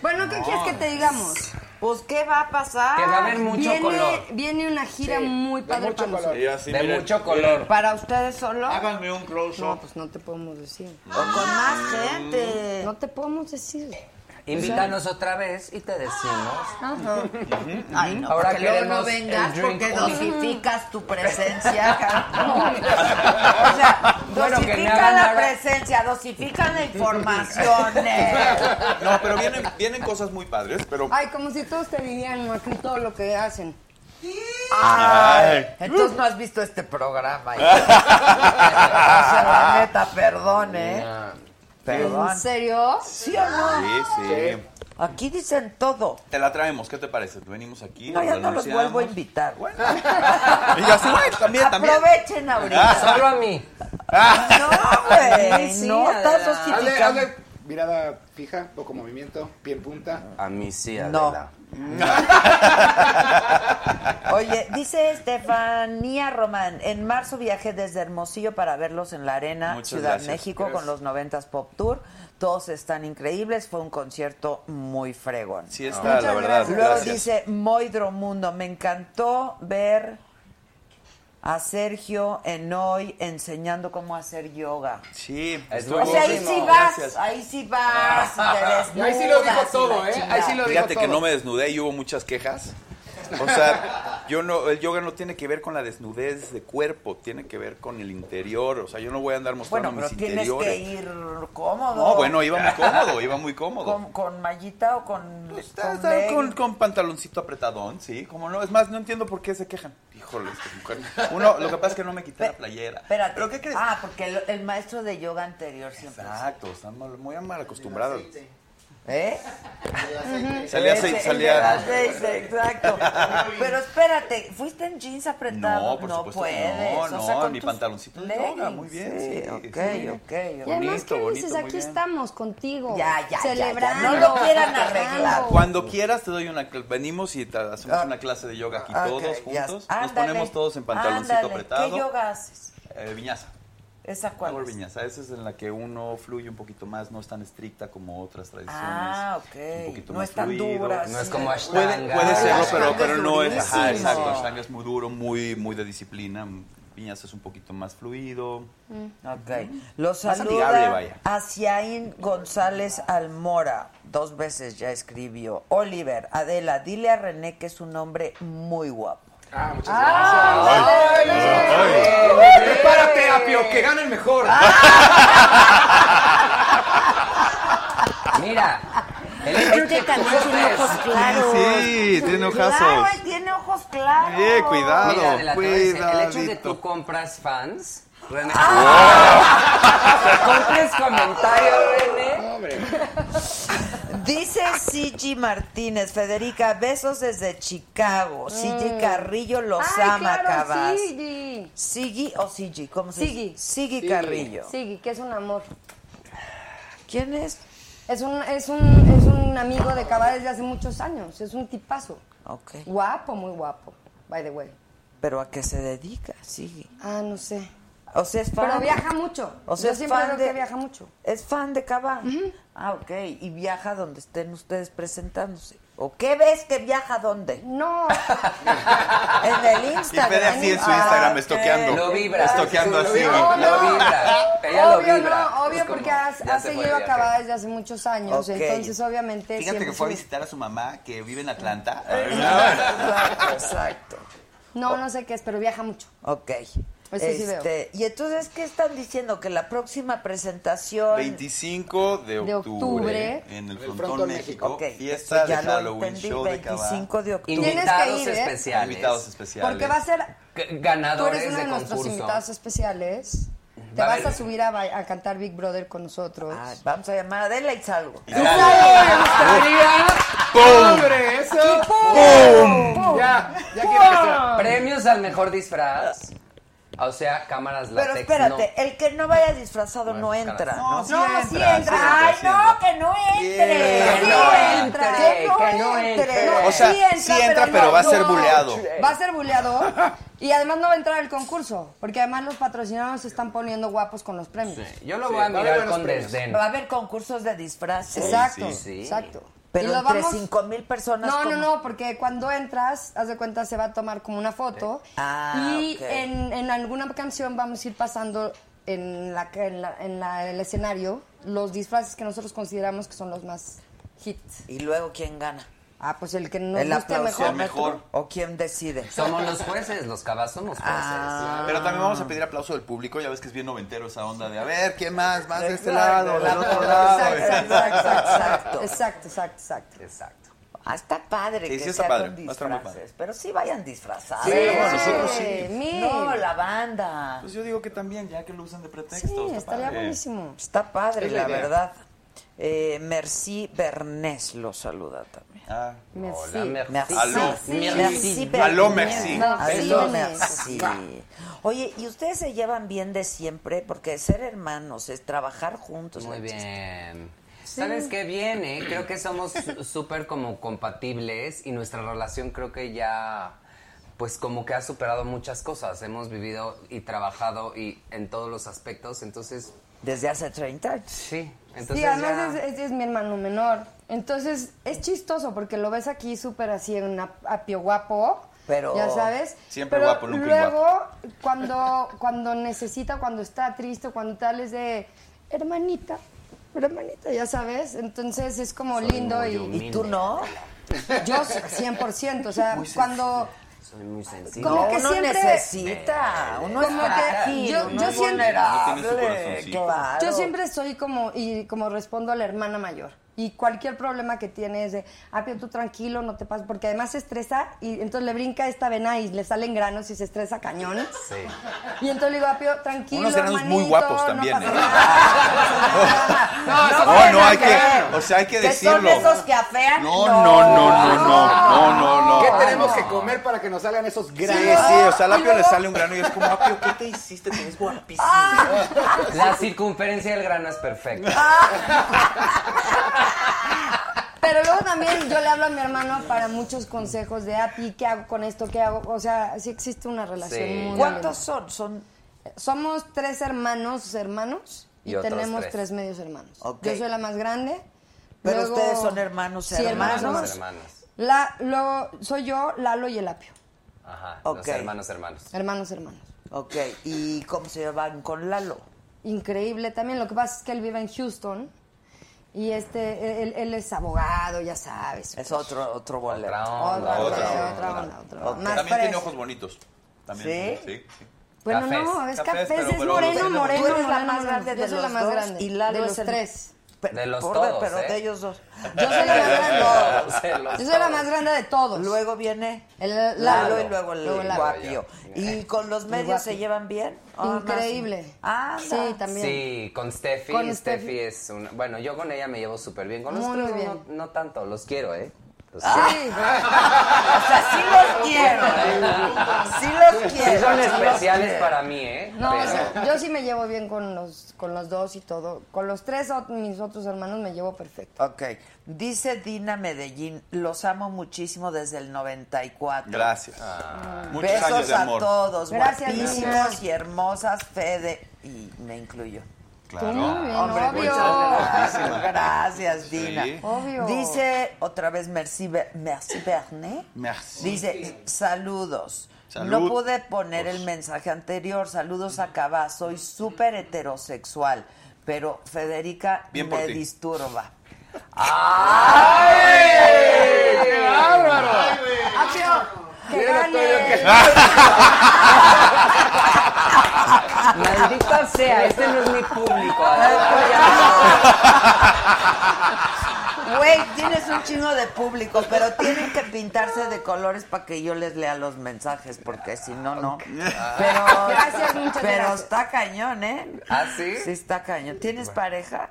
[SPEAKER 8] Bueno, ¿qué quieres que te digamos?
[SPEAKER 3] Pues, ¿qué va a pasar?
[SPEAKER 9] Que va a haber mucho
[SPEAKER 8] viene,
[SPEAKER 9] color.
[SPEAKER 8] Viene una gira muy padre para nosotros.
[SPEAKER 9] Y así, De miren, mucho color.
[SPEAKER 8] ¿Para ustedes solo?
[SPEAKER 9] Háganme un close-up.
[SPEAKER 8] No, pues no te podemos decir.
[SPEAKER 9] O con más gente.
[SPEAKER 8] No te podemos decir.
[SPEAKER 12] Invítanos otra vez y te decimos.
[SPEAKER 8] Ajá.
[SPEAKER 3] Ay, no,
[SPEAKER 12] Ahora
[SPEAKER 3] Ahora que luego no
[SPEAKER 12] queremos
[SPEAKER 3] vengas
[SPEAKER 12] el drink
[SPEAKER 3] porque
[SPEAKER 12] only.
[SPEAKER 3] dosificas tu presencia. cabrón. [LAUGHS] o sea,
[SPEAKER 9] Bueno, que me
[SPEAKER 3] dosifica
[SPEAKER 9] hagan
[SPEAKER 3] la
[SPEAKER 9] ahora-
[SPEAKER 3] presencia, dosifica la información. eh.
[SPEAKER 10] No, pero vienen, vienen cosas muy padres, pero
[SPEAKER 8] Ay, como si todos te dirían aquí todo lo que hacen.
[SPEAKER 3] Ay,
[SPEAKER 10] Ay.
[SPEAKER 3] entonces no has visto este
[SPEAKER 9] [LAUGHS]
[SPEAKER 3] programa. hija. o sea, la neta, perdón, ¿eh? Perdón.
[SPEAKER 8] ¿En serio?
[SPEAKER 3] ¿Sí o no?
[SPEAKER 10] sí, sí.
[SPEAKER 3] Aquí dicen todo.
[SPEAKER 10] Te la traemos, ¿qué te parece? Venimos aquí.
[SPEAKER 3] No, ya
[SPEAKER 10] nos
[SPEAKER 3] no los
[SPEAKER 10] anunciamos.
[SPEAKER 3] vuelvo a invitar.
[SPEAKER 10] [LAUGHS] Y así, bueno, también, también.
[SPEAKER 3] Aprovechen ahorita.
[SPEAKER 10] Ah, solo
[SPEAKER 12] a mí.
[SPEAKER 10] Ah.
[SPEAKER 3] No, güey, no, estás
[SPEAKER 11] Hazle,
[SPEAKER 3] justificando.
[SPEAKER 11] hazle mirada fija, poco movimiento, pie en punta.
[SPEAKER 12] A mí sí,
[SPEAKER 11] No.
[SPEAKER 12] Adela.
[SPEAKER 3] Oye, dice Estefanía Román, en marzo viajé desde Hermosillo para verlos en la Arena,
[SPEAKER 12] Muchas
[SPEAKER 3] Ciudad
[SPEAKER 12] gracias.
[SPEAKER 3] México,
[SPEAKER 12] Gracias.
[SPEAKER 3] con los 90s Pop Tour. Todos están increíbles, fue un concierto muy fregón.
[SPEAKER 10] Sí está, la Muchas verdad, gracias.
[SPEAKER 3] Luego
[SPEAKER 10] gracias.
[SPEAKER 3] dice Moidro Mundo, me encantó ver a Sergio en hoy enseñando cómo hacer yoga.
[SPEAKER 10] Sí,
[SPEAKER 3] o sea, ahí sí vas, ahí sí vas, y te
[SPEAKER 11] [LAUGHS] Ahí sí lo dijo
[SPEAKER 3] desnudas y
[SPEAKER 11] todo,
[SPEAKER 3] la
[SPEAKER 11] ¿eh?
[SPEAKER 3] chingada.
[SPEAKER 11] Ahí sí lo dijo
[SPEAKER 10] Fíjate que no me desnudé y hubo muchas quejas. O sea, yo no, el yoga no tiene que ver con la desnudez de cuerpo, tiene que ver con el interior. O sea, yo no voy a andar mostrando
[SPEAKER 3] Bueno, pero
[SPEAKER 10] mis
[SPEAKER 3] tienes
[SPEAKER 10] interiores.
[SPEAKER 3] que ir cómodo.
[SPEAKER 10] No, bueno, iba muy cómodo,
[SPEAKER 3] [LAUGHS]
[SPEAKER 10] iba muy cómodo. Pues,
[SPEAKER 3] ¿Con, con mallita o con.?
[SPEAKER 10] Está-
[SPEAKER 3] con
[SPEAKER 10] Ah, está
[SPEAKER 3] legging?
[SPEAKER 10] con, con pantaloncito apretadón, sí, como no. Es más, no entiendo por qué se quejan. Híjole, esta mujer. Uno, lo que pasa es que no me quité la playera.
[SPEAKER 3] Espérate. ¿Pero qué crees? Ah, porque el, el maestro de yoga anterior siempre.
[SPEAKER 10] Exacto, están mal- muy mal acostumbradas.
[SPEAKER 3] ¿Eh?
[SPEAKER 10] Salía
[SPEAKER 3] Ese,
[SPEAKER 10] aceite,
[SPEAKER 3] el
[SPEAKER 10] salía-
[SPEAKER 3] del aceite, exacto. Pero espérate, ¿fuiste en jeans apretado?
[SPEAKER 10] No, por supuesto que
[SPEAKER 3] puedes.
[SPEAKER 10] no,
[SPEAKER 3] o sea,
[SPEAKER 10] no,
[SPEAKER 3] con
[SPEAKER 10] mi
[SPEAKER 3] tus
[SPEAKER 10] pantaloncito de
[SPEAKER 3] leggings.
[SPEAKER 10] yoga, muy bien,
[SPEAKER 3] Sí,
[SPEAKER 10] sí,
[SPEAKER 3] ok,
[SPEAKER 10] sí.
[SPEAKER 3] ok.
[SPEAKER 8] Y además, ¿qué
[SPEAKER 10] bonito,
[SPEAKER 8] dices?
[SPEAKER 10] muy
[SPEAKER 8] Aquí
[SPEAKER 10] bien.
[SPEAKER 8] estamos contigo.
[SPEAKER 3] Ya, ya, ya, ya.
[SPEAKER 8] Celebrando.
[SPEAKER 3] No lo quieran arreglar.
[SPEAKER 10] Cuando quieras te doy una cl- venimos y te hacemos una clase de yoga aquí
[SPEAKER 3] Ah. Ok,
[SPEAKER 10] todos
[SPEAKER 3] ya.
[SPEAKER 10] juntos. Nos
[SPEAKER 3] Ándale,
[SPEAKER 10] ponemos todos en pantaloncito
[SPEAKER 3] ándale.
[SPEAKER 10] apretado.
[SPEAKER 3] ¿Qué yoga haces?
[SPEAKER 10] Eh, viñaza.
[SPEAKER 3] ¿Esa cuál?
[SPEAKER 10] Power
[SPEAKER 3] es?
[SPEAKER 10] viñaza, esa es en la que uno fluye un poquito más, no es tan estricta como otras tradiciones.
[SPEAKER 3] Ah,
[SPEAKER 10] Un
[SPEAKER 3] ok.
[SPEAKER 10] poquito
[SPEAKER 3] No
[SPEAKER 10] más
[SPEAKER 3] es tan
[SPEAKER 10] fluido.
[SPEAKER 3] dura.
[SPEAKER 12] No
[SPEAKER 3] sí.
[SPEAKER 12] es como
[SPEAKER 10] Puede,
[SPEAKER 12] Ashtanga.
[SPEAKER 10] puede
[SPEAKER 12] Ay,
[SPEAKER 10] serlo,
[SPEAKER 12] Ashtanga
[SPEAKER 10] pero,
[SPEAKER 12] es
[SPEAKER 10] pero no es. Ajá,
[SPEAKER 12] durísimo.
[SPEAKER 10] exacto. Ashtanga es muy duro, muy, muy de disciplina. Viñaza es un poquito más fluido.
[SPEAKER 3] Ok. Los
[SPEAKER 10] Más amigable,
[SPEAKER 3] saluda
[SPEAKER 10] vaya.
[SPEAKER 3] Asiaín González Almora. Dos veces ya escribió. Oliver, Adela, dile a René que es un hombre muy guapo.
[SPEAKER 11] Ah, muchas
[SPEAKER 8] Ah,
[SPEAKER 3] Ay,
[SPEAKER 11] gracias.
[SPEAKER 3] ay,
[SPEAKER 11] Ay,
[SPEAKER 3] ay.
[SPEAKER 11] Prepárate, Apio, que gane el mejor.
[SPEAKER 3] Ah,
[SPEAKER 12] Mira, el hecho
[SPEAKER 3] Es
[SPEAKER 12] de
[SPEAKER 3] que
[SPEAKER 12] que
[SPEAKER 3] también
[SPEAKER 12] tú
[SPEAKER 3] tiene ojos
[SPEAKER 12] estés-
[SPEAKER 3] claros.
[SPEAKER 10] Sí, tiene ojazos.
[SPEAKER 3] Claro, él tiene ojos claros.
[SPEAKER 10] Eh, cuidado,
[SPEAKER 12] Mira, de la cabeza, el hecho de
[SPEAKER 10] cuidadito.
[SPEAKER 12] tú compras fans, René. [LAUGHS] compres comentario, René.
[SPEAKER 3] [LAUGHS] Dice Sigi Martínez, Federica, besos desde Chicago. Sigi Carrillo los
[SPEAKER 8] Mm. Ay,
[SPEAKER 3] ama,
[SPEAKER 8] claro,
[SPEAKER 3] cabas. Oh,
[SPEAKER 8] Sigui.
[SPEAKER 3] Sigui o Sigi, ¿cómo se
[SPEAKER 8] Sigui.
[SPEAKER 3] dice? Sigui. Carrillo.
[SPEAKER 8] Sigui, que es un amor.
[SPEAKER 3] ¿Quién es?
[SPEAKER 8] Es un, es un, es un amigo de Cabá desde hace muchos años. Es un tipazo.
[SPEAKER 3] Ok.
[SPEAKER 8] Guapo, muy guapo. By the way.
[SPEAKER 3] ¿Pero a qué se dedica? Sigui.
[SPEAKER 8] Ah, no sé.
[SPEAKER 3] O sea, es fan.
[SPEAKER 8] Pero viaja mucho.
[SPEAKER 3] O sea,
[SPEAKER 8] Yo
[SPEAKER 3] es
[SPEAKER 8] siempre
[SPEAKER 3] fan
[SPEAKER 8] veo
[SPEAKER 3] de-
[SPEAKER 8] que viaja mucho.
[SPEAKER 3] Es fan de Cava. Ah, ok. Y viaja donde estén ustedes presentándose. ¿O qué ves que viaja dónde?
[SPEAKER 8] No.
[SPEAKER 3] [LAUGHS] en el Instagram.
[SPEAKER 10] Y Fede así en su Instagram, estoqueando.
[SPEAKER 12] Lo vibra.
[SPEAKER 10] Estoqueando
[SPEAKER 12] Lo
[SPEAKER 10] así.
[SPEAKER 12] vibra.
[SPEAKER 10] güey.
[SPEAKER 12] Lo
[SPEAKER 10] [LAUGHS]
[SPEAKER 12] vibra. Ella lo
[SPEAKER 8] obvio
[SPEAKER 12] vibra.
[SPEAKER 8] no, obvio
[SPEAKER 12] Es como,
[SPEAKER 8] porque has-
[SPEAKER 10] ya
[SPEAKER 8] ha
[SPEAKER 10] se
[SPEAKER 8] seguido
[SPEAKER 10] fue de
[SPEAKER 8] acabada
[SPEAKER 10] viaje.
[SPEAKER 8] desde hace muchos años,
[SPEAKER 10] Ok.
[SPEAKER 8] entonces obviamente
[SPEAKER 10] Fíjate que
[SPEAKER 8] siempre
[SPEAKER 10] fue a
[SPEAKER 8] sube.
[SPEAKER 10] visitar a su mamá que vive en Atlanta.
[SPEAKER 3] Exacto, exacto.
[SPEAKER 8] No, no sé qué es, pero viaja mucho.
[SPEAKER 3] Ok.
[SPEAKER 8] Ese sí veo.
[SPEAKER 3] Este, Y entonces, ¿qué están diciendo? Que la próxima presentación...
[SPEAKER 10] 25 de octubre,
[SPEAKER 3] De octubre.
[SPEAKER 10] en el
[SPEAKER 3] El
[SPEAKER 10] Frontón,
[SPEAKER 3] Frontón
[SPEAKER 10] México,
[SPEAKER 3] México. Ok,
[SPEAKER 10] fiesta
[SPEAKER 3] eso ya
[SPEAKER 10] de
[SPEAKER 3] lo
[SPEAKER 10] Halloween,
[SPEAKER 3] entendí,
[SPEAKER 10] show de Cava.
[SPEAKER 3] 25 de octubre.
[SPEAKER 8] Tienes
[SPEAKER 12] Invitados
[SPEAKER 8] que ir, ¿eh?
[SPEAKER 12] especiales.
[SPEAKER 10] Invitados especiales.
[SPEAKER 8] Porque va a ser
[SPEAKER 12] G- ganadores
[SPEAKER 8] Tú eres uno de,
[SPEAKER 12] de
[SPEAKER 8] nuestros
[SPEAKER 12] concurso.
[SPEAKER 8] invitados especiales. Te
[SPEAKER 12] Va a
[SPEAKER 8] vas
[SPEAKER 12] haber-
[SPEAKER 8] a subir a, ba- a cantar Big Brother con nosotros.
[SPEAKER 3] vamos a llamar a Adela y salgo.
[SPEAKER 12] ¡Pobre eso!
[SPEAKER 8] ¡Pum!
[SPEAKER 12] Ya,
[SPEAKER 8] ya quiero que sea.
[SPEAKER 12] Premios al mejor disfraz. O sea, cámaras
[SPEAKER 3] Pero
[SPEAKER 12] látex,
[SPEAKER 3] espérate, el que no vaya disfrazado no entra.
[SPEAKER 12] No,
[SPEAKER 3] No,
[SPEAKER 12] sí No, entra, sí entra. sí entra,
[SPEAKER 3] Ay,
[SPEAKER 12] sí
[SPEAKER 3] no, que no entre.
[SPEAKER 12] Que no entre, que no entre.
[SPEAKER 8] No,
[SPEAKER 10] O sea,
[SPEAKER 8] sí
[SPEAKER 10] sí
[SPEAKER 8] entra,
[SPEAKER 10] entra,
[SPEAKER 8] pero
[SPEAKER 10] pero
[SPEAKER 8] no-
[SPEAKER 10] va a ser
[SPEAKER 8] no.
[SPEAKER 10] buleado.
[SPEAKER 8] Va a ser buleado y además no va a entrar al concurso, porque además los patrocinadores se están poniendo guapos con los premios.
[SPEAKER 12] Sí, yo lo voy a mirar con desdén.
[SPEAKER 3] Va a haber concursos de disfraces.
[SPEAKER 8] Exacto, Sí, sí. exacto. Y
[SPEAKER 3] Pero
[SPEAKER 8] lo
[SPEAKER 3] entre
[SPEAKER 8] vamos-
[SPEAKER 3] 5 mil personas.
[SPEAKER 8] No, no,
[SPEAKER 3] ¿cómo?
[SPEAKER 8] no, porque cuando entras, haz de cuenta, se va a tomar como una foto.
[SPEAKER 3] Ah,
[SPEAKER 8] y
[SPEAKER 3] ok.
[SPEAKER 8] en, en alguna canción vamos a ir pasando en, la, en, la- en la- el escenario los disfraces que nosotros consideramos que son los más hits.
[SPEAKER 3] Y luego, ¿quién gana?
[SPEAKER 8] Ah, pues el que nos
[SPEAKER 3] El
[SPEAKER 8] guste
[SPEAKER 3] aplauso
[SPEAKER 8] mejor.
[SPEAKER 10] mejor.
[SPEAKER 3] ¿O quién decide?
[SPEAKER 12] Somos los jueces, los cabas somos jueces.
[SPEAKER 10] Ah. Pero también vamos a pedir aplauso del público, ya ves que es bien noventero esa onda de a ver quién más, más de este
[SPEAKER 3] Exacto,
[SPEAKER 10] lado, del otro
[SPEAKER 3] exacto,
[SPEAKER 10] lado.
[SPEAKER 3] exacto,
[SPEAKER 8] Exacto,
[SPEAKER 3] exacto,
[SPEAKER 8] exacto, exacto.
[SPEAKER 12] Exacto.
[SPEAKER 3] Ah, está padre
[SPEAKER 10] Sí,
[SPEAKER 3] que
[SPEAKER 10] sí está
[SPEAKER 3] sea
[SPEAKER 10] padre,
[SPEAKER 3] con
[SPEAKER 10] va a estar muy
[SPEAKER 3] disfraces, pero sí vayan disfrazados.
[SPEAKER 10] Sí, bueno, nosotros
[SPEAKER 3] Eh,
[SPEAKER 10] sí.
[SPEAKER 8] mil.
[SPEAKER 3] No, la banda.
[SPEAKER 10] Pues yo digo que también, ya que lo usan de pretexto.
[SPEAKER 8] Sí,
[SPEAKER 10] está
[SPEAKER 8] estaría
[SPEAKER 10] padre.
[SPEAKER 8] buenísimo.
[SPEAKER 3] Está padre,
[SPEAKER 10] Es
[SPEAKER 3] la,
[SPEAKER 10] la idea.
[SPEAKER 3] verdad. Eh, Merci Bernés lo saluda también.
[SPEAKER 10] Ah,
[SPEAKER 12] Hola, merci.
[SPEAKER 3] Merci. Ah,
[SPEAKER 12] Aló,
[SPEAKER 3] Merci. Ah,
[SPEAKER 12] merci.
[SPEAKER 3] Bernés.
[SPEAKER 12] Aló, merci.
[SPEAKER 3] Aló, merci.
[SPEAKER 12] Merci.
[SPEAKER 3] Oye, ¿y ustedes se llevan bien de siempre? Porque ser hermanos es trabajar juntos.
[SPEAKER 12] Muy
[SPEAKER 3] ¿no?
[SPEAKER 12] bien.
[SPEAKER 3] Sí.
[SPEAKER 12] ¿Sabes qué bien, eh? Creo que somos su- súper como compatibles y nuestra relación creo que ya, pues como que ha superado muchas cosas. Hemos vivido y trabajado y en todos los aspectos, entonces...
[SPEAKER 3] Desde hace 30 años.
[SPEAKER 12] Sí, entonces
[SPEAKER 8] Sí, además
[SPEAKER 12] ya-
[SPEAKER 8] es, es- es mi hermano menor. Entonces es chistoso porque lo ves aquí súper así en un ap- apio guapo.
[SPEAKER 3] Pero-
[SPEAKER 8] ya sabes.
[SPEAKER 10] Siempre
[SPEAKER 8] Pero
[SPEAKER 10] guapo, nunca
[SPEAKER 8] luego, cuando cuando necesita, cuando está triste, cuando tal es de hermanita, hermanita, ya sabes. Entonces es como
[SPEAKER 12] Soy
[SPEAKER 8] lindo
[SPEAKER 12] muy
[SPEAKER 8] y,
[SPEAKER 12] humilde.
[SPEAKER 8] y tú no. Yo sí, 100%, o sea, cuando
[SPEAKER 12] Soy muy sensible.
[SPEAKER 8] como
[SPEAKER 3] No,
[SPEAKER 8] que
[SPEAKER 3] uno
[SPEAKER 8] siempre
[SPEAKER 3] necesita, uno es
[SPEAKER 8] Como que
[SPEAKER 3] frágil,
[SPEAKER 8] yo-
[SPEAKER 3] uno
[SPEAKER 8] yo
[SPEAKER 10] No tiene
[SPEAKER 8] siempre-
[SPEAKER 3] es
[SPEAKER 10] su
[SPEAKER 3] vulnerable,
[SPEAKER 10] corazoncito.
[SPEAKER 3] claro.
[SPEAKER 8] Yo siempre soy como, y como respondo a la hermana mayor. Y cualquier problema que tiene es de, ah, pero tú tranquilo, no te pases, porque además se estresa y entonces le brinca esta vena y le salen granos y se estresa cañón.
[SPEAKER 12] Sí.
[SPEAKER 8] Y entonces le digo, apio, tranquilo.
[SPEAKER 10] Unos enanos muy
[SPEAKER 8] hermanito,
[SPEAKER 10] guapos
[SPEAKER 8] no
[SPEAKER 10] también,
[SPEAKER 8] pasa
[SPEAKER 10] ¿eh?
[SPEAKER 8] nada".
[SPEAKER 3] No, eso
[SPEAKER 10] No,
[SPEAKER 3] tiene
[SPEAKER 10] no,
[SPEAKER 3] nada
[SPEAKER 10] hay que,
[SPEAKER 3] ver.
[SPEAKER 10] o sea, hay que
[SPEAKER 3] ¿Que son
[SPEAKER 10] decirlo.
[SPEAKER 3] esos que afean?
[SPEAKER 10] No, no, no, no, no, no, no,
[SPEAKER 11] ¿Qué
[SPEAKER 10] no.
[SPEAKER 11] tenemos que comer para que nos salgan esos
[SPEAKER 10] Sí,
[SPEAKER 11] granos?
[SPEAKER 10] sí, o sea, al apio le sale un grano y es como, apio, [LAUGHS] ¿qué te hiciste? Te ves guapísimo.
[SPEAKER 3] Ah.
[SPEAKER 8] [LAUGHS]
[SPEAKER 12] La circunferencia del grano es perfecta.
[SPEAKER 8] Pero luego también yo le hablo a mi hermano para muchos consejos de, a ti, ¿qué hago con esto? ¿Qué hago? O sea, sí existe una relación
[SPEAKER 12] Sí.
[SPEAKER 8] muy
[SPEAKER 3] ¿Cuántos son? Son
[SPEAKER 8] Somos tres hermanos, hermanos, y,
[SPEAKER 12] Y otros
[SPEAKER 8] tenemos tres.
[SPEAKER 12] tres.
[SPEAKER 8] medios hermanos.
[SPEAKER 3] Ok.
[SPEAKER 8] Yo soy la más grande.
[SPEAKER 3] Pero
[SPEAKER 8] luego-
[SPEAKER 3] ustedes son hermanos,
[SPEAKER 8] Sí,
[SPEAKER 3] hermanos.
[SPEAKER 12] Hermanos,
[SPEAKER 8] hermanos.
[SPEAKER 12] hermanas.
[SPEAKER 8] La, luego soy yo, Lalo y el apio.
[SPEAKER 12] Ajá,
[SPEAKER 3] Ok.
[SPEAKER 12] los hermanos, hermanos.
[SPEAKER 8] Hermanos, hermanos.
[SPEAKER 3] Ok, ¿y cómo se van con Lalo?
[SPEAKER 8] Increíble también. Lo que pasa es que él vive en Houston y este, él, él es abogado, ya sabes.
[SPEAKER 3] Es otro, otro bolero.
[SPEAKER 12] Otra
[SPEAKER 8] Otra,
[SPEAKER 12] onda.
[SPEAKER 8] otra,
[SPEAKER 10] otra
[SPEAKER 8] otra,
[SPEAKER 10] onda.
[SPEAKER 8] onda, otra
[SPEAKER 3] Ok.
[SPEAKER 8] onda. Más
[SPEAKER 10] También tiene
[SPEAKER 8] fresco.
[SPEAKER 10] ojos bonitos. También.
[SPEAKER 3] ¿Sí?
[SPEAKER 10] Sí, sí.
[SPEAKER 8] Bueno,
[SPEAKER 12] Cafés.
[SPEAKER 8] no, es
[SPEAKER 10] Cafés,
[SPEAKER 8] cafés,
[SPEAKER 10] pero-
[SPEAKER 8] es
[SPEAKER 10] pero-
[SPEAKER 8] moreno,
[SPEAKER 10] pero-
[SPEAKER 8] moreno,
[SPEAKER 3] Tú eres la
[SPEAKER 8] moreno,
[SPEAKER 3] más
[SPEAKER 8] moreno.
[SPEAKER 3] grande
[SPEAKER 8] Yo
[SPEAKER 3] de
[SPEAKER 8] soy
[SPEAKER 3] los
[SPEAKER 8] la más
[SPEAKER 3] dos
[SPEAKER 8] grande.
[SPEAKER 3] y Lalo
[SPEAKER 8] de los
[SPEAKER 3] es el-
[SPEAKER 8] tres.
[SPEAKER 3] Pe-
[SPEAKER 12] De los
[SPEAKER 3] por-
[SPEAKER 12] todos,
[SPEAKER 3] Pero
[SPEAKER 12] ¿eh?
[SPEAKER 3] de ellos dos.
[SPEAKER 8] Yo soy la más grande.
[SPEAKER 12] Todos, de los
[SPEAKER 8] Yo soy la
[SPEAKER 12] todos.
[SPEAKER 8] más grande de todos.
[SPEAKER 3] Luego viene
[SPEAKER 8] El
[SPEAKER 3] Lalo,
[SPEAKER 8] Lalo.
[SPEAKER 3] y luego el
[SPEAKER 8] Luego Lalo.
[SPEAKER 3] guapio. ¿Y con los medios se
[SPEAKER 8] guapio.
[SPEAKER 3] llevan bien? Ah, más-
[SPEAKER 8] Increíble.
[SPEAKER 3] Ah,
[SPEAKER 8] sí, también.
[SPEAKER 12] Sí, con Steffi.
[SPEAKER 8] Con
[SPEAKER 12] Steffi
[SPEAKER 8] Steffi.
[SPEAKER 12] es una. Bueno, yo con ella me llevo súper bien. Con los
[SPEAKER 8] Muy
[SPEAKER 12] otros no-
[SPEAKER 8] bien.
[SPEAKER 12] No, tanto, los quiero, ¿eh? O sea,
[SPEAKER 3] Sí. O sea, sí los quiero. Sí los quiero.
[SPEAKER 12] Sí son
[SPEAKER 3] sí los
[SPEAKER 12] especiales
[SPEAKER 3] quiero.
[SPEAKER 12] para mí, ¿eh?
[SPEAKER 8] No,
[SPEAKER 12] Pero-
[SPEAKER 8] o sea, yo sí me llevo bien con los, con los dos y todo. Con los tres, o- mis otros hermanos, me llevo perfecto.
[SPEAKER 3] Ok. Dice Dina Medellín, los amo muchísimo desde el 94.
[SPEAKER 10] Gracias. Ah.
[SPEAKER 8] Ah.
[SPEAKER 10] Muchos
[SPEAKER 3] Besos
[SPEAKER 10] años de amor.
[SPEAKER 3] a todos,
[SPEAKER 8] Gracias,
[SPEAKER 3] guapísimos
[SPEAKER 8] Dina.
[SPEAKER 3] y hermosas, Fede, y me incluyo.
[SPEAKER 10] Claro.
[SPEAKER 8] Muy bien,
[SPEAKER 3] Hombre,
[SPEAKER 8] obvio.
[SPEAKER 3] muchas gracias. Gracias, Dina.
[SPEAKER 10] Sí.
[SPEAKER 8] Obvio.
[SPEAKER 3] Dice otra vez Merci, Be- Merci Bernet.
[SPEAKER 10] Merci.
[SPEAKER 3] Dice, saludos.
[SPEAKER 10] Salud. Pues.
[SPEAKER 3] No pude poner el mensaje anterior. Saludos a Cabá. Soy súper heterosexual, pero Federica
[SPEAKER 10] Bien por
[SPEAKER 3] me
[SPEAKER 10] ti.
[SPEAKER 3] disturba.
[SPEAKER 11] ¡Qué bárbaro!
[SPEAKER 8] ¡Que gane!
[SPEAKER 12] Maldita sea, este no es mi público. además.
[SPEAKER 3] Güey, tienes un chingo de público, pero tienen que pintarse de colores para que yo les lea los mensajes, porque si no, no. Pero,
[SPEAKER 8] Gracias, muchas
[SPEAKER 3] pero
[SPEAKER 8] gracias.
[SPEAKER 3] está cañón, ¿eh?
[SPEAKER 12] ¿Ah, sí?
[SPEAKER 3] Sí, está cañón. ¿Tienes pareja?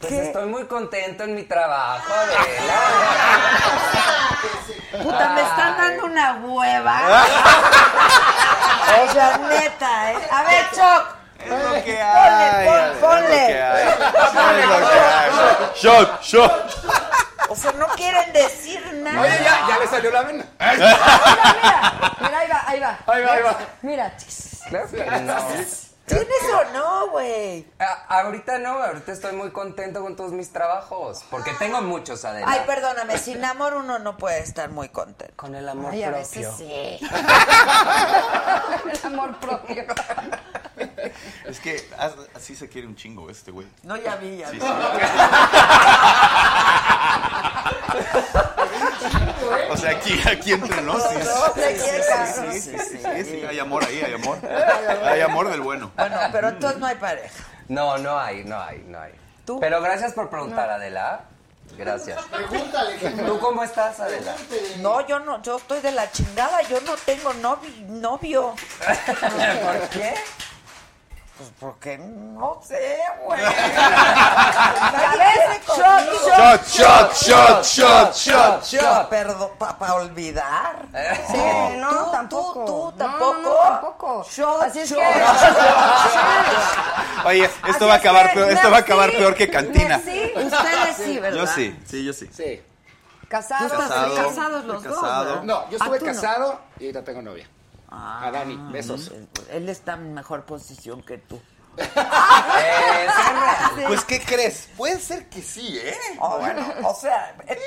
[SPEAKER 12] Pues estoy muy contento en mi trabajo, Adela.
[SPEAKER 3] Puta, me están dando una hueva. o sea, neta, ¿eh? A ver, Choc.
[SPEAKER 10] Es lo que
[SPEAKER 3] Ponle,
[SPEAKER 10] hay.
[SPEAKER 3] pon- ponle.
[SPEAKER 10] Es lo que hay. Shot, shot.
[SPEAKER 3] O sea, no quieren decir nada.
[SPEAKER 11] Oye, ya, ya le salió la vena.
[SPEAKER 8] Mira, mira, ahí va, ahí va.
[SPEAKER 11] Ahí va, ahí va.
[SPEAKER 8] Mira, chis.
[SPEAKER 12] Claro que no.
[SPEAKER 3] ¿Tienes o no, güey?
[SPEAKER 12] A- ahorita no, ahorita estoy muy contento con todos mis trabajos. Porque tengo muchos, Adela.
[SPEAKER 3] Ay, perdóname, sin amor uno no puede estar muy contento.
[SPEAKER 12] Con el amor
[SPEAKER 3] Ay, a
[SPEAKER 12] propio.
[SPEAKER 3] veces sí.
[SPEAKER 8] el amor propio.
[SPEAKER 10] Es que as- así se quiere un chingo este güey.
[SPEAKER 3] No, ya vi, ya
[SPEAKER 10] Sí,
[SPEAKER 3] vi.
[SPEAKER 10] sí. [LAUGHS] O sea, aquí, aquí entre nos. [LAUGHS] Sí,
[SPEAKER 3] No,
[SPEAKER 10] sí,
[SPEAKER 3] se quiere, cabrón.
[SPEAKER 10] sí, sí, sí, sí, sí,
[SPEAKER 3] sí.
[SPEAKER 10] Hay amor ahí, hay amor. Hay amor del bueno.
[SPEAKER 3] Bueno, pero entonces no hay pareja.
[SPEAKER 12] No, no hay, no hay, no hay.
[SPEAKER 3] ¿Tú?
[SPEAKER 12] Pero gracias por preguntar, Adela. Gracias.
[SPEAKER 5] Pregúntale, que
[SPEAKER 12] ¿Tú cómo estás, Adela?
[SPEAKER 3] No, yo no, yo estoy de la chingada, yo no tengo novi-
[SPEAKER 11] [LAUGHS]
[SPEAKER 3] novio.
[SPEAKER 12] ¿Por qué?
[SPEAKER 3] Pues porque no sé, güey.
[SPEAKER 8] A ver,
[SPEAKER 3] Shot, shot.
[SPEAKER 10] Shot, shot, shot, shot, shot.
[SPEAKER 3] Yo, perdón, para olvidar.
[SPEAKER 8] Sí, no,
[SPEAKER 3] Tú,
[SPEAKER 8] tampoco.
[SPEAKER 3] tú, tú,
[SPEAKER 8] No,
[SPEAKER 3] tampoco.
[SPEAKER 8] No, no, tampoco.
[SPEAKER 3] Shot,
[SPEAKER 8] Así es
[SPEAKER 3] shot.
[SPEAKER 8] que.
[SPEAKER 10] Oye,
[SPEAKER 8] Así
[SPEAKER 10] esto va a
[SPEAKER 8] es
[SPEAKER 10] acabar
[SPEAKER 8] que,
[SPEAKER 10] peor, esto va a acabar
[SPEAKER 8] Nancy,
[SPEAKER 10] peor que cantina.
[SPEAKER 8] Nancy,
[SPEAKER 3] Ustedes Pues sí, ¿verdad?
[SPEAKER 10] Yo sí, sí, yo sí.
[SPEAKER 11] Sí.
[SPEAKER 8] Casados,
[SPEAKER 10] Tú estás
[SPEAKER 8] casados,
[SPEAKER 10] casado.
[SPEAKER 8] los dos.
[SPEAKER 10] Casado.
[SPEAKER 8] ¿verdad?
[SPEAKER 11] No, yo
[SPEAKER 3] Ah,
[SPEAKER 11] estuve
[SPEAKER 3] tú no. [LAUGHS]
[SPEAKER 11] casado y ahorita tengo novia. A Dani, besos.
[SPEAKER 3] Ah, Él está en mejor posición que tú.
[SPEAKER 10] Pues, ¿qué crees? Puede ser que sí, ¿eh?
[SPEAKER 3] Oh, bueno, o sea,
[SPEAKER 11] [LAUGHS]
[SPEAKER 3] eh,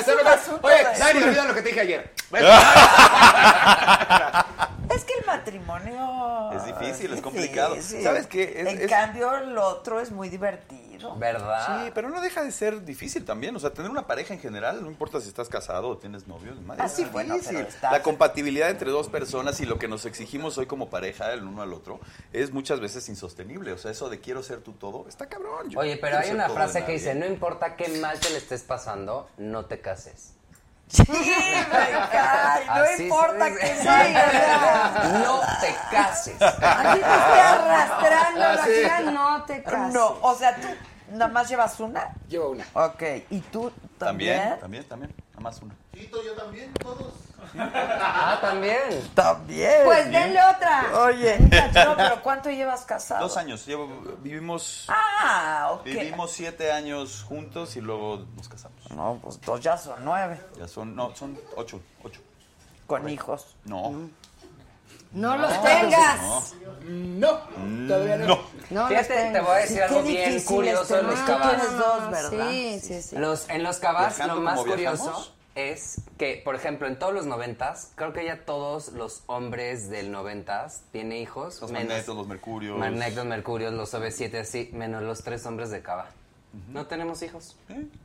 [SPEAKER 11] Esa es la- Oye, Dani, olvida lo que te dije
[SPEAKER 10] [LAUGHS]
[SPEAKER 11] ayer.
[SPEAKER 3] [LAUGHS] es que el matrimonio
[SPEAKER 10] Es difícil, es complicado. ¿Sabes qué? Es-
[SPEAKER 3] en
[SPEAKER 10] es-
[SPEAKER 3] cambio, el otro es muy divertido.
[SPEAKER 12] ¿Verdad?
[SPEAKER 10] Sí, pero no deja de ser difícil también. O sea, tener una pareja en general, no importa si estás casado o tienes novio, es más-
[SPEAKER 3] Ah,
[SPEAKER 10] es
[SPEAKER 3] sí, bueno,
[SPEAKER 10] difícil.
[SPEAKER 3] pero estás-
[SPEAKER 10] La compatibilidad entre dos personas y lo que nos exigimos hoy como pareja, el uno al otro, es muchas veces insostenible. O sea, eso de quiero ser tu todo, está cabrón. Yo
[SPEAKER 12] Oye, pero
[SPEAKER 10] no quiero
[SPEAKER 12] hay
[SPEAKER 10] ser
[SPEAKER 12] una
[SPEAKER 10] todo
[SPEAKER 12] frase
[SPEAKER 10] de
[SPEAKER 12] que dice,
[SPEAKER 10] nadie.
[SPEAKER 12] no importa qué mal te le estés pasando, no te cases.
[SPEAKER 3] Ay, no
[SPEAKER 12] Así se
[SPEAKER 3] importa
[SPEAKER 12] dice.
[SPEAKER 3] que sea.
[SPEAKER 12] No te cases.
[SPEAKER 8] Aquí te estoy arrastrando,
[SPEAKER 11] Ah,
[SPEAKER 8] la vida no te cases.
[SPEAKER 3] No, o sea, tú nada más llevas una.
[SPEAKER 11] Llevo una.
[SPEAKER 3] Ok, ¿y tú también?
[SPEAKER 10] También, también, también. Nada más una.
[SPEAKER 5] Tito, yo también, todos.
[SPEAKER 12] Ah, también.
[SPEAKER 3] También.
[SPEAKER 8] Pues denle otra.
[SPEAKER 3] Oye, no,
[SPEAKER 10] [LAUGHS]
[SPEAKER 3] pero ¿cuánto llevas casado?
[SPEAKER 10] Dos años. llevo- vivimos,
[SPEAKER 3] Ah, ok.
[SPEAKER 10] vivimos siete años juntos y luego nos casamos.
[SPEAKER 3] No, pues dos ya son nueve.
[SPEAKER 10] Ya son, no, son ocho, ocho.
[SPEAKER 3] Con hijos.
[SPEAKER 10] No,
[SPEAKER 8] No los tengas.
[SPEAKER 10] no.
[SPEAKER 11] No, todavía no.
[SPEAKER 8] No los
[SPEAKER 12] Fíjate, te
[SPEAKER 8] tengas.
[SPEAKER 12] voy a decir algo bien curioso de los
[SPEAKER 3] este tema. Tú
[SPEAKER 12] cabas.
[SPEAKER 3] tienes dos, ¿verdad?
[SPEAKER 8] Sí, sí, sí.
[SPEAKER 12] Los, en los cabas
[SPEAKER 10] Viajando
[SPEAKER 12] lo más
[SPEAKER 10] como
[SPEAKER 12] curioso
[SPEAKER 10] viajamos.
[SPEAKER 12] es que, por ejemplo, en todos los noventas, creo que ya todos los hombres del noventas tienen hijos.
[SPEAKER 10] Los
[SPEAKER 12] menos-
[SPEAKER 10] magnetos, los mercurios.
[SPEAKER 12] Magnetos, los mercurios, los OV7, así, menos los tres hombres de cava. No tenemos hijos.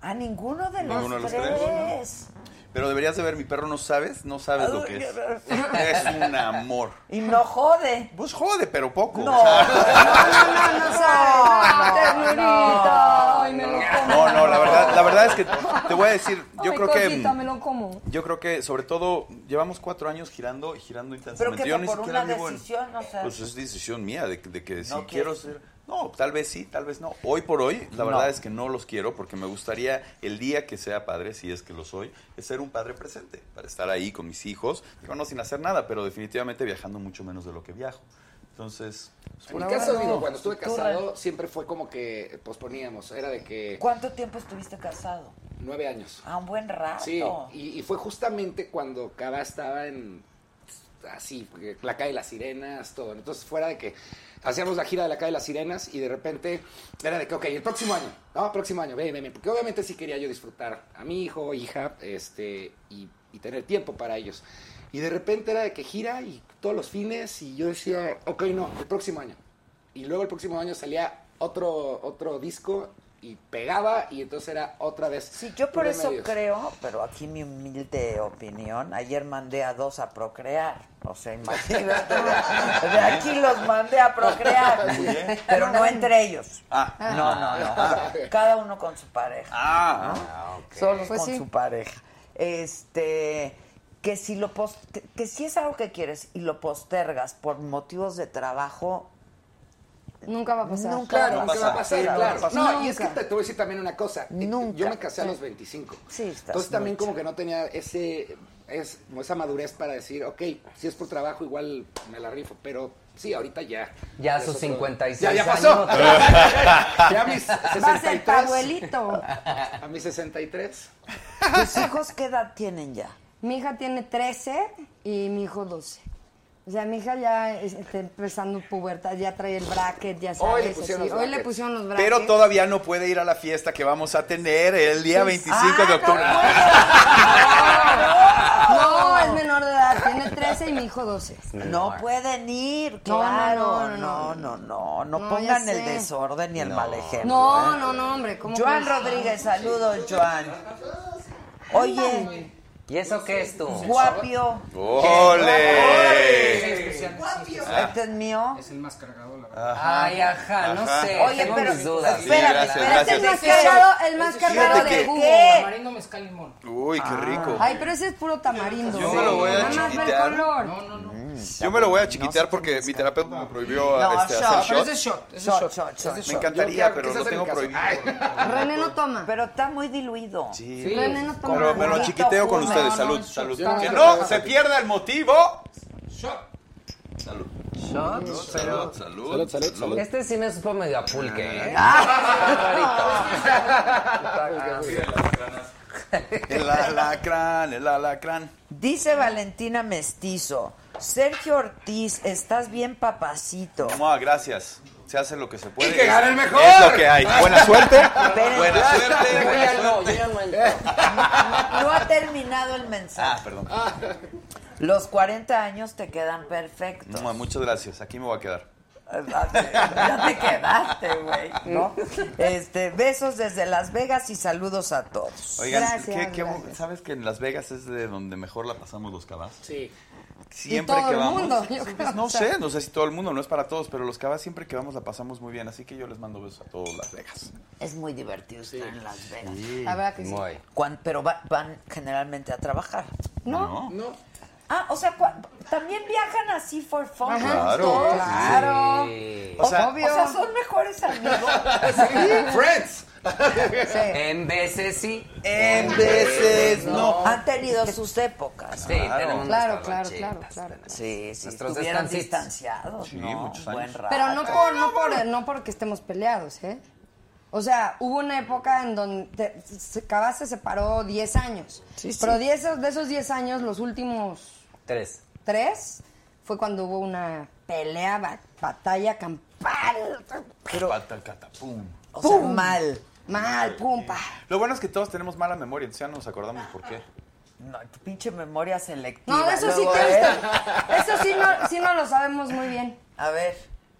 [SPEAKER 3] A ninguno de los
[SPEAKER 10] Ninguno de los
[SPEAKER 3] tres.
[SPEAKER 10] tres. Pero deberías de ver, mi perro no sabes, no sabes lo que es. Es un amor.
[SPEAKER 3] Y no jode.
[SPEAKER 10] Pues jode, pero poco.
[SPEAKER 3] No.
[SPEAKER 8] No, no, no, no, sabes. no, ternurito. Ay, me lo como.
[SPEAKER 10] No, no, la verdad, la verdad es que te voy a decir, yo
[SPEAKER 8] Ay,
[SPEAKER 10] creo que
[SPEAKER 8] cosita, me lo como.
[SPEAKER 10] yo creo que sobre todo llevamos cuatro años girando y girando
[SPEAKER 3] Pero
[SPEAKER 10] intensamente.
[SPEAKER 3] que
[SPEAKER 10] yo
[SPEAKER 3] fue
[SPEAKER 10] ni
[SPEAKER 3] por
[SPEAKER 10] siquiera
[SPEAKER 3] una
[SPEAKER 10] me voy-
[SPEAKER 3] decisión, no sé.
[SPEAKER 10] Pues es decisión mía de, de que si
[SPEAKER 3] No
[SPEAKER 10] quiero
[SPEAKER 3] quieres.
[SPEAKER 10] ser. No, tal vez sí, tal vez no. Hoy por hoy, la
[SPEAKER 3] No.
[SPEAKER 10] verdad es que no los quiero porque me gustaría el día que sea padre, si es que lo soy, es ser un padre presente para estar ahí con mis hijos, digo, no sin hacer nada, pero definitivamente viajando mucho menos de lo que viajo. Entonces, pues,
[SPEAKER 11] En
[SPEAKER 10] por
[SPEAKER 11] mi
[SPEAKER 10] ahora
[SPEAKER 11] caso,
[SPEAKER 10] no.
[SPEAKER 11] digo, cuando estuve
[SPEAKER 3] Tú, Ray.
[SPEAKER 11] casado, siempre fue como que posponíamos. Era de que
[SPEAKER 3] ¿Cuánto tiempo estuviste casado?
[SPEAKER 11] nueve años.
[SPEAKER 3] Ah, un buen rato.
[SPEAKER 11] Sí, y, y fue justamente cuando Cava estaba en así, porque la calle de las sirenas, todo. Entonces, fuera de que hacíamos la gira de la calle de las sirenas y de repente era de que, ok, el próximo año, no, próximo año, ven, ven, ven, porque obviamente sí quería yo disfrutar a mi hijo, hija, este, y, y tener tiempo para ellos. Y de repente era de que gira y todos los fines y yo decía, ok, no, el próximo año. Y luego el próximo año salía otro, otro disco y pegaba y entonces era otra vez. Sí,
[SPEAKER 3] Yo por eso creo, pero aquí mi humilde opinión, ayer mandé a dos a procrear. O sea, imagínate, de,
[SPEAKER 10] [LAUGHS]
[SPEAKER 3] de aquí los mandé a procrear.
[SPEAKER 10] Muy bien.
[SPEAKER 3] Pero no entre ellos.
[SPEAKER 10] Ah.
[SPEAKER 3] No, no, no.
[SPEAKER 10] Ah.
[SPEAKER 3] Cada uno con su pareja.
[SPEAKER 10] Ah.
[SPEAKER 3] ¿no?
[SPEAKER 10] Ah, ok.
[SPEAKER 3] Solos
[SPEAKER 10] Pues
[SPEAKER 3] con
[SPEAKER 10] sí.
[SPEAKER 3] su pareja. Este, que si lo pos- que, que si es algo que quieres y lo postergas por motivos de trabajo,
[SPEAKER 8] Nunca va a pasar.
[SPEAKER 3] Nunca Claro, va a nunca
[SPEAKER 11] va a pasar,
[SPEAKER 3] Sí,
[SPEAKER 11] claro.
[SPEAKER 3] va a pasar.
[SPEAKER 11] No, y es que te, te voy a decir también una cosa. Eh, Yo me casé a
[SPEAKER 3] Sí.
[SPEAKER 11] los 25.
[SPEAKER 3] Sí, estás
[SPEAKER 11] Entonces también
[SPEAKER 3] muy
[SPEAKER 11] como que no tenía ese es, como esa madurez para decir, ok, si es por trabajo igual me la rifo, pero sí, ahorita ya.
[SPEAKER 12] Ya a
[SPEAKER 11] es
[SPEAKER 12] sus
[SPEAKER 11] otro-
[SPEAKER 12] 56
[SPEAKER 11] Ya, ya
[SPEAKER 12] años. [LAUGHS]
[SPEAKER 11] pasó. ya a mis
[SPEAKER 8] Va a ser tu
[SPEAKER 11] 63.
[SPEAKER 8] abuelito.
[SPEAKER 11] A mis 63.
[SPEAKER 10] [LAUGHS]
[SPEAKER 3] ¿tus hijos qué edad tienen ya?
[SPEAKER 8] Mi hija tiene 13 y mi hijo 12. O sea, mi hija ya es- está empezando pubertad, ya trae el bracket, ya sabes.
[SPEAKER 11] le pusieron
[SPEAKER 8] así.
[SPEAKER 11] los
[SPEAKER 8] Hoy le
[SPEAKER 11] brackets.
[SPEAKER 8] pusieron los brackets.
[SPEAKER 10] Pero todavía no puede ir a la fiesta que vamos a tener el día 25 de octubre.
[SPEAKER 8] No, es menor de edad. Tiene 13 y mi hijo 12.
[SPEAKER 3] No pueden ir,
[SPEAKER 8] No, no,
[SPEAKER 3] claro.
[SPEAKER 8] no,
[SPEAKER 3] No, no, no, no.
[SPEAKER 8] No,
[SPEAKER 3] pongan
[SPEAKER 8] ya
[SPEAKER 3] el
[SPEAKER 8] sé.
[SPEAKER 3] desorden ni el mal ejemplo.
[SPEAKER 8] No,
[SPEAKER 3] ¿eh?
[SPEAKER 8] no, no, hombre. ¿cómo
[SPEAKER 3] Joan
[SPEAKER 8] crees?
[SPEAKER 3] Rodríguez, saludos, Joan. Oye,
[SPEAKER 12] ¿Y eso qué es tú?
[SPEAKER 3] guapio.
[SPEAKER 10] ¡Ole!
[SPEAKER 3] ¿Este es mío? Es el más cargado, la verdad.
[SPEAKER 12] Ay, ajá, no sé.
[SPEAKER 3] Oye,
[SPEAKER 12] tengo
[SPEAKER 3] pero
[SPEAKER 12] mis dudas.
[SPEAKER 10] Sí, gracias,
[SPEAKER 8] Este es el más
[SPEAKER 10] gracias.
[SPEAKER 8] cargado, el más cargado
[SPEAKER 10] Fíjate
[SPEAKER 8] de
[SPEAKER 10] que-
[SPEAKER 8] Google.
[SPEAKER 14] Tamarindo, mezcal, limón.
[SPEAKER 10] Uy, qué rico.
[SPEAKER 8] Ay, pero ese es puro tamarindo.
[SPEAKER 10] Yo me lo voy a
[SPEAKER 8] Nada más ve el
[SPEAKER 10] chiquitear.
[SPEAKER 8] color.
[SPEAKER 10] Yo me lo voy a chiquitear porque mi terapeuta me prohibió
[SPEAKER 3] No,
[SPEAKER 10] este,
[SPEAKER 3] shot.
[SPEAKER 10] hacer
[SPEAKER 3] Pero
[SPEAKER 10] shot.
[SPEAKER 3] ese es shot, ese es Shot, shot, shot.
[SPEAKER 10] Me
[SPEAKER 3] shot.
[SPEAKER 10] encantaría,
[SPEAKER 11] Yo creo que
[SPEAKER 10] pero
[SPEAKER 11] ese
[SPEAKER 10] lo
[SPEAKER 11] es
[SPEAKER 10] tengo
[SPEAKER 11] mi caso.
[SPEAKER 10] prohibido.
[SPEAKER 8] René no toma.
[SPEAKER 3] Pero está muy diluido.
[SPEAKER 10] Sí.
[SPEAKER 8] René no toma.
[SPEAKER 10] Pero me lo
[SPEAKER 3] Juguito,
[SPEAKER 10] chiquiteo con
[SPEAKER 3] jugo.
[SPEAKER 10] ustedes.
[SPEAKER 3] No, no,
[SPEAKER 10] salud,
[SPEAKER 3] no,
[SPEAKER 10] salud.
[SPEAKER 11] yo no
[SPEAKER 10] que
[SPEAKER 11] me
[SPEAKER 10] no
[SPEAKER 11] lo-
[SPEAKER 10] se pierda el motivo. Salud.
[SPEAKER 12] Shot.
[SPEAKER 10] Salud, salud.
[SPEAKER 11] salud, salud.
[SPEAKER 12] Este sí me supo medio a pulque, ¿eh?
[SPEAKER 10] Ah.
[SPEAKER 12] [LAUGHS]
[SPEAKER 3] Ah,
[SPEAKER 10] [LAUGHS]
[SPEAKER 3] [LAUGHS]
[SPEAKER 10] El alacrán, el alacrán.
[SPEAKER 3] Dice Valentina Mestizo. Sergio Ortiz, estás bien papacito.
[SPEAKER 10] Mua, gracias. Se hace lo que se puede.
[SPEAKER 11] Y que
[SPEAKER 10] Es-
[SPEAKER 11] gane el mejor.
[SPEAKER 10] Es lo que hay. Buena suerte.
[SPEAKER 3] Espérense.
[SPEAKER 10] Buena suerte. buena
[SPEAKER 12] Ya no,
[SPEAKER 10] suerte.
[SPEAKER 12] ya no entro.
[SPEAKER 10] [LAUGHS]
[SPEAKER 3] No ha terminado el mensaje.
[SPEAKER 10] Ah, perdón.
[SPEAKER 3] Los 40 años te quedan perfectos.
[SPEAKER 10] Mua, muchas gracias. Aquí me voy a quedar. [LAUGHS]
[SPEAKER 3] Ya te quedaste, güey, ¿no? Este, besos desde Las Vegas y saludos a todos.
[SPEAKER 10] Oigan,
[SPEAKER 8] Gracias,
[SPEAKER 10] ¿qué- qué-
[SPEAKER 8] gracias.
[SPEAKER 10] ¿sababes que en Las Vegas es de donde mejor la pasamos los cabas?
[SPEAKER 11] Sí.
[SPEAKER 10] Siempre
[SPEAKER 8] Y todo
[SPEAKER 10] que
[SPEAKER 8] el
[SPEAKER 10] vamos.
[SPEAKER 8] mundo, yo creo,
[SPEAKER 10] no
[SPEAKER 8] o sea.
[SPEAKER 10] sé, no sé si todo el mundo, no es para todos, pero los cabas siempre que vamos la pasamos muy bien. Así que yo les mando besos a todos Las Vegas.
[SPEAKER 3] Es muy divertido estar en Las Vegas.
[SPEAKER 8] La verdad que sí.
[SPEAKER 12] Muy.
[SPEAKER 3] Cuan- pero va- van generalmente a trabajar.
[SPEAKER 8] No.
[SPEAKER 11] No.
[SPEAKER 3] Ah, o sea, cua- también viajan así for fun.
[SPEAKER 8] Ajá,
[SPEAKER 10] Claro.
[SPEAKER 8] todos.
[SPEAKER 3] Claro.
[SPEAKER 12] Sí.
[SPEAKER 10] O sea,
[SPEAKER 3] O sea, son mejores amigos.
[SPEAKER 11] Friends.
[SPEAKER 12] En veces sí.
[SPEAKER 10] en veces no.
[SPEAKER 8] Ah,
[SPEAKER 3] Han tenido sus épocas.
[SPEAKER 12] Sí, tenemos
[SPEAKER 8] Claro,
[SPEAKER 12] nuestras
[SPEAKER 8] claro,
[SPEAKER 12] lonchitas,
[SPEAKER 8] claro, claro.
[SPEAKER 12] tenemos.
[SPEAKER 3] Sí, sí,
[SPEAKER 12] Nuestros
[SPEAKER 3] estuvieron
[SPEAKER 12] descansitos.
[SPEAKER 3] distanciados,
[SPEAKER 10] Sí,
[SPEAKER 3] ¿no?
[SPEAKER 10] muchos
[SPEAKER 3] Un buen
[SPEAKER 10] años.
[SPEAKER 3] rato.
[SPEAKER 8] Pero no por, no por, no porque estemos peleados, ¿eh? O sea, hubo una época en donde te- se, Cabá se separó 10 años.
[SPEAKER 3] Sí, sí.
[SPEAKER 8] Pero 10 de esos 10 años, los últimos
[SPEAKER 12] Tres.
[SPEAKER 8] 3, fue cuando hubo una pelea, ba- batalla campal.
[SPEAKER 10] Pata, catapum.
[SPEAKER 3] O sea, mal.
[SPEAKER 8] Mal, pum, pa.
[SPEAKER 10] Lo bueno es que todos tenemos mala memoria, entonces ya no nos acordamos por qué.
[SPEAKER 3] No, tu pinche memoria selectiva.
[SPEAKER 8] No, de eso sí
[SPEAKER 3] Luego,
[SPEAKER 10] ¿eh?
[SPEAKER 3] a ver,
[SPEAKER 8] que Eso sí no, sí no lo sabemos muy bien.
[SPEAKER 3] A ver.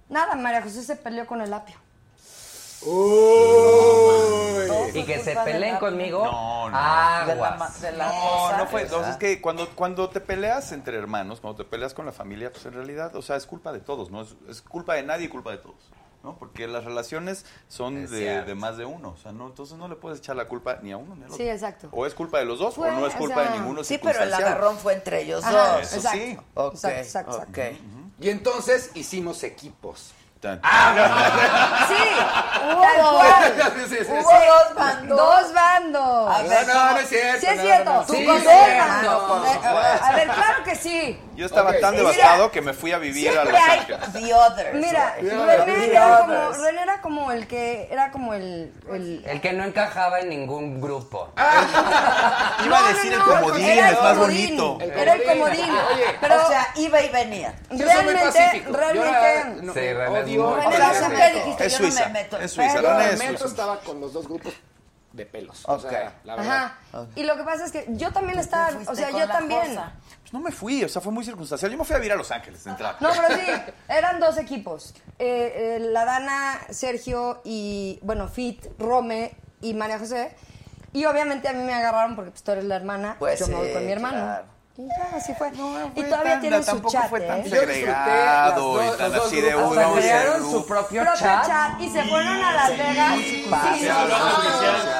[SPEAKER 8] Nada, María José se peleó con el apio.
[SPEAKER 3] Todo
[SPEAKER 12] Y que se
[SPEAKER 3] fue culpa de
[SPEAKER 12] peleen
[SPEAKER 3] la-
[SPEAKER 12] conmigo.
[SPEAKER 10] No, no.
[SPEAKER 3] De la, ma-
[SPEAKER 12] Aguas.
[SPEAKER 3] de la
[SPEAKER 10] No, no
[SPEAKER 3] cosa.
[SPEAKER 10] fue. Entonces, es que cuando, cuando te peleas entre hermanos, cuando te peleas con la familia, pues en realidad, o sea, es culpa de todos, ¿no? Es, es culpa de nadie y culpa de todos. ¿no? Porque las relaciones son
[SPEAKER 12] Es
[SPEAKER 10] de,
[SPEAKER 12] cierto.
[SPEAKER 10] de más de uno. O sea, no, entonces no le puedes echar la culpa ni a uno ni al otro.
[SPEAKER 8] Sí, exacto.
[SPEAKER 10] O es culpa de los dos
[SPEAKER 8] Fue,
[SPEAKER 10] o no es
[SPEAKER 8] o
[SPEAKER 10] culpa
[SPEAKER 8] sea,
[SPEAKER 10] de ninguno. es
[SPEAKER 3] Pues, Sí, pero el
[SPEAKER 10] circunstancial.
[SPEAKER 3] agarrón fue entre ellos
[SPEAKER 11] Ajá,
[SPEAKER 3] dos.
[SPEAKER 11] Eso sí. exacto,
[SPEAKER 3] Ok,
[SPEAKER 11] exacto, exacto.
[SPEAKER 3] ok.
[SPEAKER 11] Y entonces hicimos equipos. Ah, [LAUGHS]
[SPEAKER 8] Tal cual.
[SPEAKER 11] Sí, sí, sí.
[SPEAKER 8] Hubo dos bandos. Dos bandos.
[SPEAKER 11] A ver, No, no, no es cierto,
[SPEAKER 8] Sí es
[SPEAKER 11] no,
[SPEAKER 8] cierto.
[SPEAKER 11] no, no.
[SPEAKER 8] Tú
[SPEAKER 11] Sí,
[SPEAKER 8] con
[SPEAKER 11] es
[SPEAKER 8] dos
[SPEAKER 11] cierto,
[SPEAKER 8] bandos.
[SPEAKER 11] por
[SPEAKER 8] Eh,
[SPEAKER 11] supuesto.
[SPEAKER 8] A ver, claro que sí.
[SPEAKER 10] Yo estaba
[SPEAKER 11] Ok.
[SPEAKER 10] tan
[SPEAKER 11] Mira,
[SPEAKER 10] devastado que me fui a vivir a Los
[SPEAKER 3] siempre hay
[SPEAKER 10] Ángeles.
[SPEAKER 3] The others.
[SPEAKER 8] Mira,
[SPEAKER 10] Sí,
[SPEAKER 8] René
[SPEAKER 10] sí,
[SPEAKER 8] era,
[SPEAKER 10] sí.
[SPEAKER 8] como, René era como el que era como el, el
[SPEAKER 12] El que no encajaba en ningún grupo.
[SPEAKER 10] Ah. Iba a decir el comodín,
[SPEAKER 12] era el
[SPEAKER 10] es más
[SPEAKER 12] comodín,
[SPEAKER 10] bonito.
[SPEAKER 8] era el comodín. pero
[SPEAKER 3] o sea, iba y venía.
[SPEAKER 8] Yo soy muy Realmente- pacífico. Yo realmente- era-
[SPEAKER 12] Sí, René es
[SPEAKER 11] odio-
[SPEAKER 12] muy-
[SPEAKER 11] René, yo no
[SPEAKER 3] eh, la
[SPEAKER 11] me
[SPEAKER 3] azúcar
[SPEAKER 11] meto.
[SPEAKER 3] dijiste, Oh, Es yo no me suiza, meto. es suiza,
[SPEAKER 11] Pero
[SPEAKER 3] René es
[SPEAKER 11] en Metro
[SPEAKER 3] suiza.
[SPEAKER 11] estaba con los dos grupos de pelos. O sea, la verdad.
[SPEAKER 8] Ajá.
[SPEAKER 10] Ah,
[SPEAKER 8] Y lo que pasa es que yo también estaba, o sea,
[SPEAKER 3] con
[SPEAKER 8] yo
[SPEAKER 3] la
[SPEAKER 8] también.
[SPEAKER 3] Josa?
[SPEAKER 10] Pues no me fui, o sea, fue muy circunstancial. Yo me fui a vivir a Los Ángeles de entrada.
[SPEAKER 8] No, pero sí,
[SPEAKER 3] [LAUGHS]
[SPEAKER 8] eran dos equipos. Eh, eh, la Dana, Sergio y, bueno, Fit, Rome y María José. Y obviamente a mí me agarraron porque pues, tú eres la hermana.
[SPEAKER 3] Pues
[SPEAKER 8] yo me voy
[SPEAKER 3] sí,
[SPEAKER 8] con mi hermano.
[SPEAKER 3] claro.
[SPEAKER 8] Y ya, así fue. y
[SPEAKER 3] fue
[SPEAKER 8] todavía
[SPEAKER 3] tan-
[SPEAKER 8] tienen su
[SPEAKER 3] tampoco
[SPEAKER 8] chat.
[SPEAKER 3] fue tan
[SPEAKER 8] ¿eh?
[SPEAKER 3] Yo disfruté las
[SPEAKER 10] Segregado
[SPEAKER 3] dos-
[SPEAKER 10] y tan
[SPEAKER 3] los dos
[SPEAKER 10] así de
[SPEAKER 3] grupos.
[SPEAKER 10] uno.
[SPEAKER 3] Hasta crearon
[SPEAKER 10] de
[SPEAKER 3] su
[SPEAKER 10] uno.
[SPEAKER 12] propio
[SPEAKER 8] Propio chat. Y se fueron a Las Vegas. Sí,
[SPEAKER 3] sí,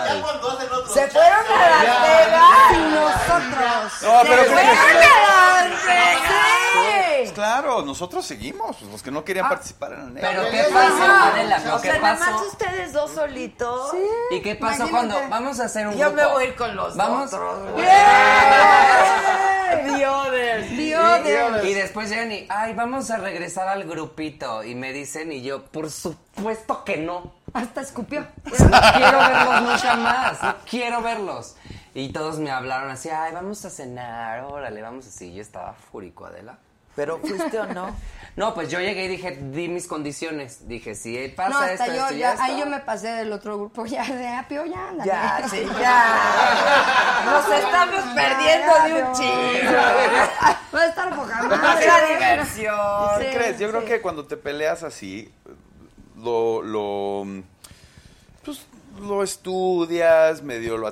[SPEAKER 8] Se fueron a Las Vegas y nosotros.
[SPEAKER 10] No, pero
[SPEAKER 8] se fueron a Las Vegas.
[SPEAKER 10] Pues claro, nosotros seguimos. pues, Los que no querían participar eran ellos.
[SPEAKER 12] Ah, Pero ¿qué pasó, Adela? ¿No?
[SPEAKER 3] O
[SPEAKER 12] ¿Qué
[SPEAKER 3] sea, nada
[SPEAKER 12] pasó?
[SPEAKER 3] más ustedes dos solitos.
[SPEAKER 12] ¿Y qué pasó
[SPEAKER 3] Imagínate.
[SPEAKER 12] cuando vamos a hacer un
[SPEAKER 3] Yo
[SPEAKER 12] grupo?
[SPEAKER 3] me voy a ir con los
[SPEAKER 12] Vamos.
[SPEAKER 3] otros. güey.
[SPEAKER 12] ¡Bien!
[SPEAKER 3] [LAUGHS] The others.
[SPEAKER 12] Y-
[SPEAKER 3] The others.
[SPEAKER 12] Y después llegan y, ay, vamos a regresar al grupito. Y me dicen, y yo, por supuesto que no.
[SPEAKER 8] Hasta escupió.
[SPEAKER 12] No quiero verlos nunca más. No quiero verlos. Y todos me hablaron así, ay, vamos a cenar, órale, vamos así. Yo estaba fúrico, Adela.
[SPEAKER 3] Pero fuiste o no.
[SPEAKER 12] No, pues yo llegué y dije, di mis condiciones. Dije, si él pasa
[SPEAKER 8] No, hasta
[SPEAKER 12] esto,
[SPEAKER 8] yo,
[SPEAKER 12] esto y
[SPEAKER 8] ya,
[SPEAKER 12] esto.
[SPEAKER 8] ahí yo me pasé del otro grupo, [LAUGHS] ya de apio, ya anda.
[SPEAKER 3] Ya,
[SPEAKER 8] [LAUGHS]
[SPEAKER 3] sí, ya. Nos estamos perdiendo de un chingo.
[SPEAKER 8] [LAUGHS] Va a estar poca madre.
[SPEAKER 3] Nuestra diversión.
[SPEAKER 10] ¿Qué crees? Yo creo que cuando te peleas así, lo, lo, pues, lo estudias, medio lo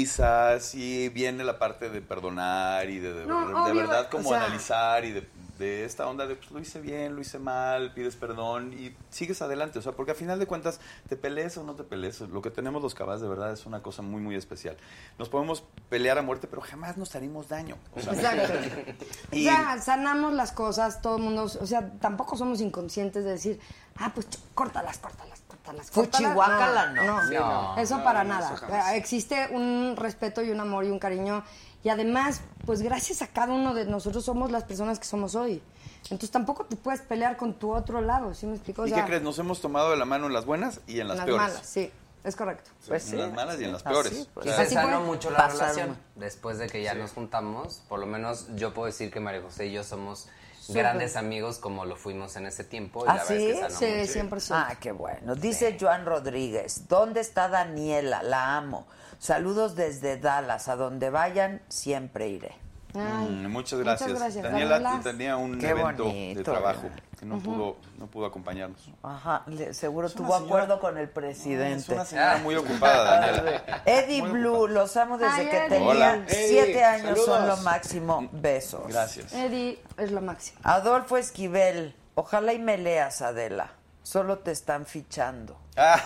[SPEAKER 10] aterrizas y viene la parte de perdonar y de, de-
[SPEAKER 8] No,
[SPEAKER 10] de
[SPEAKER 8] obvio,
[SPEAKER 10] verdad como
[SPEAKER 8] o sea-
[SPEAKER 10] analizar y de, de esta onda de pues lo hice bien, lo hice mal, pides perdón y sigues adelante. O sea, porque a final de cuentas, te pelees o no te pelees, lo que tenemos los cabas de verdad es una cosa muy, muy especial. Nos podemos pelear a muerte, pero jamás nos haremos daño. O sea,
[SPEAKER 8] Exacto.
[SPEAKER 10] Y-
[SPEAKER 8] Ya, sanamos las cosas, todo el mundo, o sea, tampoco somos inconscientes de decir, ah, pues ch- córtalas, córtalas, córtalas. córtalas.
[SPEAKER 3] Fuchihuacala, no.
[SPEAKER 8] No,
[SPEAKER 3] Sí,
[SPEAKER 8] no,
[SPEAKER 3] no.
[SPEAKER 8] eso
[SPEAKER 3] No,
[SPEAKER 8] para
[SPEAKER 3] no,
[SPEAKER 8] nada.
[SPEAKER 3] eso jamás.
[SPEAKER 8] Eh, Existe un respeto y un amor y un cariño. Y además, pues gracias a cada uno de nosotros somos las personas que somos hoy. Entonces tampoco te puedes pelear con tu otro lado, ¿sí me explico? O
[SPEAKER 10] ¿Y
[SPEAKER 8] sea,
[SPEAKER 10] qué crees? Nos hemos tomado de la mano en las buenas y en las,
[SPEAKER 8] las
[SPEAKER 10] peores.
[SPEAKER 8] malas, sí, es correcto.
[SPEAKER 3] Pues
[SPEAKER 10] en
[SPEAKER 3] sí,
[SPEAKER 10] las malas y en las
[SPEAKER 3] así,
[SPEAKER 10] peores.
[SPEAKER 3] pues.
[SPEAKER 12] Y
[SPEAKER 10] O
[SPEAKER 12] se
[SPEAKER 10] sea,
[SPEAKER 8] Así fue.
[SPEAKER 12] sanó mucho la
[SPEAKER 3] Pasaron.
[SPEAKER 12] relación. Después de que ya nos juntamos, por lo menos yo puedo decir que María José y yo somos
[SPEAKER 8] Súper.
[SPEAKER 12] grandes amigos como lo fuimos en ese tiempo. Y
[SPEAKER 3] ¿Ah,
[SPEAKER 12] la verdad es que sanó
[SPEAKER 8] Sí,
[SPEAKER 12] mucho. ¿eh?
[SPEAKER 8] 100%.
[SPEAKER 3] Ah, qué bueno. Dice Joan Rodríguez, ¿dónde está Daniela? La amo. Saludos desde Dallas. A donde vayan, siempre iré.
[SPEAKER 8] Ay,
[SPEAKER 10] mm, muchas gracias. Daniela tenía un
[SPEAKER 3] Qué
[SPEAKER 10] evento
[SPEAKER 3] bonito,
[SPEAKER 10] de trabajo
[SPEAKER 3] Daniela.
[SPEAKER 10] que no pudo, no pudo acompañarnos.
[SPEAKER 3] Ajá, le- seguro
[SPEAKER 10] una
[SPEAKER 3] tuvo
[SPEAKER 10] señora-
[SPEAKER 3] acuerdo con el
[SPEAKER 10] Es
[SPEAKER 3] presidente.
[SPEAKER 10] una
[SPEAKER 12] Ah,
[SPEAKER 10] señora muy
[SPEAKER 12] [LAUGHS]
[SPEAKER 10] ocupada, Daniela.
[SPEAKER 3] Eddie Blue, los amo desde
[SPEAKER 8] Ay,
[SPEAKER 3] que
[SPEAKER 8] Eddie.
[SPEAKER 3] tenían
[SPEAKER 10] Hola.
[SPEAKER 3] siete
[SPEAKER 11] Eddie,
[SPEAKER 3] años, son lo
[SPEAKER 11] saludos.
[SPEAKER 3] máximo. Besos.
[SPEAKER 10] Gracias.
[SPEAKER 8] Eddie es lo máximo.
[SPEAKER 3] Adolfo Esquivel, ojalá y me leas, Adela. Solo te están fichando.
[SPEAKER 12] Ah.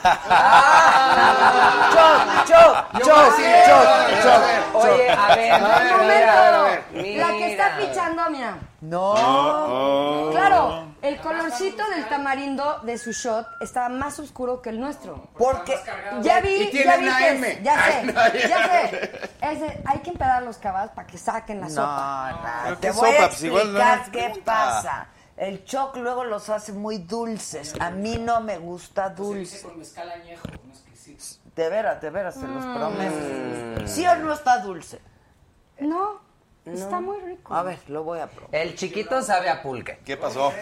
[SPEAKER 3] Ah.
[SPEAKER 12] [LAUGHS]
[SPEAKER 3] ¡Choc, choc, choc, choc, choc, choc!
[SPEAKER 12] Oye, a ver,
[SPEAKER 8] Un
[SPEAKER 12] mira,
[SPEAKER 8] momento.
[SPEAKER 12] mira.
[SPEAKER 8] La que está fichando, mira.
[SPEAKER 10] Oh,
[SPEAKER 3] ¡No!
[SPEAKER 8] Claro, el colorcito del tamarindo de su shot estaba más oscuro que el nuestro.
[SPEAKER 3] Porque
[SPEAKER 8] Ya vi,
[SPEAKER 11] Y tiene
[SPEAKER 8] ya vi
[SPEAKER 11] una
[SPEAKER 8] que es-
[SPEAKER 11] M.
[SPEAKER 8] ya sé,
[SPEAKER 11] Ay, no,
[SPEAKER 8] ya sé. Ese, hay que empedar los cabas para que saquen la sopa.
[SPEAKER 3] No, no,
[SPEAKER 10] Pero
[SPEAKER 3] Ah, te
[SPEAKER 10] qué
[SPEAKER 3] voy a
[SPEAKER 10] sopa, pues, igual no
[SPEAKER 3] explicar
[SPEAKER 10] nos
[SPEAKER 3] qué
[SPEAKER 10] gusta.
[SPEAKER 3] pasa. El choc luego los hace muy dulces. A mí no me gusta dulce.
[SPEAKER 14] Con mezcal añejo, no es que sí.
[SPEAKER 3] De veras, de veras, te los prometo. ¿Sí o no está dulce?
[SPEAKER 8] No, está muy rico.
[SPEAKER 3] A ver, lo voy a probar.
[SPEAKER 12] El chiquito sabe a pulque.
[SPEAKER 10] ¿Qué pasó?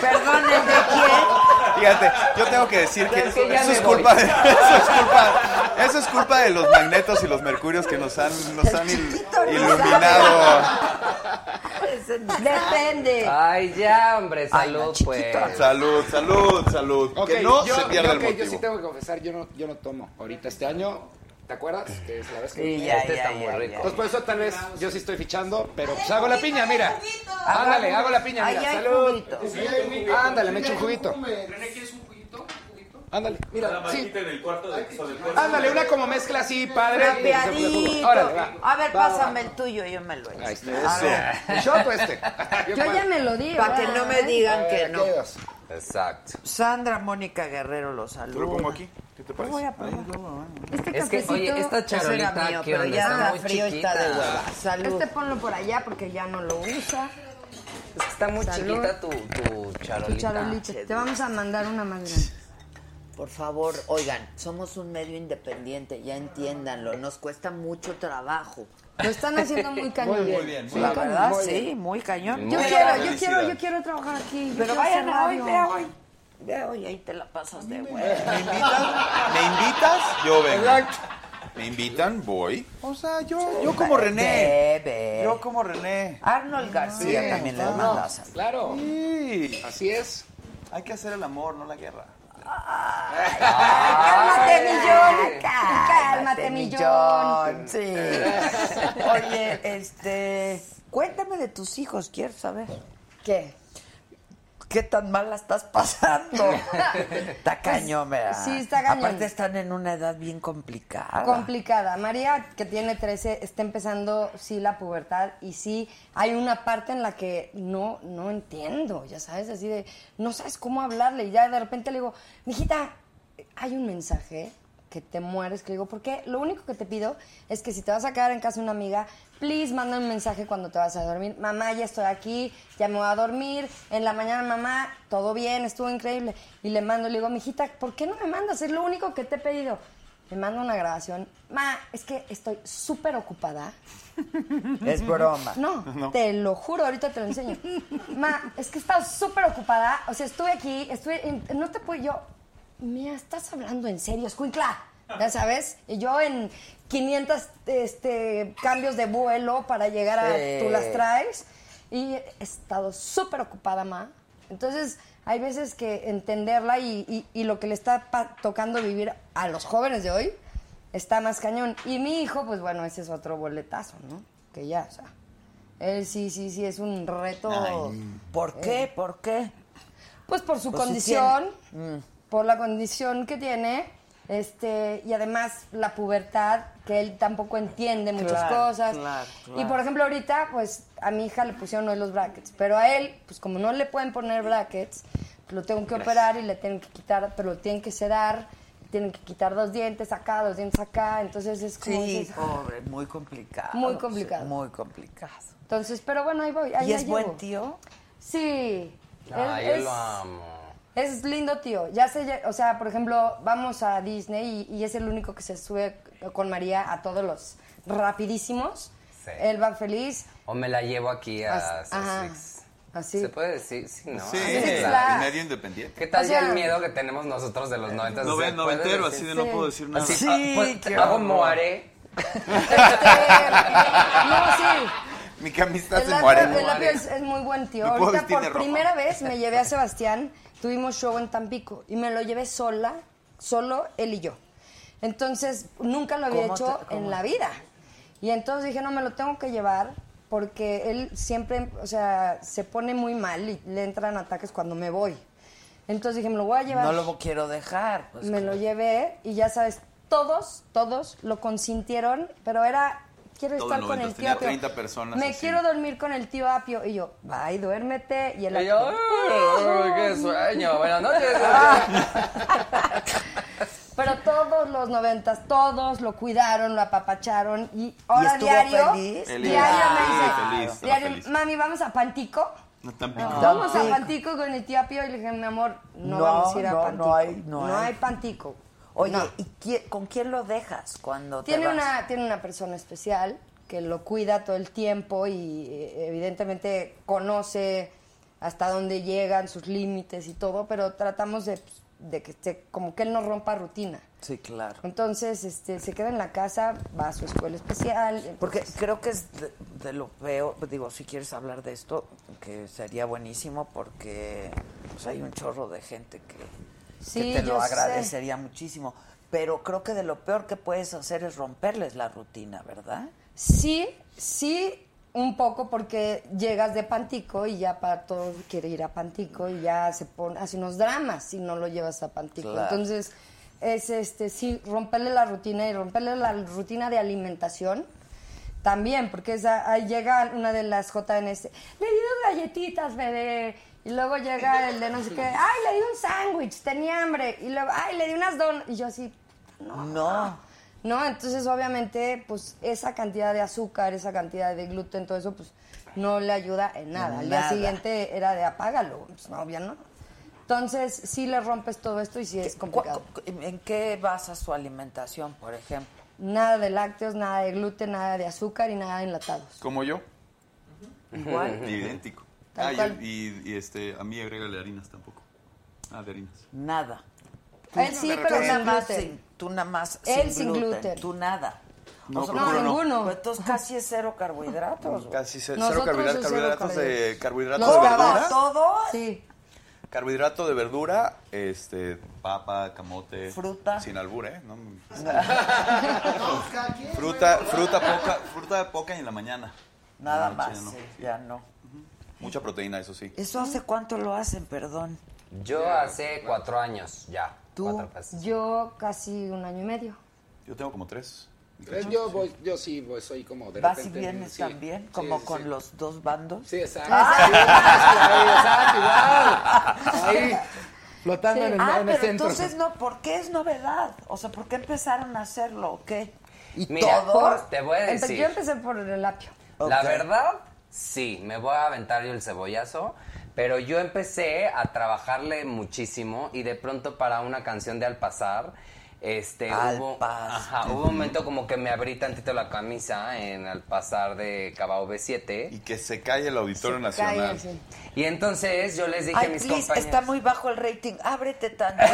[SPEAKER 3] Perdón, ¿el de quién?
[SPEAKER 10] Fíjate, yo tengo que decir que,
[SPEAKER 12] Es que ya
[SPEAKER 10] eso,
[SPEAKER 12] me
[SPEAKER 10] es
[SPEAKER 12] voy.
[SPEAKER 10] culpa de, [LAUGHS] eso es culpa eso es culpa de los magnetos y los mercurios que nos han, nos han il-
[SPEAKER 3] chiquito no
[SPEAKER 10] iluminado.
[SPEAKER 8] Depende.
[SPEAKER 12] Ay, ya, hombre, salud, pues.
[SPEAKER 10] Salud, salud, salud.
[SPEAKER 11] Ok,
[SPEAKER 10] que no
[SPEAKER 11] yo,
[SPEAKER 10] se pierda
[SPEAKER 11] ok,
[SPEAKER 10] el motivo.
[SPEAKER 11] yo sí tengo que confesar, yo no, yo no tomo. Ahorita este año ¿Te acuerdas? Que es la vez que...
[SPEAKER 3] Sí, ya,
[SPEAKER 11] Este
[SPEAKER 3] ya,
[SPEAKER 11] está
[SPEAKER 3] ya,
[SPEAKER 11] muy
[SPEAKER 3] ya,
[SPEAKER 11] rico.
[SPEAKER 3] ya.
[SPEAKER 11] Entonces, por eso tal vez yo sí estoy fichando, pero pues hago la piña, mira.
[SPEAKER 3] Haga
[SPEAKER 11] Ándale,
[SPEAKER 3] jugo.
[SPEAKER 11] hago la piña,
[SPEAKER 3] Ahí
[SPEAKER 11] mira.
[SPEAKER 3] hay
[SPEAKER 11] Salud.
[SPEAKER 3] juguito.
[SPEAKER 11] Sí, hay juguito. Ándale, me echo un juguito.
[SPEAKER 4] René, ¿quieres un juguito?
[SPEAKER 11] Ándale,
[SPEAKER 4] La
[SPEAKER 11] mira, sí.
[SPEAKER 4] vaquita en el cuarto de piso del cuarto.
[SPEAKER 11] Ándale, una como mezcla así, padre.
[SPEAKER 3] Rapeadito.
[SPEAKER 11] Órale, va.
[SPEAKER 3] A ver,
[SPEAKER 11] Va, va,
[SPEAKER 3] pásame el tuyo, yo me lo echo.
[SPEAKER 11] Ahí está.
[SPEAKER 3] A ver.
[SPEAKER 11] Eso. ¿Shot o
[SPEAKER 3] [LAUGHS]
[SPEAKER 11] este?
[SPEAKER 8] Yo ya me lo di.
[SPEAKER 3] Para que no me digan que no.
[SPEAKER 12] Exacto.
[SPEAKER 3] Sandra Mónica Guerrero los saluda.
[SPEAKER 12] lo pongo
[SPEAKER 10] aquí? ¿Qué te
[SPEAKER 3] parece? Voy a Este probar.
[SPEAKER 12] Es que, oye, esta
[SPEAKER 3] Eso era
[SPEAKER 12] charolita,
[SPEAKER 3] mío,
[SPEAKER 12] ¿qué
[SPEAKER 3] pero
[SPEAKER 12] onda?
[SPEAKER 3] ya
[SPEAKER 12] Está
[SPEAKER 3] está
[SPEAKER 12] muy
[SPEAKER 3] frío, está
[SPEAKER 12] chiquita.
[SPEAKER 3] de hueva. Salud.
[SPEAKER 8] Este ponlo por allá porque ya no lo usa.
[SPEAKER 12] Está muy
[SPEAKER 8] Salud.
[SPEAKER 12] chiquita tu, tu charolita.
[SPEAKER 8] Tu charolita. Te vamos a mandar una más grande.
[SPEAKER 3] Por favor, oigan, somos un medio independiente, ya entiéndanlo. Nos cuesta mucho trabajo.
[SPEAKER 8] Lo están haciendo muy cañón.
[SPEAKER 3] [LAUGHS] Muy bien, muy La bien. verdad, sí, muy cañón.
[SPEAKER 8] Yo
[SPEAKER 3] Muy
[SPEAKER 8] quiero,
[SPEAKER 3] bien.
[SPEAKER 8] yo quiero, yo quiero trabajar aquí. yo
[SPEAKER 3] Pero
[SPEAKER 8] quiero
[SPEAKER 3] vayan
[SPEAKER 8] hacer
[SPEAKER 3] a hoy,
[SPEAKER 8] radio.
[SPEAKER 3] vea hoy. Ve hoy, ahí te la pasas de hueva.
[SPEAKER 10] ¿Me invitas? Yo vengo. ¿Me invitan? Voy. O sea, yo, yo como René.
[SPEAKER 3] Bebe.
[SPEAKER 10] Yo como René.
[SPEAKER 11] Ah,
[SPEAKER 3] Arnold García
[SPEAKER 10] Sí,
[SPEAKER 3] también les
[SPEAKER 10] vamos.
[SPEAKER 3] manda salud.
[SPEAKER 11] Claro.
[SPEAKER 10] Así es. Hay que hacer el amor, no la guerra.
[SPEAKER 11] Ah,
[SPEAKER 8] Cálmate,
[SPEAKER 3] Ay,
[SPEAKER 8] millón.
[SPEAKER 3] Cálmate,
[SPEAKER 8] Cálmate,
[SPEAKER 3] mi
[SPEAKER 8] millón.
[SPEAKER 3] John. Sí. [LAUGHS] Oye, este, cuéntame de tus hijos, quiero saber.
[SPEAKER 8] ¿Qué?
[SPEAKER 3] ¿Qué tan mal la estás
[SPEAKER 8] [LAUGHS]
[SPEAKER 3] pasando? está cañón, ¿verdad?
[SPEAKER 8] Pues, sí, está cañón.
[SPEAKER 3] Aparte están en una edad bien complicada.
[SPEAKER 8] Complicada. María, que tiene 13, está empezando, sí, la pubertad y sí, hay una parte en la que no, no entiendo, ya sabes, así de, no sabes cómo hablarle y ya de repente le digo, mijita, hay un mensaje que te mueres, que le digo, porque lo único que te pido es que si te vas a quedar en casa de una amiga, please manda un mensaje cuando te vas a dormir. Mamá, ya estoy aquí, ya me voy a dormir. En la mañana, mamá, todo bien, estuvo increíble. Y le mando, le digo, mijita, ¿por qué no me mandas? Es lo único que te he pedido. Me manda una grabación. Ma, es que estoy súper ocupada.
[SPEAKER 3] Es broma. [LAUGHS]
[SPEAKER 8] No, te lo juro, ahorita te lo enseño. Ma, es que he estado súper ocupada. O sea, estuve aquí, estuve. en- no te puedo. Yo. Mira, estás hablando en serio, escuincla. Ya sabes. Y yo en 500 este, cambios de vuelo para llegar a.
[SPEAKER 3] Sí.
[SPEAKER 8] Tú las traes. Y he estado súper ocupada, ma. Entonces, hay veces que entenderla y, y- y lo que le está pa- tocando vivir a los jóvenes de hoy está más cañón. Y mi hijo, pues bueno, ese es otro boletazo, ¿no? Que ya, o sea. Él sí, sí, sí, es un reto. Eh.
[SPEAKER 3] ¿Por qué? ¿Por qué?
[SPEAKER 8] Pues por su
[SPEAKER 3] Pues, si
[SPEAKER 8] condición,
[SPEAKER 3] tiene- Mm.
[SPEAKER 8] por la condición que tiene, este, y además la pubertad, que él tampoco entiende muchas
[SPEAKER 3] Claro,
[SPEAKER 8] cosas.
[SPEAKER 3] claro, claro.
[SPEAKER 8] Y por ejemplo, ahorita, pues a mi hija le pusieron hoy los brackets, pero a él, pues como no le pueden poner brackets, pues, lo tengo que
[SPEAKER 14] Gracias.
[SPEAKER 8] operar y le tienen que quitar, pero lo tienen que sedar, tienen que quitar dos dientes acá, dos dientes acá, entonces es como.
[SPEAKER 3] Sí, oh.
[SPEAKER 8] dices,
[SPEAKER 3] pobre, muy complicado.
[SPEAKER 8] Muy complicado.
[SPEAKER 3] Sí, muy complicado.
[SPEAKER 8] entonces, pero bueno, ahí voy. ahí
[SPEAKER 3] ¿Y
[SPEAKER 8] la
[SPEAKER 3] es buen
[SPEAKER 8] llevo.
[SPEAKER 3] tío?
[SPEAKER 8] Sí.
[SPEAKER 12] Ay,
[SPEAKER 8] Él
[SPEAKER 12] Ah, yo lo
[SPEAKER 8] es-
[SPEAKER 12] amo.
[SPEAKER 8] Es lindo, tío. Ya sé, ya- o sea, por ejemplo, vamos a Disney y, y es el único que se sube con María a todos los rapidísimos.
[SPEAKER 12] Sí.
[SPEAKER 8] Él va feliz.
[SPEAKER 12] O me la llevo aquí a
[SPEAKER 8] As- ajá.
[SPEAKER 12] Sussex.
[SPEAKER 8] Así.
[SPEAKER 12] ¿Se puede decir? Sí, ¿no?
[SPEAKER 10] Sí,
[SPEAKER 12] Así,
[SPEAKER 10] el
[SPEAKER 12] claro.
[SPEAKER 10] medio independiente.
[SPEAKER 12] ¿Qué tal
[SPEAKER 10] O
[SPEAKER 12] ya
[SPEAKER 10] sea-
[SPEAKER 12] el miedo que tenemos nosotros de los noventas?
[SPEAKER 10] No
[SPEAKER 12] O sea,
[SPEAKER 10] ven, noventero,
[SPEAKER 12] ¿puedes
[SPEAKER 10] así de no puedo decir nada.
[SPEAKER 12] Así,
[SPEAKER 10] Sí,
[SPEAKER 12] ah, pues,
[SPEAKER 10] qué
[SPEAKER 12] hago
[SPEAKER 10] horror.
[SPEAKER 12] moaré.
[SPEAKER 8] No, sí.
[SPEAKER 10] Mi camisa
[SPEAKER 8] El
[SPEAKER 10] se
[SPEAKER 8] labio,
[SPEAKER 10] muere.
[SPEAKER 8] el labio es, es muy buen tío.
[SPEAKER 10] Me puedo
[SPEAKER 8] Ahorita
[SPEAKER 10] vestir de
[SPEAKER 8] por
[SPEAKER 10] rojo.
[SPEAKER 8] primera vez me llevé a Sebastián, tuvimos show en Tampico y me lo llevé sola, solo él y yo. Entonces, nunca lo había
[SPEAKER 3] ¿Cómo te-
[SPEAKER 8] hecho
[SPEAKER 3] cómo?
[SPEAKER 8] en la vida. Y entonces dije, no, me lo tengo que llevar porque él siempre, o sea, se pone muy mal y le entran ataques cuando me voy. Entonces dije, me lo voy a llevar
[SPEAKER 3] No lo quiero dejar. pues,
[SPEAKER 8] me lo llevé y ya sabes, todos, todos lo consintieron, pero era, quiero
[SPEAKER 10] Todo
[SPEAKER 8] estar
[SPEAKER 10] el
[SPEAKER 8] con el
[SPEAKER 10] 90,
[SPEAKER 8] tío
[SPEAKER 10] tenía
[SPEAKER 8] Apio.
[SPEAKER 10] 30 personas
[SPEAKER 8] Me
[SPEAKER 10] así.
[SPEAKER 8] quiero dormir con el tío Apio. Y yo, va y duérmete. Y el
[SPEAKER 12] Y yo,
[SPEAKER 8] Apio,
[SPEAKER 12] "Ay, qué sueño, buenas
[SPEAKER 10] [LAUGHS]
[SPEAKER 8] [LAUGHS]
[SPEAKER 12] noches.
[SPEAKER 8] Pero todos los noventas, todos lo cuidaron, lo apapacharon y ahora
[SPEAKER 3] estuvo
[SPEAKER 8] diario,
[SPEAKER 3] feliz?
[SPEAKER 8] diario
[SPEAKER 3] Ah,
[SPEAKER 10] Feliz. Sí,
[SPEAKER 8] me dice,
[SPEAKER 10] feliz, estaba
[SPEAKER 8] diario,
[SPEAKER 10] feliz.
[SPEAKER 8] mami, vamos a Pantico.
[SPEAKER 10] No, Tampico.
[SPEAKER 8] Vamos a Pantico con el tío Apio y le dije, mi amor, no,
[SPEAKER 3] No,
[SPEAKER 8] vamos a ir a
[SPEAKER 3] no, no
[SPEAKER 8] Pantico.
[SPEAKER 3] hay- no hay.
[SPEAKER 8] Pantico.
[SPEAKER 3] Oye,
[SPEAKER 8] No.
[SPEAKER 3] ¿y qui- con quién lo dejas cuando te
[SPEAKER 8] Tiene
[SPEAKER 3] vas?
[SPEAKER 8] una, tiene una persona especial que lo cuida todo el tiempo y eh, evidentemente conoce hasta dónde llegan sus límites y todo, pero tratamos de, pues, de que esté- como que él no rompa rutina.
[SPEAKER 3] Sí, claro.
[SPEAKER 8] Entonces, este, se queda en la casa, va a su escuela especial.
[SPEAKER 3] Porque creo que es de, de lo peor, digo, si quieres hablar de esto, que sería buenísimo porque pues, hay un chorro de gente que, que
[SPEAKER 8] Sí,
[SPEAKER 3] te lo
[SPEAKER 8] yo sé.
[SPEAKER 3] agradecería muchísimo. pero creo que de lo peor que puedes hacer es romperles la rutina, ¿verdad?
[SPEAKER 8] Sí, sí, un poco porque llegas de Pantico y ya para todo quiere ir a Pantico y ya se pone, hace unos dramas si no lo llevas a Pantico.
[SPEAKER 3] Claro.
[SPEAKER 8] Entonces, es este, sí, romperle la rutina y romperle la rutina de alimentación. También, porque esa, ahí llega una de las JNS, le di dos galletitas, bebé. Y luego llega el de no sé qué, ay, le di un sándwich, tenía hambre. Y luego, ay, le di unas donas. Y yo así, no. No. No, entonces obviamente, pues esa cantidad de azúcar, esa cantidad de gluten, todo eso, pues no le ayuda en nada. Al día
[SPEAKER 3] Nada.
[SPEAKER 8] siguiente era de apágalo, pues no, obvio, ¿no? Entonces, sí le rompes todo esto y sí es complicado.
[SPEAKER 3] ¿En qué basas su alimentación, por ejemplo?
[SPEAKER 8] Nada de lácteos, nada de gluten, nada de azúcar y nada de enlatados.
[SPEAKER 10] Como yo.
[SPEAKER 3] Igual.
[SPEAKER 10] [LAUGHS] Idéntico.
[SPEAKER 8] Tal
[SPEAKER 10] Ah, y-
[SPEAKER 8] cual.
[SPEAKER 10] y, y, este, a mí agrégale harinas tampoco. Ah, de harinas.
[SPEAKER 3] Nada.
[SPEAKER 8] Él sí,
[SPEAKER 3] De
[SPEAKER 8] pero
[SPEAKER 3] repente,
[SPEAKER 8] sin gluten.
[SPEAKER 3] sin- Tú nada más
[SPEAKER 8] Él
[SPEAKER 3] sin
[SPEAKER 8] sin
[SPEAKER 3] gluten.
[SPEAKER 8] gluten.
[SPEAKER 3] Tú nada.
[SPEAKER 10] No,
[SPEAKER 3] sea,
[SPEAKER 10] procuro no.
[SPEAKER 3] Pues entonces casi es cero carbohidratos. güey.
[SPEAKER 10] Casi ce- cero
[SPEAKER 3] Nosotros
[SPEAKER 10] carbohidratos,
[SPEAKER 3] es cero
[SPEAKER 10] carbohidratos de carbohidratos
[SPEAKER 3] carbohidratos. ¿Los
[SPEAKER 10] de
[SPEAKER 3] grabas
[SPEAKER 10] verdura.
[SPEAKER 3] todo?
[SPEAKER 8] Sí.
[SPEAKER 10] Carbohidrato de verdura, este, papa, camote.
[SPEAKER 3] Fruta.
[SPEAKER 10] Sin albur, ¿eh? No,
[SPEAKER 3] [LAUGHS]
[SPEAKER 5] cada quien,
[SPEAKER 10] fruta,
[SPEAKER 5] güey.
[SPEAKER 10] fruta poca, fruta poca y en la mañana. En
[SPEAKER 3] Nada
[SPEAKER 10] la
[SPEAKER 3] más,
[SPEAKER 10] noche
[SPEAKER 3] sí, ya no.
[SPEAKER 10] Mucha proteína, eso sí.
[SPEAKER 3] ¿Eso hace cuánto lo hacen, perdón?
[SPEAKER 12] Yo hace cuatro años ya.
[SPEAKER 3] ¿Tú?
[SPEAKER 8] Yo casi un año y medio.
[SPEAKER 10] Yo tengo como tres.
[SPEAKER 11] Pues yo, voy, yo sí voy, soy como de
[SPEAKER 3] ¿Vas y
[SPEAKER 11] repente,
[SPEAKER 3] vienes
[SPEAKER 11] sí.
[SPEAKER 3] también?
[SPEAKER 11] Sí,
[SPEAKER 3] ¿Como
[SPEAKER 11] sí,
[SPEAKER 3] con
[SPEAKER 11] sí.
[SPEAKER 3] los dos bandos?
[SPEAKER 11] Sí, exacto.
[SPEAKER 3] Ah.
[SPEAKER 11] exacto, igual. Ahí, flotando en el-
[SPEAKER 3] ah,
[SPEAKER 11] en el
[SPEAKER 3] pero
[SPEAKER 11] centro.
[SPEAKER 3] entonces no, ¿por qué es novedad? O sea, ¿por qué empezaron a hacerlo o qué?
[SPEAKER 12] ¿Y
[SPEAKER 3] todo?
[SPEAKER 12] Te voy a
[SPEAKER 8] Empe-
[SPEAKER 12] decir.
[SPEAKER 8] Yo empecé por el apio.
[SPEAKER 12] La verdad, sí, me voy a aventar yo el cebollazo, pero yo empecé a trabajarle muchísimo y de pronto para una canción de Al Pasar, este,
[SPEAKER 3] Al
[SPEAKER 12] hubo,
[SPEAKER 3] Pasar.
[SPEAKER 12] ajá, hubo un momento como que me abrí tantito la camisa en Al Pasar de Cabao B7.
[SPEAKER 10] Y que se calle el Auditorio Nacional.
[SPEAKER 12] Y entonces yo les dije
[SPEAKER 3] Ay,
[SPEAKER 12] a mis
[SPEAKER 3] please,
[SPEAKER 12] compañeros...
[SPEAKER 3] está muy bajo el rating. Ábrete tantito.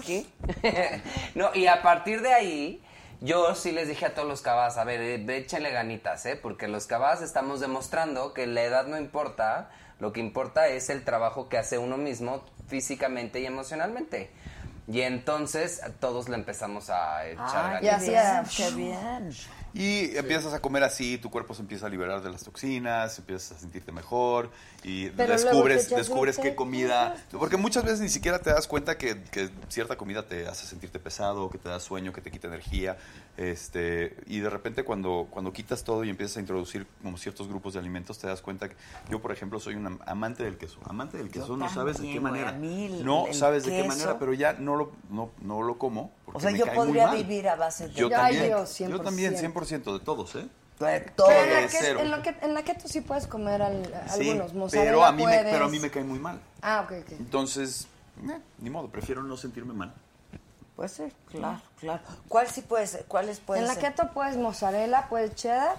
[SPEAKER 12] Aquí. [LAUGHS] no, y a partir de ahí, yo sí les dije a todos los cabas, a ver, eh, échenle ganitas, ¿eh? Porque los cabas estamos demostrando que la edad no importa, lo que importa es el trabajo que hace uno mismo físicamente y emocionalmente. Y entonces todos le empezamos a echar
[SPEAKER 3] Ah,
[SPEAKER 12] ganitas.
[SPEAKER 3] ya, qué bien.
[SPEAKER 10] Y empiezas a comer así, tu cuerpo se empieza a liberar de las toxinas, empiezas a sentirte mejor y
[SPEAKER 16] Pero luego
[SPEAKER 10] descubres,
[SPEAKER 16] te echas
[SPEAKER 10] descubres
[SPEAKER 16] un
[SPEAKER 10] qué
[SPEAKER 16] té.
[SPEAKER 10] comida. Porque muchas veces ni siquiera te das cuenta que, que cierta comida te hace sentirte pesado, que te da sueño, que te quita energía. Este, y de repente cuando, cuando quitas todo y empiezas a introducir como ciertos grupos de alimentos, te das cuenta que yo, por ejemplo, soy un am- amante del queso. Amante del queso, no sabes de qué
[SPEAKER 3] también, güey,
[SPEAKER 10] manera.
[SPEAKER 3] a mí el-
[SPEAKER 10] No
[SPEAKER 3] el
[SPEAKER 10] sabes de qué
[SPEAKER 3] queso.
[SPEAKER 10] manera, pero ya no lo, no, no lo como.
[SPEAKER 3] O
[SPEAKER 10] porque
[SPEAKER 3] sea,
[SPEAKER 10] me
[SPEAKER 3] yo
[SPEAKER 10] cae muy
[SPEAKER 3] podría
[SPEAKER 10] mal.
[SPEAKER 3] vivir a base de
[SPEAKER 10] Yo
[SPEAKER 3] Yo
[SPEAKER 10] también,
[SPEAKER 8] yo,
[SPEAKER 10] yo también,
[SPEAKER 8] 100%.
[SPEAKER 10] 100% de todos, ¿eh?
[SPEAKER 3] De
[SPEAKER 8] Pero en la, que,
[SPEAKER 10] cero.
[SPEAKER 8] en, lo que, en la que tú sí puedes comer al-
[SPEAKER 10] Sí,
[SPEAKER 8] algunos mozzarella
[SPEAKER 10] pero a, mí me,
[SPEAKER 8] puedes.
[SPEAKER 10] pero a mí me cae muy mal.
[SPEAKER 8] Ah, ok, ok.
[SPEAKER 10] Entonces, eh, ni modo, prefiero no sentirme mal.
[SPEAKER 3] Pues sí, claro, claro. ¿Cuál sí puede ser? ¿Cuáles pueden
[SPEAKER 8] en la
[SPEAKER 3] ser?
[SPEAKER 8] keto puedes mozzarella, puedes cheddar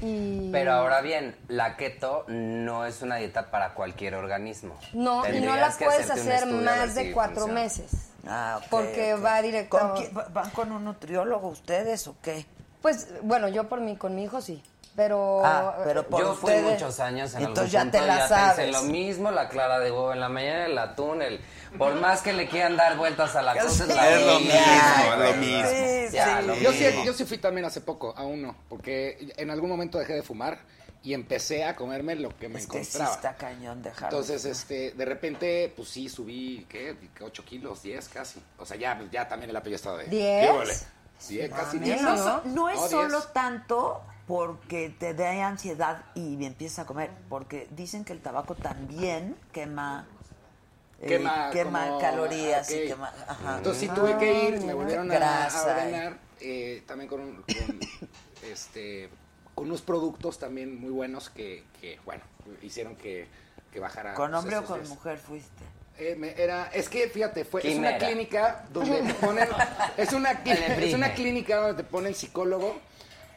[SPEAKER 8] y...
[SPEAKER 12] Pero ahora bien, la keto no es una dieta para cualquier organismo.
[SPEAKER 8] No, y no
[SPEAKER 12] Tendrías
[SPEAKER 8] la
[SPEAKER 12] que
[SPEAKER 8] puedes
[SPEAKER 12] hacerte un
[SPEAKER 8] hacer
[SPEAKER 12] estudio a ver
[SPEAKER 8] más de
[SPEAKER 12] si
[SPEAKER 8] cuatro
[SPEAKER 12] funciona.
[SPEAKER 8] meses.
[SPEAKER 3] Ah, ok,
[SPEAKER 8] Porque
[SPEAKER 3] ok.
[SPEAKER 8] va directo-
[SPEAKER 3] ¿Con quién? ¿Va- ¿Van con un nutriólogo ustedes o qué?
[SPEAKER 8] Pues, bueno, yo por mí, con mi hijo sí. Pero...
[SPEAKER 3] Ah, pero por
[SPEAKER 12] eh, Yo fui
[SPEAKER 3] ustedes-
[SPEAKER 12] muchos años en
[SPEAKER 3] Entonces ya
[SPEAKER 12] algún
[SPEAKER 3] te
[SPEAKER 12] punto, ya
[SPEAKER 3] la
[SPEAKER 12] pensé
[SPEAKER 3] sabes.
[SPEAKER 12] lo mismo, la clara de huevo en la mañana, el atún, el... Por más que le quieran dar vueltas a la cosa,
[SPEAKER 11] Sí,
[SPEAKER 12] la
[SPEAKER 11] es lo
[SPEAKER 12] misma,
[SPEAKER 11] mismo,
[SPEAKER 12] güey.
[SPEAKER 11] es lo mismo.
[SPEAKER 12] Ya, lo
[SPEAKER 11] yo, sí,
[SPEAKER 12] mismo.
[SPEAKER 11] yo sí fui también hace poco, aún no, porque en algún momento dejé de fumar y empecé a comerme lo que me
[SPEAKER 3] Es que sí
[SPEAKER 11] encontraba.
[SPEAKER 3] está cañón dejar.
[SPEAKER 11] Entonces, este, de repente, pues sí, subí, ¿qué? 8 kilos, 10 casi. O sea, ya, ya también el apellido estaba de...
[SPEAKER 3] ¿Diez?
[SPEAKER 11] ¿Qué huele? Sí, Eh,
[SPEAKER 8] Ah,
[SPEAKER 11] casi
[SPEAKER 3] Y
[SPEAKER 11] 10.
[SPEAKER 3] no, so- no es
[SPEAKER 11] 10.
[SPEAKER 3] solo tanto porque te da ansiedad y empiezas a comer, porque dicen que el tabaco también quema, eh,
[SPEAKER 11] Quema como-
[SPEAKER 3] calorías
[SPEAKER 11] ah, ok.
[SPEAKER 3] y quema. ajá.
[SPEAKER 11] Entonces sí tuve que ir, me volvieron a,
[SPEAKER 3] Grasa,
[SPEAKER 11] a ordenar, eh, también con, un-
[SPEAKER 3] [LAUGHS]
[SPEAKER 11] con, este, con unos productos también muy buenos que, que, bueno, hicieron que, que bajara.
[SPEAKER 3] ¿Con
[SPEAKER 11] pues,
[SPEAKER 3] hombre o
[SPEAKER 11] esos
[SPEAKER 3] con
[SPEAKER 11] días.
[SPEAKER 3] mujer fuiste?
[SPEAKER 11] Eh, me- era, es que fíjate, fue, es
[SPEAKER 3] Quimera.
[SPEAKER 11] una clínica donde te ponen, es una, cli-
[SPEAKER 3] Alebrije.
[SPEAKER 11] es una clínica donde te ponen psicólogo,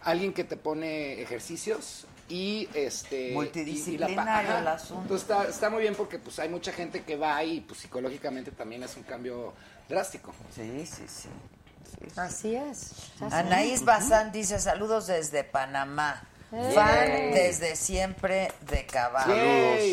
[SPEAKER 11] alguien que te pone ejercicios y este y- y la pa-
[SPEAKER 3] Multidisciplinario
[SPEAKER 11] ajá.
[SPEAKER 3] el asunto.
[SPEAKER 11] Entonces, está, está muy bien porque pues hay mucha gente que va y pues psicológicamente también es un cambio drástico.
[SPEAKER 3] Sí, sí, sí.
[SPEAKER 8] Así es. Así
[SPEAKER 3] Anaís
[SPEAKER 8] es.
[SPEAKER 3] Bazán dice saludos desde Panamá.
[SPEAKER 8] Yay.
[SPEAKER 3] Fan desde siempre de caballos.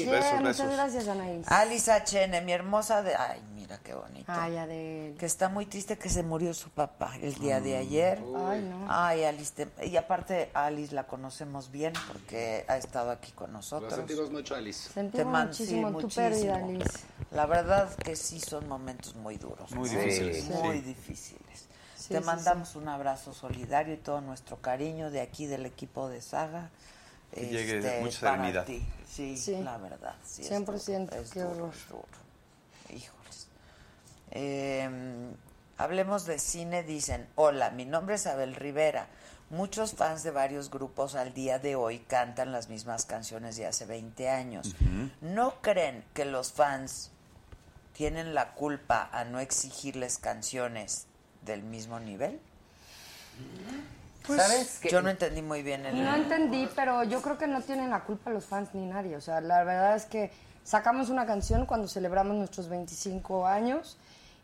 [SPEAKER 8] Yeah, Muchas gracias, Anaís.
[SPEAKER 3] Ah, Alice HN, mi hermosa de. Ay, mira, Mira qué bonito.
[SPEAKER 8] Ay, Adel.
[SPEAKER 3] Que está muy triste que se murió su papá el día de ayer.
[SPEAKER 8] Ay, no.
[SPEAKER 3] Ay, Alice, te- y aparte a Alice la conocemos bien porque ha estado aquí con nosotros.
[SPEAKER 11] Lo sentimos mucho, Alice.
[SPEAKER 8] Sentimos
[SPEAKER 3] man-
[SPEAKER 8] muchísimo tu pérdida, Alice.
[SPEAKER 3] La verdad que sí son momentos muy duros.
[SPEAKER 10] Muy difíciles, sí.
[SPEAKER 3] Muy
[SPEAKER 10] Sí.
[SPEAKER 3] difíciles.
[SPEAKER 8] Sí,
[SPEAKER 3] Te
[SPEAKER 8] sí,
[SPEAKER 3] mandamos un abrazo solidario y todo nuestro cariño de aquí del equipo de Saga.
[SPEAKER 10] Que llegue
[SPEAKER 3] este,
[SPEAKER 10] mucha
[SPEAKER 3] para
[SPEAKER 10] serenidad.
[SPEAKER 3] ti. Sí,
[SPEAKER 8] Sí.
[SPEAKER 3] la verdad. Sí, es
[SPEAKER 8] 100%,
[SPEAKER 3] duro, es
[SPEAKER 8] qué
[SPEAKER 3] duro,
[SPEAKER 8] horror.
[SPEAKER 3] es duro. Híjoles. Eh, hablemos de cine, dicen, hola, mi nombre es Abel Rivera. Muchos fans de varios grupos al día de hoy cantan las mismas canciones de hace 20 años.
[SPEAKER 12] ¿Mm?
[SPEAKER 3] ¿No creen que los fans tienen la culpa a no exigirles canciones del mismo nivel?
[SPEAKER 8] Pues,
[SPEAKER 12] ¿Sabes qué?
[SPEAKER 3] Yo no entendí muy bien el...
[SPEAKER 8] No entendí, pero yo creo que no tienen la culpa los fans ni nadie. O sea, la verdad es que sacamos una canción cuando celebramos nuestros 25 años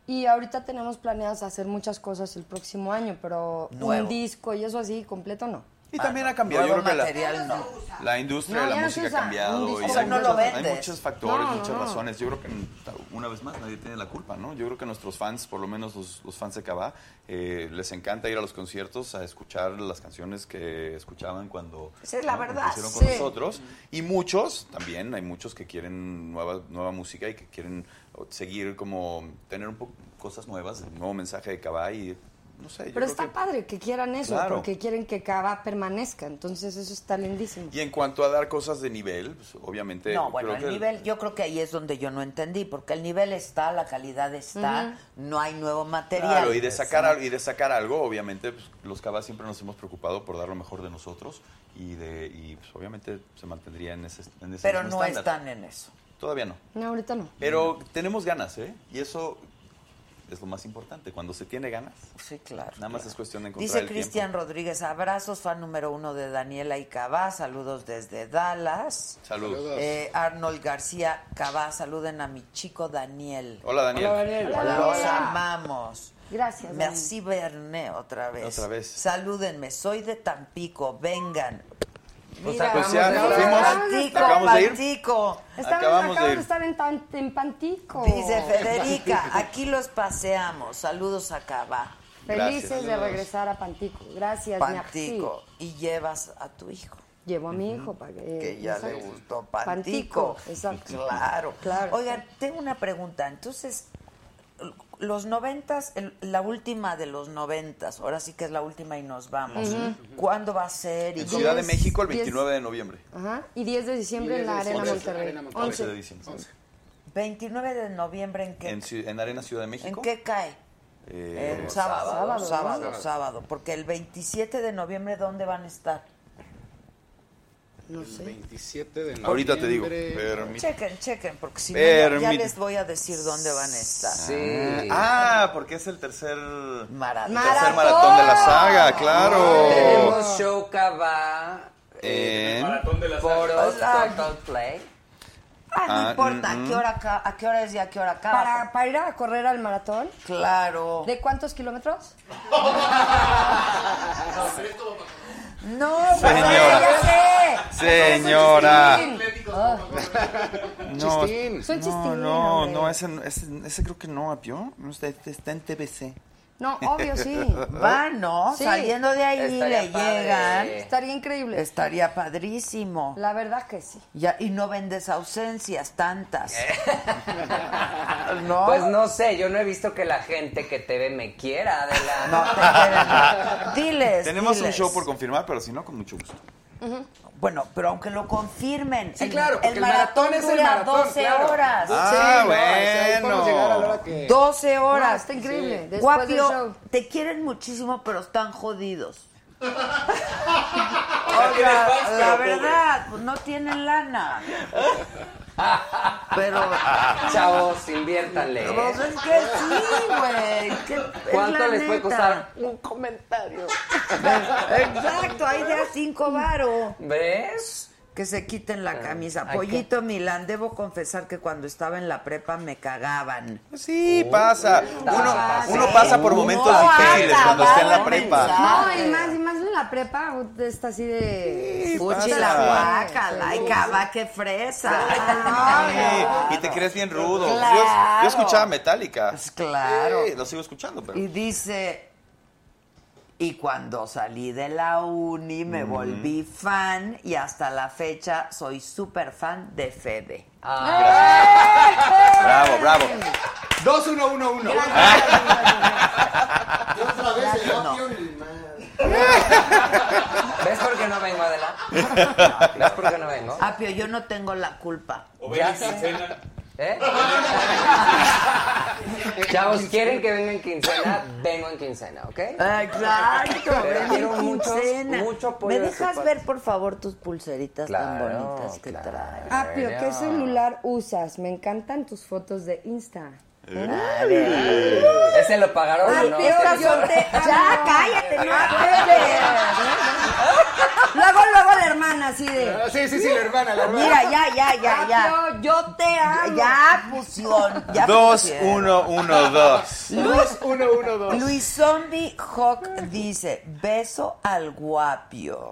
[SPEAKER 8] y ahorita tenemos planeadas hacer muchas cosas el próximo año, pero
[SPEAKER 10] Nuevo.
[SPEAKER 8] un disco y eso así completo no.
[SPEAKER 10] Y también ha cambiado.
[SPEAKER 3] nuevo
[SPEAKER 10] Yo creo que la,
[SPEAKER 3] material no.
[SPEAKER 10] la industria
[SPEAKER 8] No,
[SPEAKER 10] de
[SPEAKER 8] ya
[SPEAKER 10] la
[SPEAKER 8] no se
[SPEAKER 10] música ha
[SPEAKER 8] usa. Un
[SPEAKER 10] cambiado.
[SPEAKER 8] disco
[SPEAKER 10] y
[SPEAKER 8] O sea,
[SPEAKER 10] hay
[SPEAKER 8] no lo
[SPEAKER 10] muchos-
[SPEAKER 8] vendes.
[SPEAKER 10] Hay muchos factores,
[SPEAKER 8] No, no,
[SPEAKER 10] muchas
[SPEAKER 8] no.
[SPEAKER 10] razones. Yo creo que, una vez más, nadie tiene la culpa, ¿no? Yo creo que nuestros fans, por lo menos los, los fans de Cabá, eh, les encanta ir a los conciertos a escuchar las canciones que escuchaban cuando
[SPEAKER 3] Esa es la
[SPEAKER 10] cuando
[SPEAKER 3] verdad,
[SPEAKER 10] hicieron con
[SPEAKER 3] Ah, sí.
[SPEAKER 10] nosotros. Y muchos, también hay muchos que quieren nueva, nueva música y que quieren seguir como tener un poco cosas nuevas, un nuevo mensaje de Cabá y no sé. yo
[SPEAKER 8] Pero
[SPEAKER 10] creo
[SPEAKER 8] está
[SPEAKER 10] que-
[SPEAKER 8] padre que quieran eso,
[SPEAKER 10] Claro.
[SPEAKER 8] porque quieren que Cava permanezca, entonces eso está lindísimo.
[SPEAKER 10] Y en cuanto a dar cosas de nivel, pues, obviamente.
[SPEAKER 3] No, bueno,
[SPEAKER 10] creo
[SPEAKER 3] el
[SPEAKER 10] que-
[SPEAKER 3] nivel, yo creo que ahí es donde yo no entendí, porque el nivel está, la calidad está, no hay nuevo material.
[SPEAKER 10] Claro, y de sacar al- y de sacar algo, obviamente, pues, los cabas siempre nos hemos preocupado por dar lo mejor de nosotros y de y pues, obviamente se mantendría en ese en ese
[SPEAKER 3] Pero
[SPEAKER 10] mismo
[SPEAKER 3] no
[SPEAKER 10] estándar.
[SPEAKER 3] están en eso.
[SPEAKER 10] Todavía no.
[SPEAKER 8] No, ahorita no.
[SPEAKER 10] Pero tenemos ganas, ¿eh? Y eso es lo más importante. Cuando se tiene ganas.
[SPEAKER 3] Sí, claro.
[SPEAKER 10] Nada más es cuestión de encontrar
[SPEAKER 3] Dice
[SPEAKER 10] el tiempo.
[SPEAKER 3] Cristian Rodríguez, abrazos, fan número uno de Daniela y Cabá, saludos desde Dallas.
[SPEAKER 10] Salud. Saludos.
[SPEAKER 3] Eh, Arnold García Cabá, saluden a mi chico Daniel.
[SPEAKER 10] Hola, Daniel. Hola, Daniel.
[SPEAKER 8] Hola,
[SPEAKER 3] Los
[SPEAKER 8] Daniel.
[SPEAKER 3] amamos.
[SPEAKER 8] Gracias. Dani.
[SPEAKER 3] Merci Berné, otra vez.
[SPEAKER 10] Otra vez.
[SPEAKER 3] Salúdenme, soy de Tampico, vengan.
[SPEAKER 10] Pues
[SPEAKER 3] Mira,
[SPEAKER 10] pues ya
[SPEAKER 3] vamos,
[SPEAKER 10] nos
[SPEAKER 3] mira,
[SPEAKER 10] fuimos,
[SPEAKER 3] Pantico,
[SPEAKER 10] acabamos de ir.
[SPEAKER 3] Pantico.
[SPEAKER 8] Estamos-
[SPEAKER 10] Acabamos de
[SPEAKER 8] acabo de,
[SPEAKER 10] ir.
[SPEAKER 8] estar en, tan- en Pantico.
[SPEAKER 3] Dice Federica, aquí los paseamos. Saludos a Cabá.
[SPEAKER 8] Felices
[SPEAKER 10] Gracias.
[SPEAKER 8] de regresar a Pantico. Gracias, merci.
[SPEAKER 3] Pantico. Y llevas a tu hijo.
[SPEAKER 8] Llevo a mi hijo para que...
[SPEAKER 3] Que ya le
[SPEAKER 8] Eh, exacto.
[SPEAKER 3] gustó Pantico.
[SPEAKER 8] Exacto.
[SPEAKER 3] Claro.
[SPEAKER 8] Claro.
[SPEAKER 3] Oigan, tengo una pregunta. Entonces, los noventas, el- la última de los noventas, ahora sí que es la última y nos vamos. ¿Cuándo va a ser? y
[SPEAKER 10] En
[SPEAKER 3] cómo?
[SPEAKER 10] Ciudad de
[SPEAKER 8] Diez-
[SPEAKER 10] México el
[SPEAKER 8] diez-
[SPEAKER 10] 29 de noviembre.
[SPEAKER 8] Ajá. Y 10 de diciembre en la Arena Monterrey.
[SPEAKER 10] 11 de
[SPEAKER 8] 11.
[SPEAKER 10] diciembre.
[SPEAKER 3] 29 de noviembre, ¿en qué,
[SPEAKER 10] En, Ci- en Arena Ciudad de
[SPEAKER 3] ¿en
[SPEAKER 10] México.
[SPEAKER 3] qué cae?
[SPEAKER 10] Eh,
[SPEAKER 3] En sábado, sábado,
[SPEAKER 8] Sábado,
[SPEAKER 3] sábado,
[SPEAKER 8] ¿no?
[SPEAKER 3] Porque el 27 de noviembre, ¿dónde van a estar?
[SPEAKER 8] No sé.
[SPEAKER 11] 27 de noviembre.
[SPEAKER 10] Ahorita te digo. Permíteme.
[SPEAKER 3] Chequen, chequen, porque si no, ya- ya
[SPEAKER 10] Permite.
[SPEAKER 3] les voy a decir dónde van a estar.
[SPEAKER 12] Sí.
[SPEAKER 10] Ah, porque es el tercer
[SPEAKER 3] Maratón.
[SPEAKER 10] tercer maratón de la saga, claro.
[SPEAKER 12] Tenemos show Cava,
[SPEAKER 10] En-
[SPEAKER 4] Maratón de las
[SPEAKER 12] foros,
[SPEAKER 3] Hola.
[SPEAKER 12] [LAUGHS] total play.
[SPEAKER 3] Ah, no
[SPEAKER 10] Ah,
[SPEAKER 3] importa
[SPEAKER 10] mm,
[SPEAKER 3] a qué hora ca- a qué hora es y a qué hora acaba.
[SPEAKER 8] Para, para ir a correr al maratón,
[SPEAKER 3] Claro.
[SPEAKER 8] ¿de cuántos kilómetros?
[SPEAKER 3] No,
[SPEAKER 10] Señora.
[SPEAKER 8] ya sé.
[SPEAKER 10] Señora.
[SPEAKER 8] Oh,
[SPEAKER 10] No,
[SPEAKER 11] Chistín.
[SPEAKER 8] Soy
[SPEAKER 10] no,
[SPEAKER 8] chistín,
[SPEAKER 10] no,
[SPEAKER 8] hombre.
[SPEAKER 10] no, ese, ese, ese creo que no, ¿apio? Usted está en TBC.
[SPEAKER 8] No, obvio,
[SPEAKER 10] [LAUGHS]
[SPEAKER 3] [LAUGHS]
[SPEAKER 8] sí.
[SPEAKER 3] Van, ¿no?
[SPEAKER 8] Sí.
[SPEAKER 3] Saliendo de ahí
[SPEAKER 12] Estaría
[SPEAKER 3] le
[SPEAKER 12] padre.
[SPEAKER 3] llegan.
[SPEAKER 8] Estaría increíble.
[SPEAKER 3] Estaría padrísimo.
[SPEAKER 8] La verdad que sí.
[SPEAKER 3] Ya, y no vendes ausencias tantas. [LAUGHS] no.
[SPEAKER 12] Pues no sé, yo no he visto que la gente que te ve me quiera,
[SPEAKER 3] [LAUGHS]
[SPEAKER 12] Adela.
[SPEAKER 3] No, te quedan. [LAUGHS] Diles.
[SPEAKER 10] Tenemos un
[SPEAKER 3] diles.
[SPEAKER 10] show por confirmar, pero si no, con mucho gusto.
[SPEAKER 3] Bueno, pero aunque lo confirmen.
[SPEAKER 11] Sí,
[SPEAKER 3] el-
[SPEAKER 11] claro, porque
[SPEAKER 3] El,
[SPEAKER 11] el
[SPEAKER 3] maratón,
[SPEAKER 11] maratón es el
[SPEAKER 3] dura
[SPEAKER 11] maratón,
[SPEAKER 3] 12
[SPEAKER 11] claro.
[SPEAKER 3] horas.
[SPEAKER 10] Ah,
[SPEAKER 11] Sí, no, o
[SPEAKER 10] bueno.
[SPEAKER 11] sea, ahí podemos llegar a la hora que-
[SPEAKER 3] 12 horas.
[SPEAKER 8] No, está increíble.
[SPEAKER 11] Sí.
[SPEAKER 8] Después del
[SPEAKER 3] Guapio,
[SPEAKER 8] show.
[SPEAKER 3] te quieren muchísimo, pero están jodidos.
[SPEAKER 4] tienes
[SPEAKER 3] Oiga,
[SPEAKER 4] fans, pero
[SPEAKER 3] la
[SPEAKER 4] pobre.
[SPEAKER 3] verdad, pues no tienen lana.
[SPEAKER 10] [LAUGHS]
[SPEAKER 3] Pero,
[SPEAKER 12] Chavos, inviértanle.
[SPEAKER 3] pues es que sí, güey. que- es
[SPEAKER 12] ¿Cuánto
[SPEAKER 3] la
[SPEAKER 12] les puede
[SPEAKER 3] neta.
[SPEAKER 12] costar un
[SPEAKER 3] [LAUGHS]
[SPEAKER 12] comentario?
[SPEAKER 3] Exacto, ahí de a cinco varos.
[SPEAKER 12] ¿Ves? Ah,
[SPEAKER 3] Que se quiten la camisa.
[SPEAKER 16] hay que-
[SPEAKER 3] Pollito Milán, debo confesar que cuando estaba en la prepa me cagaban.
[SPEAKER 10] Sí, pasa. Uno, uno pasa por momentos difíciles cuando está en la prepa.
[SPEAKER 8] No, y más, y más en la prepa, ut- está así de...
[SPEAKER 3] Puchi
[SPEAKER 10] pasa.
[SPEAKER 3] la guácala, y cava que fresa.
[SPEAKER 10] Sí, y te crees bien rudo. Yo- Yo,
[SPEAKER 3] Claro.
[SPEAKER 10] escuchaba Metallica.
[SPEAKER 3] claro.
[SPEAKER 10] Sí, lo sigo escuchando, pero.
[SPEAKER 3] Y dice, y cuando salí de la uni me
[SPEAKER 10] Ujú.
[SPEAKER 3] volví fan y hasta la fecha soy súper fan de Fede. Ah.
[SPEAKER 10] Bravo, bravo.
[SPEAKER 12] [LAUGHS]
[SPEAKER 5] 2-1-1-1. Yo otra vez el
[SPEAKER 12] Gracias, no.
[SPEAKER 5] opio ni más.
[SPEAKER 12] ¿Ves por qué no vengo, Adela? ¿Ves por qué no vengo?
[SPEAKER 3] Apio, yo no tengo la culpa.
[SPEAKER 12] Ya sé.
[SPEAKER 3] [LAUGHS]
[SPEAKER 12] ¿Eh? Chavos, ¿quieren que venga en quincena? Vengo en quincena, ¿ok?
[SPEAKER 3] Exacto,
[SPEAKER 12] Pero
[SPEAKER 3] ven
[SPEAKER 12] quiero
[SPEAKER 3] en
[SPEAKER 12] muchos-
[SPEAKER 3] quincena.
[SPEAKER 12] mucho apoyo
[SPEAKER 3] ¿Me
[SPEAKER 12] de su
[SPEAKER 3] dejas
[SPEAKER 12] parte.
[SPEAKER 3] ver, por favor, tus pulseritas tan
[SPEAKER 12] Claro,
[SPEAKER 3] bonitas que traes?
[SPEAKER 8] Apio, ¿qué celular usas? Me encantan tus fotos de Insta.
[SPEAKER 12] ¿Ese lo pagaron o no?
[SPEAKER 8] Apio, yo
[SPEAKER 12] [LAUGHS]
[SPEAKER 8] te Ya, cállate, no apes. Luego, luego la hermana, así de...
[SPEAKER 11] Sí, sí, sí, la hermana, la hermana.
[SPEAKER 8] Mira, ya, ya, ya, ya.
[SPEAKER 3] Apio,
[SPEAKER 8] yo te amo.
[SPEAKER 3] Ya, Ah, fusión. Ya
[SPEAKER 10] Ah. Dos,
[SPEAKER 3] pusieron.
[SPEAKER 10] uno, uno,
[SPEAKER 3] [LAUGHS]
[SPEAKER 10] dos.
[SPEAKER 3] Luis,
[SPEAKER 11] 1-1-2.
[SPEAKER 3] Luis Zombie Hawk dice, beso al guapio.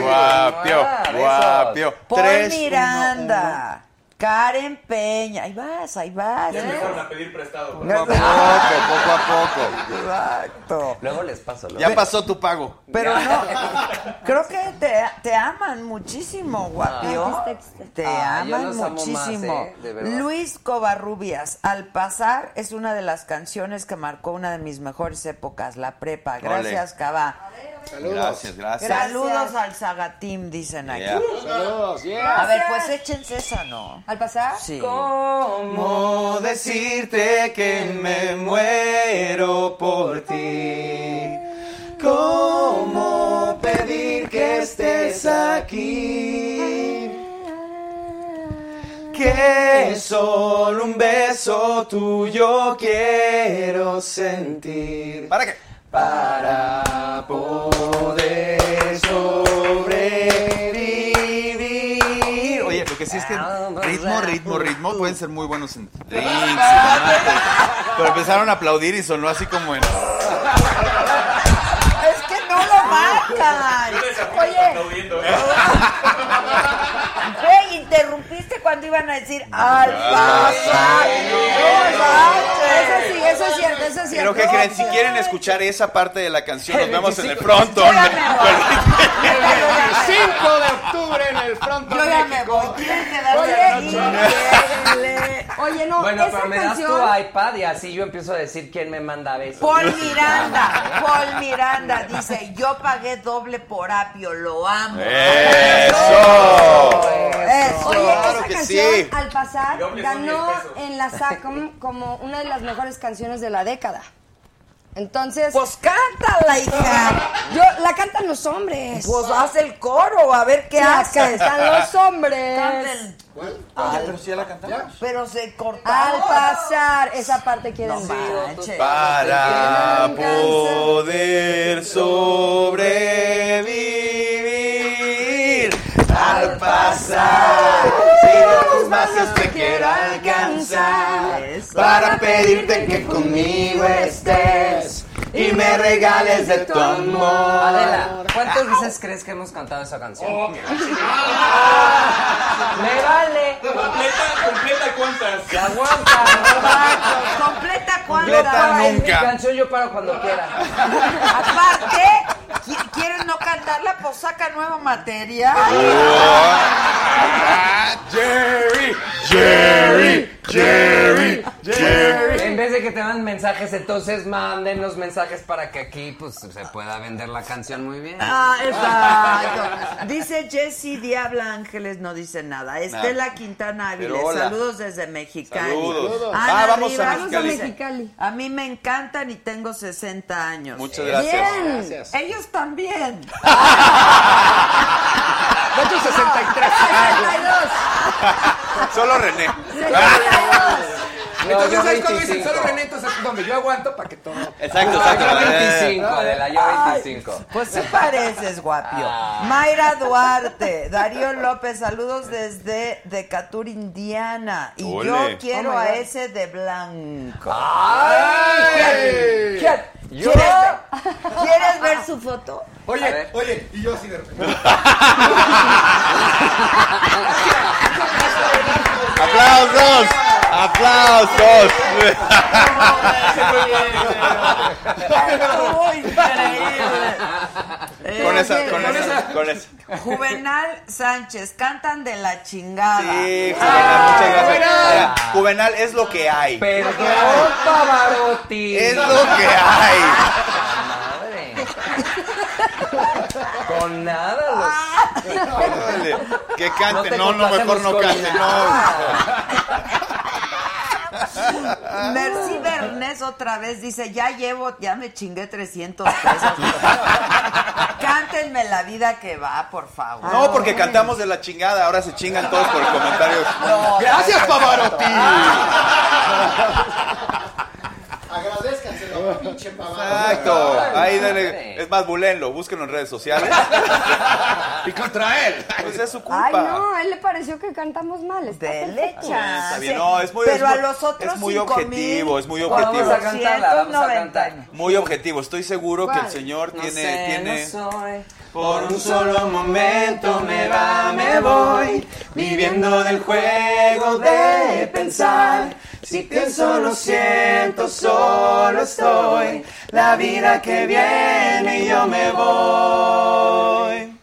[SPEAKER 10] Guapio, guapio.
[SPEAKER 3] Paul
[SPEAKER 10] Eh. Tres, uno,
[SPEAKER 3] Miranda. Karen Peña. Ahí vas, ahí vas.
[SPEAKER 4] Ya
[SPEAKER 3] ¿eh?
[SPEAKER 4] empezaron a pedir prestado.
[SPEAKER 10] Poco a poco, poco a poco.
[SPEAKER 3] Exacto.
[SPEAKER 12] Luego les paso. luego.
[SPEAKER 10] Ya pasó tu pago.
[SPEAKER 3] Pero no,
[SPEAKER 12] Ah,
[SPEAKER 3] creo que te, te aman muchísimo, guapio.
[SPEAKER 8] Aquí está, aquí está.
[SPEAKER 3] Te
[SPEAKER 12] Ah, yo
[SPEAKER 3] aman
[SPEAKER 12] los amo
[SPEAKER 3] muchísimo.
[SPEAKER 12] más, ¿eh? De verdad.
[SPEAKER 3] Luis Covarrubias, Al pasar es una de las canciones que marcó una de mis mejores épocas, la prepa. Gracias, Cava.
[SPEAKER 10] Gracias, gracias.
[SPEAKER 3] Saludos al Zagatim, dicen aquí.
[SPEAKER 10] Yeah.
[SPEAKER 11] Saludos, yeah.
[SPEAKER 3] A ver, pues échense esa, ¿no?
[SPEAKER 8] ¿Al pasar?
[SPEAKER 3] Sí.
[SPEAKER 9] ¿Cómo decirte que me muero por ti? ¿Cómo pedir que estés aquí? Que solo un beso tuyo quiero sentir.
[SPEAKER 10] ¿Para qué?
[SPEAKER 9] Para poder sobrevivir.
[SPEAKER 10] Oye, lo que sí es que ritmo, ritmo, ritmo pueden ser muy buenos en drinks y demás,
[SPEAKER 9] Ah,
[SPEAKER 10] Pero empezaron a aplaudir y sonó así como en.
[SPEAKER 3] Es que no lo marcan. Oye,
[SPEAKER 4] Aplaudiendo.
[SPEAKER 3] güey, interrumpiste cuando iban a decir al pasar.
[SPEAKER 8] Eso
[SPEAKER 3] No manches.
[SPEAKER 8] sí, eso es cierto, eso es cierto.
[SPEAKER 10] Pero que creen, si quieren escuchar esa parte de la canción, nos vemos en el
[SPEAKER 11] 25.
[SPEAKER 10] pronto.
[SPEAKER 11] El 25 de octubre en el Front
[SPEAKER 3] Yo ya me voy. Tienen que darle increíble.
[SPEAKER 8] Oye, no,
[SPEAKER 12] Bueno,
[SPEAKER 8] esa
[SPEAKER 12] pero me das
[SPEAKER 8] canción...
[SPEAKER 12] tu iPad y así yo empiezo a decir quién me manda besos.
[SPEAKER 3] Paul Miranda, Paul Miranda dice, yo pagué doble por apio, lo amo.
[SPEAKER 10] ¡Eso!
[SPEAKER 3] Eso.
[SPEAKER 8] Oye,
[SPEAKER 10] Claro
[SPEAKER 8] esa
[SPEAKER 10] que
[SPEAKER 8] canción,
[SPEAKER 10] sí.
[SPEAKER 8] al pasar,
[SPEAKER 4] Doble son
[SPEAKER 8] ganó
[SPEAKER 4] 10 pesos.
[SPEAKER 8] en la SACOM como una de las mejores canciones de la década. Entonces,
[SPEAKER 3] Pues cántala, hija.
[SPEAKER 8] yo la cantan los hombres.
[SPEAKER 3] Pues haz el coro, a ver qué
[SPEAKER 8] la
[SPEAKER 3] haces.
[SPEAKER 8] cantan los hombres.
[SPEAKER 3] Canten.
[SPEAKER 10] Ya, Ah, pero si ya la cantamos.
[SPEAKER 3] Pero se cortaron.
[SPEAKER 8] Al pasar, esa parte quieren
[SPEAKER 3] No
[SPEAKER 8] ver.
[SPEAKER 3] manches.
[SPEAKER 10] Pues Para poder sobrevivir al pasar, si tus manos te quiero alcanzar, para pedirte que conmigo estés y me regales de tu amor.
[SPEAKER 12] Adela, ¿cuántas veces crees que hemos cantado esa canción?
[SPEAKER 11] Ah.
[SPEAKER 12] ¡Me vale!
[SPEAKER 4] Completa, completa cuántas.
[SPEAKER 12] ¡La aguanta!
[SPEAKER 3] Exacto, Completa cuando.
[SPEAKER 10] Completa
[SPEAKER 12] Es mi
[SPEAKER 10] Nunca.
[SPEAKER 12] canción, yo paro cuando quiera.
[SPEAKER 3] Aparte, qui- ¿quieren no cantarla? Pues saca nuevo material.
[SPEAKER 10] Jerry, Jerry, Jerry, Jerry.
[SPEAKER 12] En vez de que te manden mensajes, entonces mándenos mensajes para que aquí pues, se pueda vender la canción muy bien.
[SPEAKER 3] Ah, exacto. Dice Jessy Diabla Ángeles, no dice nada. Estela Quintana Áviles,
[SPEAKER 10] Pero hola.
[SPEAKER 3] saludos desde Mexicali.
[SPEAKER 10] Saludos.
[SPEAKER 3] Ana
[SPEAKER 10] Ah, vamos a
[SPEAKER 3] Rivas
[SPEAKER 10] Vamos a
[SPEAKER 3] dice,
[SPEAKER 8] Mexicali.
[SPEAKER 3] A mí me encantan y tengo 60 años.
[SPEAKER 10] Muchas gracias.
[SPEAKER 8] Bien.
[SPEAKER 11] Gracias.
[SPEAKER 3] Ellos también.
[SPEAKER 11] De hecho, 63.
[SPEAKER 8] 62.
[SPEAKER 10] Solo René.
[SPEAKER 8] 62.
[SPEAKER 11] Entonces
[SPEAKER 12] yo
[SPEAKER 11] es cuando dicen
[SPEAKER 12] 25.
[SPEAKER 11] solo René, entonces es donde yo aguanto para que todo.
[SPEAKER 12] Exacto, exacto. yo 25, Adela, yo Ah.
[SPEAKER 3] Ay,
[SPEAKER 12] 25.
[SPEAKER 3] Pues sí pareces guapio. Mayra Duarte, Darío López, saludos desde Decatur, Indiana. Y
[SPEAKER 12] Ole.
[SPEAKER 3] yo quiero
[SPEAKER 12] Oh my
[SPEAKER 3] a
[SPEAKER 12] God.
[SPEAKER 3] ese de blanco.
[SPEAKER 11] ¡Ay!
[SPEAKER 3] ¿Quién? ¿Quién?
[SPEAKER 11] Yo.
[SPEAKER 3] ¿Quieres,
[SPEAKER 12] [LAUGHS]
[SPEAKER 3] ver- quieres ver su foto?
[SPEAKER 11] Oye, oye, y yo así de repente.
[SPEAKER 16] ¡Aplausos! ¡Aplausos!
[SPEAKER 3] Estuvo increíble.
[SPEAKER 10] Con
[SPEAKER 3] Eh,
[SPEAKER 10] esa,
[SPEAKER 3] bien,
[SPEAKER 10] con
[SPEAKER 3] bien.
[SPEAKER 10] esa, con esa.
[SPEAKER 3] Juvenal Sánchez, cantan de la chingada.
[SPEAKER 10] Sí, Juvenal, muchas gracias. Mira, Juvenal es lo que hay.
[SPEAKER 12] Perdón, Pavarotti.
[SPEAKER 10] Es lo que hay.
[SPEAKER 12] Con nada
[SPEAKER 10] Órale, Que cante, no, no, mejor no cante,
[SPEAKER 3] Merci Bernés otra vez dice, ya llevo, ya me chingué 300 pesos. Cántenme la vida que va, por favor.
[SPEAKER 10] no. No, porque cantamos de la chingada, ahora se chingan todos por comentarios.
[SPEAKER 3] No,
[SPEAKER 10] Gracias, Pavarotti.
[SPEAKER 5] Agradezcanselo, pinche pavada.
[SPEAKER 10] Exacto. Ahí dale. Es más, bulenlo, búsquenlo en redes sociales.
[SPEAKER 11] Y contra él.
[SPEAKER 10] Pues es su culpa.
[SPEAKER 8] Ay, no, a él le pareció que cantamos mal. Está perfecto.
[SPEAKER 10] Está bien, no, es muy,
[SPEAKER 8] Pero
[SPEAKER 10] es muy-
[SPEAKER 8] a los otros
[SPEAKER 10] es muy
[SPEAKER 8] cinco
[SPEAKER 10] objetivo,
[SPEAKER 8] mil
[SPEAKER 10] es muy objetivo.
[SPEAKER 12] Vamos a cantarla, vamos a cantarla.
[SPEAKER 10] Muy objetivo, estoy seguro que el
[SPEAKER 12] ¿Cuál?
[SPEAKER 10] señor
[SPEAKER 12] No
[SPEAKER 10] tiene,
[SPEAKER 12] sé,
[SPEAKER 10] tiene.
[SPEAKER 12] no soy.
[SPEAKER 10] Por
[SPEAKER 9] un solo momento me va, me voy, viviendo del juego de pensar. Si pienso, no siento, solo estoy. La vida que viene y yo me voy.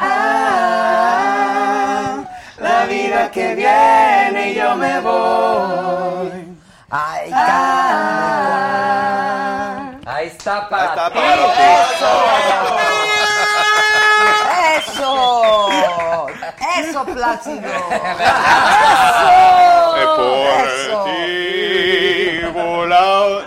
[SPEAKER 9] Ah, la vida que viene y yo me voy.
[SPEAKER 3] Ay,
[SPEAKER 12] Ahí está, para.
[SPEAKER 3] Eso. Eso, Plácido.
[SPEAKER 16] Me
[SPEAKER 3] Eso.
[SPEAKER 16] ti volado.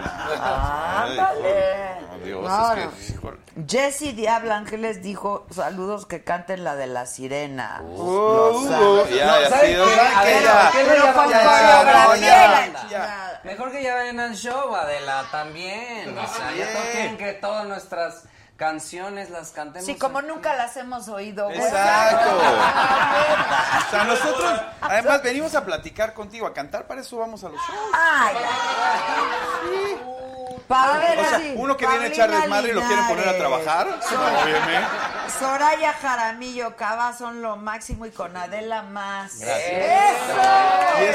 [SPEAKER 10] Dios,
[SPEAKER 3] No,
[SPEAKER 10] es
[SPEAKER 3] no.
[SPEAKER 10] que. híjole.
[SPEAKER 3] Jessy Diablo Ángeles dijo, saludos que canten la de la sirena.
[SPEAKER 10] Uh, uh, ya, ya, sí, o sea, que ya.
[SPEAKER 3] Pero con
[SPEAKER 10] Ya,
[SPEAKER 3] coreografía.
[SPEAKER 10] ya,
[SPEAKER 12] Mejor que ya vayan al show, Adela, también. O sea, ya toquen que todas nuestras canciones las cantemos.
[SPEAKER 3] Sí, como nunca las hemos oído. güey.
[SPEAKER 10] O sea, nosotros, además, venimos a platicar contigo, a cantar, para eso vamos a los shows.
[SPEAKER 3] Ay. Para ver
[SPEAKER 10] O sea,
[SPEAKER 3] así.
[SPEAKER 10] uno que viene a echar
[SPEAKER 3] Paulina
[SPEAKER 10] desmadre y lo quieren poner a
[SPEAKER 3] Linares.
[SPEAKER 10] trabajar.
[SPEAKER 3] Sor-
[SPEAKER 10] Obviamente.
[SPEAKER 3] Soraya Jaramillo Cava son lo máximo y con Adela más.
[SPEAKER 10] Y es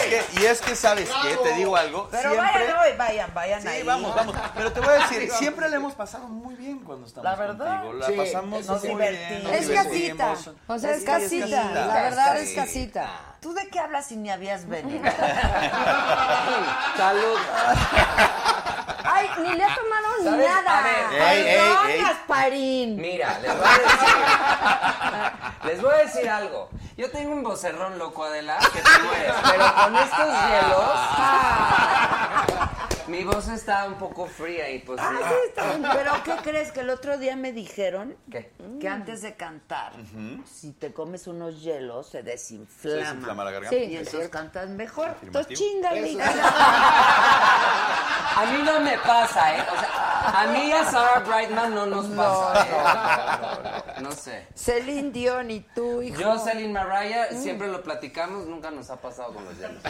[SPEAKER 10] que, y es que ¿sabes qué? Te digo algo.
[SPEAKER 3] Pero
[SPEAKER 10] siempre,
[SPEAKER 3] vayan hoy, vayan, vayan ahí.
[SPEAKER 10] vamos, vamos. Pero te voy a decir, siempre le hemos pasado muy bien cuando estamos
[SPEAKER 3] La verdad.
[SPEAKER 10] contigo. La
[SPEAKER 3] Sí,
[SPEAKER 10] pasamos
[SPEAKER 3] nos
[SPEAKER 10] muy
[SPEAKER 3] divertimos.
[SPEAKER 10] bien. nos
[SPEAKER 8] Es casita.
[SPEAKER 10] divertimos.
[SPEAKER 8] O sea, es
[SPEAKER 3] Sí,
[SPEAKER 8] casita. La verdad es casita.
[SPEAKER 3] ¿Tú de qué hablas si ni habías venido?
[SPEAKER 12] Salud.
[SPEAKER 8] Ay, ni le ha tomado ni
[SPEAKER 12] ¿Sabes?
[SPEAKER 8] nada.
[SPEAKER 12] A ver,
[SPEAKER 8] Ay,
[SPEAKER 12] ey,
[SPEAKER 8] no,
[SPEAKER 12] ey, ey.
[SPEAKER 8] Gasparín.
[SPEAKER 12] Mira, les voy a decir. [LAUGHS] les voy a decir algo. Yo tengo un vocerrón loco, Adela, que te mueres. Pero con estos
[SPEAKER 8] Ah.
[SPEAKER 12] hielos. mi voz está un poco fría y pues.
[SPEAKER 3] Ah,
[SPEAKER 12] no.
[SPEAKER 3] sí, está bien. Pero ¿qué crees? Que el otro día me dijeron
[SPEAKER 12] ¿Qué?
[SPEAKER 3] que antes de cantar, si te comes unos hielos, se
[SPEAKER 10] Se
[SPEAKER 3] desinflama.
[SPEAKER 10] desinflama la garganta.
[SPEAKER 3] Sí,
[SPEAKER 10] Es
[SPEAKER 3] y entonces
[SPEAKER 10] cierto.
[SPEAKER 3] cantas mejor.
[SPEAKER 10] Afirmativo.
[SPEAKER 3] Entonces chingale.
[SPEAKER 10] Eso.
[SPEAKER 12] A mí no me pasa, ¿eh? O sea, a mí y a Sarah Brightman no nos pasa, ¿eh? No sé.
[SPEAKER 3] Celine Dion y tú, hijo.
[SPEAKER 12] Yo, Celine Mariah, siempre lo platicamos, nunca nos ha pasado con los hielos.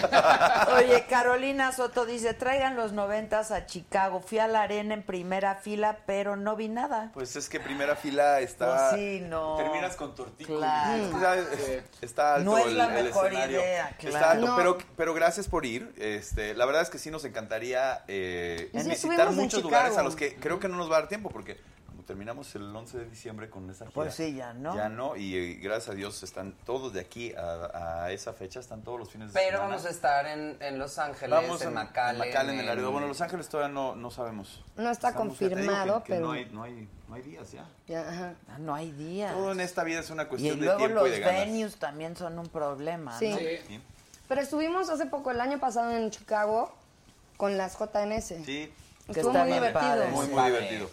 [SPEAKER 3] Oye, Carolina Soto dice, traigan los noventas a Chicago. Fui a la arena en primera fila, pero no vi nada.
[SPEAKER 10] Pues es que primera fila está.
[SPEAKER 3] Pues sí, no.
[SPEAKER 10] Terminas con tortícolis.
[SPEAKER 3] Claro.
[SPEAKER 10] Es que, ¿sabes? Está alto
[SPEAKER 3] No es
[SPEAKER 10] el,
[SPEAKER 3] la
[SPEAKER 10] el
[SPEAKER 3] mejor
[SPEAKER 10] escenario.
[SPEAKER 3] idea, claro.
[SPEAKER 10] Está alto,
[SPEAKER 3] No.
[SPEAKER 10] pero, pero gracias por ir. Este, la verdad es que sí nos encantaría eh,
[SPEAKER 3] Sí,
[SPEAKER 10] visitar
[SPEAKER 3] estuvimos en
[SPEAKER 10] muchos lugares
[SPEAKER 3] Chicago.
[SPEAKER 10] a los que creo que no nos va a dar tiempo porque como terminamos el 11 de diciembre con esa gira.
[SPEAKER 3] Pues sí, ya no.
[SPEAKER 10] Ya no, y, eh, gracias a Dios están todos de aquí a, a esa fecha, están todos los fines de
[SPEAKER 12] Pero
[SPEAKER 10] semana.
[SPEAKER 12] vamos a estar en, en Los Ángeles,
[SPEAKER 10] Vamos
[SPEAKER 12] en
[SPEAKER 10] a-
[SPEAKER 12] McAllen.
[SPEAKER 10] McAllen, en Laredo. Bueno, Los Ángeles todavía no, no sabemos.
[SPEAKER 8] No está
[SPEAKER 10] Estamos- ya te digo
[SPEAKER 8] confirmado,
[SPEAKER 10] que- que
[SPEAKER 8] pero-
[SPEAKER 10] No hay, no, hay, no hay días ya.
[SPEAKER 8] Ya, ajá.
[SPEAKER 3] Ah, No hay día.
[SPEAKER 10] Todo en esta vida es una
[SPEAKER 3] Y
[SPEAKER 10] cuestión de
[SPEAKER 3] luego
[SPEAKER 10] tiempo
[SPEAKER 3] los
[SPEAKER 10] y de ganas.
[SPEAKER 3] venues también son un problema,
[SPEAKER 8] Sí.
[SPEAKER 3] ¿no?
[SPEAKER 8] Sí. Pero estuvimos hace poco, el año pasado en Chicago, con las JNS.
[SPEAKER 10] Sí.
[SPEAKER 3] Que
[SPEAKER 8] Estuvo
[SPEAKER 3] está
[SPEAKER 8] muy
[SPEAKER 3] bien
[SPEAKER 8] divertido.
[SPEAKER 3] padre.
[SPEAKER 10] Muy, muy
[SPEAKER 3] Padre.
[SPEAKER 10] divertido.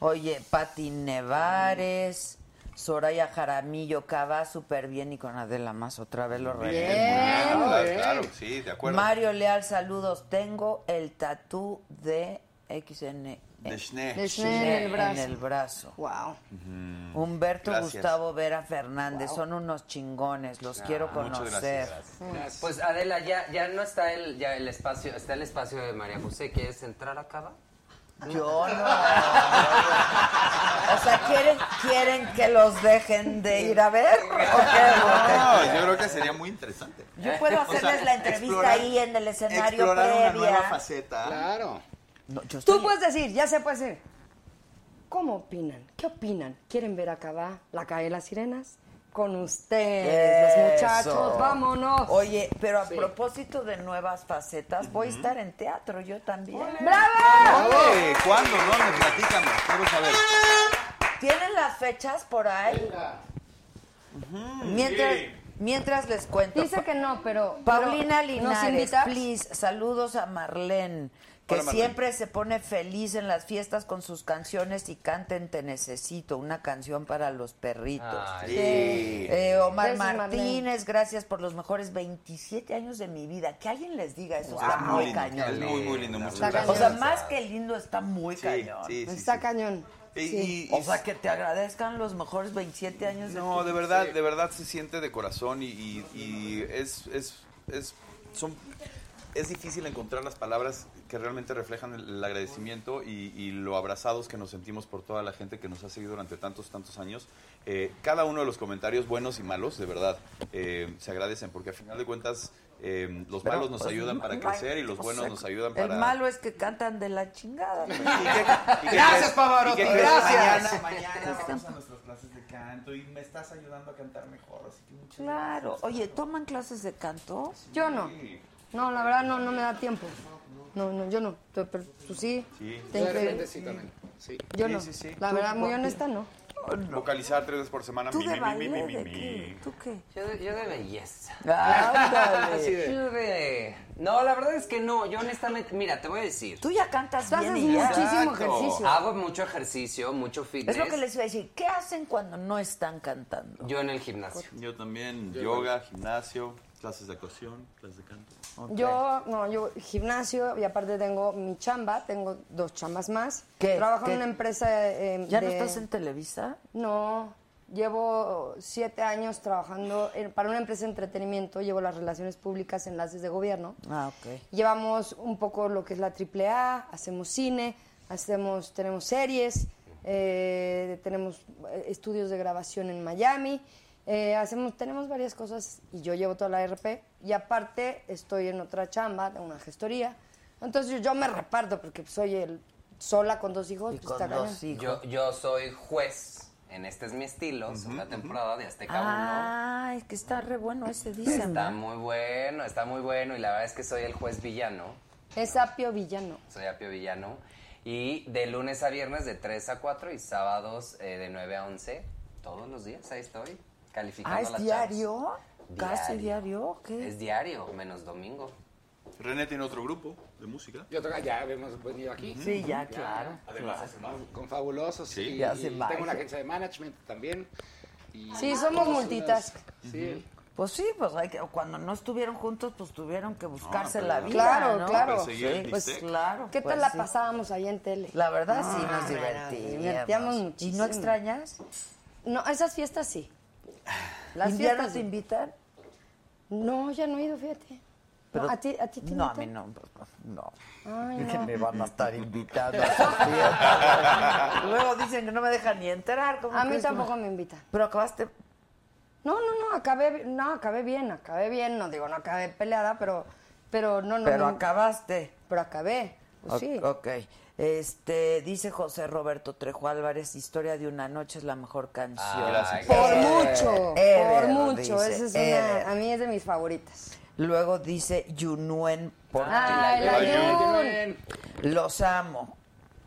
[SPEAKER 3] Oye, Pati Nevares, Soraya Jaramillo Cava, súper bien. Y con Adela más otra vez lo
[SPEAKER 10] Bien,
[SPEAKER 3] reviento.
[SPEAKER 10] claro, claro, sí, de acuerdo.
[SPEAKER 3] Mario Leal, saludos. Tengo el tatú de E. XN.
[SPEAKER 10] De Schnee.
[SPEAKER 8] De Schnee en el brazo.
[SPEAKER 3] Wow. Humberto
[SPEAKER 12] Gracias.
[SPEAKER 3] Gustavo Vera Fernández,
[SPEAKER 12] Wow.
[SPEAKER 3] son unos chingones,
[SPEAKER 10] Ah,
[SPEAKER 3] los quiero
[SPEAKER 12] muchas
[SPEAKER 3] conocer.
[SPEAKER 12] Pues Adela, ya, ya no está el, ya el espacio, está el espacio de María José. ¿Quieres entrar a Cava?
[SPEAKER 3] Yo no. O sea, ¿quieren, quieren que los dejen de ir a ver? ¿O qué?
[SPEAKER 10] No, yo creo que sería muy interesante.
[SPEAKER 3] Yo puedo
[SPEAKER 10] O sea,
[SPEAKER 3] hacerles la entrevista
[SPEAKER 10] explorar-
[SPEAKER 3] ahí en el escenario
[SPEAKER 10] explorar
[SPEAKER 3] previa.
[SPEAKER 10] una nueva faceta.
[SPEAKER 8] Claro.
[SPEAKER 3] No, yo
[SPEAKER 8] Tú puedes decir, ya se puede decir. ¿Cómo opinan? ¿Qué opinan? ¿Quieren ver acá la calle de las sirenas? Con ustedes, los muchachos,
[SPEAKER 3] Eso.
[SPEAKER 8] vámonos.
[SPEAKER 3] Oye, pero a
[SPEAKER 8] Sí.
[SPEAKER 3] propósito de nuevas facetas, voy a estar en teatro yo también.
[SPEAKER 8] ¡Bravo!
[SPEAKER 10] Oye, ¿Cuándo? ¿Dónde? Platícame, quiero saber.
[SPEAKER 3] ¿Tienen las fechas por ahí? Mientras, mientras les cuento.
[SPEAKER 8] Dice que no, pero.
[SPEAKER 3] Paulina
[SPEAKER 8] pero, ¿nos
[SPEAKER 3] Linares,
[SPEAKER 8] invitas?
[SPEAKER 3] please, saludos a Marlene, que
[SPEAKER 8] Hola, Marlene.
[SPEAKER 3] siempre se pone feliz en las fiestas con sus canciones y canten Te Necesito, una canción para los perritos.
[SPEAKER 10] Ah,
[SPEAKER 12] Ay,
[SPEAKER 3] Sí.
[SPEAKER 12] sí.
[SPEAKER 3] Eh, Omar
[SPEAKER 12] Gracias, Marlene.
[SPEAKER 3] Martínez, gracias por los mejores 27 años de mi vida. Que alguien les diga eso,
[SPEAKER 10] Es
[SPEAKER 3] está
[SPEAKER 10] muy
[SPEAKER 3] muy
[SPEAKER 10] lindo,
[SPEAKER 3] cañón.
[SPEAKER 10] es muy, muy lindo, muchas
[SPEAKER 3] Está
[SPEAKER 10] gracias.
[SPEAKER 3] cañón. O sea, más que lindo, está muy
[SPEAKER 10] Sí,
[SPEAKER 3] cañón.
[SPEAKER 10] sí, sí,
[SPEAKER 8] Está cañón.
[SPEAKER 10] Y-
[SPEAKER 3] Sí.
[SPEAKER 10] y-
[SPEAKER 3] o sea, que te agradezcan los mejores 27 años de
[SPEAKER 10] No,
[SPEAKER 3] tu-
[SPEAKER 10] de verdad, de verdad se siente de corazón y, y- y es, es, es, son, es difícil encontrar las palabras que realmente reflejan el, el agradecimiento y, y lo abrazados que nos sentimos por toda la gente que nos ha seguido durante tantos, tantos años. Eh, cada uno de los comentarios, buenos y malos, de verdad, eh, se agradecen porque a final de cuentas eh, los
[SPEAKER 3] Pero,
[SPEAKER 10] malos nos
[SPEAKER 3] pues,
[SPEAKER 10] ayudan para
[SPEAKER 3] ay,
[SPEAKER 10] crecer y los
[SPEAKER 3] o
[SPEAKER 10] buenos
[SPEAKER 3] sea,
[SPEAKER 10] nos ayudan
[SPEAKER 3] El
[SPEAKER 10] para...
[SPEAKER 3] malo es que cantan de la chingada. ¿no?
[SPEAKER 10] ¿Y qué
[SPEAKER 3] Gracias,
[SPEAKER 10] crees?
[SPEAKER 3] Pavarotti,
[SPEAKER 10] ¿Y qué crees? Mañana,
[SPEAKER 3] gracias.
[SPEAKER 10] mañana vamos a nuestras clases de canto y me estás ayudando a cantar mejor, así que muchas
[SPEAKER 3] Claro. Oye, ¿toman clases de canto?
[SPEAKER 8] Yo no. No, la verdad no, no me da tiempo. No, no, yo no. Tú, pero tú sí. Te
[SPEAKER 11] De
[SPEAKER 8] incluyo.
[SPEAKER 11] repente sí también. Sí.
[SPEAKER 8] Yo no. La
[SPEAKER 11] Tú,
[SPEAKER 8] verdad, muy
[SPEAKER 11] Pati.
[SPEAKER 8] honesta, no.
[SPEAKER 10] Vocalizar tres veces por semana.
[SPEAKER 8] ¿Tú
[SPEAKER 10] mi,
[SPEAKER 8] de
[SPEAKER 10] mi, mi,
[SPEAKER 8] ballet,
[SPEAKER 10] mi, mi,
[SPEAKER 8] de
[SPEAKER 10] mi.
[SPEAKER 8] qué? Ah.
[SPEAKER 3] ¿Tú qué?
[SPEAKER 12] Yo de, yo de belleza.
[SPEAKER 3] Ándale. Así de-
[SPEAKER 12] Yo de- No, la verdad es que no. Yo honestamente, mira, te voy a decir.
[SPEAKER 3] Tú ya cantas
[SPEAKER 12] Tú
[SPEAKER 3] bien y ya.
[SPEAKER 10] Ah,
[SPEAKER 12] Hago mucho ejercicio, mucho fitness.
[SPEAKER 3] Es lo que les iba a decir. ¿Qué hacen cuando no están cantando?
[SPEAKER 12] Yo en el gimnasio.
[SPEAKER 10] Yo también, yoga, gimnasio, clases de actuación, clases de canto.
[SPEAKER 8] Yo, no, yo gimnasio y aparte tengo mi chamba, tengo dos chambas más.
[SPEAKER 3] ¿Qué?
[SPEAKER 8] Trabajo
[SPEAKER 3] ¿Qué?
[SPEAKER 8] en una empresa eh,
[SPEAKER 3] ¿Ya no
[SPEAKER 8] de-
[SPEAKER 3] estás en Televisa?
[SPEAKER 8] No, llevo siete años trabajando en- para una empresa de entretenimiento, llevo las relaciones públicas, enlaces de gobierno.
[SPEAKER 3] Ah, ok.
[SPEAKER 8] Llevamos un poco lo que es la AAA, hacemos cine, hacemos, tenemos series, eh, tenemos eh, estudios de grabación en Miami, eh, hacemos, tenemos varias cosas y yo llevo toda la RP y aparte estoy en otra chamba, de una gestoría. Entonces yo, yo me reparto porque soy el sola con dos hijos. pues, está cañón.
[SPEAKER 12] Yo, yo soy juez. En este es mi estilo, segunda temporada de Azteca 1.
[SPEAKER 3] Ah, es que está re bueno ese, dicen.
[SPEAKER 12] Está
[SPEAKER 3] ¿no?
[SPEAKER 12] muy bueno, está muy bueno. Y la verdad es que soy el juez villano.
[SPEAKER 8] Es Apio Villano.
[SPEAKER 12] Soy Apio Villano. Y de lunes a viernes de 3 a 4 y sábados eh, de 9 a 11. Todos los días, ahí estoy. Calificando
[SPEAKER 3] Ah,
[SPEAKER 12] a
[SPEAKER 3] ¿es
[SPEAKER 12] las
[SPEAKER 3] diario?
[SPEAKER 12] chavas.
[SPEAKER 3] ¿Casi
[SPEAKER 12] Diario.
[SPEAKER 3] diario? ¿o ¿Qué?
[SPEAKER 12] Es diario, menos domingo.
[SPEAKER 10] René tiene otro grupo de música.
[SPEAKER 11] Yo toca, ya hemos venido aquí.
[SPEAKER 10] Sí, ya,
[SPEAKER 3] claro.
[SPEAKER 10] Además,
[SPEAKER 11] Con-
[SPEAKER 10] hace más.
[SPEAKER 11] Con fabulosos.
[SPEAKER 10] Sí.
[SPEAKER 11] y-
[SPEAKER 10] Ya hace
[SPEAKER 11] y
[SPEAKER 10] más.
[SPEAKER 11] Tengo una agencia de management también. y-
[SPEAKER 8] Sí, somos
[SPEAKER 11] Todas
[SPEAKER 8] multitask.
[SPEAKER 11] unas- Sí.
[SPEAKER 3] Pues sí, pues hay que- cuando no estuvieron juntos, pues tuvieron que buscarse la
[SPEAKER 8] pero-
[SPEAKER 3] vida.
[SPEAKER 8] Claro,
[SPEAKER 3] ¿no?
[SPEAKER 8] claro.
[SPEAKER 10] Perseguir el
[SPEAKER 3] pues
[SPEAKER 10] bistec.
[SPEAKER 3] claro.
[SPEAKER 8] ¿Qué
[SPEAKER 3] pues
[SPEAKER 8] tal la
[SPEAKER 3] sí.
[SPEAKER 8] pasábamos ahí en tele?
[SPEAKER 3] La verdad sí
[SPEAKER 8] No, no,
[SPEAKER 3] nos
[SPEAKER 8] no,
[SPEAKER 3] divertíamos.
[SPEAKER 8] divertíamos
[SPEAKER 3] ¿Y
[SPEAKER 8] muchísimo.
[SPEAKER 3] no extrañas?
[SPEAKER 8] No, esas fiestas sí.
[SPEAKER 3] ¿Y
[SPEAKER 8] Las
[SPEAKER 3] ya no
[SPEAKER 8] fiestas
[SPEAKER 3] te
[SPEAKER 8] sí.
[SPEAKER 3] invitan?
[SPEAKER 8] No, ya no he ido, fíjate.
[SPEAKER 3] Pero-
[SPEAKER 8] No, ¿A ti, a ti te
[SPEAKER 3] No, a mí
[SPEAKER 8] invitan?
[SPEAKER 3] no. pues, No.
[SPEAKER 8] Ay,
[SPEAKER 3] Que
[SPEAKER 8] no.
[SPEAKER 3] me van a estar invitando a esas
[SPEAKER 8] [LAUGHS]
[SPEAKER 3] fiestas. Luego dicen que no me dejan ni entrar. ¿cómo
[SPEAKER 8] A mí
[SPEAKER 3] crees?
[SPEAKER 8] tampoco me invitan.
[SPEAKER 3] Pero acabaste.
[SPEAKER 8] No, no, no, acabé, no, acabé bien, acabé bien. No digo, no acabé peleada, pero, pero no, no.
[SPEAKER 3] Pero
[SPEAKER 8] me-
[SPEAKER 3] acabaste.
[SPEAKER 8] Pero acabé, pues
[SPEAKER 3] O-
[SPEAKER 8] sí.
[SPEAKER 3] Ok. Este, dice José Roberto Trejo Álvarez, Historia de una noche es la mejor canción.
[SPEAKER 8] Ah,
[SPEAKER 10] gracias.
[SPEAKER 8] Por
[SPEAKER 3] Ever,
[SPEAKER 8] mucho, por
[SPEAKER 3] Ever,
[SPEAKER 8] mucho.
[SPEAKER 3] dice,
[SPEAKER 8] Esa es una,
[SPEAKER 3] Ever.
[SPEAKER 8] a mí es de mis favoritas.
[SPEAKER 3] Luego dice Yunuen
[SPEAKER 8] Ay, Ah, la Yun.
[SPEAKER 3] Los amo.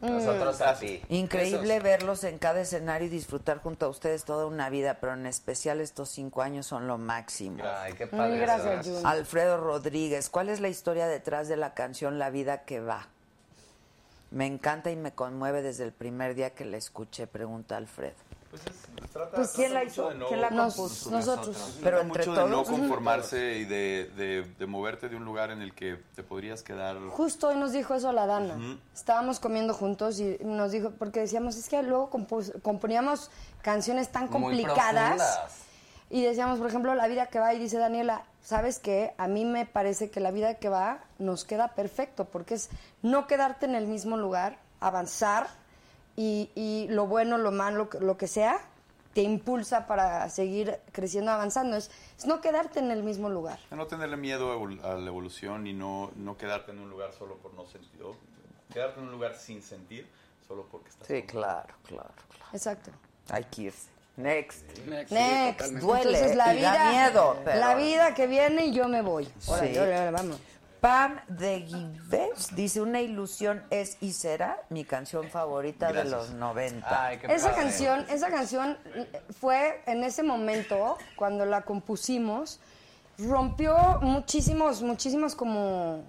[SPEAKER 8] Mm.
[SPEAKER 12] Nosotros
[SPEAKER 11] Ah,
[SPEAKER 12] a ti.
[SPEAKER 3] Increíble verlos en cada escenario y disfrutar junto a ustedes toda una vida, pero en especial estos cinco años son lo máximo.
[SPEAKER 12] Ay, qué padre.
[SPEAKER 8] Mil Mm, gracias, Jun.
[SPEAKER 3] Alfredo Rodríguez, ¿cuál es la historia detrás de la canción La vida que va? Me encanta y me conmueve desde el primer día que la escuché, pregunta Alfredo.
[SPEAKER 10] Pues es, trata,
[SPEAKER 3] Pues, ¿quién
[SPEAKER 10] trata
[SPEAKER 3] la
[SPEAKER 10] mucho
[SPEAKER 3] hizo?
[SPEAKER 10] de no-
[SPEAKER 3] ¿Quién la compuso? Nos- nosotros.
[SPEAKER 10] Trata
[SPEAKER 3] Pero entre
[SPEAKER 10] mucho de no
[SPEAKER 3] todos.
[SPEAKER 10] conformarse y de, de- de moverte de un lugar en el que te podrías quedar.
[SPEAKER 8] Justo hoy nos dijo eso la Dana.
[SPEAKER 10] Ujú.
[SPEAKER 8] Estábamos comiendo juntos y nos dijo, porque decíamos, es que luego compus- componíamos canciones tan
[SPEAKER 12] Muy
[SPEAKER 8] complicadas.
[SPEAKER 12] profundas.
[SPEAKER 8] Y decíamos, por ejemplo, la vida que va, y dice Daniela, ¿sabes qué? A mí me parece que la vida que va nos queda perfecto, porque es no quedarte en el mismo lugar, avanzar, y, y lo bueno, lo malo, lo que sea, te impulsa para seguir creciendo, avanzando. Es, es no quedarte en el mismo lugar.
[SPEAKER 10] de No tenerle miedo a evol- a la evolución y no, no quedarte en un lugar solo por no sentir. o Quedarte en un lugar sin sentir solo porque estás.
[SPEAKER 3] Sí, claro, claro, claro.
[SPEAKER 8] Exacto.
[SPEAKER 3] Hay que irse. Next.
[SPEAKER 11] Next.
[SPEAKER 3] Duele ¿eh?
[SPEAKER 8] Entonces, la
[SPEAKER 3] y
[SPEAKER 8] vida,
[SPEAKER 3] da miedo. pero-
[SPEAKER 8] La vida que viene, yo me voy. Órale,
[SPEAKER 3] Sí.
[SPEAKER 8] órale, órale, vamos.
[SPEAKER 3] Pam de Gives dice, una ilusión es y será mi canción favorita de
[SPEAKER 8] Gracias.
[SPEAKER 3] los 90.
[SPEAKER 8] Esa canción, esa canción eh, fue en ese momento, cuando la compusimos, rompió muchísimos, muchísimos como,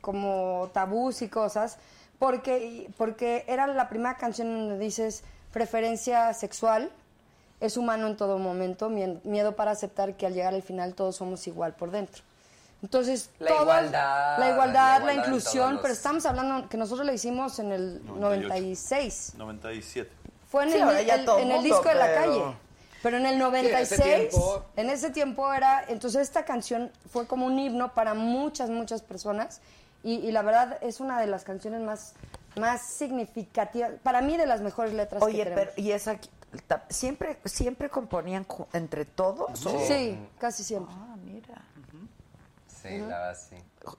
[SPEAKER 8] como tabús y cosas, porque, porque era la primera canción en donde dices preferencia sexual, es humano en todo momento, mien- miedo para aceptar que al llegar al final todos somos igual por dentro. Entonces,
[SPEAKER 12] La
[SPEAKER 8] todos-
[SPEAKER 12] igualdad,
[SPEAKER 8] la
[SPEAKER 12] la
[SPEAKER 8] igualdad,
[SPEAKER 12] igualdad
[SPEAKER 8] la
[SPEAKER 12] en todos
[SPEAKER 8] inclusión,
[SPEAKER 12] los-
[SPEAKER 8] pero estamos hablando que nosotros la hicimos en el
[SPEAKER 10] 98.
[SPEAKER 8] 96.
[SPEAKER 10] 97.
[SPEAKER 8] Fue en,
[SPEAKER 3] Sí,
[SPEAKER 8] el,
[SPEAKER 3] ahora ya
[SPEAKER 8] el-
[SPEAKER 3] todo
[SPEAKER 8] en el
[SPEAKER 3] mundo,
[SPEAKER 8] disco de la
[SPEAKER 3] pero-
[SPEAKER 8] calle. Pero en el
[SPEAKER 3] ese
[SPEAKER 8] 96,
[SPEAKER 3] tiempo-
[SPEAKER 8] en ese tiempo era. Entonces, esta canción fue como un himno para muchas, muchas personas. Y, y la verdad es una de las canciones más, más significativas. Para mí, de las mejores letras que
[SPEAKER 3] Oye,
[SPEAKER 8] tenemos.
[SPEAKER 3] pero ¿y esa ta- siempre siempre componían ju- entre todos? o-
[SPEAKER 8] Sí, casi siempre. Ah,
[SPEAKER 3] mira.
[SPEAKER 12] Sí, la verdad, sí.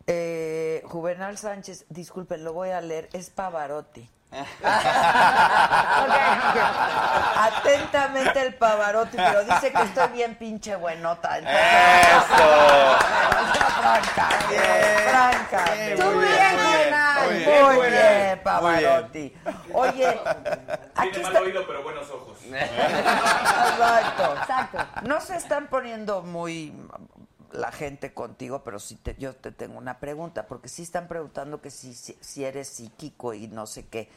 [SPEAKER 3] Eh, Juvenal Sánchez, disculpen, lo voy a leer, es Pavarotti. [LAUGHS] Atentamente el Pavarotti, pero dice que estoy bien pinche buenota. ¡Eso! franca, franca.
[SPEAKER 9] Tú muy bien, bien,
[SPEAKER 3] Juvenal.
[SPEAKER 9] muy
[SPEAKER 3] Muy
[SPEAKER 9] bien,
[SPEAKER 3] bien,
[SPEAKER 9] muy bien.
[SPEAKER 3] Pavarotti. Oye,
[SPEAKER 4] Tiene mal oído, pero buenos ojos.
[SPEAKER 3] Exacto. No se están poniendo muy la gente contigo, pero sí te- yo te tengo una pregunta, porque sí están preguntando que si, si, si eres psíquico y no sé qué.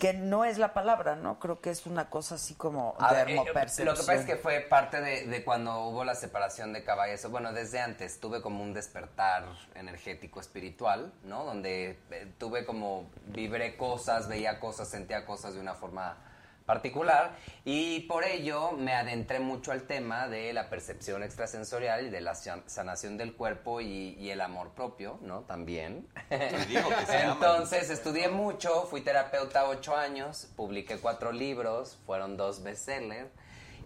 [SPEAKER 3] Que no es la palabra, ¿no? Creo que es una cosa así como
[SPEAKER 12] A ver, eh,
[SPEAKER 3] dermopercepción.
[SPEAKER 12] Lo que pasa es que fue parte de, de cuando hubo la separación de Cava y eso. Bueno, desde antes tuve como un despertar energético espiritual, ¿no? Donde eh, tuve como vibré cosas, veía cosas, sentía cosas de una forma particular y por ello me adentré mucho al tema de la percepción extrasensorial y de la san- sanación del cuerpo y, y el amor propio, ¿no? También.
[SPEAKER 10] digo
[SPEAKER 12] [LAUGHS]
[SPEAKER 10] que se aman.
[SPEAKER 12] Entonces estudié mucho, fui terapeuta ocho años, publiqué cuatro libros, fueron dos bestsellers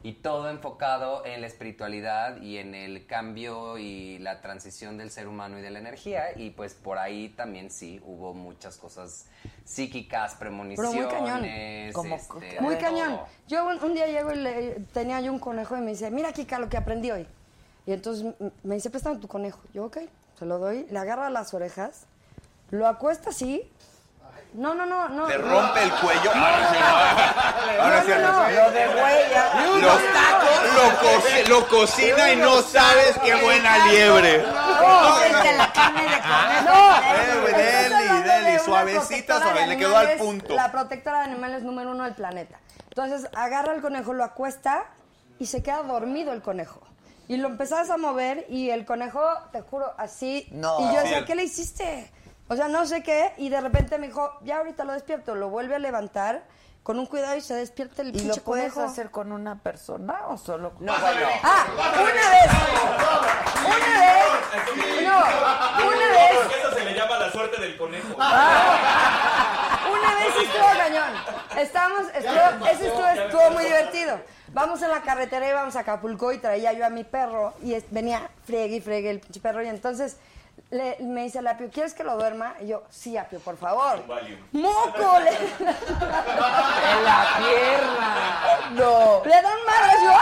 [SPEAKER 12] y todo enfocado en la espiritualidad y en el cambio y la transición del ser humano y de la energía y pues por ahí también sí hubo muchas cosas psíquicas, premoniciones,
[SPEAKER 8] cañón.
[SPEAKER 3] Como-
[SPEAKER 12] este,
[SPEAKER 8] Muy
[SPEAKER 12] de
[SPEAKER 8] cañón.
[SPEAKER 12] todo.
[SPEAKER 8] Yo un, un día llego y le, tenía yo un conejo y me dice, mira Kika lo que aprendí hoy. Y entonces m- me dice, préstame tu conejo. Yo, ok, se lo doy, le agarra las orejas, lo acuesta así. No, no, no, no.
[SPEAKER 10] Te rompe el cuello.
[SPEAKER 8] No, no, no.
[SPEAKER 3] Lo de huella.
[SPEAKER 16] Los tacos lo, co- lo cocina y no sabes qué buena liebre. Deli,
[SPEAKER 8] No, estoy hablando
[SPEAKER 16] deli, deli,
[SPEAKER 8] de una
[SPEAKER 16] suavecita,
[SPEAKER 8] protectora
[SPEAKER 16] suave,
[SPEAKER 8] de
[SPEAKER 16] le quedó al
[SPEAKER 8] animales,
[SPEAKER 16] punto.
[SPEAKER 8] La protectora de animales número uno del planeta. Entonces agarra el conejo, lo acuesta y se queda dormido el conejo. Y lo empezabas a mover y el conejo, te juro, así.
[SPEAKER 3] No.
[SPEAKER 8] Y yo
[SPEAKER 3] Bien.
[SPEAKER 8] decía, ¿qué le hiciste? O sea, no sé qué. Y de repente me dijo, ya ahorita lo despierto. Lo vuelve a levantar con un cuidado y se despierta el
[SPEAKER 3] ¿Y lo
[SPEAKER 8] pinche
[SPEAKER 3] puedes
[SPEAKER 8] conejo.
[SPEAKER 3] hacer con una persona o solo con
[SPEAKER 12] No, bueno.
[SPEAKER 8] Ah, una vez. Una vez. No, una vez.
[SPEAKER 4] Eso se le llama la suerte del conejo.
[SPEAKER 8] Una vez estuvo cañón. Estábamos, estuvo, eso estuvo, estuvo muy divertido. Vamos en la carretera y vamos a Acapulco y traía yo a mi perro y es- venía friegue y friegue el pinche perro y entonces le- me dice el apio, ¿quieres que lo duerma? Y yo, sí, apio, por favor.
[SPEAKER 12] [LAUGHS]
[SPEAKER 8] ¡Moco! Le,
[SPEAKER 12] En la pierna.
[SPEAKER 3] No.
[SPEAKER 8] le dan madres, yo,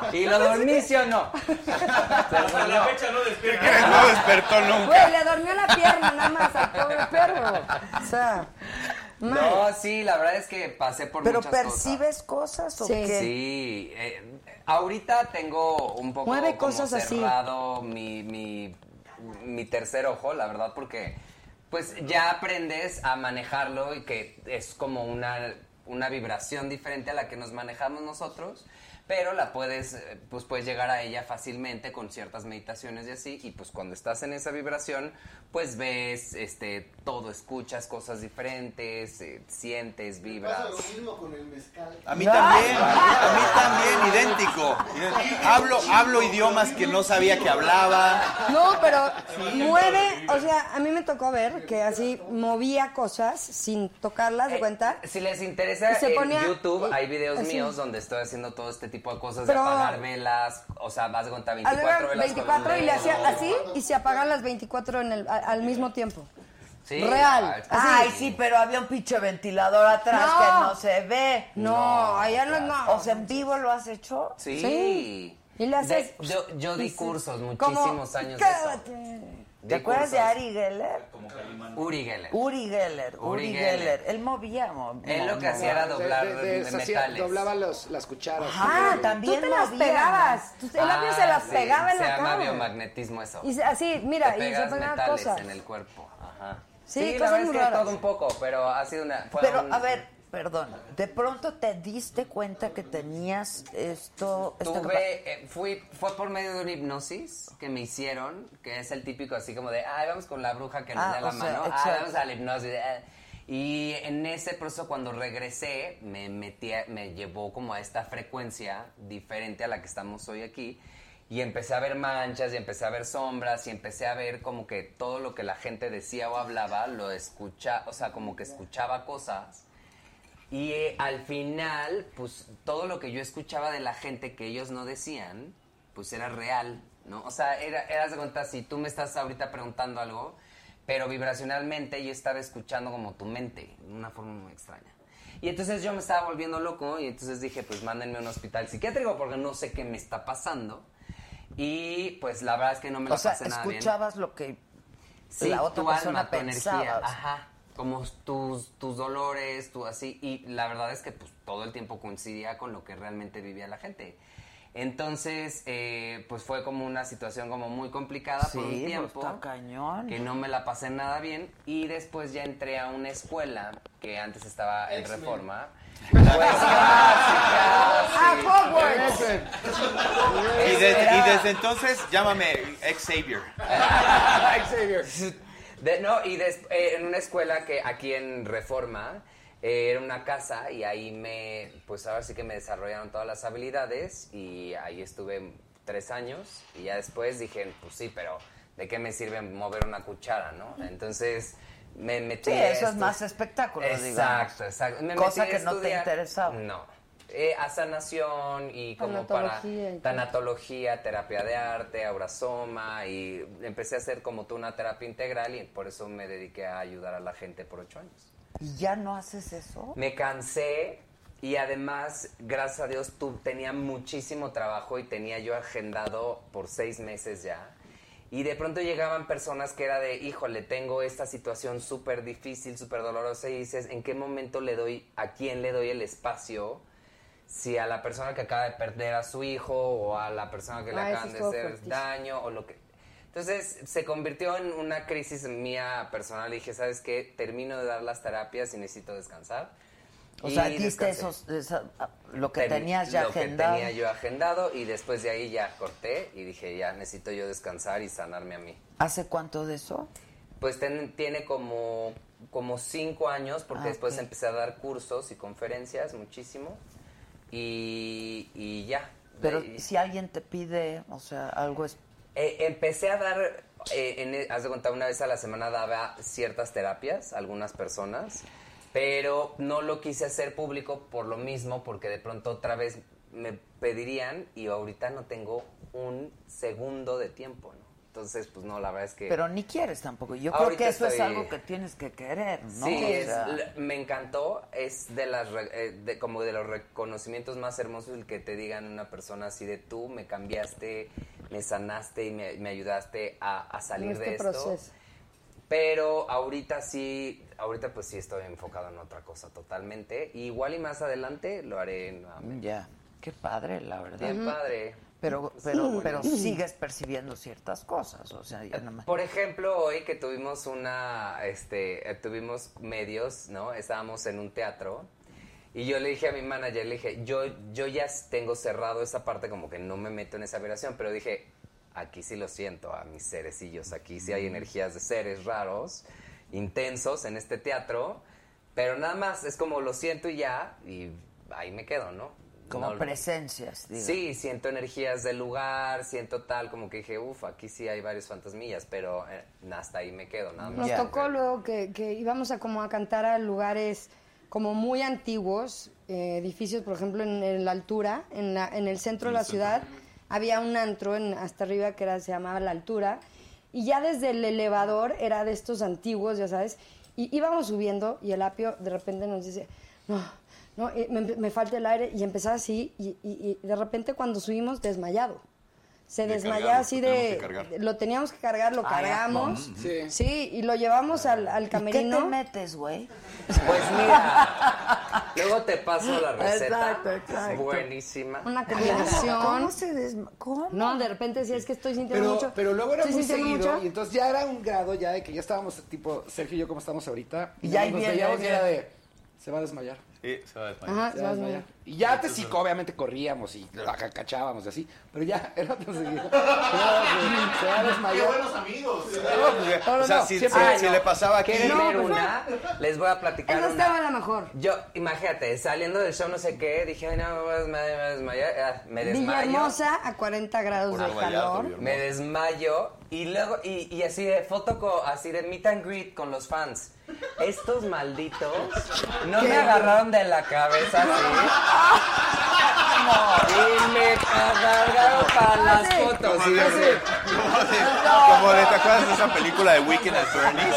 [SPEAKER 8] apio.
[SPEAKER 12] ¿Y lo dormí sí o no?
[SPEAKER 4] Hasta la fecha no despierta.
[SPEAKER 16] No despertó
[SPEAKER 8] Güey,
[SPEAKER 16] nunca.
[SPEAKER 8] le dormió la pierna nada más al pobre perro. O sea,
[SPEAKER 12] [LAUGHS] No, sí, la verdad es que pasé por
[SPEAKER 3] ¿Pero
[SPEAKER 12] muchas
[SPEAKER 3] percibes cosas, o
[SPEAKER 12] cosas.
[SPEAKER 3] qué?
[SPEAKER 12] Sí, eh, ahorita tengo un poco
[SPEAKER 3] Mueve
[SPEAKER 12] como
[SPEAKER 3] cosas así.
[SPEAKER 12] cerrado mi, mi, mi tercer ojo, la verdad, porque pues ya aprendes a manejarlo y que es como una una vibración diferente a la que nos manejamos nosotros, pero la puedes, eh, pues puedes llegar a ella fácilmente con ciertas meditaciones y así, y pues cuando estás en esa vibración, pues ves, este, todo, escuchas cosas diferentes, eh, sientes,
[SPEAKER 5] Pasa
[SPEAKER 12] vibras.
[SPEAKER 5] lo mismo con el mezcal.
[SPEAKER 12] A mí también,
[SPEAKER 16] A mí
[SPEAKER 11] [LAUGHS] Ah,
[SPEAKER 16] también, idéntico. Hablo, hablo idiomas que no sabía que hablaba.
[SPEAKER 8] No, pero mueve, o sea, a mí me tocó ver que así movía cosas sin tocarlas, ¿de cuenta?
[SPEAKER 12] Eh, Si les interesa,
[SPEAKER 8] Y
[SPEAKER 12] en
[SPEAKER 8] se ponía-
[SPEAKER 12] YouTube hay videos
[SPEAKER 8] así.
[SPEAKER 12] míos donde estoy haciendo todo este tipo de cosas
[SPEAKER 8] Pero-
[SPEAKER 12] de apagar velas, o sea, vas a contar
[SPEAKER 8] A ver,
[SPEAKER 12] 24 velas. con un
[SPEAKER 8] 24 y le hacía
[SPEAKER 12] dedo.
[SPEAKER 8] así y se apagan las 24 en el, a- al mismo tiempo.
[SPEAKER 12] Sí,
[SPEAKER 8] Real.
[SPEAKER 12] ah,
[SPEAKER 3] Ay, sí, pero había un pinche ventilador atrás
[SPEAKER 8] No.
[SPEAKER 3] que no se ve.
[SPEAKER 8] No, allá no, no.
[SPEAKER 3] O sea, ¿en vivo lo has hecho?
[SPEAKER 12] Sí.
[SPEAKER 8] Y le haces-
[SPEAKER 12] De- yo, yo di
[SPEAKER 8] Sí.
[SPEAKER 12] cursos
[SPEAKER 8] Como,
[SPEAKER 12] muchísimos años de eso.
[SPEAKER 8] "Cállate".
[SPEAKER 3] ¿Te
[SPEAKER 12] Di
[SPEAKER 3] acuerdas de
[SPEAKER 12] cursos.
[SPEAKER 3] Ari Geller?
[SPEAKER 12] Uri Geller.
[SPEAKER 3] Uri Geller, Uri,
[SPEAKER 12] Uri
[SPEAKER 3] Geller.
[SPEAKER 12] Geller.
[SPEAKER 3] Él movía. mo-
[SPEAKER 12] Él lo que
[SPEAKER 3] mo-
[SPEAKER 12] hacía era
[SPEAKER 3] mo-
[SPEAKER 12] doblar
[SPEAKER 3] de- de-
[SPEAKER 12] de
[SPEAKER 11] deshacía-
[SPEAKER 12] metales. Ah,
[SPEAKER 11] doblaba los- las cucharas.
[SPEAKER 3] Ajá,
[SPEAKER 8] Tú
[SPEAKER 3] también
[SPEAKER 8] te las
[SPEAKER 3] movía,
[SPEAKER 8] pegabas.
[SPEAKER 3] ¿no?
[SPEAKER 8] Tú- El labio se las
[SPEAKER 12] sí,
[SPEAKER 8] pegaba en
[SPEAKER 12] se
[SPEAKER 8] la
[SPEAKER 12] llama
[SPEAKER 8] cara.
[SPEAKER 12] biomagnetismo eso.
[SPEAKER 8] Y se- así, mira,
[SPEAKER 12] Te
[SPEAKER 8] y se
[SPEAKER 12] pegas
[SPEAKER 8] pegaban
[SPEAKER 12] metales
[SPEAKER 8] cosas.
[SPEAKER 12] en el cuerpo. Ajá.
[SPEAKER 8] Sí,
[SPEAKER 12] la
[SPEAKER 8] cosas
[SPEAKER 12] verdad es
[SPEAKER 8] muy
[SPEAKER 12] que
[SPEAKER 8] raras.
[SPEAKER 12] todo un poco, pero ha sido una... fue
[SPEAKER 3] Pero,
[SPEAKER 12] un-
[SPEAKER 3] a ver, perdón. De pronto te diste cuenta que tenías esto. esta capa-
[SPEAKER 12] Tuve, eh, fui, fue por medio de una hipnosis que me hicieron, que es el típico así como de, ay, vamos con la bruja que nos
[SPEAKER 3] Ah,
[SPEAKER 12] da la
[SPEAKER 3] o sea,
[SPEAKER 12] mano,
[SPEAKER 3] exacto.
[SPEAKER 12] ah, vamos a la hipnosis. eh". Y en ese proceso, cuando regresé, me, metí, a- me llevó como a esta frecuencia diferente a la que estamos hoy aquí. Y empecé a ver manchas, y empecé a ver sombras, y empecé a ver como que todo lo que la gente decía o hablaba, lo escucha, o sea, como que escuchaba cosas. Y eh, al final, pues todo lo que yo escuchaba de la gente que ellos no decían, pues era real, ¿no? O sea, era, era haz de cuenta, si tú me estás ahorita preguntando algo, pero vibracionalmente yo estaba escuchando como tu mente, de una forma muy extraña. Y entonces yo me estaba volviendo loco y entonces dije, pues mándenme a un hospital psiquiátrico porque no sé qué me está pasando. Y pues la verdad es que no me la
[SPEAKER 3] o sea,
[SPEAKER 12] pasé nada bien.
[SPEAKER 3] escuchabas lo que
[SPEAKER 12] Sí,
[SPEAKER 3] la otra
[SPEAKER 12] tu alma,
[SPEAKER 3] persona
[SPEAKER 12] tu
[SPEAKER 3] pensaba.
[SPEAKER 12] energía,
[SPEAKER 3] o sea.
[SPEAKER 12] ajá, como tus, tus dolores, tú así, y la verdad es que pues todo el tiempo coincidía con lo que realmente vivía la gente. Entonces, eh, pues fue como una situación como muy complicada
[SPEAKER 3] Sí,
[SPEAKER 12] por un
[SPEAKER 3] pues,
[SPEAKER 12] tiempo
[SPEAKER 3] está cañón.
[SPEAKER 12] que no me la pasé nada bien y después ya entré a una escuela que antes estaba en
[SPEAKER 16] [LAUGHS]
[SPEAKER 3] X-Men.
[SPEAKER 12] Reforma. Pues, ah,
[SPEAKER 8] A
[SPEAKER 3] Ah,
[SPEAKER 8] Hogwarts.
[SPEAKER 12] Este,
[SPEAKER 16] Y, des- y desde entonces, llámame Xavier.
[SPEAKER 12] De- no, y des- eh, en una escuela que aquí en Reforma eh, era una casa y ahí me, pues ahora sí que me desarrollaron todas las habilidades y ahí estuve tres años y ya después dije, pues sí, pero ¿de qué me sirve mover una cuchara, no? Entonces me metí.
[SPEAKER 3] Sí,
[SPEAKER 12] a
[SPEAKER 3] eso es
[SPEAKER 12] estos-
[SPEAKER 3] más espectáculo,
[SPEAKER 12] este Exacto,
[SPEAKER 3] digamos.
[SPEAKER 12] exacto. Me
[SPEAKER 3] Cosa
[SPEAKER 12] metí a
[SPEAKER 3] que no te
[SPEAKER 12] estudiar-
[SPEAKER 3] interesaba.
[SPEAKER 12] No. Eh, a sanación y como para
[SPEAKER 3] Tanatología y todo.
[SPEAKER 12] tanatología, terapia de arte, aurasoma y empecé a hacer como tú una terapia integral y por eso me dediqué a ayudar a la gente por ocho años.
[SPEAKER 3] ¿Y ya no haces eso?
[SPEAKER 12] Me cansé y además, gracias a Dios, tú tenía muchísimo trabajo y tenía yo agendado por seis meses ya. Y de pronto llegaban personas que era de, híjole, tengo esta situación súper difícil, súper dolorosa y dices, ¿en qué momento le doy, a quién le doy el espacio? Si a la persona que acaba de perder a su hijo o a la persona que le
[SPEAKER 9] Ah, eso
[SPEAKER 12] acaban de
[SPEAKER 9] estuvo
[SPEAKER 12] hacer
[SPEAKER 9] fuertísimo.
[SPEAKER 12] daño o lo que... Entonces se convirtió en una crisis mía personal y dije, ¿sabes qué? Termino de dar las terapias y necesito descansar.
[SPEAKER 3] O
[SPEAKER 12] Y
[SPEAKER 3] sea, diste
[SPEAKER 12] descansé.
[SPEAKER 3] esos, esa- lo que
[SPEAKER 12] Ten-
[SPEAKER 3] tenías ya
[SPEAKER 12] lo
[SPEAKER 3] agendado.
[SPEAKER 12] que tenía yo agendado y después de ahí ya corté y dije, ya necesito yo descansar y sanarme a mí.
[SPEAKER 3] ¿Hace cuánto de eso?
[SPEAKER 12] Pues ten- tiene como, como cinco años porque
[SPEAKER 3] Ah,
[SPEAKER 12] después
[SPEAKER 3] ok.
[SPEAKER 12] empecé a dar cursos y conferencias muchísimo y, y ya.
[SPEAKER 3] Pero
[SPEAKER 12] Y-
[SPEAKER 3] si alguien te pide, o sea, algo es...
[SPEAKER 12] Eh, empecé a dar, eh, en- haz de cuenta, una vez a la semana daba ciertas terapias a algunas personas, pero no lo quise hacer público por lo mismo, porque de pronto otra vez me pedirían y ahorita no tengo un segundo de tiempo, ¿no? Entonces, pues no, la verdad es que...
[SPEAKER 3] Pero ni quieres tampoco. Yo creo
[SPEAKER 12] Ahorita
[SPEAKER 3] que eso es
[SPEAKER 12] estoy-
[SPEAKER 3] algo que tienes que querer, ¿no?
[SPEAKER 12] Sí,
[SPEAKER 3] O
[SPEAKER 12] es-
[SPEAKER 3] sea,
[SPEAKER 12] l- me encantó. Es de las re- eh, de- como de los reconocimientos más hermosos el que te digan una persona así de tú me cambiaste, me sanaste y me, me ayudaste a, a salir
[SPEAKER 8] En este
[SPEAKER 12] de esto.
[SPEAKER 8] proceso.
[SPEAKER 12] Pero ahorita sí, ahorita pues sí estoy enfocado en otra cosa totalmente. Igual y más adelante lo haré nuevamente.
[SPEAKER 3] Ya, qué padre, la verdad.
[SPEAKER 12] Bien padre.
[SPEAKER 3] Pero, pero, pero sigues percibiendo ciertas cosas, o sea, ya nada más.
[SPEAKER 12] Por ejemplo, hoy que tuvimos una, este, eh, tuvimos medios, ¿no? Estábamos en un teatro Y yo le dije a mi manager, le dije, yo, yo ya tengo cerrado esa parte, como que no me meto en esa vibración, pero dije, aquí sí lo siento, a mis cerecillos, aquí sí
[SPEAKER 3] Mm.
[SPEAKER 12] hay energías de seres raros, intensos en este teatro, pero nada más es como lo siento y ya, y ahí me quedo, ¿no?
[SPEAKER 3] Como
[SPEAKER 12] No-
[SPEAKER 3] presencias, digo.
[SPEAKER 12] Sí, siento energías del lugar, siento tal, como que dije, uff, aquí sí hay varios fantasmillas, pero eh, hasta ahí me quedo, nada más.
[SPEAKER 8] Nos tocó luego que, que íbamos a como a cantar a lugares como muy antiguos, eh, edificios, por ejemplo, en, en la altura, en, la- en el centro de la ciudad, había un antro en, hasta arriba que era, se llamaba La Altura, y ya desde el elevador era de estos antiguos, ya sabes, y íbamos subiendo y el apio de repente nos dice, no, no, eh, me, me falta el aire, y empezaba así, y, y- y de repente cuando subimos, desmayado. Se
[SPEAKER 17] De
[SPEAKER 8] desmayaba
[SPEAKER 17] cargarlo,
[SPEAKER 8] así
[SPEAKER 17] lo teníamos
[SPEAKER 8] de...
[SPEAKER 17] que cargar.
[SPEAKER 8] Lo teníamos que cargar, lo
[SPEAKER 3] Ah,
[SPEAKER 8] cargamos.
[SPEAKER 3] ¿no?
[SPEAKER 8] Sí. y lo llevamos al, al camerino.
[SPEAKER 3] ¿Qué te metes, güey?
[SPEAKER 12] Pues mira, luego te paso la receta.
[SPEAKER 3] Exacto, exacto.
[SPEAKER 12] Es buenísima. [LAUGHS]
[SPEAKER 8] Una
[SPEAKER 3] Ay, ¿Cómo
[SPEAKER 8] combinación.
[SPEAKER 3] se des... ¿Cómo?
[SPEAKER 8] No, de repente si es que estoy sintiendo
[SPEAKER 11] Pero,
[SPEAKER 8] mucho.
[SPEAKER 11] pero luego era
[SPEAKER 8] estoy
[SPEAKER 11] muy
[SPEAKER 8] sintiendo
[SPEAKER 11] seguido
[SPEAKER 8] mucho.
[SPEAKER 11] y entonces ya era un grado ya de que ya estábamos tipo Sergio y yo como estamos ahorita
[SPEAKER 3] Y
[SPEAKER 11] y
[SPEAKER 3] ya
[SPEAKER 11] ya
[SPEAKER 3] ahí
[SPEAKER 11] nos
[SPEAKER 3] viene,
[SPEAKER 11] veíamos
[SPEAKER 3] ahí
[SPEAKER 11] y era
[SPEAKER 3] viene.
[SPEAKER 11] de se va a desmayar.
[SPEAKER 10] Sí, se va a desmayar.
[SPEAKER 11] Se va a desmayar. Y ya te psico, obviamente corríamos y la ca- cachábamos y así, pero ya era tan seguido. Se va a- se va a desmayar.
[SPEAKER 4] amigos.
[SPEAKER 11] No, pues, ya.
[SPEAKER 12] No,
[SPEAKER 11] O sea,
[SPEAKER 12] no,
[SPEAKER 11] si-
[SPEAKER 12] siempre-
[SPEAKER 11] si-
[SPEAKER 12] Ay,
[SPEAKER 11] si
[SPEAKER 12] no.
[SPEAKER 11] le pasaba aquí-
[SPEAKER 12] ¿Quieren
[SPEAKER 11] No,
[SPEAKER 12] ver
[SPEAKER 11] pues,
[SPEAKER 12] una? Les voy a platicar
[SPEAKER 8] Esa
[SPEAKER 12] una.
[SPEAKER 8] estaba la mejor.
[SPEAKER 12] Yo, imagínate, saliendo del show no sé qué, dije, ay, no, me voy a desmayar, me voy a desmayar, ah, me desmayo.
[SPEAKER 8] Villahermosa a 40 grados de calor.
[SPEAKER 12] Me desmayo y luego, y, y así de foto, co- así de meet and greet con los fans. Estos malditos no
[SPEAKER 9] ¿Qué?
[SPEAKER 12] me agarraron de la cabeza así. Y me cagaron para las fotos.
[SPEAKER 16] Como
[SPEAKER 12] y
[SPEAKER 16] de,
[SPEAKER 12] yo así,
[SPEAKER 16] como de- ¿te acuerdas de esa película de Weekend at Bernie's?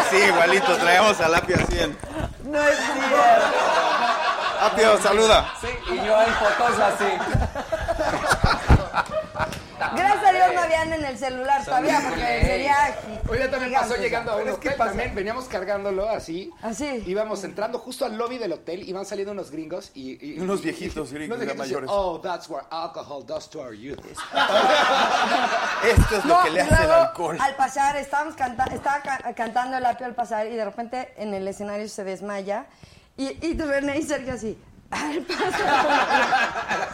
[SPEAKER 16] Así, igualito, traemos al Apio así en...
[SPEAKER 3] No es cierto.
[SPEAKER 16] Apio, saluda.
[SPEAKER 12] Sí, y yo en fotos así.
[SPEAKER 8] Gracias a Dios no habían en el celular
[SPEAKER 11] Son
[SPEAKER 8] todavía,
[SPEAKER 11] mis
[SPEAKER 8] porque
[SPEAKER 11] gays.
[SPEAKER 8] sería. Ah,
[SPEAKER 11] Hoy ya también pasó
[SPEAKER 8] gigante,
[SPEAKER 11] llegando a
[SPEAKER 8] ¿no?
[SPEAKER 11] un hotel también, veníamos cargándolo así.
[SPEAKER 8] Así.
[SPEAKER 11] Íbamos entrando justo al lobby del hotel, iban saliendo unos gringos y...
[SPEAKER 16] [LAUGHS]
[SPEAKER 11] y-
[SPEAKER 16] Unos viejitos gringos,
[SPEAKER 11] unos
[SPEAKER 16] ya
[SPEAKER 11] viejitos y,
[SPEAKER 16] mayores.
[SPEAKER 11] Oh, that's what alcohol does to
[SPEAKER 16] [LAUGHS]
[SPEAKER 11] our youth.
[SPEAKER 16] Esto es lo
[SPEAKER 8] No,
[SPEAKER 16] que le
[SPEAKER 8] y
[SPEAKER 16] hace el
[SPEAKER 8] luego,
[SPEAKER 16] alcohol.
[SPEAKER 8] Al pasar, estábamos canta estaba ca- cantando el apio al pasar y de repente en el escenario se desmaya. Y, y René y Sergio así, al pasar.
[SPEAKER 3] Ah,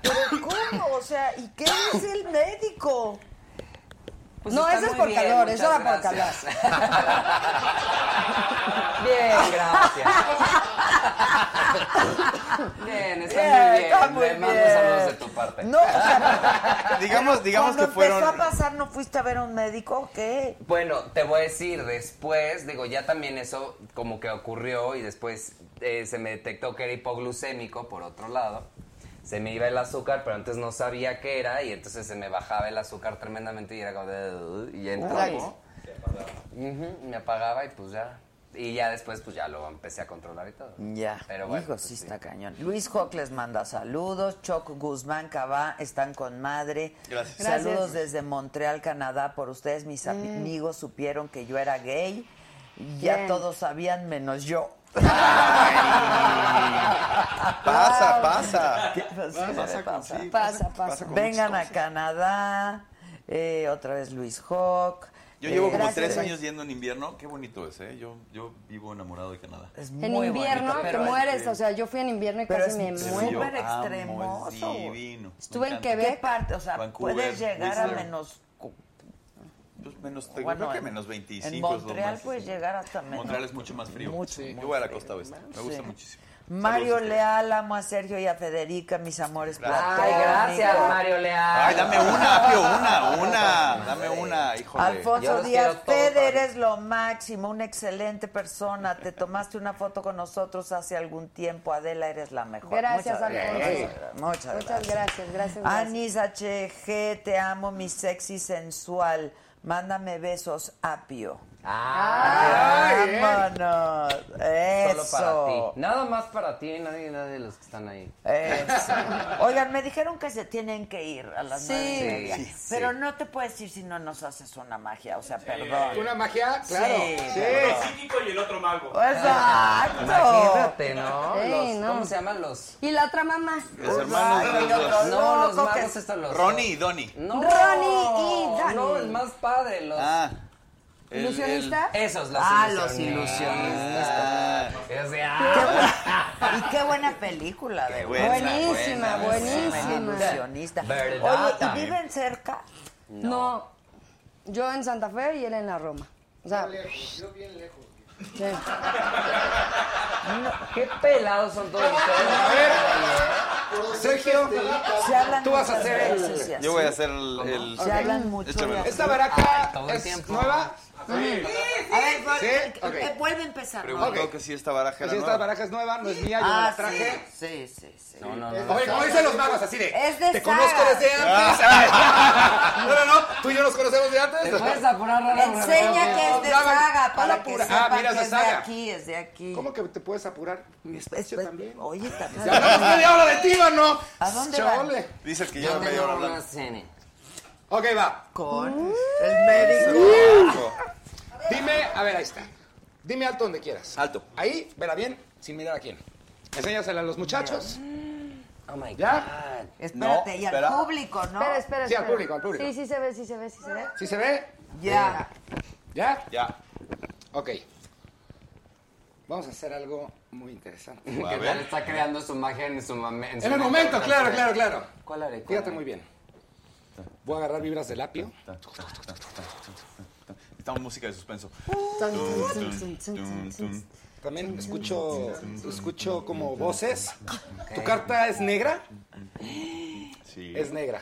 [SPEAKER 3] ¿Pero cómo? O sea, ¿y
[SPEAKER 12] [LAUGHS]
[SPEAKER 3] qué es el médico?
[SPEAKER 12] Pues
[SPEAKER 8] no,
[SPEAKER 12] está
[SPEAKER 8] eso es
[SPEAKER 12] muy
[SPEAKER 8] por
[SPEAKER 12] bien,
[SPEAKER 8] calor, eso
[SPEAKER 12] muchas
[SPEAKER 8] era por calor.
[SPEAKER 12] gracias. Bien, [LAUGHS] gracias. Bien, está muy bien.
[SPEAKER 3] está muy
[SPEAKER 12] Le mando
[SPEAKER 3] bien.
[SPEAKER 12] saludos de tu parte.
[SPEAKER 3] No, o sea,
[SPEAKER 16] Digamos, digamos que
[SPEAKER 3] cuando
[SPEAKER 16] fueron...
[SPEAKER 3] empezó a pasar, ¿no fuiste a ver a un médico o qué?
[SPEAKER 12] Bueno, te voy a decir, después, digo, ya también eso como que ocurrió y después eh, se me detectó que era hipoglucémico, por otro lado. Se me iba el azúcar, pero antes no sabía qué era y entonces se me bajaba el azúcar tremendamente y era como... de- Y entonces...
[SPEAKER 3] Uy.
[SPEAKER 12] Ujú, me apagaba y pues ya... Y ya después pues ya lo empecé a controlar y
[SPEAKER 3] [LAUGHS]
[SPEAKER 12] todo.
[SPEAKER 3] Ya,
[SPEAKER 12] Pero bueno,
[SPEAKER 3] hijo,
[SPEAKER 10] pues
[SPEAKER 3] sí está cañón. Luis Hawk les manda saludos, Choc Guzmán Cabá están con madre.
[SPEAKER 12] Gracias.
[SPEAKER 3] Saludos
[SPEAKER 12] Gracias.
[SPEAKER 3] desde Montreal, Canadá, por ustedes. Mis amigos supieron que yo era gay. Ya
[SPEAKER 8] Bien.
[SPEAKER 3] todos sabían, menos yo.
[SPEAKER 10] Ah,
[SPEAKER 16] Pasa, pasa.
[SPEAKER 3] [LAUGHS] ¿Qué pasa?
[SPEAKER 16] Pasa,
[SPEAKER 3] Pasa,
[SPEAKER 16] con- sí,
[SPEAKER 8] Pasa,
[SPEAKER 16] pasa
[SPEAKER 8] pasa.
[SPEAKER 16] con
[SPEAKER 3] Vengan a
[SPEAKER 16] muchas cosas.
[SPEAKER 3] Canadá, eh, otra vez Luis Hawk.
[SPEAKER 10] Yo llevo
[SPEAKER 3] Eh,
[SPEAKER 10] como
[SPEAKER 3] gracias,
[SPEAKER 10] tres
[SPEAKER 3] Luis.
[SPEAKER 10] años yendo en invierno. Qué bonito es, ¿eh? Yo, yo vivo enamorado de Canadá.
[SPEAKER 3] Es
[SPEAKER 8] En invierno
[SPEAKER 10] bonito,
[SPEAKER 8] te
[SPEAKER 10] pero
[SPEAKER 8] mueres,
[SPEAKER 10] este-
[SPEAKER 8] o sea, yo fui en invierno y
[SPEAKER 10] Pero
[SPEAKER 8] casi me
[SPEAKER 10] es
[SPEAKER 8] muero.
[SPEAKER 10] súper
[SPEAKER 3] Amo,
[SPEAKER 10] extremoso, es güey. divino.
[SPEAKER 8] Estuve
[SPEAKER 10] Me
[SPEAKER 8] en
[SPEAKER 10] encanta.
[SPEAKER 8] Quebec.
[SPEAKER 3] ¿Qué parte? O sea,
[SPEAKER 10] Vancouver,
[SPEAKER 3] puedes llegar a
[SPEAKER 10] Whistler.
[SPEAKER 3] menos.
[SPEAKER 10] Pues menos, te-
[SPEAKER 3] bueno,
[SPEAKER 10] creo que
[SPEAKER 3] en-
[SPEAKER 10] menos 25.
[SPEAKER 3] En
[SPEAKER 10] es lo
[SPEAKER 3] Montreal
[SPEAKER 10] más-
[SPEAKER 3] puedes llegar hasta menos.
[SPEAKER 10] Montreal es mucho más frío.
[SPEAKER 3] Mucho,
[SPEAKER 10] Sí.
[SPEAKER 3] muy
[SPEAKER 10] Yo voy a la
[SPEAKER 3] frío.
[SPEAKER 10] costa oeste. Me gusta
[SPEAKER 3] Sí.
[SPEAKER 10] muchísimo.
[SPEAKER 3] Mario
[SPEAKER 10] Saludos,
[SPEAKER 3] Leal, amo a Sergio y a Federica, mis amores.
[SPEAKER 12] Ay,
[SPEAKER 3] platónicos.
[SPEAKER 12] gracias, Mario Leal.
[SPEAKER 16] Ay, dame una, Pio, una, una. Dame una, híjole.
[SPEAKER 12] Yo
[SPEAKER 3] Alfonso
[SPEAKER 12] los
[SPEAKER 3] Díaz,
[SPEAKER 12] quiero todos,
[SPEAKER 3] Fede,
[SPEAKER 12] Pablo.
[SPEAKER 3] eres lo máximo, una excelente persona. Te tomaste una foto con nosotros hace algún tiempo. Adela, eres la mejor.
[SPEAKER 8] Gracias,
[SPEAKER 3] Muchas
[SPEAKER 8] Alfonso.
[SPEAKER 3] gracias. Muchas gracias.
[SPEAKER 8] Muchas gracias, gracias. gracias.
[SPEAKER 3] Anis HG, te amo, mi sexy sensual. Mándame besos, Apio.
[SPEAKER 12] Ay,
[SPEAKER 3] ¡Vámonos! Eso.
[SPEAKER 12] Solo para ti. Nada más para ti, nadie, nadie de los que están ahí. [LAUGHS]
[SPEAKER 3] Eso. Oigan, me dijeron que se tienen que ir a las
[SPEAKER 8] Sí.
[SPEAKER 3] nueve y media.
[SPEAKER 12] Sí, sí.
[SPEAKER 3] Pero no te puedes ir si no nos haces una magia. O sea, perdón.
[SPEAKER 11] ¿Una magia? Claro.
[SPEAKER 3] Sí.
[SPEAKER 4] Uno psíquico y el otro mago.
[SPEAKER 3] Exacto.
[SPEAKER 12] Imagínate, ¿no?
[SPEAKER 8] Sí,
[SPEAKER 12] Los-
[SPEAKER 8] no.
[SPEAKER 12] ¿Cómo se llaman los?
[SPEAKER 8] Y la otra mamá.
[SPEAKER 10] Los hermanos
[SPEAKER 3] Ay,
[SPEAKER 10] de
[SPEAKER 3] los
[SPEAKER 10] los-
[SPEAKER 12] No, los
[SPEAKER 3] loco que-
[SPEAKER 12] magos estos los.
[SPEAKER 10] Ronnie y Donnie.
[SPEAKER 12] No.
[SPEAKER 8] Ronnie y Dani.
[SPEAKER 12] No, el más padre, los.
[SPEAKER 10] Ah, El-
[SPEAKER 3] ¿Ilusionista?
[SPEAKER 10] el-
[SPEAKER 12] Esos, los
[SPEAKER 3] Ah,
[SPEAKER 12] ilusionistas.
[SPEAKER 3] los ilusionistas.
[SPEAKER 10] Ah.
[SPEAKER 12] Es de,
[SPEAKER 3] Qué
[SPEAKER 12] ah.
[SPEAKER 3] buena- y qué buena película, de
[SPEAKER 12] buena,
[SPEAKER 3] verdad.
[SPEAKER 12] Buenísima, buenísima.
[SPEAKER 3] El ilusionista.
[SPEAKER 12] Verdad,
[SPEAKER 3] Oye, ¿y
[SPEAKER 12] también.
[SPEAKER 3] viven cerca?
[SPEAKER 8] No. Yo en Santa Fe y él en la Roma. O sea,
[SPEAKER 5] Yo bien lejos.
[SPEAKER 8] sí.
[SPEAKER 12] Qué pelados son todos
[SPEAKER 11] A
[SPEAKER 12] ustedes.
[SPEAKER 11] ver, Sergio,
[SPEAKER 3] Se hablan
[SPEAKER 11] tú vas a
[SPEAKER 3] muchas
[SPEAKER 11] hacer el...
[SPEAKER 3] veces y así.
[SPEAKER 10] Yo voy a hacer el. el-
[SPEAKER 3] Se hablan mucho. Ah,
[SPEAKER 10] Échame.
[SPEAKER 3] y así.
[SPEAKER 11] Esta baraca es nueva.
[SPEAKER 3] A ver,
[SPEAKER 11] ¿Sí?
[SPEAKER 3] vuelve-
[SPEAKER 11] Ok.
[SPEAKER 3] eh, vuelve a empezar.
[SPEAKER 10] Preguntó
[SPEAKER 3] Manuel.
[SPEAKER 10] que si esta baraja
[SPEAKER 11] Pues
[SPEAKER 10] era
[SPEAKER 11] sí, esta
[SPEAKER 10] nueva.
[SPEAKER 11] baraja es nueva, no es mía, yo no
[SPEAKER 3] Ah,
[SPEAKER 11] la traje.
[SPEAKER 3] sí, sí, sí. sí.
[SPEAKER 11] Oye, como dicen los magos, así de.
[SPEAKER 3] Es de
[SPEAKER 11] Te conozco
[SPEAKER 3] saga.
[SPEAKER 11] desde antes. [LAUGHS] no, no, no. Tú y yo nos conocemos de antes.
[SPEAKER 12] Te puedes apurar, rara,
[SPEAKER 3] Enseña que es de
[SPEAKER 11] Hablaban-
[SPEAKER 3] saga para
[SPEAKER 11] habla
[SPEAKER 3] que
[SPEAKER 11] pura.
[SPEAKER 3] sepan
[SPEAKER 11] Ah, mira, es
[SPEAKER 3] que
[SPEAKER 11] de
[SPEAKER 3] es de
[SPEAKER 11] saga.
[SPEAKER 3] aquí, es de aquí.
[SPEAKER 11] ¿Cómo que te puedes apurar? Mi espacio también.
[SPEAKER 3] Oye, también.
[SPEAKER 11] ¿Ya hablamos media hora de ti o no?
[SPEAKER 3] ¿A dónde van?
[SPEAKER 11] Chole.
[SPEAKER 10] Dices que
[SPEAKER 12] Yo
[SPEAKER 10] lleva media hora
[SPEAKER 12] tengo una
[SPEAKER 10] hablando.
[SPEAKER 12] cena.
[SPEAKER 11] Ok, va.
[SPEAKER 10] Mm.
[SPEAKER 3] Con el médico.
[SPEAKER 11] Dime, a ver, ahí está. Dime alto donde quieras.
[SPEAKER 10] Alto.
[SPEAKER 11] Ahí, vela bien, sin mirar a quién. Enséñasela a los muchachos.
[SPEAKER 3] Mm.
[SPEAKER 12] Oh my God.
[SPEAKER 11] ¿Ya?
[SPEAKER 3] Espérate,
[SPEAKER 10] No,
[SPEAKER 3] y al
[SPEAKER 10] espera.
[SPEAKER 3] público, ¿no?
[SPEAKER 8] Espera, espera,
[SPEAKER 11] Sí, al
[SPEAKER 8] espera.
[SPEAKER 11] público, al público.
[SPEAKER 8] Sí, sí se ve, sí se ve, sí se ve.
[SPEAKER 11] ¿Sí se ve? Eh,
[SPEAKER 3] Ya.
[SPEAKER 11] ¿Ya?
[SPEAKER 10] Ya.
[SPEAKER 11] Ok. Vamos a hacer algo muy [LAUGHS] interesante.
[SPEAKER 10] A
[SPEAKER 12] Que
[SPEAKER 10] ver.
[SPEAKER 12] tal está creando su magia en su mame- En, su
[SPEAKER 11] En el momento, claro, claro, claro.
[SPEAKER 12] ¿Cuál haré? ¿Cuál
[SPEAKER 11] Fíjate
[SPEAKER 12] haré?
[SPEAKER 11] muy bien. Voy a agarrar vibras del apio.
[SPEAKER 10] Estamos música de suspenso.
[SPEAKER 11] También escucho, escucho como voces. ¿Tu carta es negra?
[SPEAKER 10] Sí. Mm,
[SPEAKER 11] Es negra.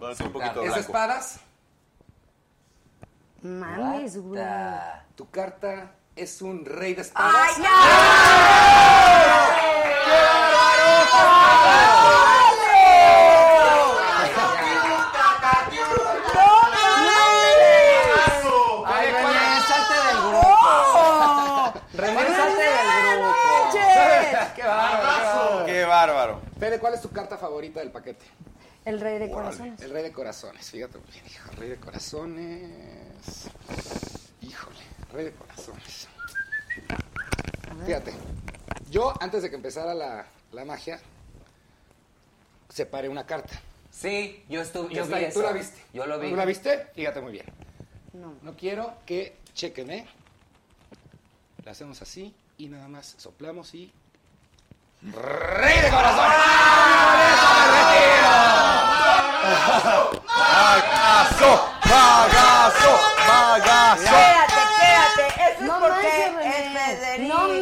[SPEAKER 10] Va a ser un poquito
[SPEAKER 11] ¿Es
[SPEAKER 10] blanco.
[SPEAKER 11] espadas?
[SPEAKER 8] Mames, güey.
[SPEAKER 11] ¿Tu carta es un rey de
[SPEAKER 3] ¡Ay,
[SPEAKER 11] espadas?
[SPEAKER 3] ya!
[SPEAKER 11] Ay, ¿cuál es?
[SPEAKER 12] del grupo. Regrésate del grupo.
[SPEAKER 11] [LAUGHS] ¡Qué bárbaro!
[SPEAKER 10] Ah, ¡Qué bárbaro!
[SPEAKER 11] Pere, ¿cuál es tu carta favorita del paquete?
[SPEAKER 8] El rey de corazones.
[SPEAKER 11] El rey de corazones. Fíjate muy bien, hijo. Rey de corazones. Híjole, rey de corazones. Fíjate. Yo, antes de que empezara la, la magia, separé una carta.
[SPEAKER 12] Sí, yo estuve.
[SPEAKER 11] Que
[SPEAKER 12] Yo
[SPEAKER 11] está
[SPEAKER 12] vi
[SPEAKER 11] ahí. ¿Tú
[SPEAKER 12] eso.
[SPEAKER 11] la viste?
[SPEAKER 12] Yo lo vi.
[SPEAKER 11] ¿Tú la viste? Fíjate muy bien. No. quiero que chequen, ¿eh? La hacemos así y nada más soplamos y. ¡Rey de corazón!
[SPEAKER 9] Ah.
[SPEAKER 10] ¡Pagazo! ¡Pagazo! ¡Pagazo!
[SPEAKER 3] Espérate, espérate. Eso
[SPEAKER 8] No
[SPEAKER 3] es porque
[SPEAKER 8] manches,
[SPEAKER 3] es
[SPEAKER 8] René.
[SPEAKER 3] Federica.
[SPEAKER 8] No, no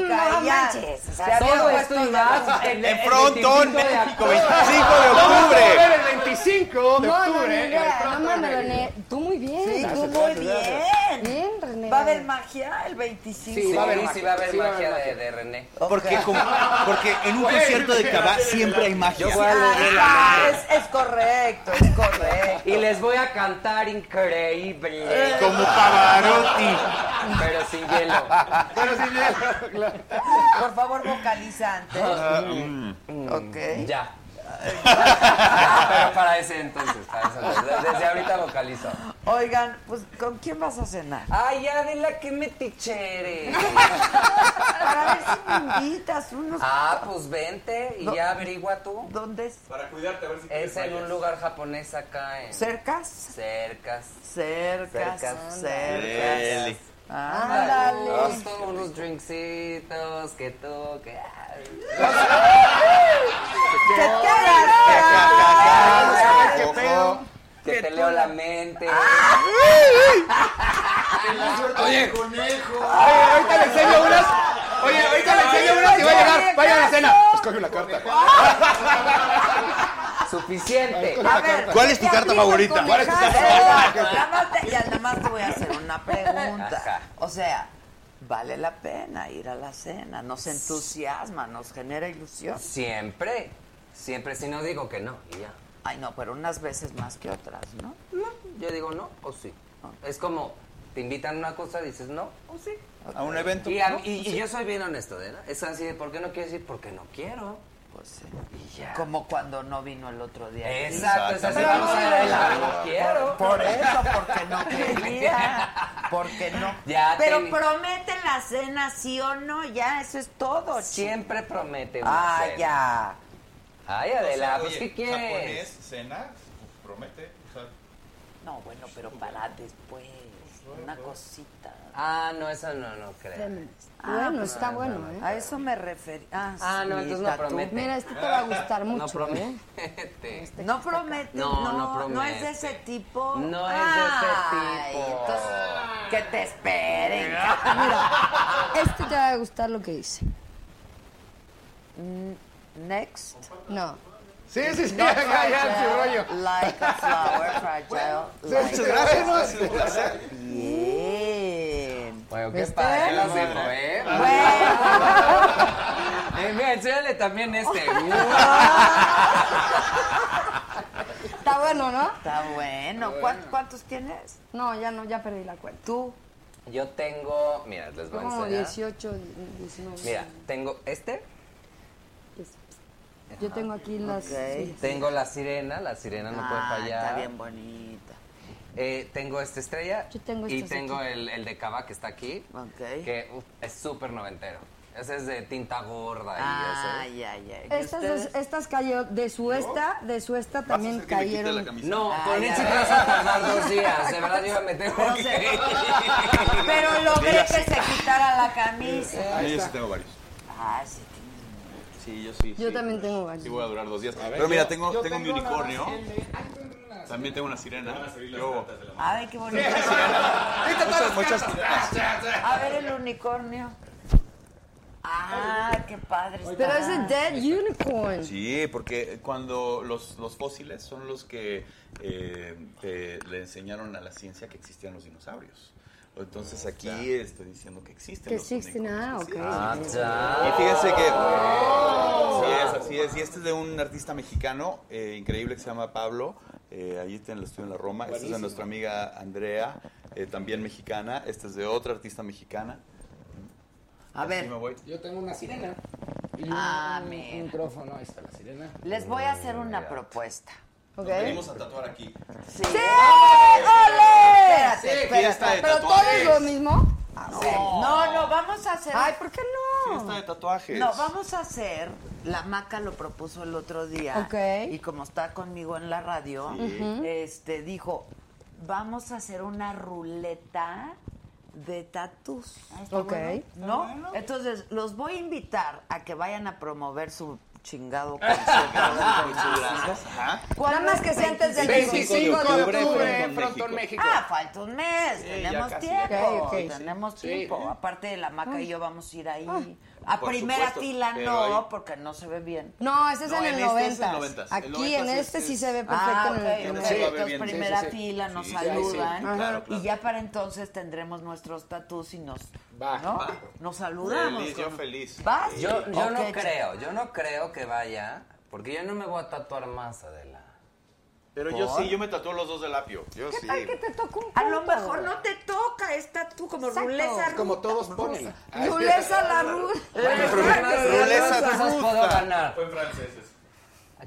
[SPEAKER 3] ya.
[SPEAKER 8] manches.
[SPEAKER 3] Se había
[SPEAKER 12] Todo
[SPEAKER 3] puesto
[SPEAKER 12] esto y
[SPEAKER 3] de
[SPEAKER 12] más
[SPEAKER 3] acuerdo.
[SPEAKER 12] en,
[SPEAKER 10] En
[SPEAKER 12] en
[SPEAKER 10] Frontón,
[SPEAKER 12] el circuito
[SPEAKER 10] México,
[SPEAKER 12] de
[SPEAKER 10] 25 de
[SPEAKER 11] Vamos a
[SPEAKER 10] octubre.
[SPEAKER 11] ver el 25 de
[SPEAKER 8] No, no,
[SPEAKER 11] octubre.
[SPEAKER 8] René,
[SPEAKER 11] en el
[SPEAKER 8] no
[SPEAKER 11] Frontón
[SPEAKER 8] mames,
[SPEAKER 11] Negro.
[SPEAKER 8] René. Tú muy bien.
[SPEAKER 3] Sí, tú muy bien.
[SPEAKER 8] Bien, René.
[SPEAKER 3] ¿Va a haber magia el 25?
[SPEAKER 11] Sí,
[SPEAKER 12] Sí,
[SPEAKER 11] va a haber
[SPEAKER 12] sí,
[SPEAKER 11] magia,
[SPEAKER 12] va a haber
[SPEAKER 11] sí, va a haber
[SPEAKER 12] magia
[SPEAKER 11] magia.
[SPEAKER 12] de, de René.
[SPEAKER 16] Porque, como- porque
[SPEAKER 12] [LAUGHS]
[SPEAKER 16] en un
[SPEAKER 11] Güey,
[SPEAKER 16] concierto de
[SPEAKER 11] mira,
[SPEAKER 16] Cabá siempre hay magia.
[SPEAKER 3] Ah, es, es correcto, es correcto.
[SPEAKER 12] Y les voy a cantar
[SPEAKER 11] Eh,
[SPEAKER 12] increíble,
[SPEAKER 16] Como Pavarotti.
[SPEAKER 12] pero sin hielo.
[SPEAKER 11] Pero sí, bien, claro.
[SPEAKER 3] Por favor, vocalizante.
[SPEAKER 12] [LAUGHS]
[SPEAKER 3] ok. Mm.
[SPEAKER 11] [LAUGHS]
[SPEAKER 12] Ya. pero para ese entonces, para ese entonces. Desde ahorita vocalizo.
[SPEAKER 3] Oigan, pues, ¿con quién vas a cenar?
[SPEAKER 12] Ay, ya de la que me tichere.
[SPEAKER 3] Para ver si me invitas unos...
[SPEAKER 12] Ah, pues vente y
[SPEAKER 3] No.
[SPEAKER 12] ya averigua tú.
[SPEAKER 3] ¿Dónde es?
[SPEAKER 4] Para cuidarte, a ver si te
[SPEAKER 12] Es en un
[SPEAKER 4] desmayas.
[SPEAKER 12] lugar japonés acá en
[SPEAKER 3] ¿Cercas?
[SPEAKER 12] cercas.
[SPEAKER 3] Cercas, cercas.
[SPEAKER 12] Cercas.
[SPEAKER 10] Dele.
[SPEAKER 3] Ándale.
[SPEAKER 12] Justo unos drinksitos que tú que
[SPEAKER 3] ¡Que te agarras!
[SPEAKER 10] Ojo.
[SPEAKER 12] que te leo la mente.
[SPEAKER 11] Oye, Oye, ahorita le enseño unas. Oye, ahorita le enseño unas y va a llegar. Vaya a la cena. Escoge una carta.
[SPEAKER 12] Suficiente.
[SPEAKER 3] A ver,
[SPEAKER 16] ¿Cuál es tu
[SPEAKER 3] ya
[SPEAKER 16] carta
[SPEAKER 3] vino
[SPEAKER 16] favorita?
[SPEAKER 3] con
[SPEAKER 16] ¿Cuál es
[SPEAKER 11] tu
[SPEAKER 3] Alejandro.
[SPEAKER 11] carta
[SPEAKER 3] Nada más te- Ya nada más te voy a hacer
[SPEAKER 12] [LAUGHS]
[SPEAKER 3] una pregunta.
[SPEAKER 12] Ajá.
[SPEAKER 3] O sea, vale la pena ir a la cena, nos entusiasma, nos genera ilusión.
[SPEAKER 12] Siempre. Siempre si no digo que no y ya.
[SPEAKER 3] Ay, no, pero unas veces más que otras, ¿no?
[SPEAKER 12] No, yo digo no o sí. Es como te invitan a una cosa, dices no o sí.
[SPEAKER 10] A un evento.
[SPEAKER 12] Y, a-
[SPEAKER 10] ¿no?
[SPEAKER 12] y- y yo soy bien honesto, ¿verdad? Es así de, ¿por qué no quiero decir? Porque no quiero.
[SPEAKER 3] Pues sí.
[SPEAKER 12] Y ya.
[SPEAKER 3] Como cuando no vino el otro día.
[SPEAKER 12] Exacto, es así
[SPEAKER 10] Pero
[SPEAKER 12] vamos
[SPEAKER 10] no
[SPEAKER 12] a bailar, no quiero.
[SPEAKER 3] Por eso, porque no quería. Porque no.
[SPEAKER 12] Ah. [LAUGHS] Ya
[SPEAKER 3] Pero
[SPEAKER 12] te-
[SPEAKER 3] prometen la cena, sí o no, ya, eso es todo.
[SPEAKER 12] Siempre promete una
[SPEAKER 3] Ah,
[SPEAKER 12] cena.
[SPEAKER 3] ya.
[SPEAKER 12] Ay, Adela,
[SPEAKER 10] O sea,
[SPEAKER 12] pues
[SPEAKER 10] oye,
[SPEAKER 12] ¿qué quieres?
[SPEAKER 10] Japonés, cena, promete. o sea,
[SPEAKER 3] No, bueno, pero para después. Una cosita.
[SPEAKER 12] Ah, no, eso no, no creo.
[SPEAKER 3] Ah,
[SPEAKER 8] bueno,
[SPEAKER 3] pues
[SPEAKER 8] está bueno, ¿eh?
[SPEAKER 3] A eso me refería. Ah,
[SPEAKER 12] Ah, no,
[SPEAKER 3] sí,
[SPEAKER 12] entonces no
[SPEAKER 3] está tú.
[SPEAKER 12] promete.
[SPEAKER 8] Mira, este te va
[SPEAKER 12] [LAUGHS]
[SPEAKER 8] a gustar mucho, ¿Eh?
[SPEAKER 12] No promete.
[SPEAKER 3] Este No promete, no,
[SPEAKER 12] Este. No, no
[SPEAKER 3] no, es de
[SPEAKER 12] promete.
[SPEAKER 3] ese tipo.
[SPEAKER 12] No es
[SPEAKER 3] Ay,
[SPEAKER 12] de ese tipo.
[SPEAKER 3] entonces, que te esperen.
[SPEAKER 8] Este te va a gustar lo que hice.
[SPEAKER 3] Next.
[SPEAKER 8] No.
[SPEAKER 11] Sí, sí, sí,
[SPEAKER 3] No
[SPEAKER 11] acá ya en su
[SPEAKER 3] fragile,
[SPEAKER 11] rollo.
[SPEAKER 3] Like a flower fragile.
[SPEAKER 11] Sí,
[SPEAKER 3] like
[SPEAKER 11] muchas
[SPEAKER 3] a-
[SPEAKER 11] gracias. ¿no? [LAUGHS]
[SPEAKER 3] Bien. Este,
[SPEAKER 12] Bueno, qué
[SPEAKER 3] ¿Viste?
[SPEAKER 12] padre las dejo, ¿eh? [LAUGHS] Eh, mira, enséñale también este.
[SPEAKER 8] Está bueno, ¿no?
[SPEAKER 3] Está bueno. ¿Cuán- ¿Cuántos tienes?
[SPEAKER 8] No, ya no, ya perdí la cuenta.
[SPEAKER 3] ¿Tú?
[SPEAKER 12] Yo tengo, mira, les voy a
[SPEAKER 8] Como
[SPEAKER 12] enseñar.
[SPEAKER 8] 18, 19.
[SPEAKER 12] Mira, tengo este,
[SPEAKER 8] Yo tengo aquí las... suyas.
[SPEAKER 12] tengo la sirena, la sirena no puede
[SPEAKER 3] Ah,
[SPEAKER 12] fallar.
[SPEAKER 3] Está bien bonita.
[SPEAKER 12] Eh, tengo esta estrella
[SPEAKER 8] Yo tengo este
[SPEAKER 12] y
[SPEAKER 8] estas
[SPEAKER 12] tengo
[SPEAKER 8] aquí.
[SPEAKER 12] el, el de Cava que está aquí, que uf, es súper noventero. Ese es de tinta gorda
[SPEAKER 3] Ah,
[SPEAKER 12] y ese.
[SPEAKER 3] ya, ya.
[SPEAKER 8] Estas, dos- estas cayó de su esta, de su esta
[SPEAKER 12] que
[SPEAKER 8] también
[SPEAKER 12] me quite
[SPEAKER 8] cayeron.
[SPEAKER 12] la camisa? No,
[SPEAKER 3] Ah,
[SPEAKER 12] con este te vas a tardar dos días, de verdad, yo me tengo que ir.
[SPEAKER 3] Pero logré que se quitara la camisa.
[SPEAKER 10] Yo sí tengo varios.
[SPEAKER 3] Ah, sí.
[SPEAKER 10] Sí, yo sí.
[SPEAKER 8] Yo
[SPEAKER 10] sí.
[SPEAKER 8] también tengo varios.
[SPEAKER 10] Sí voy a durar dos días.
[SPEAKER 11] ver,
[SPEAKER 10] Pero mira,
[SPEAKER 11] yo-
[SPEAKER 10] tengo,
[SPEAKER 11] yo
[SPEAKER 10] tengo mi
[SPEAKER 11] tengo nada más
[SPEAKER 10] unicornio.
[SPEAKER 11] el
[SPEAKER 10] También tengo una sirena. Yo-
[SPEAKER 3] Ay, qué bonito.
[SPEAKER 10] Muchas, muchas.
[SPEAKER 3] A ver el unicornio. Ah, qué padre. está.
[SPEAKER 8] Pero es el Dead Unicorn.
[SPEAKER 10] Sí, porque cuando los, los fósiles son los que eh, te- le enseñaron a la ciencia que existían los dinosaurios. Entonces aquí estoy diciendo que existen.
[SPEAKER 8] Que
[SPEAKER 10] los
[SPEAKER 8] existe nada, ok.
[SPEAKER 10] Y fíjense que.
[SPEAKER 8] Oh.
[SPEAKER 10] Así es, así es. Y este es de un artista mexicano eh, increíble que se llama Pablo. Eh, ahí está en el estudio en la Roma. Este es de
[SPEAKER 11] Buenísimo.
[SPEAKER 10] nuestra amiga Andrea, eh, también mexicana. Este es de otra artista mexicana.
[SPEAKER 3] A
[SPEAKER 10] Así
[SPEAKER 3] ver.
[SPEAKER 10] me voy.
[SPEAKER 11] Yo tengo una sirena. Y un,
[SPEAKER 3] Ah,
[SPEAKER 11] un- un
[SPEAKER 3] mira.
[SPEAKER 11] micrófono, ahí está la sirena.
[SPEAKER 3] Les voy a hacer
[SPEAKER 16] Eh,
[SPEAKER 3] una propuesta.
[SPEAKER 8] Ok.
[SPEAKER 10] Venimos a tatuar aquí.
[SPEAKER 3] Sí.
[SPEAKER 8] ¡Ole!
[SPEAKER 3] Espérate,
[SPEAKER 10] fiesta
[SPEAKER 3] espérate.
[SPEAKER 10] de
[SPEAKER 8] Pero todo es lo
[SPEAKER 10] tatuajes.
[SPEAKER 8] mismo.
[SPEAKER 3] No, no, vamos a hacer.
[SPEAKER 8] Ay, ¿por qué
[SPEAKER 10] Fiesta
[SPEAKER 8] no?
[SPEAKER 10] de tatuajes.
[SPEAKER 3] No, vamos a hacer. La maca lo propuso el otro día.
[SPEAKER 8] Ok.
[SPEAKER 3] Y como está conmigo en la radio, este dijo, vamos a hacer una ruleta de tatús.
[SPEAKER 8] Ok.
[SPEAKER 3] ¿No? Entonces, los voy a invitar a que vayan a promover su
[SPEAKER 11] [LAUGHS]
[SPEAKER 3] chingado concierto.
[SPEAKER 10] Ajá.
[SPEAKER 8] Nada más que sea antes del
[SPEAKER 11] 25 de octubre,
[SPEAKER 10] Frontón,
[SPEAKER 11] Frontón México.
[SPEAKER 3] Ah, falta un mes,
[SPEAKER 11] ya
[SPEAKER 3] tenemos
[SPEAKER 11] casi.
[SPEAKER 3] tiempo,
[SPEAKER 8] Ok, ok, sí.
[SPEAKER 3] tenemos
[SPEAKER 11] Sí.
[SPEAKER 3] tiempo. Aparte de la maca y yo vamos a ir ahí.
[SPEAKER 8] Ah.
[SPEAKER 3] A
[SPEAKER 10] Por
[SPEAKER 3] primera
[SPEAKER 10] supuesto,
[SPEAKER 3] fila
[SPEAKER 10] pero
[SPEAKER 3] no,
[SPEAKER 10] ahí-
[SPEAKER 3] porque no se ve bien.
[SPEAKER 8] No, este es
[SPEAKER 10] No,
[SPEAKER 8] en el
[SPEAKER 10] en este es el
[SPEAKER 8] 90.
[SPEAKER 10] 90s. El
[SPEAKER 8] Aquí en
[SPEAKER 10] 90s
[SPEAKER 8] este
[SPEAKER 10] es-
[SPEAKER 8] sí se ve
[SPEAKER 3] Ah,
[SPEAKER 8] perfecto
[SPEAKER 3] ok,
[SPEAKER 8] en el
[SPEAKER 3] ok.
[SPEAKER 10] se va a ver
[SPEAKER 3] Entonces,
[SPEAKER 10] bien.
[SPEAKER 3] primera
[SPEAKER 11] Sí, sí, sí.
[SPEAKER 3] fila, nos
[SPEAKER 10] Sí, sí,
[SPEAKER 3] saludan.
[SPEAKER 11] sí,
[SPEAKER 3] Ajá.
[SPEAKER 10] claro, claro.
[SPEAKER 3] Y ya para entonces tendremos nuestros tatús y nos,
[SPEAKER 11] Va.
[SPEAKER 3] ¿no? nos saludamos.
[SPEAKER 10] Feliz, yo
[SPEAKER 3] con-
[SPEAKER 10] feliz.
[SPEAKER 3] ¿Vas?
[SPEAKER 12] Yo, yo
[SPEAKER 3] Ok,
[SPEAKER 12] no
[SPEAKER 3] chica.
[SPEAKER 12] creo, yo no creo que vaya, porque yo no me voy a tatuar más, Adela.
[SPEAKER 10] Pero yo sí, yo me tatué los dos del apio. Yo sí.
[SPEAKER 8] Tal que te toca un
[SPEAKER 3] A lo
[SPEAKER 8] punto.
[SPEAKER 3] mejor no te toca, está tú como
[SPEAKER 8] Exacto.
[SPEAKER 3] ruleza.
[SPEAKER 11] Como todos ponen.
[SPEAKER 8] Ruleza la ruta.
[SPEAKER 12] ¿Qué
[SPEAKER 10] Ruleza
[SPEAKER 12] otras cosas
[SPEAKER 10] rusa.
[SPEAKER 12] puedo ganar?
[SPEAKER 4] Fue en franceses.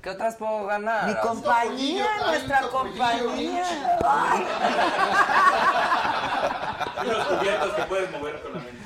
[SPEAKER 12] ¿Qué otras puedo ganar?
[SPEAKER 3] Mi compañía, nuestra compañía.
[SPEAKER 4] Son los cubiertos que puedes mover con la mente.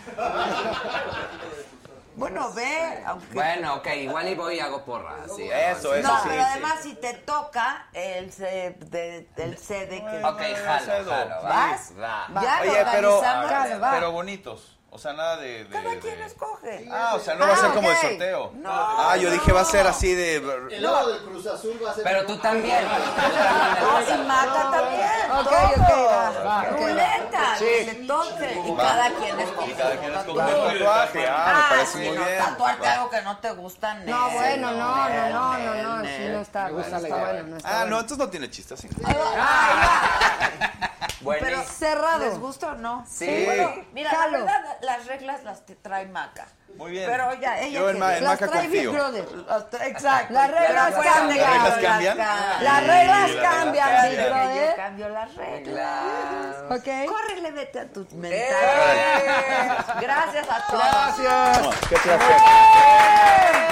[SPEAKER 3] Bueno, ve, aunque.
[SPEAKER 12] Bueno, ok, igual y voy y hago porra. así,
[SPEAKER 10] Eso,
[SPEAKER 12] así.
[SPEAKER 10] eso
[SPEAKER 3] no,
[SPEAKER 10] sí.
[SPEAKER 3] pero
[SPEAKER 10] sí.
[SPEAKER 3] además si te toca el CD, de, el CD que...
[SPEAKER 12] Ok, jalo, jalo.
[SPEAKER 3] ¿Vas?
[SPEAKER 12] Va.
[SPEAKER 3] Ya
[SPEAKER 10] Oye,
[SPEAKER 3] lo
[SPEAKER 10] pero,
[SPEAKER 3] organizamos. Claro, va.
[SPEAKER 10] pero bonitos. O sea, nada de. de-
[SPEAKER 3] Cada
[SPEAKER 10] de-
[SPEAKER 3] quien escoge.
[SPEAKER 10] Ah, o sea, no va a
[SPEAKER 8] Ah,
[SPEAKER 10] ser como
[SPEAKER 8] ok.
[SPEAKER 10] el sorteo.
[SPEAKER 3] No,
[SPEAKER 16] Ah, yo dije va a ser así de.
[SPEAKER 5] El lobo del Cruz Azul va a ser.
[SPEAKER 12] Pero tú también.
[SPEAKER 3] Ah, y Maca también.
[SPEAKER 8] Ok,
[SPEAKER 3] todo.
[SPEAKER 8] ok, va, va, ok.
[SPEAKER 3] Ruleta,
[SPEAKER 11] Sí.
[SPEAKER 3] desde entonces. Y cada quien escoge.
[SPEAKER 10] Y cada quien
[SPEAKER 3] su
[SPEAKER 10] escoge
[SPEAKER 3] tatuaje.
[SPEAKER 10] su tatuaje. Ah,
[SPEAKER 3] Ah,
[SPEAKER 10] me parece
[SPEAKER 3] sí,
[SPEAKER 10] muy
[SPEAKER 3] no,
[SPEAKER 10] bien.
[SPEAKER 3] Tatuarte algo que no te gusta, Nel.
[SPEAKER 8] No, bueno, no, no,
[SPEAKER 3] Nel,
[SPEAKER 8] no,
[SPEAKER 3] Nel,
[SPEAKER 8] no, no, sí,
[SPEAKER 3] Nel.
[SPEAKER 8] no está,
[SPEAKER 11] gusta
[SPEAKER 8] bueno,
[SPEAKER 11] la
[SPEAKER 8] está
[SPEAKER 11] idea.
[SPEAKER 8] bueno, no está
[SPEAKER 16] Ah, no,
[SPEAKER 8] bueno.
[SPEAKER 16] entonces no tiene chiste así. [LAUGHS]
[SPEAKER 3] Pero
[SPEAKER 12] Buenísimo.
[SPEAKER 8] cerrado.
[SPEAKER 3] ¿Les gusta o no?
[SPEAKER 12] Sí.
[SPEAKER 3] Bueno, mira, la
[SPEAKER 8] Jalo.
[SPEAKER 3] verdad, las reglas las te trae Maca.
[SPEAKER 10] Muy bien.
[SPEAKER 3] Pero ya, ella
[SPEAKER 16] Yo en ma-
[SPEAKER 3] tiene-
[SPEAKER 16] en
[SPEAKER 8] Las
[SPEAKER 16] Maca
[SPEAKER 8] trae Big
[SPEAKER 16] confío.
[SPEAKER 8] Brother.
[SPEAKER 3] Las tra- Exacto.
[SPEAKER 8] Las reglas
[SPEAKER 3] Pero acuérdate
[SPEAKER 8] cambian.
[SPEAKER 3] que
[SPEAKER 8] ¿Las reglas
[SPEAKER 16] cambian?
[SPEAKER 8] Las
[SPEAKER 3] cambian. Ah,
[SPEAKER 8] reglas
[SPEAKER 10] Sí, la
[SPEAKER 8] cambian,
[SPEAKER 10] verdad.
[SPEAKER 8] Big
[SPEAKER 10] Claro.
[SPEAKER 3] Pero Yo
[SPEAKER 8] Brother.
[SPEAKER 3] cambio las reglas.
[SPEAKER 12] Claro.
[SPEAKER 8] Ok.
[SPEAKER 3] Córrele, vete a tus
[SPEAKER 12] ¡Eh!
[SPEAKER 3] mentales. Gracias a todos.
[SPEAKER 11] Gracias.
[SPEAKER 16] Qué placer.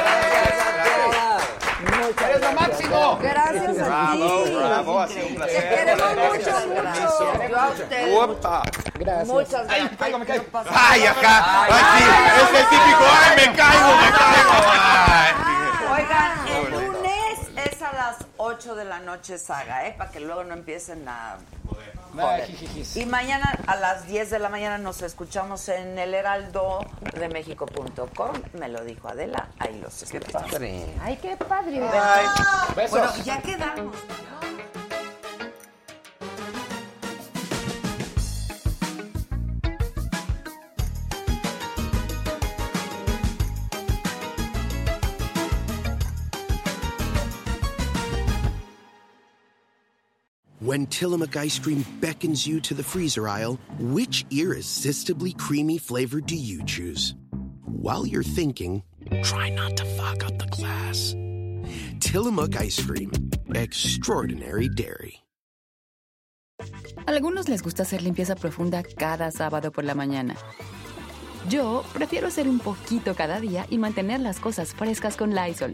[SPEAKER 11] Eres lo máximo.
[SPEAKER 8] Gracias a
[SPEAKER 16] Bravo,
[SPEAKER 8] ti.
[SPEAKER 16] bravo, ha sido un
[SPEAKER 3] Te
[SPEAKER 16] placer.
[SPEAKER 3] queremos
[SPEAKER 16] Buenas
[SPEAKER 3] mucho,
[SPEAKER 16] noches, con
[SPEAKER 3] mucho. Yo a ustedes.
[SPEAKER 16] Upa.
[SPEAKER 11] Gracias.
[SPEAKER 3] Muchas gracias.
[SPEAKER 11] caigo, me caigo.
[SPEAKER 3] No pasa
[SPEAKER 16] Ay,
[SPEAKER 3] nada.
[SPEAKER 16] acá. Ay, sí. Es el típico. Ay, me caigo, me caigo. Ay.
[SPEAKER 3] Oigan, el lunes es a las 8 de la noche saga, ¿eh? Para que luego no empiecen a joven. Y mañana a las 10 de la mañana nos escuchamos en el heraldo de México.com. Me lo dijo Adela, ahí los escuchamos.
[SPEAKER 8] Ay, qué padre.
[SPEAKER 3] Bye.
[SPEAKER 8] Besos.
[SPEAKER 3] Bueno, ya quedamos.
[SPEAKER 1] When Tillamook ice cream beckons you to the freezer aisle, which irresistibly creamy flavor do you choose? While you're thinking, try not to fog up the glass. Tillamook ice cream, extraordinary dairy.
[SPEAKER 2] Algunos les gusta hacer limpieza profunda cada sábado por la mañana. Yo prefiero hacer un poquito cada día y mantener las cosas frescas con Lysol.